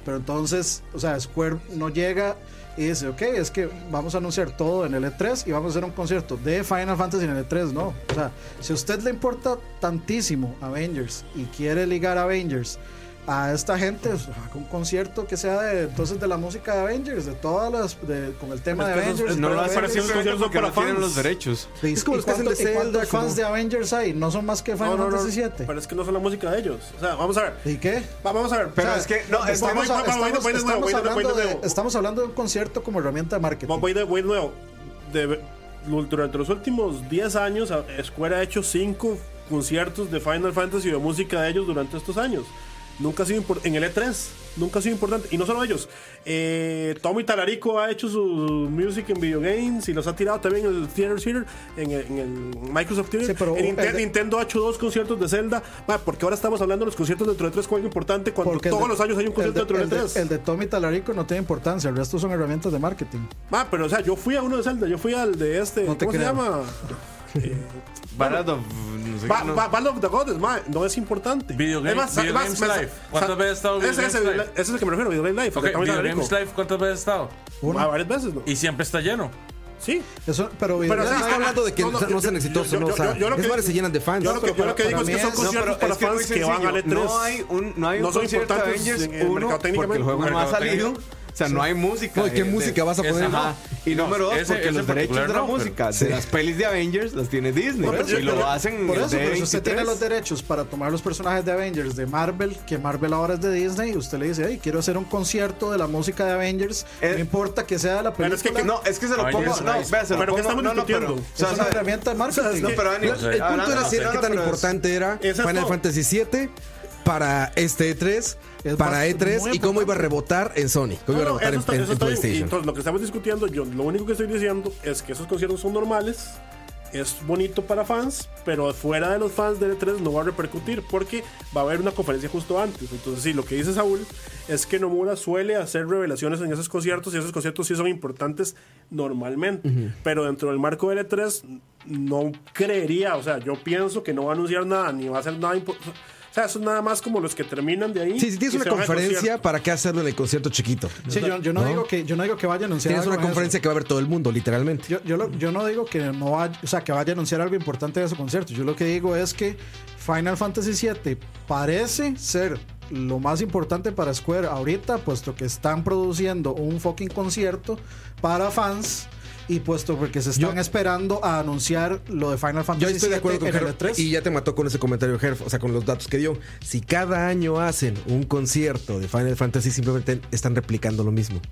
Speaker 4: Pero entonces, o sea, Square no llega y dice, ok, es que vamos a anunciar todo en el E3 y vamos a hacer un concierto de Final Fantasy en el E3, no. O sea, si a usted le importa tantísimo Avengers y quiere ligar Avengers a esta gente, pues, haga un concierto que sea de, entonces de la música de Avengers, de todas las, de- con el tema
Speaker 5: Es
Speaker 4: de
Speaker 5: que eso-
Speaker 4: Avengers.
Speaker 3: no
Speaker 4: pero
Speaker 3: lo
Speaker 5: hace
Speaker 3: hacen
Speaker 5: parecía un
Speaker 3: simplemente
Speaker 5: concierto
Speaker 3: porque
Speaker 5: para
Speaker 3: no tienen
Speaker 5: fans.
Speaker 3: los derechos.
Speaker 2: es como
Speaker 4: ¿Y
Speaker 2: los que hacen de
Speaker 4: cuánto- y
Speaker 2: Zelda.
Speaker 4: cuántos
Speaker 2: como-
Speaker 4: fans de Avengers hay? ¿No son más que Final Fantasy VII?
Speaker 5: pero es que no son la música de ellos. O sea, vamos a ver.
Speaker 4: ¿Y qué?
Speaker 5: Va- vamos a ver.
Speaker 3: Pero
Speaker 5: o sea,
Speaker 3: es que, no,
Speaker 5: voy-
Speaker 3: es que
Speaker 5: voy-
Speaker 4: Estamos,
Speaker 5: voy- voy- voy-
Speaker 4: estamos-
Speaker 5: voy de nuevo,
Speaker 4: estamos
Speaker 5: voy de nuevo, voy
Speaker 4: hablando
Speaker 5: de
Speaker 4: de,
Speaker 5: nuevo.
Speaker 4: estamos hablando de un concierto como herramienta de marketing.
Speaker 5: Voy- Voy de voy de nuevo. De- durante los últimos 10 años, a- Square ha hecho 5 conciertos de Final Fantasy y de música de ellos durante estos años. Nunca ha sido impor- en el E3, nunca ha sido importante. Y no solo ellos. Eh, Tommy Talarico ha hecho su music en video games y los ha tirado también en el Theater Theater, en el, en el Microsoft Theater.
Speaker 4: Sí, pero-
Speaker 5: en Inte-
Speaker 4: el-
Speaker 5: Nintendo ha hecho dos conciertos de Zelda. Ma, porque ahora estamos hablando de los conciertos dentro de E tres como algo importante cuando
Speaker 4: Porque el
Speaker 5: todos
Speaker 4: de-
Speaker 5: los años hay un
Speaker 4: el de-
Speaker 5: concierto dentro
Speaker 4: el
Speaker 5: de E
Speaker 4: de-
Speaker 5: tres.
Speaker 4: El de Tommy Talarico no tiene importancia, el resto son herramientas de marketing.
Speaker 5: Ma, pero o sea, yo fui a uno de Zelda, yo fui al de este.
Speaker 4: No te
Speaker 5: ¿Cómo se
Speaker 4: creo.
Speaker 5: llama? Eh,
Speaker 3: Ballad of- no sé
Speaker 5: Ba-
Speaker 3: qué, no.
Speaker 5: Ba- Battle of the Gods, ma, no es importante.
Speaker 1: Video game-
Speaker 5: Además, sa-
Speaker 1: Video Games
Speaker 5: además, me- sa-
Speaker 1: Live. ¿Cuántas
Speaker 5: sa-
Speaker 1: veces ha estado Video
Speaker 5: ese-
Speaker 1: Games
Speaker 5: ese-
Speaker 1: Live?
Speaker 5: Ese es el que me refiero, Video Game Live. el de
Speaker 1: Ok,
Speaker 5: Camila
Speaker 1: Video
Speaker 5: Rico.
Speaker 1: Games Live, ¿cuántas veces ha estado?
Speaker 4: Uno.
Speaker 5: Ma, varias veces, ¿no?
Speaker 1: Y siempre está lleno.
Speaker 5: Sí.
Speaker 4: Eso, pero,
Speaker 5: Pero,
Speaker 2: Nadie
Speaker 5: o sea,
Speaker 2: está hablando de que
Speaker 5: no,
Speaker 2: no,
Speaker 5: no, yo-
Speaker 2: no sean
Speaker 5: yo-
Speaker 2: exitosos,
Speaker 5: yo-
Speaker 2: ¿no?
Speaker 5: yo-
Speaker 2: O sea,
Speaker 5: yo- yo lo
Speaker 2: esos
Speaker 5: que-
Speaker 2: bares se llenan de fans.
Speaker 5: Yo lo que, yo lo que digo es que son
Speaker 4: para mí es-
Speaker 5: conciertos para
Speaker 3: es que es muy
Speaker 5: fans que
Speaker 3: sencillo.
Speaker 5: van al E3.
Speaker 3: No hay un, no hay
Speaker 5: No
Speaker 3: un
Speaker 5: son
Speaker 3: concierto de
Speaker 5: importantes
Speaker 3: Avengers
Speaker 5: en el
Speaker 3: 1
Speaker 5: mercado
Speaker 3: porque el
Speaker 5: técnicamente.
Speaker 3: juego no ha
Speaker 1: Mercado
Speaker 3: salido. O sea, no hay música.
Speaker 2: No, ¿y qué
Speaker 3: de-
Speaker 2: música
Speaker 3: de-
Speaker 2: vas a
Speaker 1: esa-
Speaker 2: poner?
Speaker 3: Ajá. Y número dos,
Speaker 1: ese-
Speaker 3: porque
Speaker 1: ese
Speaker 3: los derechos
Speaker 1: particular
Speaker 3: de la
Speaker 1: no,
Speaker 3: música
Speaker 1: pero-
Speaker 3: de las pelis de Avengers las tiene Disney.
Speaker 5: Por eso,
Speaker 3: y lo
Speaker 5: pero-
Speaker 3: hacen
Speaker 4: por
Speaker 3: en
Speaker 4: eso,
Speaker 3: el
Speaker 4: pero si usted
Speaker 3: D23.
Speaker 4: tiene los derechos para tomar los personajes de Avengers de Marvel, que Marvel ahora es de Disney, y usted le dice, hey, quiero hacer un concierto de la música de Avengers,
Speaker 3: Eh,
Speaker 4: no importa que sea de la
Speaker 5: pero es
Speaker 4: película.
Speaker 5: que- que-
Speaker 3: No, es que se lo
Speaker 1: Ay,
Speaker 3: pongo.
Speaker 1: Dios,
Speaker 3: No,
Speaker 1: nice.
Speaker 3: vea, se lo
Speaker 5: Pero ¿qué
Speaker 3: pongo-
Speaker 5: estamos
Speaker 3: no, no, pero-
Speaker 5: discutiendo?
Speaker 3: o sea,
Speaker 4: es una
Speaker 3: sabe-
Speaker 4: herramienta de marketing.
Speaker 3: No, pero Dani,
Speaker 2: El el
Speaker 3: ah,
Speaker 2: punto
Speaker 3: no,
Speaker 2: era
Speaker 3: no,
Speaker 2: si
Speaker 3: no,
Speaker 2: era qué tan
Speaker 3: pero es-
Speaker 2: importante era
Speaker 5: Esa es
Speaker 2: Final
Speaker 5: todo.
Speaker 2: Fantasy VII para este E3,
Speaker 4: Es
Speaker 2: para
Speaker 4: bastante-
Speaker 2: E3
Speaker 4: muy
Speaker 2: y cómo
Speaker 4: importante.
Speaker 2: iba a rebotar en Sony, cómo iba a
Speaker 5: No, no,
Speaker 2: rebotar
Speaker 5: eso
Speaker 2: en,
Speaker 5: está-
Speaker 2: en-
Speaker 5: eso
Speaker 2: en
Speaker 5: está bien. Y
Speaker 2: PlayStation.
Speaker 5: Entonces, lo que estamos discutiendo, yo lo único que estoy diciendo es que esos conciertos son normales, es bonito para fans, pero fuera de los fans de E3 no va a repercutir porque va a haber una conferencia justo antes. Entonces, sí, lo que dice Saúl es que Nomura suele hacer revelaciones en esos conciertos y esos conciertos sí son importantes normalmente, pero dentro del marco de E3 no creería, o sea, yo pienso que no va a anunciar nada ni va a hacer nada importante. O sea, eso es nada más como los que terminan de ahí.
Speaker 2: Sí, si tienes
Speaker 5: y
Speaker 2: una
Speaker 5: se van al
Speaker 2: conferencia,
Speaker 5: concierto.
Speaker 2: ¿para qué hacerlo en el concierto chiquito?
Speaker 4: Sí, yo, yo no, Digo que, yo no digo que vaya a anunciar
Speaker 2: Tienes
Speaker 4: algo
Speaker 2: una
Speaker 4: en eso.
Speaker 2: conferencia que va a ver todo el mundo, literalmente.
Speaker 4: Yo, yo, lo- yo no digo que no vaya, o sea, que vaya a anunciar algo importante de su concierto. Yo lo que digo es que Final Fantasy VII parece ser lo más importante para Square ahorita, puesto que están produciendo un fucking concierto para fans y puesto porque se están
Speaker 2: Yo-
Speaker 4: esperando a anunciar lo de Final Fantasy
Speaker 2: Yo estoy de acuerdo
Speaker 4: VII
Speaker 2: con
Speaker 4: en el E
Speaker 2: Gerf
Speaker 4: E3.
Speaker 2: y ya te mató con ese comentario Gerf, o sea, con los datos que dio. Si cada año hacen un concierto de Final Fantasy, simplemente están replicando lo mismo.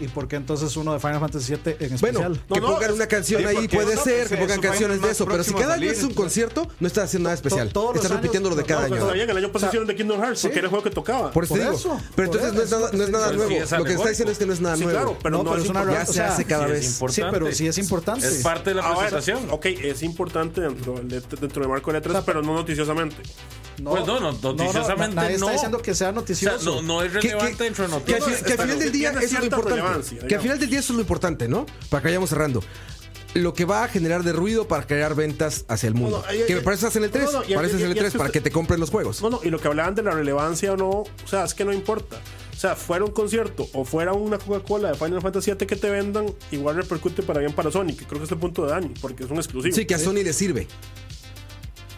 Speaker 4: ¿Y por qué entonces uno de Final Fantasy VII en
Speaker 2: Bueno,
Speaker 4: especial?
Speaker 5: No,
Speaker 2: que
Speaker 5: no,
Speaker 2: pongan
Speaker 5: es-
Speaker 2: una canción
Speaker 3: sí,
Speaker 2: ahí
Speaker 3: porque
Speaker 2: puede
Speaker 3: no,
Speaker 2: ser,
Speaker 3: es
Speaker 2: que
Speaker 3: eso,
Speaker 2: pongan
Speaker 3: fue
Speaker 2: canciones de
Speaker 3: más
Speaker 2: eso, pero si
Speaker 3: próximo a
Speaker 2: cada año
Speaker 3: salir.
Speaker 2: es un concierto, no estás haciendo nada especial.
Speaker 4: todos los
Speaker 2: Estás
Speaker 4: años-
Speaker 2: repitiendo lo de
Speaker 4: no,
Speaker 2: cada
Speaker 5: No,
Speaker 2: año.
Speaker 5: pero está bien, el año pasado hicieron de Kingdom Hearts,
Speaker 4: Sí.
Speaker 5: porque era el juego que tocaba.
Speaker 2: Por eso
Speaker 4: Por
Speaker 2: te digo.
Speaker 4: eso,
Speaker 2: pero
Speaker 4: por
Speaker 2: entonces no es
Speaker 4: eso,
Speaker 2: nada, no es nada
Speaker 1: pero es que
Speaker 2: nuevo.
Speaker 1: ya sale
Speaker 2: Lo que está
Speaker 1: nuevo.
Speaker 2: diciendo es que no es nada
Speaker 5: Sí,
Speaker 2: nuevo.
Speaker 5: claro, pero no, es
Speaker 4: una-
Speaker 5: importante.
Speaker 2: Ya
Speaker 4: o
Speaker 2: se hace cada
Speaker 1: Sí, es
Speaker 2: vez.
Speaker 4: Sí,
Speaker 1: importante.
Speaker 4: pero sí es importante.
Speaker 1: Es parte de la
Speaker 5: Ahora,
Speaker 1: presentación.
Speaker 5: ok, es importante dentro del, E dentro del marco de letras, pero no noticiosamente.
Speaker 4: No,
Speaker 1: Pues no, no, noticiosamente
Speaker 4: na- nadie
Speaker 1: no.
Speaker 4: está diciendo que sea
Speaker 1: O sea,
Speaker 4: noticioso.
Speaker 1: no, no es
Speaker 2: Que-
Speaker 1: relevante
Speaker 2: que-
Speaker 1: dentro de
Speaker 2: que al
Speaker 1: noticias.
Speaker 2: fin- que al final del día
Speaker 5: Tiene
Speaker 2: eso es lo
Speaker 5: cierta
Speaker 2: importante.
Speaker 5: relevancia,
Speaker 2: Que al final del día eso es lo importante, ¿no? Para que vayamos cerrando. Lo que va a generar de ruido para crear ventas hacia el mundo.
Speaker 5: No, no, ahí-
Speaker 2: que me
Speaker 5: ahí-
Speaker 2: parece en el 3.
Speaker 5: No, no, y-
Speaker 2: parece
Speaker 5: y-
Speaker 2: en el
Speaker 5: y- y es
Speaker 2: 3
Speaker 5: que
Speaker 2: para que
Speaker 5: usted-
Speaker 2: te compren los juegos.
Speaker 5: No, no, y lo que hablaban de la relevancia o no, o sea, es que no importa. O sea, fuera un concierto o fuera una Coca-Cola de Final Fantasy VII que te vendan, igual repercute para bien para Sony, que creo que es el punto de Dani, porque es un exclusivo.
Speaker 2: Sí, que a Sony le sirve.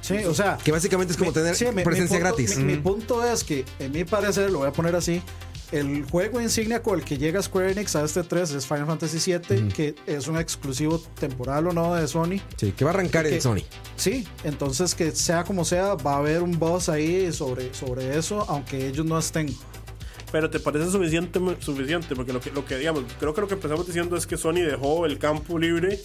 Speaker 4: Sí, o sea,
Speaker 2: Que básicamente es como
Speaker 4: mi-
Speaker 2: tener
Speaker 4: sí, mi- mi
Speaker 2: presencia
Speaker 4: punto-
Speaker 2: gratis.
Speaker 4: Mi, mi punto es que, en mi parecer, lo voy a poner así. El juego insignia con el que llega Square Enix a este 3 es Final Fantasy VII, que es un exclusivo temporal o no de Sony.
Speaker 2: Sí, que va a arrancar en
Speaker 4: Que-
Speaker 2: Sony.
Speaker 4: Sí, entonces que sea como sea, va a haber un boss ahí sobre, sobre eso, aunque ellos no estén.
Speaker 5: Pero te parece suficiente, suficiente porque lo que, lo que digamos, creo que lo que empezamos diciendo es que Sony dejó el campo libre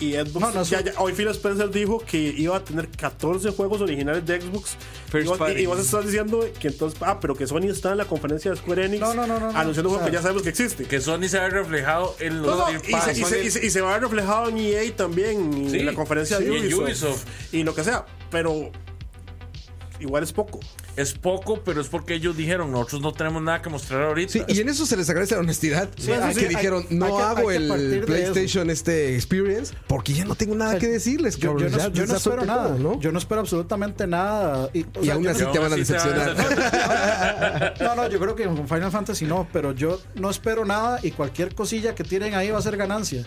Speaker 5: y Xbox.
Speaker 4: No, no, eso-
Speaker 5: ya- ya- hoy Phil Spencer dijo que iba a tener 14 juegos originales de Xbox.
Speaker 3: First
Speaker 5: y, vos,
Speaker 3: party.
Speaker 5: y- y vos estás diciendo que entonces, ah, pero que Sony está en la conferencia de Square Enix
Speaker 4: No, no, no, no, no,
Speaker 5: anunciando
Speaker 4: o
Speaker 5: un juego
Speaker 4: sea,
Speaker 5: que ya sabemos que existe.
Speaker 1: Que Sony se ve reflejado en los
Speaker 5: No, no,
Speaker 1: Dear
Speaker 5: y, se,
Speaker 1: Pass.
Speaker 5: y, se, y se- y se va a ver reflejado en EA también, y
Speaker 1: Sí,
Speaker 5: en la conferencia
Speaker 1: sí,
Speaker 5: de
Speaker 1: en
Speaker 5: Ubisoft,
Speaker 1: Ubisoft.
Speaker 5: Y lo que sea, pero igual es poco.
Speaker 1: Es poco, pero es porque ellos dijeron, nosotros no tenemos nada que mostrar ahorita.
Speaker 2: Sí, y en eso se les agradece la honestidad.
Speaker 4: eso
Speaker 2: que
Speaker 4: sí, hay-
Speaker 2: dijeron,
Speaker 4: hay
Speaker 2: no
Speaker 4: que- hay
Speaker 2: hago
Speaker 4: que partir
Speaker 2: el
Speaker 4: de eso".
Speaker 2: PlayStation este Experience porque ya no tengo nada que decirles.
Speaker 4: Yo,
Speaker 2: cabrón.
Speaker 4: yo no,
Speaker 2: Ya-
Speaker 4: yo no
Speaker 2: ya solté
Speaker 4: espero nada,
Speaker 2: todo, ¿no?
Speaker 4: yo no espero absolutamente nada. Y, o
Speaker 2: Y
Speaker 4: sea,
Speaker 2: aún
Speaker 4: yo no-
Speaker 2: así te van a
Speaker 1: Aún así te van a
Speaker 2: decepcionar.
Speaker 4: No, no, yo creo que con Final Fantasy no, pero yo no espero nada y cualquier cosilla que tienen ahí va a ser ganancia.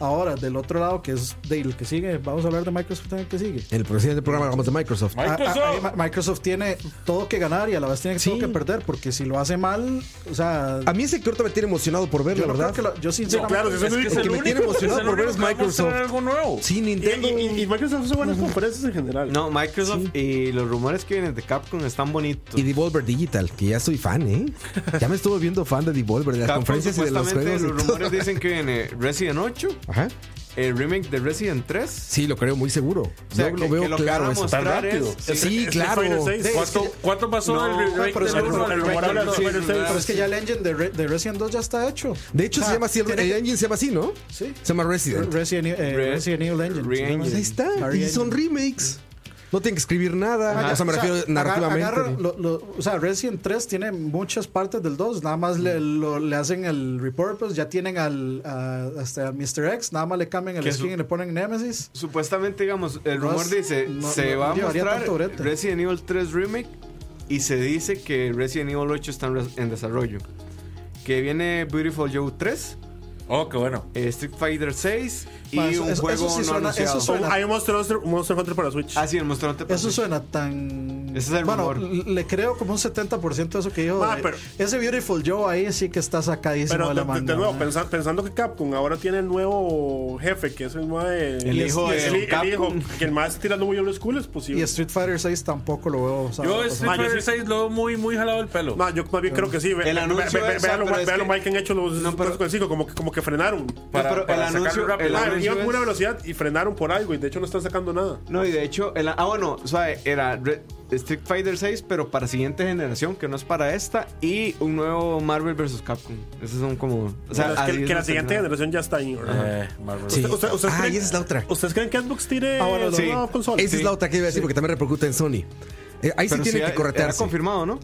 Speaker 4: Ahora, del otro lado, que es del que sigue, vamos a hablar de Microsoft en el que sigue.
Speaker 2: En el siguiente programa hablamos de Microsoft.
Speaker 4: A- a-
Speaker 1: Microsoft.
Speaker 4: ahí Ma- Microsoft tiene todo que ganar y a la vez tiene todo que perder, porque si lo hace mal, o sea,
Speaker 2: A mí ese corto me tiene emocionado por verlo,
Speaker 4: yo, no
Speaker 2: la
Speaker 4: creo
Speaker 2: verdad.
Speaker 4: que lo- yo
Speaker 5: No,
Speaker 4: sinceramente...
Speaker 5: claro, si
Speaker 1: Es
Speaker 5: son
Speaker 1: que es
Speaker 2: el
Speaker 1: el
Speaker 2: que me
Speaker 1: único
Speaker 2: tiene emocionado
Speaker 1: es el
Speaker 2: por ver
Speaker 1: único
Speaker 2: es
Speaker 1: que va a mostrar
Speaker 2: Microsoft.
Speaker 1: algo nuevo.
Speaker 2: Sí,
Speaker 5: Y,
Speaker 2: Nintendo.
Speaker 5: y- y- y Microsoft hace buenas conferencias en general.
Speaker 3: No, Microsoft y los rumores que vienen de Capcom están bonitos.
Speaker 2: Y Devolver Digital, que ya soy fan, ¿eh? Ya me estuve viendo fan de Devolver, de las
Speaker 3: Capcom,
Speaker 2: conferencias y de los
Speaker 3: supuestamente,
Speaker 2: juegos. y
Speaker 3: Los
Speaker 2: todo.
Speaker 3: rumores dicen que viene Resident 8,
Speaker 2: Ajá.
Speaker 3: el remake de Resident 3.
Speaker 2: Sí, lo creo muy seguro.
Speaker 3: O sea,
Speaker 2: Yo
Speaker 3: que-
Speaker 2: lo veo
Speaker 3: que lo que
Speaker 2: claro
Speaker 3: van a
Speaker 2: eso.
Speaker 1: Tan
Speaker 3: mostrar
Speaker 1: rápido.
Speaker 3: es-
Speaker 2: Sí, claro.
Speaker 5: Final seis.
Speaker 3: Sí,
Speaker 1: ¿Cuánto, cuánto pasó
Speaker 3: No,
Speaker 1: del remake
Speaker 3: pero
Speaker 1: del
Speaker 3: es que-
Speaker 1: uno al
Speaker 5: pero-
Speaker 1: remake
Speaker 5: pero-
Speaker 1: del
Speaker 5: pero-
Speaker 1: dos?
Speaker 5: pero-
Speaker 4: Pero es que ya el engine de, Re- de Resident 2 ya está hecho.
Speaker 2: De hecho,
Speaker 4: O
Speaker 2: se
Speaker 4: sea,
Speaker 2: llama así, el,
Speaker 4: Ah, tiene
Speaker 2: el
Speaker 4: que-
Speaker 2: engine se llama así, ¿no?
Speaker 4: Sí.
Speaker 2: Se llama Resident.
Speaker 4: Resident, eh,
Speaker 3: Re-
Speaker 4: Resident Evil Engine.
Speaker 3: Re-
Speaker 4: se llama.
Speaker 3: Engine.
Speaker 2: Pues Ahí está.
Speaker 4: Re-
Speaker 2: Y son
Speaker 4: Engine.
Speaker 2: remakes. No tienen que escribir nada.
Speaker 4: Ajá.
Speaker 2: O sea, me refiero
Speaker 4: agar-
Speaker 2: narrativamente.
Speaker 4: agarra lo- lo- o sea, Resident 3 tiene muchas partes del 2. Nada más le, lo- le hacen el repurpose. Ya tienen al a- hasta a Mr. X. Nada más le cambian
Speaker 3: Que
Speaker 4: el
Speaker 3: su-
Speaker 4: skin y le ponen Nemesis.
Speaker 3: Supuestamente, digamos, el
Speaker 4: No
Speaker 3: rumor
Speaker 4: es-
Speaker 3: dice,
Speaker 4: no-
Speaker 3: se
Speaker 4: no-
Speaker 3: va a
Speaker 4: no llevaría
Speaker 3: mostrar
Speaker 4: tanto brete.
Speaker 3: Resident Evil 3 Remake y se dice que Resident Evil 8 está en, res- en desarrollo. Que viene Beautiful Joe 3,
Speaker 1: Oh, qué bueno.
Speaker 3: eh, Street Fighter 6 y
Speaker 4: Ma, eso-
Speaker 3: un
Speaker 4: eso- eso
Speaker 3: juego
Speaker 4: sí
Speaker 3: no
Speaker 4: suena- eso
Speaker 3: anunciado.
Speaker 4: suena-
Speaker 5: Hay un Monster, Hunter- un Monster Hunter para Switch.
Speaker 3: Ah, sí, el mostrante para
Speaker 4: Eso
Speaker 3: Switch.
Speaker 4: suena tan.
Speaker 3: Ese es el
Speaker 4: bueno,
Speaker 3: rumor.
Speaker 4: l- le creo como un 70% de eso que dijo.
Speaker 5: Ma,
Speaker 4: de-
Speaker 5: Ah, pero-
Speaker 4: ese Beautiful Joe ahí sí que está sacadísimo
Speaker 5: Pero
Speaker 4: de la
Speaker 5: de, de- de
Speaker 4: manga.
Speaker 5: nuevo,
Speaker 4: ma.
Speaker 5: pensa- pensando que Capcom ahora tiene el nuevo jefe, que es el más de.
Speaker 3: El hijo de
Speaker 5: el, el hijo,
Speaker 3: Capcom.
Speaker 5: que el más tirando muy old school es
Speaker 4: y
Speaker 5: posible.
Speaker 4: Street Fighter 6 tampoco lo veo. o sea,
Speaker 1: Yo
Speaker 4: o sea,
Speaker 1: Street
Speaker 5: Ma, yo
Speaker 1: Fighter
Speaker 5: sí-
Speaker 1: 6 lo veo muy, muy jalado el pelo.
Speaker 5: No, yo más bien creo que sí. Ve,
Speaker 3: El
Speaker 5: ve-
Speaker 3: anuncio
Speaker 5: ve- ve-
Speaker 3: es,
Speaker 5: vean lo
Speaker 3: pero
Speaker 5: mal-
Speaker 3: es
Speaker 5: vean lo
Speaker 3: que-
Speaker 5: mal que han hecho los
Speaker 3: No, pero-
Speaker 5: con el 5, como que, como que frenaron.
Speaker 1: Para,
Speaker 3: pero el
Speaker 1: para sacarlo
Speaker 3: anuncio-
Speaker 1: rápido.
Speaker 3: el
Speaker 5: Ah,
Speaker 3: anuncio
Speaker 5: iban con una
Speaker 3: es-
Speaker 5: velocidad y frenaron por algo y de hecho no están sacando nada.
Speaker 3: No, y de hecho, el- ah, bueno, o sea, era Re- Street Fighter 6, pero para siguiente generación, que no es para esta, y un nuevo Marvel vs. Capcom. Esos son como. O sea,
Speaker 5: Bueno, es que-
Speaker 3: así
Speaker 5: que,
Speaker 3: es
Speaker 5: la
Speaker 3: nuestra
Speaker 5: siguiente
Speaker 3: entrada.
Speaker 5: generación ya está ahí. ¿verdad?
Speaker 1: Eh, Marvel.
Speaker 2: Sí.
Speaker 5: Usted- usted- usted
Speaker 2: ah,
Speaker 5: cree-
Speaker 2: y esa es la otra.
Speaker 5: ¿Ustedes creen que Xbox tire
Speaker 4: Ah, bueno,
Speaker 5: la
Speaker 3: sí.
Speaker 5: nueva consola?
Speaker 2: Esa es la otra que iba a decir porque también repercute en Sony. Eh, ahí
Speaker 3: Pero
Speaker 2: sí tienen
Speaker 3: era-
Speaker 2: que corretearse.
Speaker 3: Era confirmado, ¿no?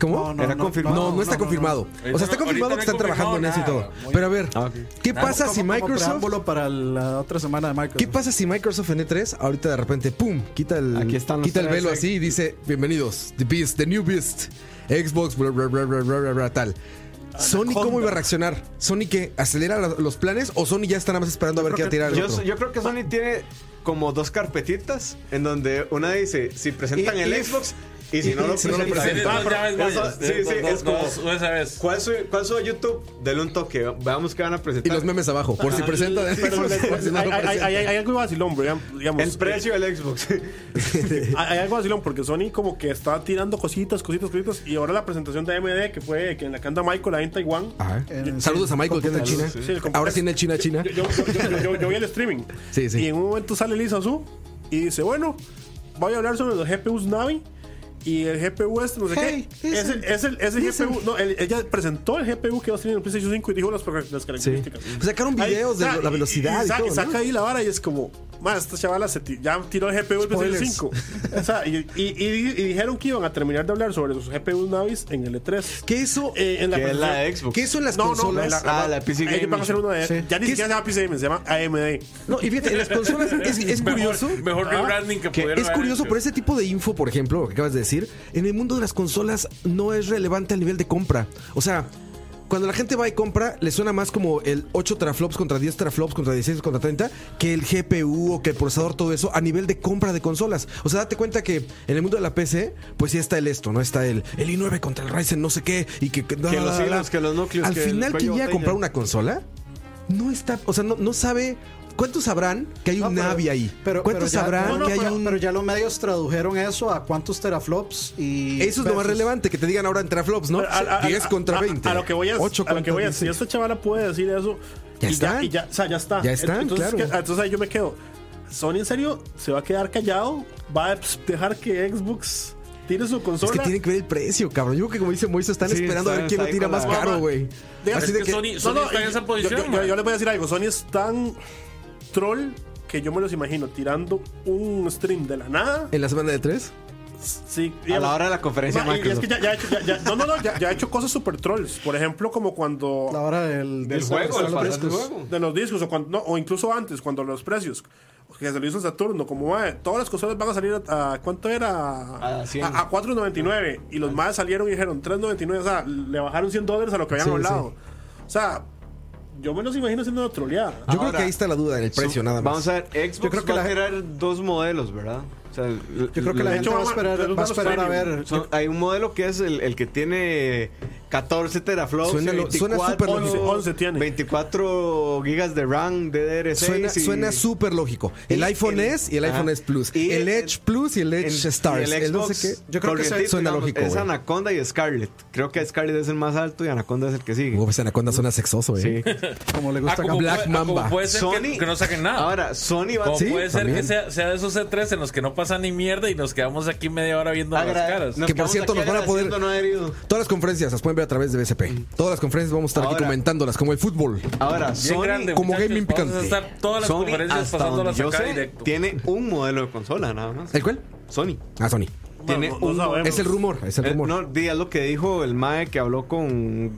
Speaker 2: ¿Cómo?
Speaker 3: Era confirmado.
Speaker 2: No, no está confirmado.
Speaker 1: no.
Speaker 2: O sea, está confirmado
Speaker 1: Ahorita
Speaker 2: que
Speaker 1: no
Speaker 2: están
Speaker 1: hay confirmado
Speaker 2: trabajando en eso y todo.
Speaker 1: nada. Muy
Speaker 2: Pero a ver,
Speaker 3: Ah, ok.
Speaker 2: ¿qué
Speaker 4: como-
Speaker 2: pasa si
Speaker 4: como- como
Speaker 2: Microsoft
Speaker 4: preámbulo para la otra semana de Microsoft.
Speaker 2: ¿Qué pasa si Microsoft en E3 ahorita de repente, pum, quita el,
Speaker 3: Aquí están los
Speaker 2: quita el
Speaker 3: tres,
Speaker 2: velo
Speaker 3: eh.
Speaker 2: así y dice, bienvenidos, The Beast, The New Beast, Xbox, bla, bla, bla, bla, bla, bla, bla, tal. ¿Sony cómo iba a reaccionar? ¿Sony que acelera la- los planes o Sony ya está nada más esperando a ver qué va a tirar el
Speaker 3: yo,
Speaker 2: otro?
Speaker 3: yo creo que Sony tiene como dos carpetitas en donde una dice si presentan
Speaker 4: Y-
Speaker 3: el
Speaker 4: y-
Speaker 3: Xbox y si no lo
Speaker 2: y si no lo
Speaker 3: presentan.
Speaker 1: Tiene
Speaker 5: presentan.
Speaker 3: Ah,
Speaker 1: dos
Speaker 3: pero
Speaker 1: llaves
Speaker 3: eso-
Speaker 1: varias.
Speaker 3: sí, sí,
Speaker 1: Dos-
Speaker 3: es como-
Speaker 1: dos USBs.
Speaker 3: ¿Cuál sube, ¿Cuál sube YouTube? Dele un toque. Veamos qué van a
Speaker 2: Y
Speaker 3: presentar.
Speaker 2: los memes abajo, por si presenta.
Speaker 5: Pero
Speaker 2: por
Speaker 5: le-
Speaker 2: si- por si no
Speaker 5: hay,
Speaker 2: lo
Speaker 5: hay-
Speaker 2: presenta.
Speaker 5: hay- hay algo vacilón, digamos. este,
Speaker 3: El precio del Xbox.
Speaker 5: Hay hay algo vacilón porque Sony como que está tirando cositas, cositas, cositas. Y ahora la presentación de AMD que fue que en la canta Michael ahí en Taiwán.
Speaker 2: Ajá.
Speaker 4: En-
Speaker 2: Ah, Saludos a Michael que es de
Speaker 4: Saludos,
Speaker 2: China.
Speaker 5: Eh, sí, el computador.
Speaker 2: Ahora sí en el China China.
Speaker 5: Yo, yo- yo- yo- yo- yo vi el streaming.
Speaker 2: Sí, sí.
Speaker 5: Y en un momento sale Lisa Su y dice, bueno, voy a hablar sobre los GPUs Navi y el GPU este, no sé
Speaker 4: Hey,
Speaker 5: qué.
Speaker 4: listen,
Speaker 5: Ese, ese, ese
Speaker 4: listen.
Speaker 5: GPU, no, el- ella presentó el GPU que va a tener en el PlayStation 5 y dijo las, pro- las características.
Speaker 2: Pues sacaron
Speaker 5: Ahí,
Speaker 2: videos de
Speaker 5: ah,
Speaker 2: la velocidad
Speaker 5: y,
Speaker 2: y,
Speaker 5: sa-
Speaker 2: todo,
Speaker 5: y
Speaker 2: ¿no?
Speaker 5: saca ahí la vara y es como, más esta chavala se ti- ya tiró el GPU del PlayStation
Speaker 4: Spoilers.
Speaker 5: 5. O sea, y, y, y- y dijeron que iban a terminar de hablar sobre los GPUs Navis en el E3.
Speaker 2: Que eso,
Speaker 5: Eh, en la
Speaker 3: que es la
Speaker 5: presentación-
Speaker 3: de Xbox.
Speaker 2: que eso en las
Speaker 5: no,
Speaker 2: consolas...
Speaker 5: no,
Speaker 3: Ah, la PC
Speaker 5: ellos
Speaker 3: Gaming.
Speaker 5: van a hacer una de
Speaker 4: Sí.
Speaker 5: Ya ni
Speaker 2: ¿Qué
Speaker 5: siquiera se llama PC Gaming, se llama AMD.
Speaker 2: No, y fíjate, en las consolas es, es
Speaker 1: Mejor-
Speaker 2: curioso.
Speaker 1: Mejor rebranding que
Speaker 3: que
Speaker 1: pudieron
Speaker 2: Es
Speaker 1: haber
Speaker 2: curioso,
Speaker 1: hecho.
Speaker 2: pero ese tipo de info, por ejemplo, que acabas de decir, en el mundo de las consolas no es relevante al nivel de compra. O sea, cuando la gente va y compra, le suena más como el 8 teraflops contra 10 teraflops contra 16 contra 30 que el GPU o que el procesador, todo eso, a nivel de compra de consolas. O sea, date cuenta que en el mundo de la PC, pues sí está el esto, ¿no? Está el, el i9 contra el Ryzen, no sé qué, y que, que,
Speaker 3: Que los hilos, que los núcleos,
Speaker 2: Al
Speaker 3: que el
Speaker 2: final,
Speaker 3: cuello
Speaker 2: quien llega a
Speaker 3: botella.
Speaker 2: comprar una consola, no está, o sea, no, no sabe. ¿Cuántos sabrán que hay un
Speaker 4: No, pero-
Speaker 2: Navi ahí?
Speaker 4: Pero,
Speaker 2: ¿Cuántos
Speaker 4: pero ya-
Speaker 2: sabrán
Speaker 4: no, no,
Speaker 2: que hay
Speaker 4: pero,
Speaker 2: un
Speaker 4: pero ya los medios tradujeron eso a cuántos teraflops y.
Speaker 2: Eso es lo más
Speaker 4: versus-
Speaker 2: relevante, que te digan ahora en teraflops, ¿no?
Speaker 5: Pero a- a-
Speaker 2: 10
Speaker 5: a-
Speaker 2: contra
Speaker 5: a-
Speaker 2: 20.
Speaker 5: A, lo que voy a,
Speaker 2: Ocho
Speaker 5: a lo que
Speaker 2: contra
Speaker 5: voy a- si
Speaker 2: 16.
Speaker 5: esta chavala puede decir eso.
Speaker 2: Ya
Speaker 5: y
Speaker 2: está.
Speaker 5: Ya, y ya, o sea, ya está.
Speaker 2: Ya está,
Speaker 5: entonces,
Speaker 2: claro.
Speaker 5: que- entonces ahí yo me quedo. Sony en serio se va a quedar callado, va a ps- dejar que Xbox tire su
Speaker 2: Es
Speaker 5: consola.
Speaker 2: que tienen que ver el precio, cabrón. Yo creo que como dice Moisés, están
Speaker 3: Sí,
Speaker 2: esperando a ver
Speaker 3: está-
Speaker 2: quién lo
Speaker 3: está
Speaker 2: tira
Speaker 3: ahí
Speaker 2: más
Speaker 3: con la-
Speaker 2: caro, güey.
Speaker 5: Diga-
Speaker 2: Así
Speaker 1: Es
Speaker 2: de
Speaker 1: que,
Speaker 2: que...
Speaker 1: Sony, Sony está en
Speaker 5: y-
Speaker 1: esa posición.
Speaker 5: Yo, yo-
Speaker 1: man.
Speaker 5: yo les voy a decir algo. Sony es tan troll que yo me los imagino tirando un stream de la nada.
Speaker 2: ¿En la semana de tres?
Speaker 5: Sí,
Speaker 3: A
Speaker 5: digamos,
Speaker 3: la hora de la conferencia de
Speaker 5: Ma, y es
Speaker 3: Microsoft.
Speaker 5: que ya, ya ha hecho, ya- ya- no, no, no, ya, ya ha hecho cosas super trolls. Por ejemplo, como cuando.
Speaker 4: La hora del,
Speaker 3: Del juego, el
Speaker 4: los
Speaker 3: pasar del
Speaker 4: discos.
Speaker 3: juego.
Speaker 5: de los discos, o, cuando, no, o incluso antes, cuando los precios. Que se lo hizo Saturno, como "Mae, todas las consolas van a salir a, a- ¿cuánto era?
Speaker 3: A 100.
Speaker 5: A, a 4.99. Y
Speaker 2: Ah.
Speaker 5: los más salieron y dijeron 3.99. O sea, le bajaron 100 dólares a lo que habían
Speaker 2: Sí,
Speaker 5: hablado. O sea, yo me los imagino siendo Ah, una troleada.
Speaker 2: Yo creo
Speaker 3: Ahora,
Speaker 2: que ahí está la duda en el precio, nada más.
Speaker 3: Vamos a ver, Xbox
Speaker 4: Yo creo que
Speaker 3: va a
Speaker 4: la-
Speaker 3: generar dos modelos, ¿verdad? O sea, yo
Speaker 4: Yo creo que la
Speaker 5: De
Speaker 4: gente
Speaker 5: hecho,
Speaker 4: va a
Speaker 5: vamos-
Speaker 4: esperar,
Speaker 5: los
Speaker 4: va a,
Speaker 5: datos
Speaker 4: esperar a
Speaker 5: premium.
Speaker 4: ver.
Speaker 3: hay un modelo que es el, el que tiene 14 teraflops,
Speaker 2: Suena lo- suena
Speaker 3: 24
Speaker 2: súper
Speaker 5: lógico. 11, 11 tiene.
Speaker 3: 24 gigas de RAM, DDR6.
Speaker 2: Suena,
Speaker 3: y-
Speaker 2: suena súper lógico. El
Speaker 3: y
Speaker 2: iPhone
Speaker 3: el-
Speaker 2: S y el
Speaker 3: ajá.
Speaker 2: iPhone S Plus.
Speaker 3: Y
Speaker 2: el
Speaker 3: el-
Speaker 2: Edge Plus y el Edge
Speaker 3: en-
Speaker 2: Stars.
Speaker 3: y
Speaker 2: El no sé
Speaker 3: Xbox
Speaker 2: qué. Yo creo que
Speaker 3: corrientito,
Speaker 2: ese- suena
Speaker 3: digamos,
Speaker 2: lógico.
Speaker 3: Es
Speaker 2: güey.
Speaker 3: Anaconda y Scarlet. Creo que Scarlet es el más alto y Anaconda es el que sigue.
Speaker 2: Uf, ese Anaconda suena sexoso, eh.
Speaker 3: Sí.
Speaker 4: Como le
Speaker 1: Ah,
Speaker 4: gusta a
Speaker 1: como
Speaker 4: Gamble.
Speaker 2: Black
Speaker 1: puede- ah, como
Speaker 2: Mamba.
Speaker 1: puede ser que- que, no saquen nada.
Speaker 3: Ahora, Sony va
Speaker 1: Como
Speaker 2: Sí,
Speaker 1: puede ser
Speaker 2: también.
Speaker 1: que sea, sea de esos C3 en los que no pasa ni mierda y nos quedamos aquí media hora viendo
Speaker 3: Agra-
Speaker 1: las caras.
Speaker 3: nos
Speaker 2: Que, por
Speaker 3: quedamos
Speaker 2: cierto,
Speaker 3: aquí
Speaker 2: nos van a poder-
Speaker 3: agradeciendo no haber ido.
Speaker 2: Todas las conferencias las pueden ver a través de BSP. Todas las conferencias vamos a estar aquí
Speaker 3: Ahora-
Speaker 2: comentándolas, como el fútbol.
Speaker 3: Ahora,
Speaker 1: Bien
Speaker 3: Sony,
Speaker 1: grande,
Speaker 2: como
Speaker 1: muchachos,
Speaker 2: gaming
Speaker 1: vamos a
Speaker 2: picante.
Speaker 1: estar todas las
Speaker 3: Sony,
Speaker 1: conferencias
Speaker 3: hasta
Speaker 1: pasándolas
Speaker 3: donde yo
Speaker 1: acá
Speaker 3: sé,
Speaker 1: directo.
Speaker 3: tiene un modelo de consola nada más.
Speaker 2: ¿El cuál?
Speaker 3: Sony.
Speaker 2: Ah, Sony.
Speaker 3: Tiene
Speaker 5: no- no
Speaker 3: un-
Speaker 5: sabemos.
Speaker 2: Es el rumor, es el
Speaker 3: Eh,
Speaker 2: rumor.
Speaker 3: no, di, es lo que dijo el Mae que habló con.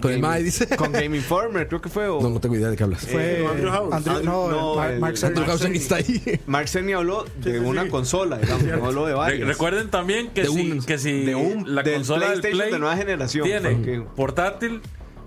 Speaker 2: Con el mae, dice.
Speaker 3: Con Game Informer, creo que fue. O,
Speaker 2: No, no tengo idea de qué hablas.
Speaker 4: Fue
Speaker 5: Eh, Andrew House.
Speaker 4: Andrew- Ah, no,
Speaker 3: No,
Speaker 4: Ma-
Speaker 3: el-
Speaker 4: Mark Cerny.
Speaker 2: Andrew Hausen está ahí.
Speaker 3: Mark Cerny habló de
Speaker 5: sí,
Speaker 3: una
Speaker 5: sí.
Speaker 3: consola, digamos, no habló de
Speaker 1: Re-
Speaker 3: varias.
Speaker 1: recuerden también que
Speaker 2: De
Speaker 1: si,
Speaker 2: un-
Speaker 1: que si
Speaker 3: de un-
Speaker 1: la
Speaker 3: del
Speaker 1: consola del
Speaker 3: PlayStation
Speaker 1: Play
Speaker 3: de nueva generación,
Speaker 1: tiene
Speaker 3: porque-
Speaker 1: portátil,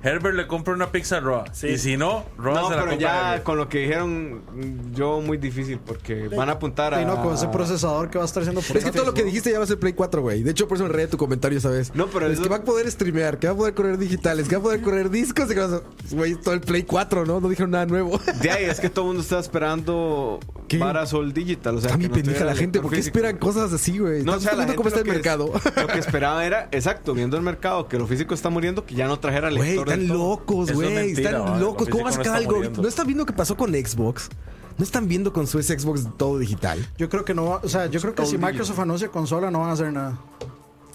Speaker 1: Herbert le compra una pizza Raw.
Speaker 5: Sí.
Speaker 1: Y si no, Raw
Speaker 3: No,
Speaker 1: se la
Speaker 3: pero
Speaker 1: compra. a
Speaker 3: ya
Speaker 1: Herbert.
Speaker 3: con lo que dijeron, mm, yo muy difícil porque van a apuntar a.
Speaker 4: Y no, con ese procesador que va a estar haciendo
Speaker 2: Ah. Es que todo lo que
Speaker 4: portátiles,
Speaker 2: dijiste ya va a ser Play 4, güey. De hecho, por eso me reí de tu comentario esa vez.
Speaker 3: No, pero
Speaker 2: es
Speaker 3: eso-
Speaker 2: que va a poder streamear, que va a poder correr digitales, que va a poder correr discos. y que vas a- Güey, es todo el Play 4, ¿no? No dijeron nada nuevo.
Speaker 3: De ahí es que todo el mundo está esperando
Speaker 2: ¿Qué?
Speaker 3: para Sol Digital. O sea,
Speaker 2: Está
Speaker 3: que
Speaker 2: mi
Speaker 3: no
Speaker 2: pendeja
Speaker 3: tuviera
Speaker 2: la gente.
Speaker 3: lector
Speaker 2: ¿Por qué
Speaker 3: físico.
Speaker 2: esperan cosas así, güey?
Speaker 3: No,
Speaker 2: No,
Speaker 3: o sea, la gente
Speaker 2: cómo está
Speaker 3: lo
Speaker 2: el
Speaker 3: que-
Speaker 2: mercado.
Speaker 3: Lo que esperaba era, exacto, viendo el mercado, que lo físico está muriendo, que ya no trajera
Speaker 2: Güey,
Speaker 3: lector. del
Speaker 2: están
Speaker 3: todo.
Speaker 2: locos,
Speaker 1: Eso es
Speaker 2: güey.
Speaker 1: mentira,
Speaker 2: Están
Speaker 1: va.
Speaker 2: locos.
Speaker 1: Lo
Speaker 2: ¿Cómo va
Speaker 1: físico no
Speaker 2: a sacar
Speaker 1: está
Speaker 2: algo?
Speaker 1: muriendo.
Speaker 2: ¿No están viendo qué pasó con Xbox? ¿No están viendo con su ex Xbox todo digital?
Speaker 4: Yo creo que no va, o sea, yo creo que si Microsoft anuncia consola no van a hacer nada.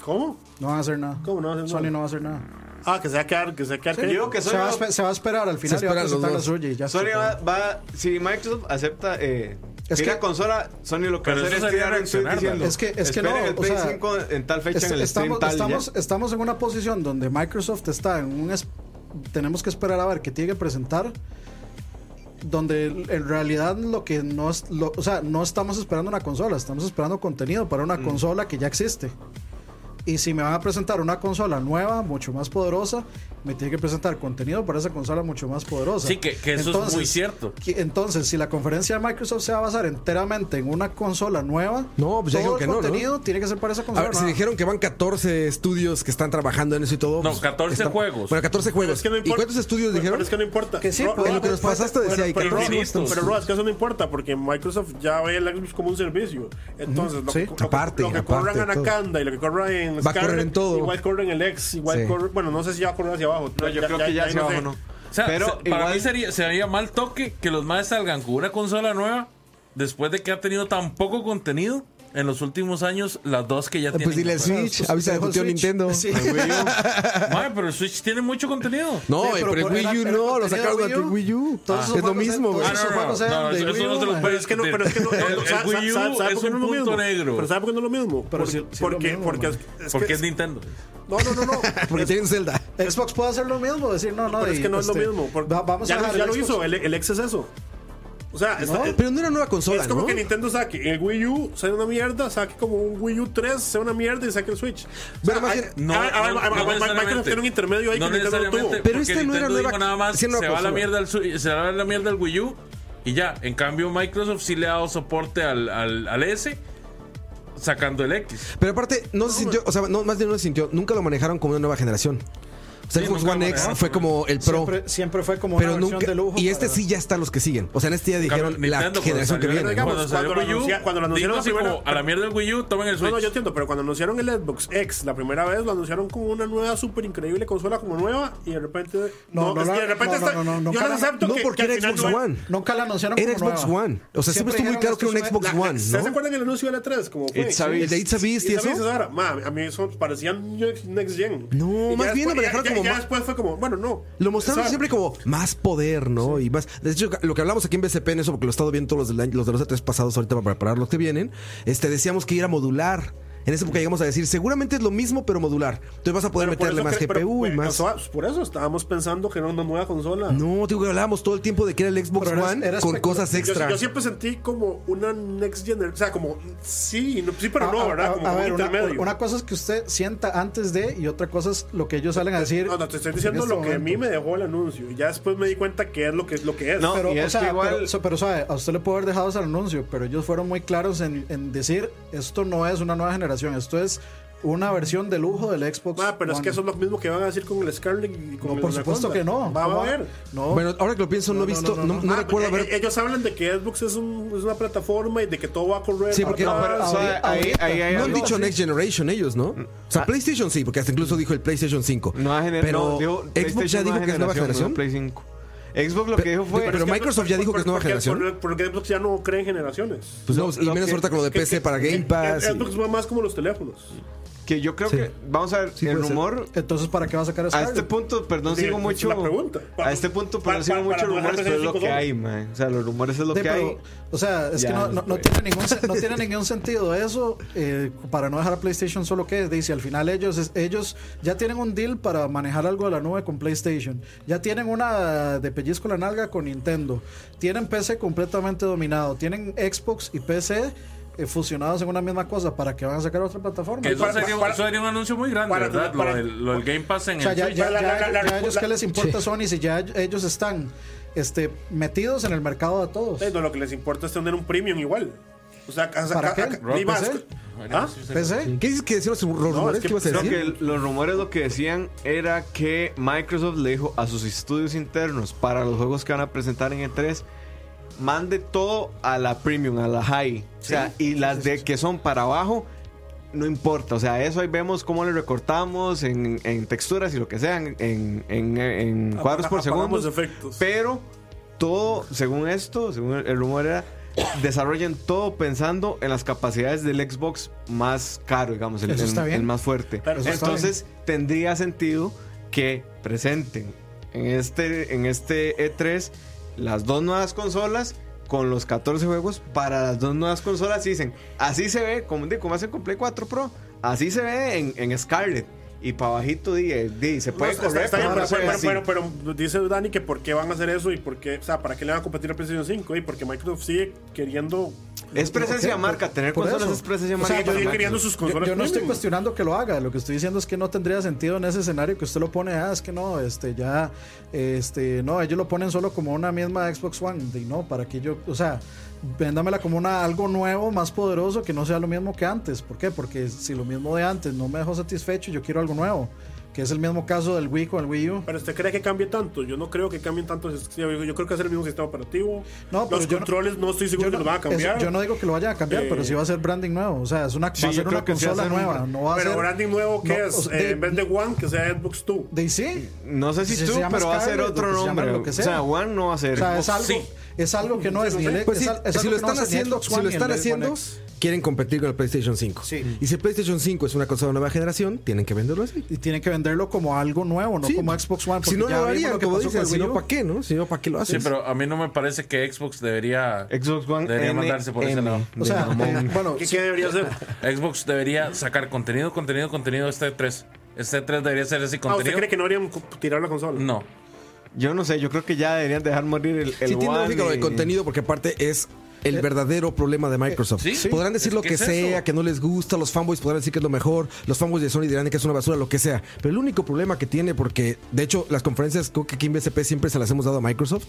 Speaker 5: ¿Cómo?
Speaker 4: No van a hacer nada.
Speaker 5: ¿Cómo no van a hacer
Speaker 4: Sony
Speaker 5: nada?
Speaker 4: no va a hacer nada.
Speaker 5: Ah, que se va a quedar, que se va a quedar.
Speaker 3: Yo digo que
Speaker 4: Se va, a,
Speaker 3: Sony,
Speaker 4: espe- se va a esperar al final
Speaker 2: Se
Speaker 4: y va a
Speaker 2: esperan los
Speaker 4: presentar la
Speaker 2: dos.
Speaker 4: suya y ya.
Speaker 3: Sony
Speaker 4: está.
Speaker 3: va, va- si Microsoft acepta eh,
Speaker 4: Es
Speaker 3: tira
Speaker 4: que-
Speaker 3: consola, Sony lo que
Speaker 1: Pero
Speaker 3: va a hacer
Speaker 1: eso sería
Speaker 3: es tirar un tweet
Speaker 1: reaccionar,
Speaker 3: diciendo,
Speaker 1: ¿no?
Speaker 4: Es que- es que
Speaker 3: "Esperen
Speaker 4: no,
Speaker 3: el
Speaker 4: o
Speaker 3: Play
Speaker 4: sea,
Speaker 3: 5 en tal fecha en
Speaker 4: Este-
Speaker 3: el stream
Speaker 4: estamos,
Speaker 3: tal ya".
Speaker 2: eh,
Speaker 4: estamos, estamos en una posición donde Microsoft está en un es- tenemos que esperar a ver qué tiene que presentar donde en realidad lo que no es lo- o sea no estamos esperando una consola estamos esperando contenido para
Speaker 1: Mm.
Speaker 4: una consola que ya existe y si me van a presentar una consola nueva mucho más poderosa me tiene que presentar contenido para esa consola mucho más poderosa
Speaker 1: Sí, que- que eso es muy cierto.
Speaker 4: que- entonces si la conferencia de Microsoft se va a basar enteramente en una consola nueva
Speaker 2: No, pues ya
Speaker 4: todo
Speaker 2: dijeron que
Speaker 4: el
Speaker 2: no, ¿no?
Speaker 4: contenido tiene que ser para esa
Speaker 2: A
Speaker 4: consola
Speaker 2: ver, si
Speaker 4: nueva.
Speaker 2: dijeron que van 14 estudios que están trabajando en eso y todo.
Speaker 1: No,
Speaker 2: pues,
Speaker 1: 14 juegos.
Speaker 2: Bueno, 14 juegos.
Speaker 5: Es que no
Speaker 2: ¿Y
Speaker 5: importa.
Speaker 2: cuántos estudios
Speaker 5: Pero-
Speaker 2: dijeron?
Speaker 5: Pero es que no importa.
Speaker 4: Que sí,
Speaker 5: Ro-
Speaker 4: pues,
Speaker 5: Ro-
Speaker 2: En lo que nos
Speaker 5: Ro-
Speaker 2: pasaste
Speaker 5: Bueno,
Speaker 2: decía, hay
Speaker 5: pero,
Speaker 2: 14
Speaker 1: infinitos.
Speaker 5: Ro-
Speaker 2: juegos.
Speaker 5: pero Ro, es que eso no importa, porque Microsoft ya ve el Xbox como un servicio. Entonces, lo, que-
Speaker 2: sí.
Speaker 5: lo que-
Speaker 2: Aparte,
Speaker 5: lo que
Speaker 2: aparte
Speaker 5: corran
Speaker 2: de
Speaker 5: Anaconda y lo que corran en
Speaker 2: Va a correr en todo.
Speaker 5: igual corren el X, igual
Speaker 2: Sí.
Speaker 5: corre- bueno, no sé si ya va a correr hacia abajo.
Speaker 3: No, yo creo que ya hacia
Speaker 5: no sé.
Speaker 3: abajo no.
Speaker 1: O sea,
Speaker 3: Pero
Speaker 1: se- para
Speaker 3: igual-
Speaker 1: mí sería, sería mal toque que los más salgan con una consola nueva después de que ha tenido tan poco contenido en los últimos años, las dos que ya
Speaker 2: Ah,
Speaker 1: tienen.
Speaker 2: Pues dile el
Speaker 4: Bueno,
Speaker 2: Switch.
Speaker 4: pues,
Speaker 2: Avisa a
Speaker 4: dejó
Speaker 2: tu
Speaker 4: el
Speaker 2: tío
Speaker 4: Switch.
Speaker 2: Nintendo.
Speaker 4: Sí.
Speaker 1: Mae, pero el Switch tiene mucho contenido.
Speaker 2: No,
Speaker 4: Sí,
Speaker 2: eh, pero,
Speaker 4: pero
Speaker 2: el Wii U
Speaker 4: era- era
Speaker 2: no, lo
Speaker 4: contenido
Speaker 2: sacaron
Speaker 4: Wii
Speaker 2: durante el
Speaker 4: U.
Speaker 2: Wii U.
Speaker 4: Todos
Speaker 2: Ah.
Speaker 4: esos
Speaker 2: Es lo
Speaker 4: juegos
Speaker 2: mismo,
Speaker 4: eran-
Speaker 2: güey.
Speaker 4: todos esos juegos eran de
Speaker 1: eso- eso
Speaker 4: Wii
Speaker 1: no
Speaker 4: U,
Speaker 1: se lo
Speaker 4: man.
Speaker 5: Pero es que no, pero es que no, no,
Speaker 1: El-
Speaker 5: no,
Speaker 1: el
Speaker 5: sabe-
Speaker 1: Wii U
Speaker 5: sabe- sabe
Speaker 1: es
Speaker 5: por qué no
Speaker 1: un
Speaker 5: lo
Speaker 1: punto
Speaker 5: mismo?
Speaker 1: negro.
Speaker 5: Pero sabe por qué no es lo mismo.
Speaker 4: Pero
Speaker 5: Por-
Speaker 4: sí- sí es lo
Speaker 5: porque
Speaker 4: mismo,
Speaker 5: porque
Speaker 4: man.
Speaker 5: es- es
Speaker 1: porque
Speaker 5: que-
Speaker 1: es Nintendo.
Speaker 5: No, no, no, no.
Speaker 2: Porque tienen Zelda.
Speaker 4: Xbox puede hacer lo mismo, decir no, no.
Speaker 5: Pero es
Speaker 4: y,
Speaker 5: que no es lo
Speaker 4: este,
Speaker 5: mismo. por-
Speaker 4: va- vamos
Speaker 5: ya
Speaker 4: a
Speaker 5: lo-
Speaker 4: dejar
Speaker 5: ya
Speaker 4: el
Speaker 5: lo
Speaker 4: Xbox.
Speaker 5: hizo, el, el X es eso. O sea, está- es-
Speaker 2: Pero no era nueva consola,
Speaker 5: es como
Speaker 2: ¿no?
Speaker 5: que Nintendo saque el Wii U, sea una mierda, saque como un Wii U 3, sea una mierda y saque el Switch.
Speaker 2: Pero
Speaker 5: O sea,
Speaker 2: más
Speaker 5: hay-
Speaker 2: bien-
Speaker 1: No,
Speaker 5: ah, ah,
Speaker 1: no,
Speaker 5: ah,
Speaker 1: no
Speaker 5: ah,
Speaker 1: necesariamente.
Speaker 5: Microsoft tiene un intermedio ahí
Speaker 1: No
Speaker 5: que Nintendo no tuvo.
Speaker 1: necesariamente,
Speaker 2: Pero
Speaker 1: porque
Speaker 2: este no era
Speaker 1: Nintendo
Speaker 2: nueva-
Speaker 1: dijo nada más,
Speaker 2: sí, nueva
Speaker 1: se va a la
Speaker 2: consola.
Speaker 1: mierda el Switch- se va a la mierda el Wii U y ya. En cambio, Microsoft sí le ha dado soporte al, al, al S sacando el X.
Speaker 2: Pero aparte, no se sintió, o sea, no, más bien no se sintió, nunca lo manejaron como una nueva generación. O sea,
Speaker 1: Sí,
Speaker 2: Xbox
Speaker 1: nunca
Speaker 2: One
Speaker 1: lo
Speaker 2: X
Speaker 1: manejaron.
Speaker 2: fue como el Pro.
Speaker 4: Siempre, siempre fue como
Speaker 2: pero
Speaker 4: una versión
Speaker 2: nunca.
Speaker 4: de lujo.
Speaker 2: y este
Speaker 4: para-
Speaker 2: sí ya están los que siguen. O sea, en este ya dijeron
Speaker 1: Cambio,
Speaker 2: la
Speaker 1: Nintendo, cuando
Speaker 2: generación que
Speaker 1: salió el-
Speaker 2: viene.
Speaker 5: digamos,
Speaker 1: Cuando salió el
Speaker 5: cuando
Speaker 1: Wii
Speaker 5: lo
Speaker 1: U,
Speaker 5: anuncia- cuando lo
Speaker 1: dijo
Speaker 5: anunciaron
Speaker 1: así
Speaker 5: la primera-
Speaker 1: como, a la mierda el Wii U, tomen el
Speaker 5: No,
Speaker 1: Switch.
Speaker 5: no, yo entiendo, pero cuando anunciaron el Xbox X la primera vez, lo anunciaron como una nueva, súper increíble consola, como nueva, y de repente.
Speaker 4: No, no
Speaker 5: es
Speaker 4: la-
Speaker 5: que de repente
Speaker 4: no,
Speaker 5: está.
Speaker 4: no, no, no,
Speaker 5: yo les
Speaker 4: cara-
Speaker 5: acepto
Speaker 2: No,
Speaker 5: que.
Speaker 2: porque
Speaker 5: que al
Speaker 2: era
Speaker 5: final
Speaker 2: Xbox
Speaker 5: no-
Speaker 2: One.
Speaker 4: Nunca la anunciaron
Speaker 2: Era
Speaker 4: como
Speaker 2: Xbox
Speaker 4: nueva.
Speaker 2: One. O sea, siempre estuvo muy
Speaker 4: dijeron,
Speaker 2: claro que
Speaker 4: esto
Speaker 2: era un
Speaker 4: es
Speaker 2: Xbox
Speaker 5: la-
Speaker 2: One,
Speaker 5: ¿Ustedes se
Speaker 2: ¿no?
Speaker 5: acuerdan del anuncio de la 3? Como fue.
Speaker 3: It's a
Speaker 2: El de It's a Beast y
Speaker 5: Y también se
Speaker 2: eso.
Speaker 5: dara, ma, a mí eso parecía Next, next Gen.
Speaker 2: No,
Speaker 5: Y
Speaker 2: más
Speaker 5: ya
Speaker 2: bien lo manejaron
Speaker 5: después- ya- ya-
Speaker 2: como
Speaker 5: ya
Speaker 2: ma-
Speaker 5: después fue como, bueno, no.
Speaker 2: Lo mostraron
Speaker 5: O sea,
Speaker 2: siempre como más poder, ¿no? Y más. De hecho, lo que hablamos aquí en BCP en eso, porque lo he estado viendo todos los, del año- los de los E tres pasados ahorita para preparar los que vienen. Este, decíamos que ir a modular. En esa época llegamos a decir, seguramente es lo mismo, pero modular. Entonces vas a poder
Speaker 5: pero por
Speaker 2: meterle
Speaker 5: eso
Speaker 2: más
Speaker 5: cre- pero,
Speaker 2: GPU y
Speaker 5: eh,
Speaker 2: más.
Speaker 5: o sea, Por eso estábamos pensando que era una nueva consola.
Speaker 2: No, digo que hablábamos todo el tiempo de que era el Xbox
Speaker 4: Pero eras-
Speaker 2: One
Speaker 4: eras
Speaker 2: con
Speaker 4: especul-
Speaker 2: cosas
Speaker 5: Yo,
Speaker 2: extra.
Speaker 5: yo siempre sentí como una Next Gen. O sea, como, sí, no- sí, pero
Speaker 2: Ah,
Speaker 4: A-
Speaker 5: no,
Speaker 4: a-
Speaker 5: ¿verdad?
Speaker 4: a-
Speaker 5: Como
Speaker 4: a
Speaker 5: un
Speaker 4: ver, una,
Speaker 5: intermedio.
Speaker 4: una cosa es que usted sienta antes de y otra cosa es lo que ellos salen a decir.
Speaker 5: No, no, te
Speaker 2: Pues
Speaker 5: estoy
Speaker 4: en
Speaker 5: diciendo
Speaker 4: este
Speaker 5: lo que a
Speaker 4: momento.
Speaker 5: mí me dejó el anuncio. Y ya después me di cuenta que es lo que, lo que es. Ah,
Speaker 3: No,
Speaker 4: Pero,
Speaker 3: y
Speaker 4: o
Speaker 3: es
Speaker 4: sea,
Speaker 3: que igual-
Speaker 4: pero, so- pero, sabe, a usted le puede haber dejado ese anuncio, pero ellos fueron muy claros en, en decir: esto no es una nueva generación, esto es una versión de lujo del Xbox.
Speaker 5: Ah, pero es
Speaker 4: One.
Speaker 5: que eso es lo mismo que van a decir con el Scarlet y con
Speaker 4: No,
Speaker 5: el
Speaker 4: por supuesto
Speaker 5: Anaconda.
Speaker 4: que no.
Speaker 5: Va
Speaker 4: ¿Cómo
Speaker 5: a ver.
Speaker 4: No. pues,
Speaker 2: Bueno, ahora que lo pienso, no, he visto, no, no
Speaker 5: Ah,
Speaker 2: recuerdo
Speaker 5: eh,
Speaker 2: haber.
Speaker 5: eh, Ellos hablan de que Xbox es, un- es una plataforma y de que todo va a correr.
Speaker 2: Sí,
Speaker 5: para
Speaker 2: porque-
Speaker 5: atrás.
Speaker 2: No, pero-
Speaker 3: O sea, ahí, ahí hay
Speaker 2: Ah, no han
Speaker 3: algo. Ah.
Speaker 2: dicho Next Generation ellos, ¿no? O sea, PlayStation sí, porque hasta incluso dijo el PlayStation 5.
Speaker 3: No ha gener-
Speaker 2: pero
Speaker 3: no, dijo
Speaker 2: Xbox ya
Speaker 3: PlayStation
Speaker 2: dijo que es nueva
Speaker 3: no
Speaker 2: generación.
Speaker 3: Play 5. Xbox lo
Speaker 2: Pe-
Speaker 3: que dijo fue.
Speaker 2: pero-
Speaker 5: es que
Speaker 2: Microsoft ya dijo que es nueva
Speaker 5: porque-
Speaker 2: generación.
Speaker 5: Porque, porque Xbox ya no cree en generaciones.
Speaker 2: Pues no,
Speaker 3: lo-
Speaker 2: y
Speaker 3: lo
Speaker 2: menos
Speaker 3: que-
Speaker 2: ahorita con lo de
Speaker 5: Que-
Speaker 2: PC
Speaker 5: que-
Speaker 2: para Game
Speaker 5: que-
Speaker 2: Pass. y-
Speaker 5: Xbox va más como los teléfonos.
Speaker 3: que yo creo
Speaker 2: Sí.
Speaker 3: que. Vamos a ver,
Speaker 4: Sí,
Speaker 3: el
Speaker 4: puede ser.
Speaker 3: rumor.
Speaker 4: Entonces, ¿para qué va a sacar
Speaker 3: A
Speaker 4: Scarlet?
Speaker 3: este punto, perdón,
Speaker 5: Digo,
Speaker 3: sigo
Speaker 5: es
Speaker 3: mucho.
Speaker 5: la pregunta. Pa-
Speaker 3: a este punto,
Speaker 5: pa-
Speaker 3: perdón, sigo
Speaker 5: pa-
Speaker 3: mucho
Speaker 5: para
Speaker 3: rumores,
Speaker 5: bajar
Speaker 3: pero es lo que
Speaker 5: $65.
Speaker 3: hay, man. O sea, los rumores es lo
Speaker 4: Sí,
Speaker 3: que
Speaker 4: pero,
Speaker 3: hay.
Speaker 4: o sea, es
Speaker 3: Ya,
Speaker 4: que no, no- no
Speaker 3: fue.
Speaker 4: tiene ningún, sen- no tiene ningún sentido eso eh, para no dejar a PlayStation solo que es. Dice, al final ellos, es- ellos ya tienen un deal para manejar algo de la nube con PlayStation. Ya tienen una de pellizco la nalga con Nintendo. Tienen PC completamente dominado. Tienen Xbox y PC eh, fusionados en una misma cosa. para que van a sacar otra plataforma.
Speaker 1: Que eso,
Speaker 5: Para-
Speaker 1: sería,
Speaker 5: para-
Speaker 1: eso sería un anuncio muy grande,
Speaker 5: para-
Speaker 1: ¿verdad?
Speaker 5: para-
Speaker 1: lo, del, lo del Game Pass en
Speaker 4: O sea,
Speaker 1: el
Speaker 4: ya,
Speaker 1: Switch.
Speaker 4: ya-
Speaker 5: La- la-
Speaker 4: ya-
Speaker 5: la- la-
Speaker 4: ya a ellos
Speaker 5: la-
Speaker 4: qué les importa Sony si ya ellos están este, metidos en el mercado de todos.
Speaker 5: Eh, no, lo que les importa es tener un premium igual. O sea, acá-
Speaker 4: ¿Para
Speaker 5: acá-
Speaker 4: qué?
Speaker 5: acá-
Speaker 4: ¿Rock
Speaker 5: y más-
Speaker 4: PC?
Speaker 5: ¿Ah?
Speaker 4: PC.
Speaker 2: ¿Qué dices que decían los rumores?
Speaker 5: No, es que
Speaker 2: ¿Qué ibas a
Speaker 5: creo
Speaker 3: Creo
Speaker 2: decir?
Speaker 3: que el- los rumores lo que decían era que Microsoft le dijo a sus estudios internos para los juegos que van a presentar en E3, mande todo a la premium, a la high. O sea, y las de que son para abajo, no importa. O sea, eso ahí vemos cómo le recortamos en, en texturas y lo que sean, en, en- en cuadros por segundo.
Speaker 5: Apagamos efectos.
Speaker 3: Pero todo, según esto, según el, el rumor era, desarrollan todo pensando en las capacidades del Xbox más caro, digamos, el,
Speaker 4: Eso está
Speaker 3: el-
Speaker 4: bien.
Speaker 3: el más fuerte.
Speaker 5: Pero eso está
Speaker 3: Entonces tendría sentido que presenten en este, en este E3 las dos nuevas consolas con los 14 juegos para las dos nuevas consolas y dicen, así se ve, como, di- como hacen con Play 4 Pro, así se ve en, en Scarlet. Y para bajito di, di, se puede
Speaker 5: No, está-
Speaker 3: correr,
Speaker 5: está
Speaker 3: pero
Speaker 5: bien,
Speaker 3: no se ve
Speaker 5: pero-
Speaker 3: así.
Speaker 5: pero- pero- pero dice Dani que por qué van a hacer eso y por qué, o sea, para qué le van a competir a PlayStation 5 y porque Microsoft sigue queriendo
Speaker 3: Es presencia de
Speaker 4: Ok,
Speaker 3: marca,
Speaker 4: por-
Speaker 3: tener
Speaker 4: por
Speaker 3: consolas
Speaker 4: eso.
Speaker 3: es presencia de
Speaker 5: O
Speaker 3: marca.
Speaker 5: sea, yo
Speaker 3: para
Speaker 5: estoy
Speaker 3: Microsoft.
Speaker 5: queriendo sus
Speaker 4: Yo,
Speaker 5: consolas.
Speaker 4: yo no estoy
Speaker 5: premium.
Speaker 4: cuestionando que lo haga, lo que estoy diciendo es que no tendría sentido en ese escenario que usted lo pone, ah, es que no, este, ya, este, no, ellos lo ponen solo como una misma Xbox One, y no, para que yo, o sea, véndamela como una, algo nuevo, más poderoso, que no sea lo mismo que antes, ¿por qué? Porque si lo mismo de antes no me dejó satisfecho, yo quiero algo nuevo, que es el mismo caso del Wii con el Wii U.
Speaker 5: Pero usted cree que cambie tanto. Yo no creo que cambien tanto. el sistema. Yo yo creo que va a ser el mismo sistema operativo.
Speaker 4: No, pero
Speaker 5: Los
Speaker 4: yo no-
Speaker 5: controles no, estoy seguro
Speaker 4: no,
Speaker 5: que los van a
Speaker 4: eso-
Speaker 5: cambiar.
Speaker 4: yo no digo que lo vayan a cambiar,
Speaker 5: Eh,
Speaker 4: pero sí va a ser branding nuevo, o sea, es una,
Speaker 3: Sí,
Speaker 4: va a
Speaker 3: yo
Speaker 4: ser una
Speaker 3: creo que sí va a
Speaker 4: consola
Speaker 3: ser un-
Speaker 4: nueva, no va a
Speaker 5: pero
Speaker 4: ser...
Speaker 5: branding nuevo, ¿qué
Speaker 4: no,
Speaker 5: es?
Speaker 4: o sea,
Speaker 5: Eh,
Speaker 4: de-
Speaker 5: en vez de One, que sea Xbox 2.
Speaker 4: de sí.
Speaker 3: No sé si,
Speaker 4: Si se
Speaker 3: tú,
Speaker 4: llama
Speaker 3: pero va a ser
Speaker 4: Scarlett,
Speaker 3: otro
Speaker 4: lo que se llama,
Speaker 3: nombre.
Speaker 4: lo que
Speaker 3: o
Speaker 4: sea.
Speaker 3: sea, One no va a
Speaker 4: O
Speaker 3: ser.
Speaker 4: sea, es algo,
Speaker 1: Sí.
Speaker 4: es algo que no es ni el
Speaker 2: Pues sí,
Speaker 4: es al- es
Speaker 2: si
Speaker 4: algo
Speaker 2: lo
Speaker 4: que no
Speaker 2: están
Speaker 4: hace ni
Speaker 2: haciendo,
Speaker 4: Xbox
Speaker 2: si
Speaker 4: One
Speaker 2: lo
Speaker 4: ni
Speaker 2: están
Speaker 4: el Xbox One
Speaker 2: haciendo,
Speaker 4: X.
Speaker 2: quieren competir con el PlayStation 5.
Speaker 4: Sí.
Speaker 2: Y si el PlayStation 5 es una consola de nueva generación, tienen que venderlo así.
Speaker 4: y tienen que venderlo como algo nuevo, no
Speaker 2: Sí.
Speaker 4: como Xbox One.
Speaker 2: Si
Speaker 4: porque
Speaker 2: no
Speaker 4: ya
Speaker 2: lo
Speaker 4: vimos
Speaker 2: harían,
Speaker 4: que
Speaker 2: como
Speaker 4: pasó con
Speaker 2: dicen,
Speaker 4: el
Speaker 2: si
Speaker 4: Wii
Speaker 2: no,
Speaker 4: U.
Speaker 2: ¿para qué, no? Si no, ¿para qué lo
Speaker 1: Sí,
Speaker 2: hacen?
Speaker 1: pero a mí no me parece que Xbox debería.
Speaker 3: Xbox One.
Speaker 1: Debería
Speaker 3: NM.
Speaker 1: mandarse por ese lado.
Speaker 4: O sea,
Speaker 3: De mamón.
Speaker 4: eh, bueno,
Speaker 5: ¿Qué,
Speaker 4: sí,
Speaker 5: qué debería Ah, ser?
Speaker 1: Xbox debería sacar contenido, contenido, contenido. Este 3. Este 3 debería ser así
Speaker 5: Ah, ¿Usted
Speaker 1: contenido.
Speaker 5: cree que no deberían co- tirar la consola?
Speaker 1: No.
Speaker 3: Yo no sé, yo creo que ya deberían dejar morir el, el
Speaker 2: sí tiene
Speaker 3: One
Speaker 2: lógica lo de
Speaker 3: y-
Speaker 2: contenido porque aparte es el verdadero problema de Microsoft.
Speaker 1: sí,
Speaker 2: podrán decir
Speaker 1: es
Speaker 2: lo
Speaker 1: que
Speaker 2: que,
Speaker 1: es
Speaker 2: sea,
Speaker 1: eso.
Speaker 2: que no les gusta, los fanboys podrán decir que es lo mejor, los fanboys de Sony dirán que es una basura, lo que sea. Pero el único problema que tiene, porque de hecho las conferencias creo que aquí en BCP siempre se las hemos dado a Microsoft.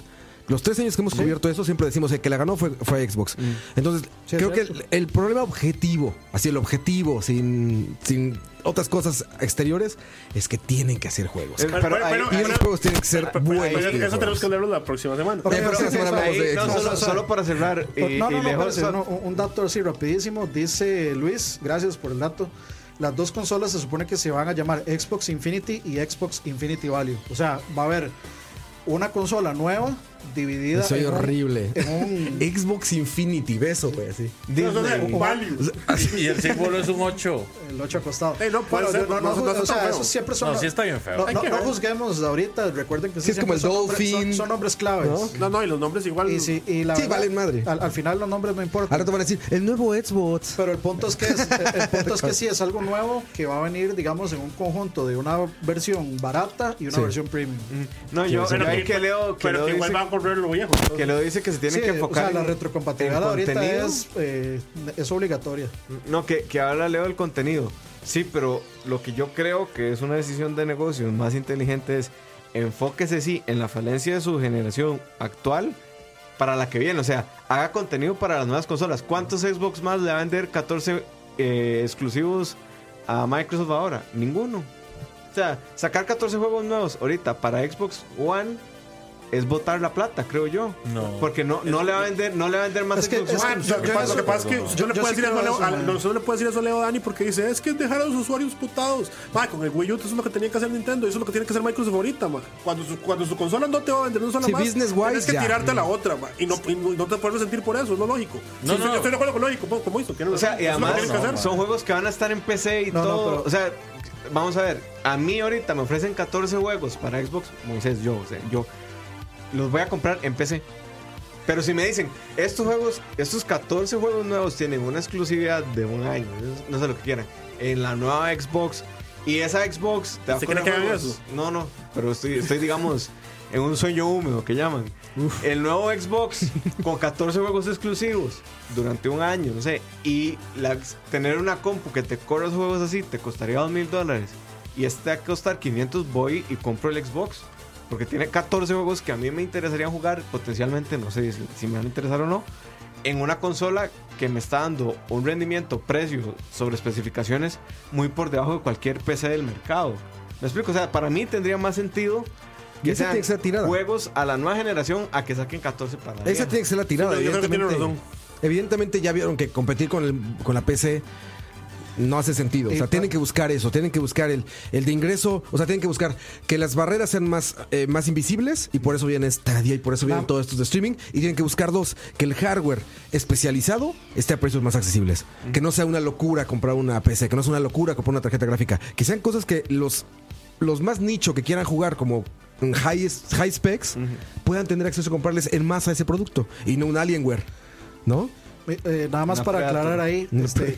Speaker 2: Los tres años que hemos cubierto eso siempre decimos el que la ganó fue, fue Xbox. Entonces,
Speaker 4: Sí, es
Speaker 2: creo que
Speaker 4: cierto.
Speaker 2: el, el problema objetivo, así el objetivo, sin, sin otras cosas exteriores, es que tienen que hacer juegos.
Speaker 3: Eh,
Speaker 2: cara.
Speaker 3: pero ahí-
Speaker 2: y esos juegos tienen que ser
Speaker 5: pero- pero-
Speaker 2: buenos.
Speaker 5: pero eso
Speaker 2: videojuegos.
Speaker 5: tenemos que hablarlo la próxima semana.
Speaker 4: Ok,
Speaker 2: La
Speaker 4: pero
Speaker 2: próxima
Speaker 4: sí,
Speaker 2: semana
Speaker 4: sí,
Speaker 2: hablamos
Speaker 3: ahí-
Speaker 2: de
Speaker 3: no,
Speaker 2: Xbox.
Speaker 3: solo, solo para cerrar. Y,
Speaker 4: Eh, no, no,
Speaker 3: y
Speaker 4: no,
Speaker 3: lejos-
Speaker 4: espérese, no, un un dato así rapidísimo. Dice Luis, gracias por el dato. Las dos consolas se supone que se van a llamar Xbox Infinity y Xbox Infinity Value. O sea, va a haber una consola nueva dividida.
Speaker 2: Soy
Speaker 4: en un-
Speaker 2: horrible.
Speaker 4: en un-
Speaker 2: Xbox Infinity, beso, güey, así.
Speaker 5: No, no, no, un value.
Speaker 1: Y el símbolo es un 8.
Speaker 4: El 8 acostado.
Speaker 5: Eh, no puede ser,
Speaker 4: yo-
Speaker 5: no, no,
Speaker 4: ju-
Speaker 5: no está
Speaker 4: o sea,
Speaker 5: feo.
Speaker 4: eso siempre son.
Speaker 1: No, sí está bien feo.
Speaker 4: No,
Speaker 1: Hay
Speaker 4: no-
Speaker 5: que
Speaker 4: no
Speaker 5: ver.
Speaker 4: juzguemos ahorita, recuerden que sí
Speaker 2: Sí, es como
Speaker 4: siempre
Speaker 2: el
Speaker 4: son nombres-
Speaker 2: Dolphin.
Speaker 4: son, son nombres claves.
Speaker 5: No, no, y los nombres igual.
Speaker 4: Y sí, y la
Speaker 2: Sí, valen madre.
Speaker 4: Al, al final los nombres no importan.
Speaker 2: Ahora te van a decir, el nuevo Xbox.
Speaker 4: Pero el punto es que es, el el punto es que sí es algo nuevo que va a venir, digamos, en un conjunto de una versión barata y una
Speaker 2: Sí.
Speaker 4: versión premium.
Speaker 3: No, yo,
Speaker 5: pero
Speaker 3: yo ahí que Leo, que
Speaker 5: pero
Speaker 3: Leo
Speaker 5: que igual
Speaker 3: dice,
Speaker 5: va a correr lo viejo.
Speaker 3: que Leo dice que se tienen
Speaker 4: Sí,
Speaker 3: que enfocar
Speaker 4: o sea, la
Speaker 3: en-
Speaker 4: retrocompatibilidad
Speaker 3: en
Speaker 4: ahorita
Speaker 3: contenido.
Speaker 4: es, eh, es obligatoria.
Speaker 3: No, que, que ahora leo el contenido. Sí, pero lo que yo creo que es una decisión de negocios más inteligente es enfóquese, sí, en la falencia de su generación actual para la que viene. O sea, haga contenido para las nuevas consolas. ¿Cuántos Xbox más le va a vender 14 eh, exclusivos a Microsoft ahora? Ninguno. O sea, sacar 14 juegos nuevos ahorita para Xbox One es botar la plata, creo yo.
Speaker 1: No.
Speaker 3: Porque no, no le va a vender, no le va a vender más
Speaker 4: Es que-
Speaker 3: Xbox
Speaker 4: es que-
Speaker 3: One.
Speaker 5: Bueno, o sea,
Speaker 4: yo-
Speaker 5: que
Speaker 4: yo
Speaker 5: pasa-
Speaker 4: eso-
Speaker 5: lo que pasa es que yo le
Speaker 4: yo
Speaker 5: puedo
Speaker 4: sí
Speaker 5: decir eso a
Speaker 4: creo
Speaker 5: Leo,
Speaker 4: eso,
Speaker 5: a-
Speaker 4: man.
Speaker 5: nosotros le puedo decir eso a Leo Dani porque dice, es que dejar a los usuarios putados. Ma, con el Wii U eso es lo que tenía que hacer Nintendo, eso es lo que tiene que hacer Microsoft ahorita, ma. Cuando su, cuando su consola no te va a vender una sola
Speaker 2: Sí,
Speaker 5: más,
Speaker 2: business
Speaker 5: tienes
Speaker 2: wise,
Speaker 5: que
Speaker 2: ya.
Speaker 5: tirarte a la otra, ma. Y no, y no te puedes sentir por eso, es lo lógico.
Speaker 1: No,
Speaker 5: Sí,
Speaker 1: no.
Speaker 5: Yo estoy de acuerdo con lo lógico, como hizo.
Speaker 3: O sea, y además son juegos que van a estar en PC y
Speaker 4: No, no,
Speaker 3: todo.
Speaker 4: pero-
Speaker 3: O sea, vamos a ver. A mí ahorita me ofrecen 14 juegos para Xbox. Moisés, yo, o sea, yo los voy a comprar en PC. Pero si me dicen, estos juegos, estos 14 juegos nuevos tienen una exclusividad de un año, es- no sé lo que quieran, en la nueva Xbox. Y esa Xbox te va a
Speaker 5: ¿Usted cree
Speaker 3: correr
Speaker 5: que hagan
Speaker 3: juegos-
Speaker 5: eso?
Speaker 3: No, no, pero estoy, estoy digamos, en un sueño húmedo que llaman. El nuevo Xbox con 14 juegos exclusivos durante un año, no sé. Y la- tener una compu que te corra los juegos así te costaría 2 mil dólares. Y este va a costar 500, voy y compro el Xbox. Porque tiene 14 juegos que a mí me interesaría jugar, potencialmente, no sé si, si me van a interesar o no, en una consola que me está dando un rendimiento, precio, sobre especificaciones muy por debajo de cualquier PC del mercado. ¿Me explico? O sea, para mí tendría más sentido
Speaker 2: Y esa tiene que ser la tirada.
Speaker 3: juegos a la nueva generación a que saquen 14 para la
Speaker 2: Esa
Speaker 3: vieja.
Speaker 2: tiene que ser la tirada.
Speaker 5: Sí, no, yo creo que tiene
Speaker 2: evidentemente, evidentemente ya vieron que competir con, el- con la PC no hace sentido. O sea,
Speaker 4: Y-
Speaker 2: tienen que buscar eso, tienen que buscar el, el de ingreso, o sea, tienen que buscar que las barreras sean más, eh, más invisibles y por eso viene Stadia y por eso vienen
Speaker 4: La-
Speaker 2: todos estos de streaming. Y tienen que buscar dos, que el hardware especializado esté a precios más accesibles. Que no sea una locura comprar una PC, que no sea una locura comprar una tarjeta gráfica. Que sean cosas que los, los más nicho que quieran jugar como en high, high specs puedan tener acceso a comprarles en masa ese producto y no un Alienware, ¿no?
Speaker 4: Eh, eh, nada más
Speaker 3: Una
Speaker 4: para
Speaker 3: fea,
Speaker 4: aclarar
Speaker 3: tío.
Speaker 4: ahí,
Speaker 2: Una
Speaker 4: este,
Speaker 2: fea.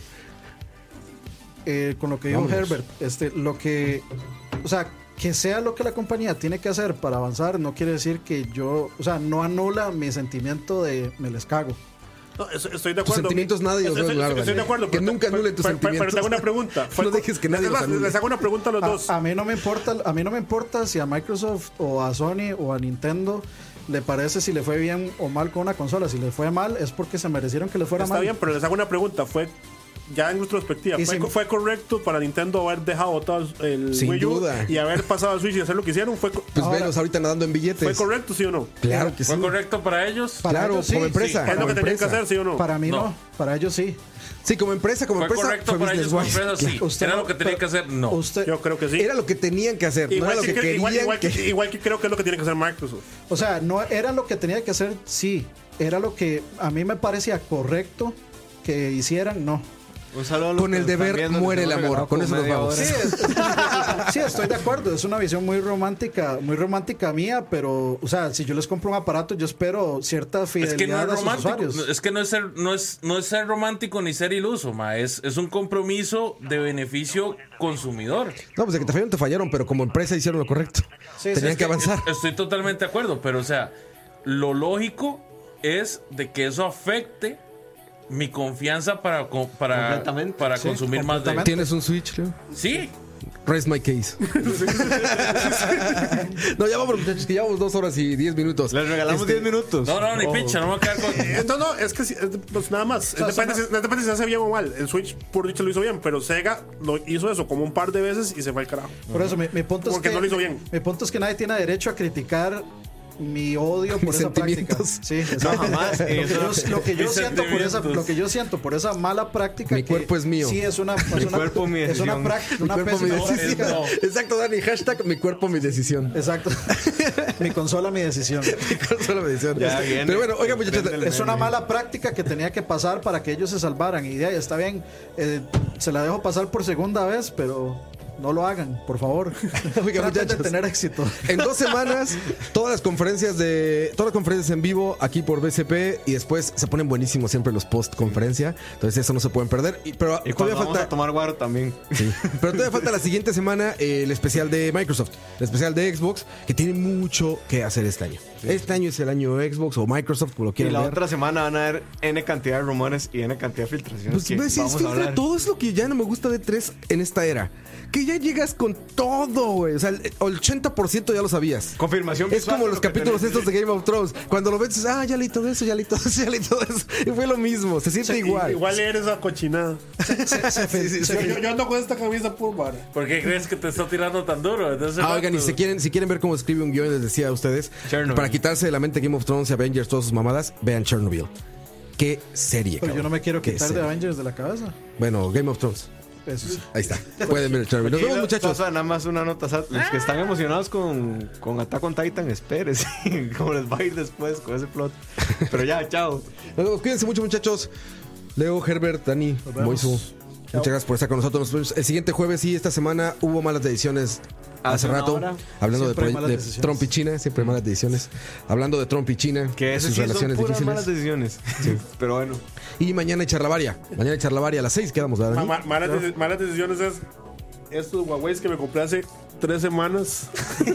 Speaker 4: eh, con lo que dijo
Speaker 2: Vámonos.
Speaker 4: Herbert, este, lo que, o sea, que sea lo que la compañía tiene que hacer para avanzar, no quiere decir que yo, o sea, no anula mi sentimiento de me les cago.
Speaker 5: No, es- estoy de acuerdo.
Speaker 2: Tus sentimientos nadie los
Speaker 5: Estoy-
Speaker 2: debe hablar,
Speaker 5: Estoy de
Speaker 2: Daniel.
Speaker 5: acuerdo.
Speaker 2: Que
Speaker 5: pero te-
Speaker 2: nunca
Speaker 5: pero-
Speaker 2: anulen tus
Speaker 5: pero- Pero te hago una
Speaker 2: sentimientos.
Speaker 5: pregunta. Fue-
Speaker 2: No dejes que nadie
Speaker 5: Es
Speaker 2: los
Speaker 5: más,
Speaker 2: anule.
Speaker 5: Les hago una pregunta a los dos.
Speaker 4: A, a mí no me importa, a mí no me importa si a Microsoft o a Sony o a Nintendo le parece si le fue bien o mal con una consola, si le fue mal es porque se merecieron que le fuera
Speaker 5: Está
Speaker 4: mal.
Speaker 5: bien, pero les hago una pregunta. Fue ya en retrospectiva,
Speaker 4: Y
Speaker 5: ¿fue,
Speaker 4: sin-
Speaker 5: co- fue correcto para Nintendo haber dejado botado el
Speaker 2: Sin
Speaker 5: Wii U
Speaker 2: duda.
Speaker 5: y haber pasado a Switch y hacer lo que hicieron? ¿Fue, co- Ah,
Speaker 2: Pues
Speaker 4: Ahora-
Speaker 2: velos ahorita nadando en billetes.
Speaker 5: fue correcto, sí o no?
Speaker 2: Claro que sí.
Speaker 1: ¿Fue correcto para ellos?
Speaker 4: Para
Speaker 2: claro,
Speaker 4: ellos sí,
Speaker 2: como
Speaker 4: sí,
Speaker 2: empresa.
Speaker 5: ¿Es lo
Speaker 2: como
Speaker 5: que tenían que
Speaker 2: empresa.
Speaker 5: hacer, sí o no?
Speaker 4: Para mí no.
Speaker 1: No.
Speaker 4: para ellos sí.
Speaker 2: Sí, como empresa, como
Speaker 1: ¿Fue
Speaker 2: empresa.
Speaker 1: correcto
Speaker 2: fue
Speaker 1: para ellos
Speaker 2: business
Speaker 1: como
Speaker 2: wise.
Speaker 1: empresa? Sí.
Speaker 4: Usted
Speaker 1: Era
Speaker 4: no-
Speaker 1: lo que tenían
Speaker 4: pero-
Speaker 1: que hacer, no.
Speaker 4: Usted,
Speaker 5: Yo creo que sí.
Speaker 2: Era lo que tenían que hacer, no
Speaker 5: Igual
Speaker 2: era lo
Speaker 5: sí
Speaker 2: que
Speaker 5: creo-
Speaker 2: querían.
Speaker 5: igual- igual
Speaker 2: que-
Speaker 5: que- igual que creo que es lo que tiene que hacer Microsoft.
Speaker 4: O sea, no era lo que tenía que hacer, sí. Era lo que a mí me parecía correcto que hicieran, no.
Speaker 3: Un saludo a los
Speaker 2: Con
Speaker 3: que
Speaker 2: el
Speaker 3: nos están
Speaker 2: deber
Speaker 3: viendo,
Speaker 2: muere
Speaker 3: les
Speaker 2: el
Speaker 3: hemos
Speaker 2: amor.
Speaker 3: regalado
Speaker 2: Con
Speaker 3: como
Speaker 2: eso nos
Speaker 3: media
Speaker 2: vamos.
Speaker 3: hora.
Speaker 4: Sí, es- sí, estoy de acuerdo. Es una visión muy romántica, muy romántica mía, pero, o sea, si yo les compro un aparato, yo espero cierta
Speaker 1: Es
Speaker 4: fidelidad
Speaker 1: que no es
Speaker 4: a sus
Speaker 1: romántico.
Speaker 4: usuarios.
Speaker 1: No, Es que no es ser, no es, no es ser romántico ni ser iluso, ma. Es, es un compromiso de beneficio consumidor.
Speaker 2: No, pues de que te fallaron, te fallaron, pero como empresa hicieron lo correcto.
Speaker 4: Sí, sí,
Speaker 2: tenían
Speaker 4: es
Speaker 2: que avanzar.
Speaker 1: Es- Estoy totalmente de acuerdo, pero o sea, lo lógico es de que eso afecte mi confianza para, co- para,
Speaker 3: Completamente.
Speaker 1: para
Speaker 4: Sí,
Speaker 1: consumir más de...
Speaker 4: completamente.
Speaker 2: ¿Tienes un Switch, Leo?
Speaker 1: Sí,
Speaker 2: Raise my case. no, ya vamos, muchachos, que llevamos dos horas y diez minutos.
Speaker 3: Les regalamos
Speaker 2: Este,
Speaker 3: 10 minutos.
Speaker 1: no, no, ni pincha, no me voy a quedar con...
Speaker 5: Eh, No, no, es que sí, es de- pues nada más.
Speaker 4: sea,
Speaker 5: depende,
Speaker 4: son-
Speaker 5: si, depende si se hace bien o mal. El Switch, por dicho, lo hizo bien, pero Sega lo hizo eso como un par de veces y se fue al carajo.
Speaker 4: Por eso, mi, mi punto
Speaker 5: Porque
Speaker 4: es que,
Speaker 5: no lo hizo bien.
Speaker 4: Mi punto es que nadie tiene derecho a criticar mi odio por
Speaker 2: Mis
Speaker 4: esa práctica.
Speaker 2: sentimientos. eh,
Speaker 4: Sí, exacto.
Speaker 3: jamás,
Speaker 4: Lo que
Speaker 3: eso.
Speaker 4: yo, lo que yo
Speaker 1: Mis
Speaker 4: siento por esa,
Speaker 1: sentimientos.
Speaker 4: lo que yo siento por esa mala práctica.
Speaker 2: Mi
Speaker 4: que
Speaker 2: cuerpo es mío.
Speaker 4: Sí, es una, es
Speaker 3: Mi
Speaker 4: una-
Speaker 3: cuerpo, mi
Speaker 4: es una
Speaker 3: decisión.
Speaker 4: práctica,
Speaker 2: mi
Speaker 4: una
Speaker 2: cuerpo, mi
Speaker 4: pésima
Speaker 2: decisión.
Speaker 4: práctica.
Speaker 2: Exacto, Dani. Hashtag mi cuerpo, mi decisión.
Speaker 4: Exacto. mi consola, mi decisión.
Speaker 2: Solo me decían.
Speaker 3: Ya viene.
Speaker 2: Pero bueno, oiga, muchachos.
Speaker 3: Prende el
Speaker 4: Es una mala práctica que tenía que pasar para que ellos se salvaran. Y de ahí está bien, eh, se la dejo pasar por segunda vez, pero no lo hagan, por favor.
Speaker 2: Oiga,
Speaker 4: Traten de
Speaker 2: muchachos.
Speaker 4: tener éxito.
Speaker 2: En dos semanas, todas las conferencias de. Todas las conferencias en vivo aquí por BCP y después se ponen buenísimos siempre los post conferencia. Entonces eso no se pueden perder. Y- pero
Speaker 3: Y cuando
Speaker 2: todavía
Speaker 3: vamos
Speaker 2: falta.
Speaker 3: a tomar guaro también.
Speaker 2: Sí. Pero todavía falta la siguiente semana eh, el especial de Microsoft, el especial de Xbox, que tiene mucho que hacer este año. Este año es el año Xbox o Microsoft, como lo
Speaker 3: Y
Speaker 2: quieran
Speaker 3: la
Speaker 2: ver.
Speaker 3: otra semana van a haber N cantidad de rumores y N cantidad de filtraciones.
Speaker 2: Pues
Speaker 3: que
Speaker 2: ves, es
Speaker 3: vamos a
Speaker 2: filtra-
Speaker 3: hablar.
Speaker 2: todo es lo que ya no me gusta de 3 en esta era. Que si ya llegas con todo, güey. O sea, el 80% ya lo sabías.
Speaker 3: Confirmación
Speaker 2: Es
Speaker 3: visual
Speaker 2: como
Speaker 3: de
Speaker 2: los
Speaker 3: lo que
Speaker 2: capítulos
Speaker 3: tenés.
Speaker 2: estos de Game of Thrones. Cuando lo ves, dices, ah, ya leí todo eso, ya leí todo eso, ya leí todo eso. Y fue lo mismo, se siente igual.
Speaker 5: Igual eres esa cochinada. Yo, yo- yo ando con esta camisa por bar.
Speaker 1: ¿Por qué crees que te está tirando tan duro? Entonces, Pues,
Speaker 2: Ah, oigan, y
Speaker 1: rato-
Speaker 2: si quieren, si quieren ver cómo escribe un guión, les decía a ustedes,
Speaker 3: Chernobyl.
Speaker 2: para quitarse de la mente Game of Thrones y Avengers, todas sus mamadas, vean Chernobyl. Qué serie,
Speaker 4: Pero Pues yo
Speaker 2: cabrón.
Speaker 4: no me quiero
Speaker 2: Qué
Speaker 4: quitar de
Speaker 2: serie.
Speaker 4: Avengers de la cabeza.
Speaker 2: Bueno, Game of Thrones.
Speaker 4: Eso sí.
Speaker 2: Ahí está. Pueden ver el Chernobyl. Nos vemos,
Speaker 3: Y lo-
Speaker 2: muchachos.
Speaker 3: Sosa, nada más una nota. Sosa, Los que están emocionados con, con Attack on Titan, espérense. Como les va a ir después con ese plot. Pero ya, chao.
Speaker 2: Nos vemos. Cuídense mucho, muchachos. Leo, Herbert, Dani, Moisu. Muchas gracias por estar con nosotros. Nos vemos El siguiente jueves y esta semana hubo malas ediciones. Hace
Speaker 3: Hace una
Speaker 2: rato,
Speaker 3: hora.
Speaker 2: hablando de,
Speaker 4: Siempre hay
Speaker 2: proye-
Speaker 4: malas
Speaker 2: de
Speaker 4: decisiones.
Speaker 2: Trump y China, siempre hay malas decisiones. Hablando de Trump y China,
Speaker 3: Que
Speaker 2: de
Speaker 3: eso
Speaker 2: sus
Speaker 3: sí son puras
Speaker 2: relaciones
Speaker 3: malas
Speaker 2: difíciles.
Speaker 3: decisiones. Pero bueno.
Speaker 2: Y mañana en Charlavaria. Mañana en Charlavaria a las 6 quedamos, ¿verdad?
Speaker 5: Ma-
Speaker 2: Dani?
Speaker 5: ma- malas, deci- malas decisiones es estos Huawei que me compré hace tres semanas.
Speaker 1: Mira,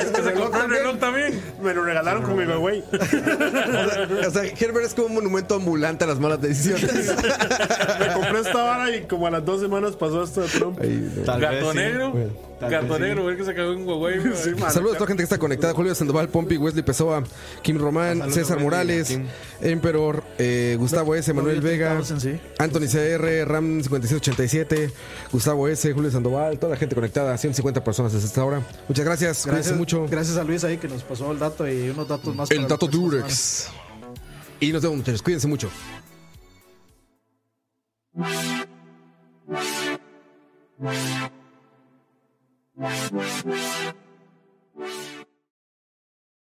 Speaker 1: es que se compró el reloj también.
Speaker 5: Me lo regalaron con mi Huawei.
Speaker 2: O sea, o sea, Herbert es como un monumento ambulante a las malas decisiones.
Speaker 5: Me compré esta vara y como a las dos semanas pasó esto de Trump.
Speaker 3: Tal vez
Speaker 1: Gato
Speaker 3: sí.
Speaker 1: negro.
Speaker 3: tal vez
Speaker 1: Gato
Speaker 3: sí.
Speaker 1: negro, el que se cagó en Huawei. güey.
Speaker 2: Saludos a toda la gente que está conectada. Julio Sandoval, Pompi, Wesley Pessoa, Kim
Speaker 4: Ah,
Speaker 2: Román,
Speaker 3: Saludos,
Speaker 2: César
Speaker 3: Wesley,
Speaker 2: Morales,
Speaker 3: Kim.
Speaker 2: Emperor, eh, Gustavo S, Manuel
Speaker 4: Oye,
Speaker 2: Vega,
Speaker 4: estamos en sí.
Speaker 2: Anthony CR, Ram 5687, Gustavo S, Julio Sandoval, toda la gente conectada, 150 personas desde esta hora. Muchas gracias, cuídense
Speaker 4: Gracias,
Speaker 2: mucho.
Speaker 4: gracias a Luis ahí que nos pasó el dato y unos datos más.
Speaker 2: El
Speaker 4: para
Speaker 2: dato
Speaker 4: la próxima semana.
Speaker 2: Durex. Y nos vemos, muchachos. Cuídense mucho.